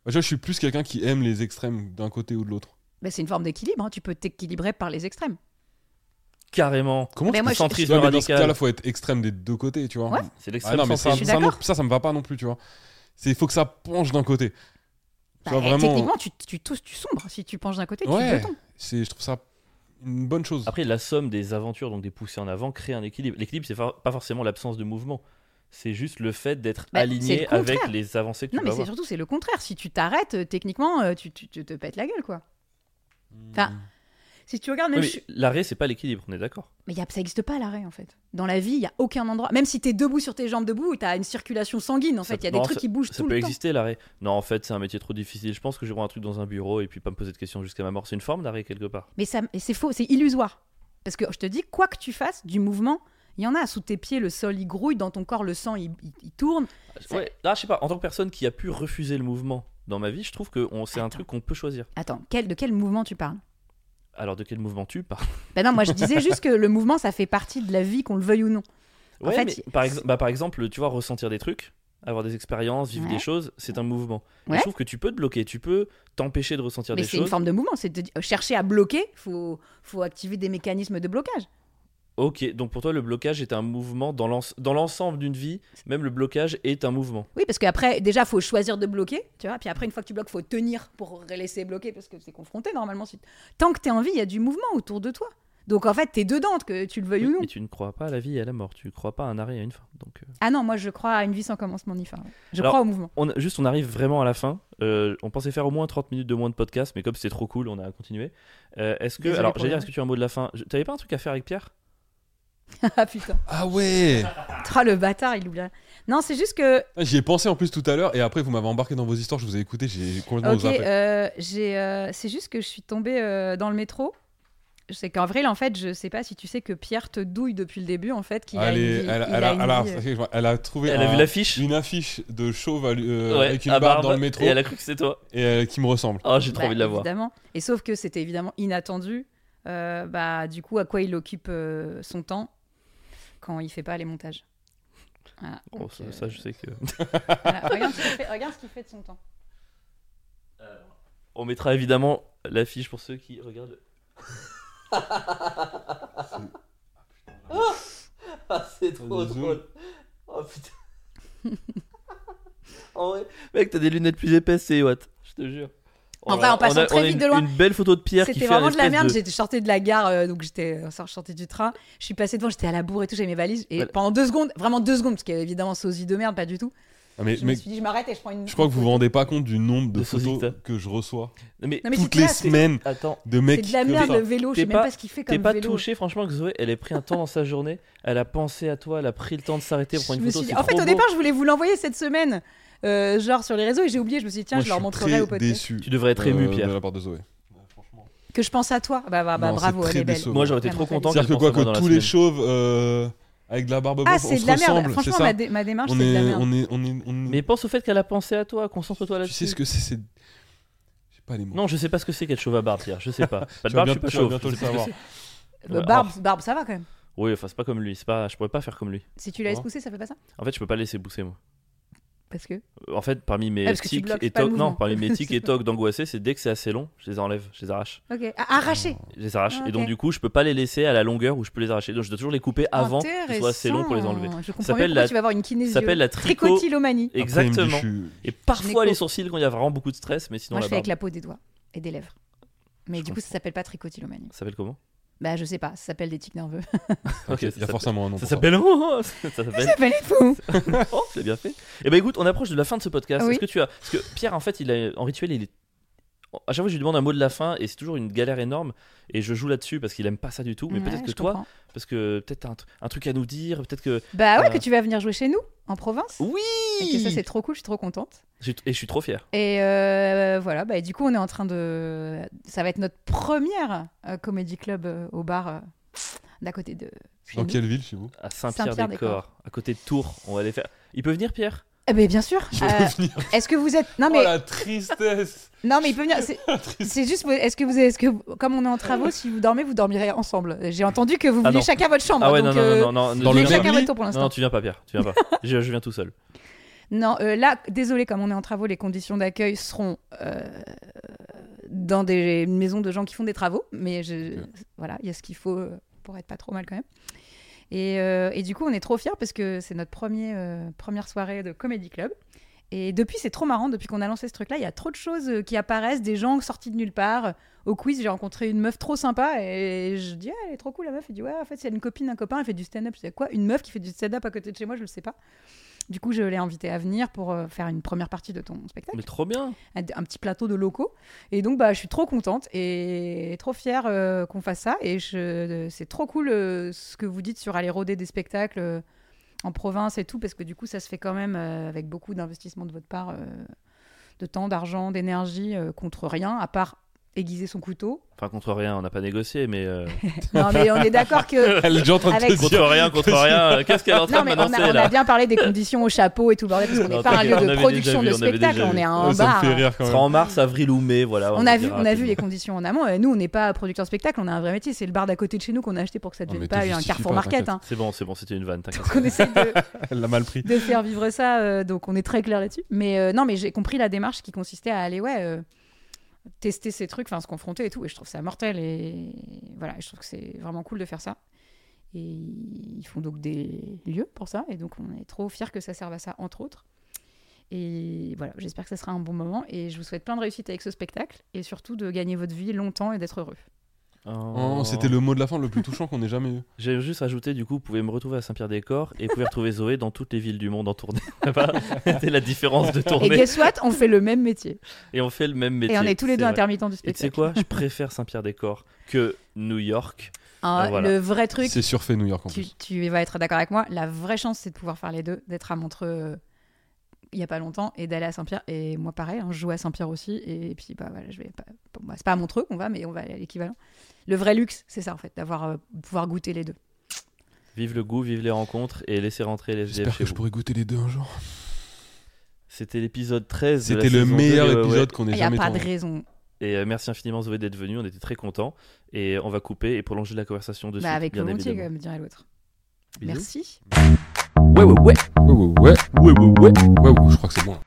Speaker 2: Bah, tu vois, je suis plus quelqu'un qui aime les extrêmes d'un côté ou de l'autre.
Speaker 3: Bah, c'est une forme d'équilibre. hein. Tu peux t'équilibrer par les extrêmes.
Speaker 1: carrément.
Speaker 2: Comment
Speaker 3: Mais
Speaker 2: tu
Speaker 3: moi,
Speaker 2: peux-
Speaker 3: je-
Speaker 2: Ouais,
Speaker 1: Centrisme
Speaker 2: mais dans ce
Speaker 1: radical.
Speaker 2: cas-là, faut être extrême des deux côtés, tu vois.
Speaker 3: Ouais.
Speaker 1: C'est
Speaker 2: Ah
Speaker 1: l'extrême
Speaker 2: non, mais ça,
Speaker 1: centrisme.
Speaker 3: Je suis
Speaker 2: ça, me-
Speaker 3: d'accord.
Speaker 2: ça, ça me va pas non plus, tu vois. Il faut que ça penche d'un côté. Tu
Speaker 3: Bah,
Speaker 2: vois, vraiment,
Speaker 3: Techniquement, tu, tu, tous- tu sombres. Si tu penches d'un côté,
Speaker 2: Ouais.
Speaker 3: tu te tombes.
Speaker 2: c'est- je trouve ça une bonne chose.
Speaker 1: Après, la somme des aventures, donc des poussées en avant, crée un équilibre. L'équilibre, c'est fa- pas forcément l'absence de mouvement. C'est juste le fait d'être
Speaker 3: Bah, c'est le
Speaker 1: aligné
Speaker 3: contraire.
Speaker 1: avec les avancées que tu
Speaker 3: Non,
Speaker 1: vas
Speaker 3: mais c'est
Speaker 1: avoir.
Speaker 3: surtout, c'est le contraire. Si tu t'arrêtes, euh, techniquement, euh, tu, tu- tu te pètes la gueule, quoi. Enfin, Si tu regardes,
Speaker 1: Oui,
Speaker 3: même.
Speaker 1: mais
Speaker 3: je-
Speaker 1: L'arrêt, c'est pas l'équilibre, on est d'accord.
Speaker 3: Mais y a- ça n'existe pas l'arrêt, en fait. Dans la vie, il n'y a aucun endroit. Même si tu es debout sur tes jambes debout, tu as une circulation sanguine, en
Speaker 1: Ça-
Speaker 3: fait. Il y a
Speaker 1: non,
Speaker 3: des trucs qui bougent
Speaker 1: Ça
Speaker 3: tout
Speaker 1: peut
Speaker 3: le temps.
Speaker 1: exister l'arrêt. Non, en fait, c'est un métier trop difficile. Je pense que je vais prendre un truc dans un bureau et puis pas me poser de questions jusqu'à ma mort. C'est une forme d'arrêt quelque part.
Speaker 3: Mais ça, et c'est faux, c'est illusoire. Parce que je te dis, quoi que tu fasses, du mouvement, il y en a. Sous tes pieds, le sol, il grouille. Dans ton corps, le sang, il, il- il tourne. C'est-
Speaker 1: Ouais, là, je sais pas. En tant que personne qui a pu refuser le mouvement dans ma vie, je trouve que on- c'est un
Speaker 3: Attends.
Speaker 1: truc qu'on peut choisir.
Speaker 3: Attends, quel, de quel mouvement tu parles
Speaker 1: Alors, de quel mouvement tu parles
Speaker 3: Ben non, moi, je disais juste que le mouvement, ça fait partie de la vie, qu'on le veuille ou non. En
Speaker 1: Ouais,
Speaker 3: fait,
Speaker 1: mais
Speaker 3: il-
Speaker 1: par, ex- bah, par exemple, tu vois, ressentir des trucs, avoir des expériences, vivre
Speaker 3: Ouais.
Speaker 1: des choses, c'est un mouvement. Et
Speaker 3: Ouais.
Speaker 1: je trouve que tu peux te bloquer, tu peux t'empêcher de ressentir
Speaker 3: Mais
Speaker 1: des
Speaker 3: c'est une
Speaker 1: choses.
Speaker 3: forme de mouvement. C'est de euh, chercher à bloquer, faut, faut activer des mécanismes de blocage.
Speaker 1: Ok, donc pour toi, le blocage est un mouvement dans l'ens- dans l'ensemble d'une vie, même le blocage est un mouvement.
Speaker 3: Oui, parce qu'après, déjà, faut choisir de bloquer, tu vois. Puis après, une fois que tu bloques, faut tenir pour laisser bloquer, parce que c'est confronté normalement. Si- Tant que t'es en vie, il y a du mouvement autour de toi. Donc en fait, t'es dedans, que tu le veuilles
Speaker 1: Oui,
Speaker 3: ou non.
Speaker 1: mais tu ne crois pas à la vie et à la mort, tu ne crois pas à un arrêt et à une fin. Donc, euh,
Speaker 3: Ah non, moi, je crois à une vie sans commencement ni fin. ouais. Je
Speaker 1: Alors-
Speaker 3: crois au mouvement. [LAUGHS]
Speaker 1: on, juste, on arrive vraiment à la fin. Euh, on pensait faire au moins 30 minutes de moins de podcast, mais comme c'était trop cool, on a continué. Euh, est-ce que.
Speaker 3: Désolé
Speaker 1: alors,
Speaker 3: pour
Speaker 1: j'allais
Speaker 3: le-
Speaker 1: dire, est-ce que tu as un mot de la fin Je- T'avais pas un truc à faire avec Pierre
Speaker 3: ah putain.
Speaker 2: Ah ouais
Speaker 3: Ah, le bâtard, il oublie. rien. Non, c'est juste que.
Speaker 2: Ah, J'y ai pensé en plus tout à l'heure et après vous m'avez embarqué dans vos histoires, je vous ai écouté, j'ai complètement
Speaker 3: Ok,
Speaker 2: zappé.
Speaker 3: euh, j'ai. euh, c'est juste que je suis tombée euh, dans le métro. C'est qu'en vrai, en fait, je sais pas si tu sais que Pierre te douille depuis le début, en fait, qu'il a une
Speaker 2: Allez,
Speaker 3: vie-
Speaker 2: elle,
Speaker 3: il
Speaker 2: elle
Speaker 3: a
Speaker 2: a-
Speaker 3: une
Speaker 2: elle a-
Speaker 3: vie, euh,
Speaker 2: elle a trouvé
Speaker 1: Elle a
Speaker 2: un-
Speaker 1: vu l'affiche
Speaker 2: une affiche de chauve à lui- euh,
Speaker 1: Ouais,
Speaker 2: avec une
Speaker 1: à
Speaker 2: barbe dans
Speaker 1: barbe,
Speaker 2: le métro
Speaker 1: Et
Speaker 2: et,
Speaker 1: elle a cru que c'était toi.
Speaker 2: euh, qui me ressemble.
Speaker 1: Oh, j'ai trop
Speaker 3: Bah,
Speaker 1: envie de la voir.
Speaker 3: Évidemment. Et sauf que c'était évidemment inattendu. Euh, bah, du coup, à quoi il occupe euh, son temps quand il fait pas les montages Voilà.
Speaker 1: Oh,
Speaker 3: Donc,
Speaker 1: ça,
Speaker 3: euh,
Speaker 1: ça, je
Speaker 3: [LAUGHS]
Speaker 1: sais que.
Speaker 3: voilà. regarde, ce
Speaker 1: [LAUGHS]
Speaker 3: qu'il fait, regarde ce qu'il fait de son temps.
Speaker 1: On mettra évidemment l'affiche pour ceux qui regardent. [LAUGHS] Ah, c'est
Speaker 2: Le zoom.
Speaker 1: Oh putain. [LAUGHS] en vrai, mec, t'as des lunettes plus épaisses, c'est what, je te jure.
Speaker 3: En vrai, en passant
Speaker 1: a-
Speaker 3: très
Speaker 1: a
Speaker 3: vite
Speaker 1: une-
Speaker 3: de loin,
Speaker 1: Une belle photo de Pierre qui
Speaker 3: C'était
Speaker 1: fait
Speaker 3: vraiment
Speaker 1: un
Speaker 3: de la
Speaker 1: espèce
Speaker 3: merde. J'étais sortie de la gare, euh, donc j'étais euh, sorti- sortie du train. Je suis passée devant, j'étais à la bourre et tout, j'avais mes valises. Et
Speaker 1: Voilà.
Speaker 3: pendant deux secondes, vraiment deux secondes, parce qu'il y avait évidemment sosie de merde, pas du tout.
Speaker 2: Ah, mais,
Speaker 3: Je me
Speaker 2: mais
Speaker 3: suis dit, je m'arrête et je prends une.
Speaker 2: je crois que vous vous rendez pas compte du nombre de,
Speaker 1: De
Speaker 2: photos
Speaker 1: Sosita.
Speaker 2: que je reçois
Speaker 1: Non, mais
Speaker 3: Non, mais c'est
Speaker 2: toutes les
Speaker 3: classe, c'est-
Speaker 2: semaines
Speaker 1: attends,
Speaker 2: de
Speaker 3: C'est
Speaker 2: mecs.
Speaker 3: de la
Speaker 2: comme
Speaker 3: merde
Speaker 2: ça.
Speaker 3: le vélo, je
Speaker 1: T'es
Speaker 3: sais même
Speaker 1: pas-
Speaker 3: pas ce qu'il fait
Speaker 1: t'es
Speaker 3: comme
Speaker 1: pas
Speaker 3: vélo.
Speaker 1: touché, franchement, que Zoé, elle a pris un temps dans sa journée, elle a pensé à toi, elle a pris le temps de s'arrêter pour une
Speaker 3: Je me
Speaker 1: photo.
Speaker 3: suis dit-
Speaker 1: c'est
Speaker 3: En fait,
Speaker 1: trop
Speaker 3: au
Speaker 1: beau.
Speaker 3: départ, je voulais vous l'envoyer cette semaine, euh, genre sur les réseaux, et j'ai oublié. Je me suis dit, tiens,
Speaker 2: Moi,
Speaker 3: je leur
Speaker 2: suis
Speaker 3: montrerai
Speaker 2: très
Speaker 3: au podcast.
Speaker 2: déçu.
Speaker 1: tu devrais être ému,
Speaker 2: euh,
Speaker 1: Pierre.
Speaker 2: De la part de Zoé.
Speaker 3: Que je pense à toi. Bah, bah, bah,
Speaker 2: Non, c'est
Speaker 3: bravo, elle
Speaker 2: très
Speaker 3: est belle.
Speaker 2: décevant.
Speaker 1: Moi, j'aurais été
Speaker 3: Vraiment
Speaker 1: trop content.
Speaker 2: C'est-à-dire que
Speaker 1: qu'elle pense
Speaker 2: quoi
Speaker 1: à moi dans
Speaker 2: que
Speaker 1: la
Speaker 2: tous les
Speaker 1: semaine.
Speaker 2: chauves euh, avec de la barbe
Speaker 3: Ah,
Speaker 2: blanche, on
Speaker 3: c'est
Speaker 2: se
Speaker 3: de la merde.
Speaker 2: ressemble, c'est
Speaker 3: Franchement,
Speaker 2: ça
Speaker 3: ma, dé- ma démarche,
Speaker 2: On
Speaker 3: c'est de la
Speaker 2: est,
Speaker 3: merde.
Speaker 2: on est, on est, on est-
Speaker 1: Mm. Mais pense au fait qu'elle a pensé à toi, concentre-toi
Speaker 2: tu sais
Speaker 1: là-dessus.
Speaker 2: ce que c'est, c'est, je sais pas les mots.
Speaker 1: Non, je sais pas ce que c'est qu'être chauve à barbe, Pierre. Je
Speaker 2: [LAUGHS]
Speaker 1: sais pas. Pas
Speaker 2: Tu
Speaker 1: de
Speaker 2: vas
Speaker 1: barbe, je suis
Speaker 2: bien-
Speaker 1: pas
Speaker 2: tu vas
Speaker 1: chauve.
Speaker 2: bientôt
Speaker 1: je
Speaker 2: le
Speaker 1: sais pas ce que
Speaker 2: savoir.
Speaker 1: c'est.
Speaker 3: Euh,
Speaker 2: Bah,
Speaker 1: Oh.
Speaker 3: barbe, barbe, ça va quand même.
Speaker 1: Oui, enfin, c'est pas comme lui. C'est pas, je pourrais pas faire comme lui.
Speaker 3: Si tu la laisses
Speaker 2: Oh.
Speaker 3: pousser, ça fait pas ça
Speaker 1: En fait, je peux pas laisser pousser moi.
Speaker 3: Parce que.
Speaker 1: En fait, parmi mes
Speaker 3: Ah, parce que tu
Speaker 1: tics
Speaker 3: bloques
Speaker 1: et
Speaker 3: pas le
Speaker 1: tocs, non,
Speaker 3: mouvement.
Speaker 1: parmi mes
Speaker 3: [LAUGHS]
Speaker 1: tics et tocs d'angoissé, c'est dès que c'est assez long, je les enlève, je les arrache,
Speaker 3: Ok. Ah, arracher.
Speaker 1: je les arrache.
Speaker 3: Ah,
Speaker 1: Et donc
Speaker 3: ok.
Speaker 1: du coup, je peux pas les laisser à la longueur où je peux les arracher. Donc je dois toujours les couper Ah, avant qu'ils soient assez longs pour les enlever.
Speaker 3: Je comprends
Speaker 1: s'appelle
Speaker 3: bien pourquoi
Speaker 1: la-
Speaker 3: tu vas avoir une kinésie.
Speaker 1: Ça s'appelle la trico.
Speaker 3: Tricotylomanie.
Speaker 2: Après, il me dit,
Speaker 1: Exactement.
Speaker 2: je suis-
Speaker 1: Et parfois
Speaker 3: Gynéco.
Speaker 1: les sourcils quand il y a vraiment beaucoup de stress, mais sinon
Speaker 3: Moi, je
Speaker 1: la
Speaker 3: fais
Speaker 1: barbe.
Speaker 3: avec la peau des doigts et des lèvres. Mais
Speaker 1: Je
Speaker 3: du coup, ça s'appelle pas tricotylomanie.
Speaker 1: Ça s'appelle comment
Speaker 3: Bah, je sais pas, ça s'appelle des tics nerveux. [LAUGHS]
Speaker 1: Ok,
Speaker 2: il y
Speaker 1: ça
Speaker 2: a forcément un nom.
Speaker 1: Ça
Speaker 2: pour ça.
Speaker 1: s'appelle. Oh, ça s'appelle. [LAUGHS]
Speaker 3: Ça s'appelle les fous
Speaker 1: Oh, c'est bien fait. Eh ben écoute, on approche de la fin de ce podcast.
Speaker 3: Ah Oui.
Speaker 1: Est-ce que tu as parce que Pierre en fait, il a en rituel, il est à chaque fois je lui demande un mot de la fin et c'est toujours une galère énorme et je joue là-dessus parce qu'il aime pas ça du tout, mais
Speaker 3: Ouais,
Speaker 1: peut-être que
Speaker 3: je
Speaker 1: toi
Speaker 3: comprends.
Speaker 1: parce que peut-être t'as un, tr- un truc à nous dire, peut-être que
Speaker 3: Bah ouais,
Speaker 1: Euh,
Speaker 3: que tu vas venir jouer chez nous, en province.
Speaker 1: oui.
Speaker 3: Et que ça, c'est trop cool, je suis trop contente.
Speaker 1: Je suis- Et je suis trop fier.
Speaker 3: Et euh, voilà, bah, du coup, on est en train de. Ça va être notre première euh, comédie club euh, au bar euh, d'à côté de. chez
Speaker 2: Dans
Speaker 3: nous. Euh,
Speaker 2: quelle ville chez vous
Speaker 1: À
Speaker 3: Saint-Pierre-des-Corps.
Speaker 1: Saint-Pierre-des-Corps, à côté de Tours, on va aller faire. Il peut venir Pierre
Speaker 3: Eh Eh ben, bien sûr.
Speaker 2: Je vais
Speaker 3: Euh,
Speaker 2: venir.
Speaker 3: Est-ce que vous êtes. Non, ah, mais,
Speaker 2: Oh la tristesse
Speaker 1: [LAUGHS]
Speaker 3: non, mais il peut venir. C'est, c'est juste. Est-ce que vous. Est-ce que, comme on est en travaux, si vous dormez, vous dormirez ensemble J'ai entendu que vous
Speaker 1: Ah
Speaker 3: vouliez
Speaker 1: non.
Speaker 3: chacun votre chambre.
Speaker 1: Ah ouais, non,
Speaker 3: donc,
Speaker 1: non,
Speaker 3: euh,
Speaker 1: non, non, non.
Speaker 2: dans
Speaker 1: je
Speaker 2: le
Speaker 1: viens-
Speaker 2: même
Speaker 3: chacun votre
Speaker 2: lit
Speaker 3: tour pour l'instant.
Speaker 1: Non, tu viens pas, Pierre. Tu viens
Speaker 3: [LAUGHS]
Speaker 1: pas. je, je viens tout seul.
Speaker 3: Non, euh, là, désolé, comme on est en travaux, les conditions d'accueil seront euh, dans des maisons de gens qui font des travaux, mais je,
Speaker 2: Ok.
Speaker 3: voilà, il y a ce qu'il faut euh, pour être pas trop mal quand même. Et, euh, et du coup, on est trop fiers parce que c'est notre premier, euh, première soirée de Comedy Club. Et depuis, c'est trop marrant, depuis qu'on a lancé ce truc-là, il y a trop de choses euh, qui apparaissent, des gens sortis de nulle part. Au quiz, j'ai rencontré une meuf trop sympa et je dis, ah, elle est trop cool la meuf. Elle dit, ouais, en fait, c'est une copine, un copain, elle fait du stand-up. Je dis, quoi Une meuf qui fait du stand-up à côté de chez moi, je le sais pas. Du coup, je l'ai invitée à venir pour euh, faire une première partie de ton spectacle,
Speaker 1: Mais trop bien.
Speaker 3: un, un petit plateau de locaux. Et donc, bah, je suis trop contente et trop fière euh, qu'on fasse ça. Et je, euh, c'est trop cool euh, ce que vous dites sur aller rôder des spectacles euh, en province et tout, parce que du coup, ça se fait quand même euh, avec beaucoup d'investissement de votre part, euh, de temps, d'argent, d'énergie, euh, contre rien, à part aiguiser
Speaker 1: [LAUGHS]
Speaker 3: son couteau.
Speaker 1: Enfin, contre rien, on n'a pas négocié, mais. euh,
Speaker 3: Non, mais on est d'accord que.
Speaker 1: [LAUGHS]
Speaker 2: Elle est déjà en train
Speaker 3: Avec-
Speaker 2: de te
Speaker 1: contre
Speaker 2: dire.
Speaker 1: rien, contre rien. euh, [LAUGHS] Qu'est-ce qu'elle est en
Speaker 3: Non,
Speaker 1: train de
Speaker 3: mais on a,
Speaker 1: m'annoncer
Speaker 3: on a
Speaker 1: là
Speaker 3: bien parlé des conditions au chapeau et tout,
Speaker 1: [LAUGHS]
Speaker 3: bordel, parce qu'on
Speaker 1: Non,
Speaker 3: n'est pas un
Speaker 1: t'inquiète,
Speaker 3: lieu
Speaker 1: on avait
Speaker 3: de
Speaker 1: déjà
Speaker 3: production
Speaker 1: vu,
Speaker 3: de
Speaker 1: on avait déjà
Speaker 3: spectacle,
Speaker 1: vu.
Speaker 3: on est un
Speaker 2: Oh, ça me
Speaker 3: bar. hein.
Speaker 2: fait rire quand
Speaker 1: Ce
Speaker 2: même.
Speaker 1: sera en mars, avril ou mai, voilà.
Speaker 3: On a, vu,
Speaker 1: dira
Speaker 3: on a vu
Speaker 1: rapidement.
Speaker 3: les conditions en amont. Euh, Nous, on n'est pas production spectacle, on a un vrai métier. C'est le bar d'à côté de chez nous qu'on a acheté pour que ça ne
Speaker 2: Non, mais
Speaker 3: devienne
Speaker 2: te
Speaker 3: pas un
Speaker 2: justifie
Speaker 3: carrefour
Speaker 2: pas,
Speaker 3: market.
Speaker 2: t'inquiète.
Speaker 3: hein.
Speaker 1: C'est bon, c'est bon, c'était une vanne, t'inquiète.
Speaker 3: Donc on essaie de,
Speaker 2: Elle l'a mal pris.
Speaker 3: de faire vivre ça, euh, donc on est très clair là-dessus. Mais euh, non, mais j'ai compris la démarche qui consistait à aller, ouais, euh, tester ces trucs, enfin se confronter et tout. Et je trouve ça mortel. Et voilà, je trouve que c'est vraiment cool de faire ça. Et ils font donc des lieux pour ça. Et donc on est trop fiers que ça serve à ça, entre autres. Et voilà, j'espère que ça sera un bon moment. Et je vous souhaite plein de réussite avec ce spectacle. Et surtout de gagner votre vie longtemps et d'être heureux.
Speaker 1: Oh.
Speaker 2: Oh, C'était le mot de la fin le plus touchant qu'on ait jamais eu.
Speaker 1: J'ai juste rajouté, du coup, vous pouvez me retrouver à Saint-Pierre-des-Corps et vous pouvez retrouver Zoé dans toutes les villes du monde en tournée. [LAUGHS] Voilà, C'était la différence de
Speaker 3: Et
Speaker 1: tournée.
Speaker 3: guess what On fait le même métier.
Speaker 1: Et on fait le même [LAUGHS] métier.
Speaker 3: et on est tous les
Speaker 1: c'est
Speaker 3: deux
Speaker 1: vrai.
Speaker 3: intermittents du
Speaker 1: Et tu
Speaker 3: spectacle.
Speaker 1: sais quoi Je préfère Saint-Pierre-des-Corps que New York.
Speaker 3: Hein,
Speaker 1: Voilà.
Speaker 3: Le vrai truc,
Speaker 2: C'est surfait New York en
Speaker 3: tu,
Speaker 2: plus.
Speaker 3: tu vas être d'accord avec moi, la vraie chance c'est de pouvoir faire les deux, d'être à Montreux euh, il y a pas longtemps et d'aller à Saint-Pierre. Et moi pareil, hein, je joue à Saint-Pierre aussi. Et, puis bah voilà, je vais pas, pour moi, c'est pas à Montreux qu'on va, mais on va aller à l'équivalent. Le vrai luxe, c'est ça en fait, d'avoir euh, de pouvoir goûter les deux.
Speaker 1: Vive le goût, vive les rencontres et laissez rentrer les SDF
Speaker 2: J'espère
Speaker 1: chez
Speaker 2: que je
Speaker 1: vous.
Speaker 2: pourrai goûter les deux un jour.
Speaker 1: C'était l'épisode 13. de la
Speaker 2: C'était le
Speaker 1: saison
Speaker 2: meilleur
Speaker 1: 2, ouais, ouais.
Speaker 2: épisode qu'on ait
Speaker 3: Il n'y a
Speaker 2: jamais
Speaker 3: pas de
Speaker 2: tourné.
Speaker 3: raison.
Speaker 1: Et euh, merci infiniment Zoé d'être venue, on était très contents. Et on va couper et prolonger la conversation de
Speaker 3: Bah,
Speaker 1: suite,
Speaker 3: avec
Speaker 1: bien
Speaker 3: volontiers,
Speaker 1: évidemment.
Speaker 3: comme dirait l'autre.
Speaker 1: Bisous.
Speaker 3: Merci.
Speaker 2: Ouais, ouais, ouais. Ouais, ouais, ouais. Ouais, ouais, ouais. Je crois que c'est bon. là.